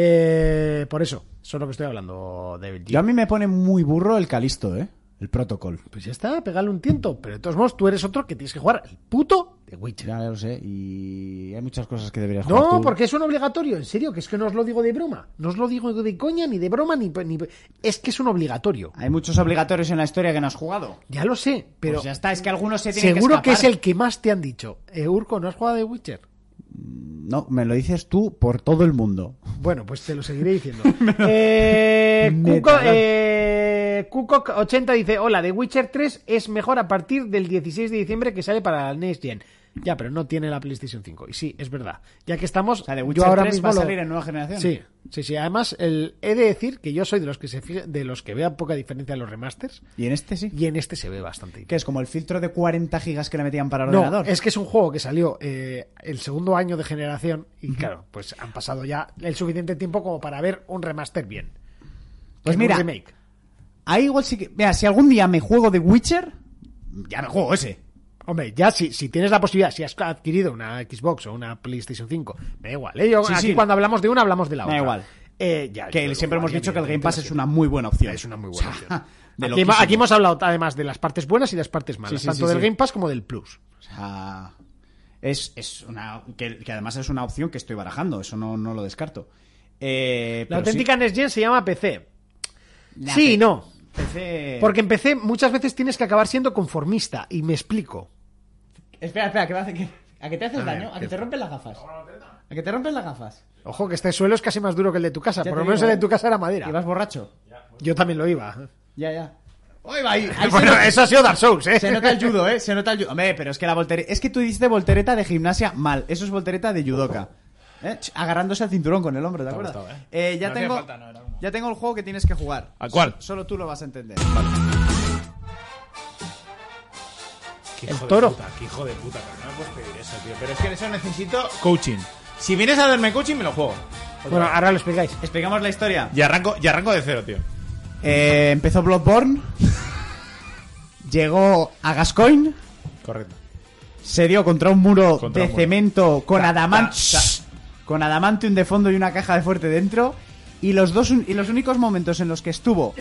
Eh, por eso, eso es lo que estoy hablando, David. G.
Yo a mí me pone muy burro el Calisto, ¿eh? El protocol.
Pues ya está, pegale un tiento. Pero de todos modos, tú eres otro que tienes que jugar el puto de Witcher.
Ya lo sé, y hay muchas cosas que deberías jugar
No,
tú.
porque es un obligatorio, en serio, que es que no os lo digo de broma. No os lo digo de coña, ni de broma, ni. ni- es que es un obligatorio.
Hay muchos obligatorios en la historia que no has jugado.
Ya lo sé, pero
Pues ya está, es que algunos se tienen
seguro que,
que
es
escapar.
el que más te han dicho. Eh, Urco, ¿no has jugado de Witcher?
No, me lo dices tú por todo el mundo.
Bueno, pues te lo seguiré diciendo. eh,
Me
Cuco,
tardan.
eh, Cuco80 dice: Hola, The Witcher 3 es mejor a partir del 16 de diciembre que sale para la Next Gen. Ya, pero no tiene la PlayStation 5. Y sí, es verdad. Ya que estamos.
O sea, de
yo
Witcher
ahora
3
mismo
va a
lo-
salir en nueva generación.
Sí, sí, sí. Además, el, he de decir que yo soy de los que se fija- de los que vea poca diferencia en los remasters.
Y en este sí.
Y en este se ve bastante.
Que es como el filtro de 40 gigas que le metían para el
No,
ordenador.
es que es un juego que salió eh, el segundo año de generación y claro, pues han pasado ya el suficiente tiempo como para ver un remaster bien.
Pues
Que no
mira.
un remake.
Ahí igual sí que. Mira, si algún día me juego de Witcher, ya me juego ese.
Hombre, ya si, si tienes la posibilidad, si has adquirido una Xbox o una PlayStation 5, me da igual. ¿eh? Yo
Sí,
aquí
sí.
cuando hablamos de una, hablamos de la
Me
otra.
da igual.
Eh, ya, yo
Que
lo
siempre hemos
jugaría
dicho que el Game
directamente
Pass
la
es
siguiente.
una muy buena opción.
Es una muy buena
O sea,
opción.
de
aquí,
loquísimo.
aquí hemos hablado además de las partes buenas y las partes malas,
Sí, sí,
tanto
sí,
del
sí.
Game Pass como del Plus.
O sea, es, es una. Que, que además es una opción que estoy barajando, eso no, no lo descarto. Eh,
La
pero sí-
auténtica Next Gen se llama PC.
Nah,
sí,
pe-
no.
PC-
Porque en PC muchas veces tienes que acabar siendo conformista, y me explico.
Espera, espera, que va a hacer- que- ¿A que te haces daño? ¿A
que-
que te rompen las gafas? ¿A que te rompen las gafas?
Ojo, que este suelo es casi más duro que el de tu casa.
Ya
Por
te
lo menos
digo,
el de tu
¿eh?
casa era
¿Y
madera.
vas borracho?
Yo también lo iba.
Ya, ya. ¡Ay, va! Ahí,
Ah,
ahí se
Bueno,
nota-
eso ha sido Dark Souls, ¿eh?
Se nota el judo, ¿eh? Se nota el judo. Hombre, pero es que la voltereta... Es que tú hiciste voltereta de gimnasia mal. Eso es voltereta de judoka. ¿Eh? Ch, Agarrándose al cinturón con el hombro, ¿te acuerdas?
gustado, ¿eh?
Eh, ya
No hacía
tengo...
falta, no, era humo.
ya tengo el juego que tienes que jugar.
¿A cuál?
So- Solo tú lo vas a entender.
Qué
El
hijo de
toro.
puta, qué hijo de puta, pero no me puedes pedir eso, tío. Pero es que en eso necesito coaching. Si vienes a darme coaching, me lo juego.
Bueno, ahora lo explicáis.
Explicamos la historia.
Y arranco, y arranco de cero, tío.
Eh, empezó Bloodborne. llegó a Gascoigne.
Correcto.
Se dio contra un muro
Contra
de
un muro.
cemento con
Ta,
adamant-
ta, ta.
con adamantium de fondo y una caja de fuerte dentro. Y los, dos, un- y los únicos momentos en los que estuvo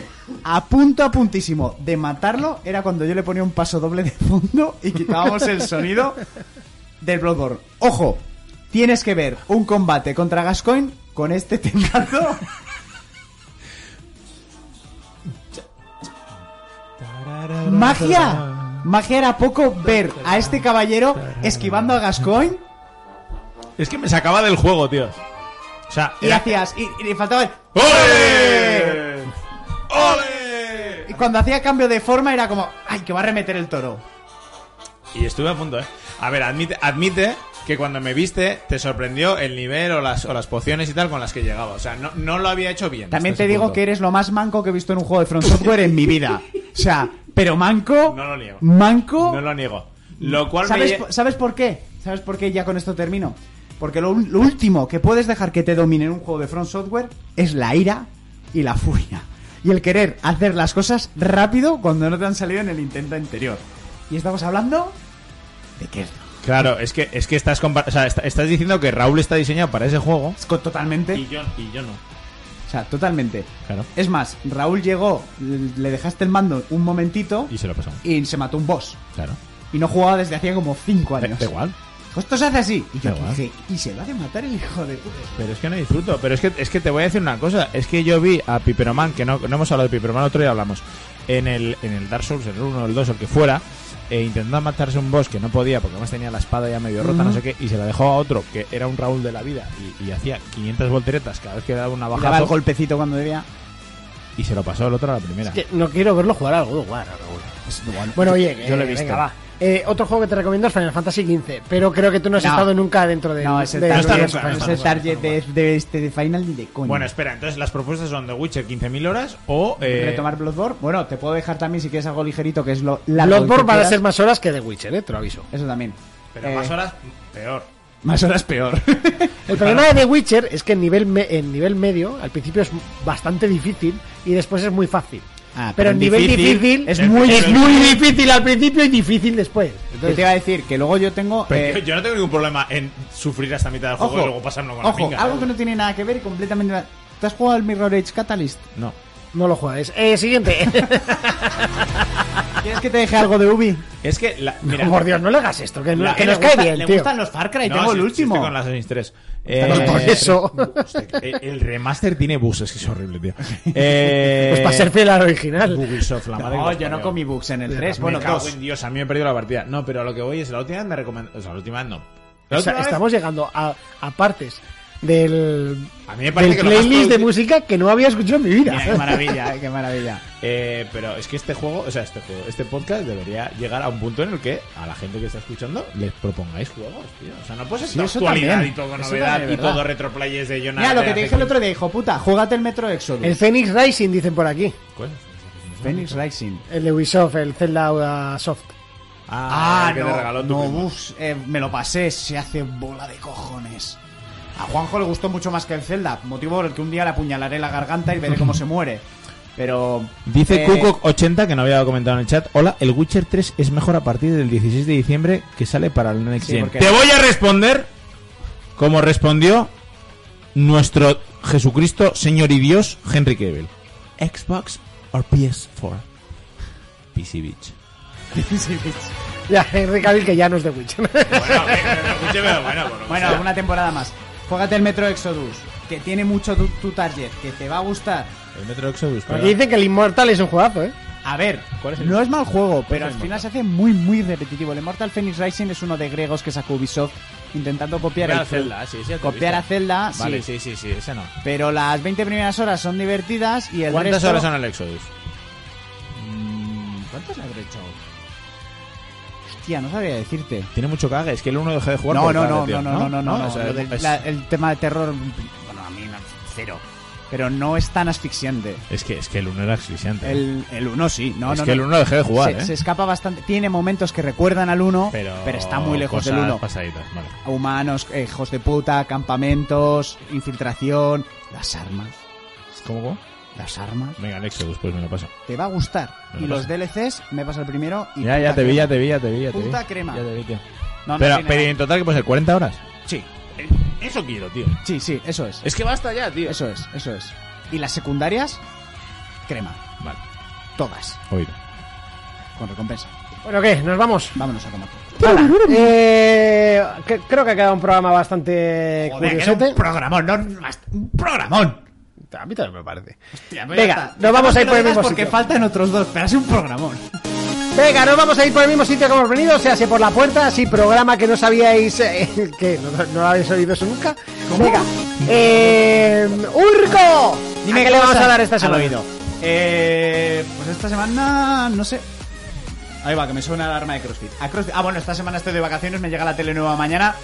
a punto a puntísimo de matarlo era cuando yo le ponía un paso doble de fondo y quitábamos el sonido del Bloodborne. Ojo, tienes que ver un combate contra Gascoigne con este temazo. ¡Magia! Magia era poco ver a este caballero esquivando a Gascoigne
Es que me sacaba del juego, tío. O sea,
y
era-
hacías. Y, y le faltaba el.
¡Ole! ¡Ole!
Y cuando hacía cambio de forma era como. ¡Ay, que va a remeter el toro!
Y estuve a punto, ¿eh? A ver, admite, admite que cuando me viste te sorprendió el nivel o las, o las pociones y tal con las que llegaba. O sea, no, no lo había hecho bien.
También
hasta
te
ese
digo
punto.
que eres lo más manco que he visto en un juego de Front Software en mi vida. O sea, pero manco.
No lo niego.
Manco.
No lo niego. Lo cual me
¿Sabes, pues?
lle-
po- ¿Sabes por qué? ¿Sabes por qué? Ya con esto termino. Porque lo, ul- lo último que puedes dejar que te domine en un juego de Front Software es la ira y la furia. Y el querer hacer las cosas rápido cuando no te han salido en el intento anterior. Y estamos hablando de que es
Claro, es que, es que estás, compa- o sea, est- estás diciendo que Raúl está diseñado para ese juego.
co- totalmente.
yo, y yo no.
O sea, totalmente.
Claro.
Es más, Raúl llegó, le dejaste el mando un momentito
Y se lo pasamos.
y se mató un boss.
Claro.
Y no jugaba desde hacía como 5
Da
años.
da igual.
Esto se hace así. Y yo
Da igual.
dije, y se va a matar el hijo de puta.
Pero es que no disfruto. Pero es que, es que te voy a decir una cosa. Es que yo vi a Piperoman, que no, no hemos hablado de Piperoman, otro día hablamos. En el, en el Dark Souls, el 1, el 2, el que fuera, e intentó matarse un boss que no podía porque además tenía la espada ya medio rota, no sé qué, y se la dejó a otro que era un Raúl de la vida y, y hacía 500 volteretas cada vez que le daba una
Le daba el
bajada
golpecito cuando debía.
y se lo pasó el otro a la primera.
Es que no quiero verlo jugar algo, God of War, ahora, güey. Bueno, oye,
Yo lo he
eh,
visto.
venga, va. Eh, otro juego que te recomiendo es Final Fantasy XV, pero creo que tú no has
No.
estado nunca dentro eh, de.
No, ese
del
está
target,
universo
nunca, no
Final
está
ese
Fantasy.
target de, de este de Final ni de coño.
Bueno, este- espera, entonces las propuestas son The Witcher 15.000 horas o... eh,
retomar Bloodborne. Bueno, te puedo dejar también si quieres algo ligerito que es lo la
Bloodborne van a ser más horas que The Witcher, eh, te lo aviso.
Eso también.
Pero
Eh,
más horas, peor.
más horas peor.
El problema de The Witcher es que en nivel, me- en nivel medio, al principio es bastante difícil y después es muy fácil.
Ah,
pero
pero
en
en
nivel
difícil
difícil
es muy
es
difícil.
muy difícil al principio y difícil después.
Yo te iba a decir que luego yo tengo
Pero
eh,
yo, yo no tengo ningún problema en sufrir hasta mitad del juego y luego pasarlo con la
ojo,
pinga.
algo que no tiene nada que ver y completamente. na- ¿Te has jugado al Mirror Age Catalyst?
No.
No lo juegues. Eh, siguiente.
¿Quieres que te deje algo de Ubi?
Es que, la, mira...
Por Dios, no le hagas esto, que, no-
La-
que
le
nos cae
gusta-
bien,
le
tío.
gustan los Far Cry,
No,
tengo
sí,
el
sí,
último.
estoy con las Assassin's 3. Eh,
Pues por eso.
Hostia, eh, el remaster tiene buses, que es horrible, tío. Eh,
Pues para ser fiel al original.
Ubisoft, la madre que
No,
los
yo no
parió.
comí bugs en el
Me
3, bueno,
cago
2.
en Dios, a mí me he perdido la partida. No, pero a lo que voy es la última vez me recomendó. O sea, la última vez no. La
O sea,
última vez,
estamos llegando a, a partes del,
A mí me parece
del
que lo más
playlist de
producti-
música que no había escuchado en mi vida.
Mira, qué maravilla, eh, qué maravilla.
eh, pero es que este juego, o sea, este juego, este podcast debería llegar a un punto en el que a la gente que está escuchando les propongáis juegos, tío. O sea, no puede ser
Sí,
todo
eso
actualidad
también.
y todo
Eso
novedad
también,
y
¿verdad?
todo retroplayers de Jonathan.
Mira, lo que te dije el otro día, hijo puta, júgate el Metro Exodus.
el Phoenix Rising, dicen por aquí.
Phoenix Rising.
El de Ubisoft, el Zelda uh, Soft.
Ah, que te regaló tu
no,
primo.
uf, eh, me lo pasé, se hace bola de cojones. A Juanjo le gustó mucho más que el Zelda, motivo por el que un día le apuñalaré la garganta y veré cómo se muere. Pero...
Dice
eh,
Cuco80 que no había comentado en el chat. Hola, el Witcher 3 es mejor a partir del 16 de diciembre que sale para el Next
Sí,
Gen.
porque-
Te voy a responder como respondió nuestro Jesucristo, Señor y Dios, Henry Cavill. Xbox or PS4. PC Beach.
Ya, Henry Cavill, que ya no es de Witcher.
Bueno, escúcheme, bueno, por lo que
Bueno,
sea.
una temporada más. Juégate el Metro Exodus, que tiene mucho tu, tu target, que te va a gustar.
El Metro Exodus,
Aquí dicen que el Immortal es un juegazo, ¿eh?
A ver,
¿Cuál es el-
no es mal juego,
es
pero al
el
final
Immortal?
se hace muy, muy repetitivo. El Immortal Phoenix Rising es uno de griegos que sacó Ubisoft intentando copiar
Copiar
el
a Zelda, sí, sí, ya te
copiar
he
a
visto.
Zelda,
Vale,
sí.
sí, sí, sí, esa no.
Pero las 20 primeras horas son divertidas y el
¿Cuántas
resto-
horas son el Exodus?
¿Cuántas habré hecho? Hostia, no sabría decirte.
Tiene mucho cague, es que el uno dejé de jugar.
No,
por
no,
cague,
no,
tío.
no, no, no, no, no,
O sea,
Lo del-
es-
la- el tema de terror, bueno, a mí no, cero. Pero no es tan asfixiante.
Es que, es que el 1 era asfixiante. ¿eh?
El, el 1 sí, no,
es
no,
que
no.
el 1 dejé de jugar,
se,
¿eh?
se escapa bastante. Tiene momentos que recuerdan al 1, pero,
pero,
está muy lejos del
cosas
1.
pasaditas, vale.
Humanos, eh, hijos de puta, campamentos, infiltración, las armas,
¿Cómo, cómo?
las armas.
Venga, el Exodus, pues me lo paso.
Te va a gustar.
Me lo
Y los
paso.
DLCs, me pasa el primero y...
Ya, ya
puta
te vi,
crema.
ya te vi, ya te vi. Ya te vi.
Puta crema.
Ya te vi, tío.
No, no
pero,
tiene
pero
nada.
en total, que puede ser? ¿40 horas?
Sí,
Eh, Eso quiero, tío.
sí, sí, eso es.
Es que basta ya, tío.
Eso es, eso es. Y las secundarias, crema.
Vale,
Todas,
oído.
con recompensa.
Bueno, ¿qué? Nos vamos.
Vámonos a comer.
Eh, que- creo que ha quedado un programa bastante curiosete.
programón, no, un programón. pues
A mí también me parece.
Venga,
Venga, nos vamos a ir por el mismo
Porque
sitio.
faltan otros dos, pero es un programón.
Venga, nos vamos a ir por el mismo sitio que hemos venido, o sea, si por la puerta, si programa que no sabíais eh, que no, no lo habéis oído eso nunca. Venga, eh, Urco, ¿a qué le vamos a dar esta semana?
oído. Eh, pues esta semana, no sé. Ahí va, que me suena la alarma de CrossFit. A CrossFit- Ah, bueno, esta semana estoy de vacaciones, me llega la tele nueva mañana.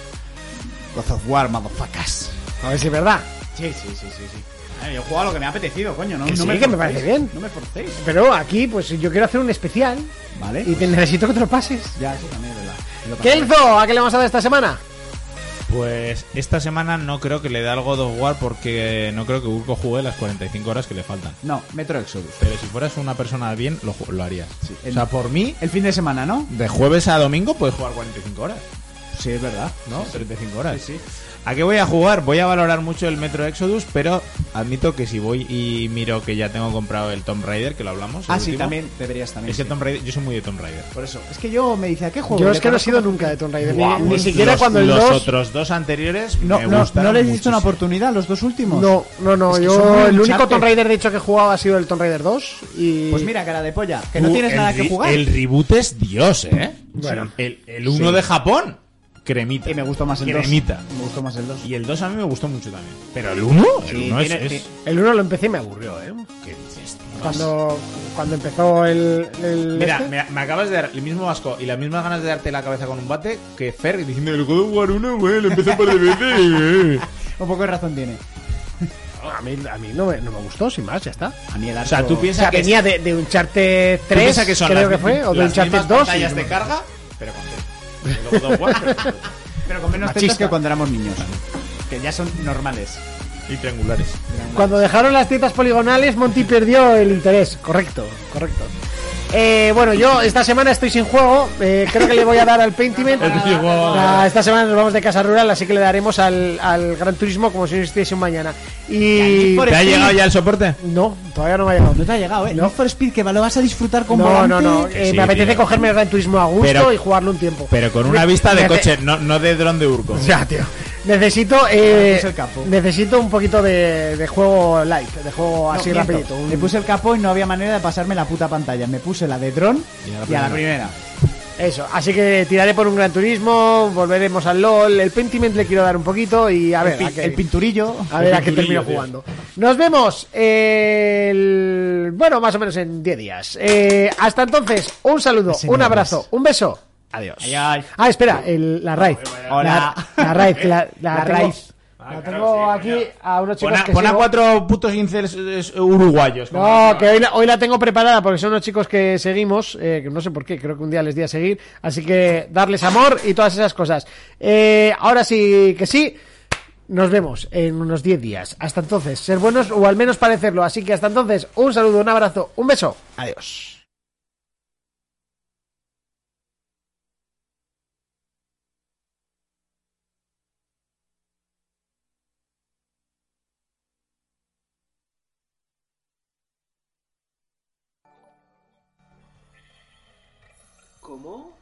God of War, motherfuckers.
A ver si es verdad.
Sí, sí, sí, sí, sí. A ver, yo he jugado a lo que me ha apetecido, coño. No,
Que
no
sí,
me
que me
forcéis,
parece bien.
No me forcéis. ¿eh?
Pero aquí, pues yo quiero hacer un especial
Vale.
y te necesito que te lo pases.
Ya, eso también es verdad. Me lo pasé.
Kelzo, ¿a qué le vamos a dar esta semana?
Pues esta semana no creo que le dé algo de War porque no creo que Urko juegue las 45 horas que le faltan.
No, Metro Exodus.
Pero si fueras una persona bien, lo, ju- lo harías.
Sí, el-
O sea, por mí,
El fin de semana, ¿no?
de jueves a domingo puedes jugar 45 horas.
Sí, es verdad.
¿no? 35 horas. ¿A qué voy a jugar? Voy a valorar mucho el Metro Exodus, pero admito que si voy y miro que ya tengo comprado el Tomb Raider, que lo hablamos. el
Ah, sí,
último,
también deberías también.
Es que
sí.
Tomb Raider, yo soy muy de Tomb Raider.
Por eso. Es que yo me dice, ¿a qué juego?
Yo
Le
es que no he
conozco
sido nunca de Tomb Raider, ni-
Guau, pues
ni,
los-
siquiera cuando el
Los
2...
otros dos anteriores
No,
me
no, no
gustaron
le he dicho una
muchísimo.
oportunidad a los dos últimos.
No, no, no,
Es que son muy
yo el único
Uncharted.
Tomb Raider de hecho que he jugado ha sido el Tomb Raider 2 y...
Pues mira, cara de polla, que no
Uh,
tienes
el
nada
re-
que jugar.
El reboot es Dios, ¿eh?
Bueno.
el, el uno de Japón. cremita.
Y me gustó más el 2.
Cremita.
Me gustó más el 2.
Y el 2 a mí me gustó mucho también. Pero el 1, el 1 es, es-
El 1 lo empecé y me aburrió, ¿eh?
¿Qué dices? tío?
Cuando, cuando empezó el. el
Mira,
este.
me, me acabas de dar el mismo asco y las mismas ganas de darte la cabeza con un bate que Fer diciendo el God of War 1, güey, lo empezó por de veces.
Un poco de razón tiene.
A mí, a mí no, me, no me gustó, sin más, ya está.
A mí el
O sea,
arco-
tú
O
piensas
sea,
que es-
venía de, de un Charter 3,
tú piensas que son
creo
las,
que fue, o de un
las
Charter
mismas
2. y-
pantallas de carga, pero con el God of War, pero-
Pero con menos tetas
Machista.
que cuando éramos niños. Que ya son normales.
y triangulares.
Cuando dejaron las tetas poligonales, Monty perdió el interés. Correcto, correcto. Eh, bueno, yo esta semana estoy sin juego. eh, creo que le voy a dar al Pentiment.
Estoy sin juego.
Ah, esta semana nos vamos de casa rural, así que le daremos al, al Gran Turismo como si no existiese un mañana. Y.
¿Te ha llegado ya el soporte?
No, todavía no me ha llegado.
No te ha llegado, ¿eh? No, for Speed, que lo vas a disfrutar con
No,
volante.
no, no.
Que
eh,
sí,
me apetece
tío.
cogerme el Gran Turismo a gusto
Pero-
y jugarlo un tiempo.
Pero con una vista de
Fíjate-
coche, no, no de dron de urco.
Ya, tío. Necesito, eh,
puse el capo.
necesito un poquito de, de juego light, de juego así
miento.
rapidito. un-
Le puse el capó y no había manera de pasarme la puta pantalla. Me puse la de dron
Y pues
y
a
a
la
la
primera.
primera.
Eso, así que tiraré por un Gran Turismo, volveremos al LOL, el Pentiment le quiero dar un poquito y a
El,
ver,
pi-
a qué,
el pinturillo.
a ver
el
a qué
pinturillo,
termino
tío.
jugando. Nos vemos, eh, el- bueno, más o menos en 10 días. Eh, hasta entonces, un saludo,
Ese
un
no
abrazo,
es.
un beso.
Adiós.
Ah, espera, el- la raíz.
Hola.
La, la raíz, la, la,
La
tengo-
raíz.
La tengo aquí a unos
Pon
chicos
a,
que
pon a
sigo.
cuatro putos incels eh, uruguayos. como-
No, que hoy la, hoy la tengo preparada porque son los chicos que seguimos, eh, que no sé por qué, creo que un día les di a seguir, así que darles amor y todas esas cosas. Eh, ahora sí que sí, nos vemos en unos 10 días. Hasta entonces, ser buenos o al menos parecerlo, así que hasta entonces, un saludo, un abrazo, un beso, adiós.
¿Cómo?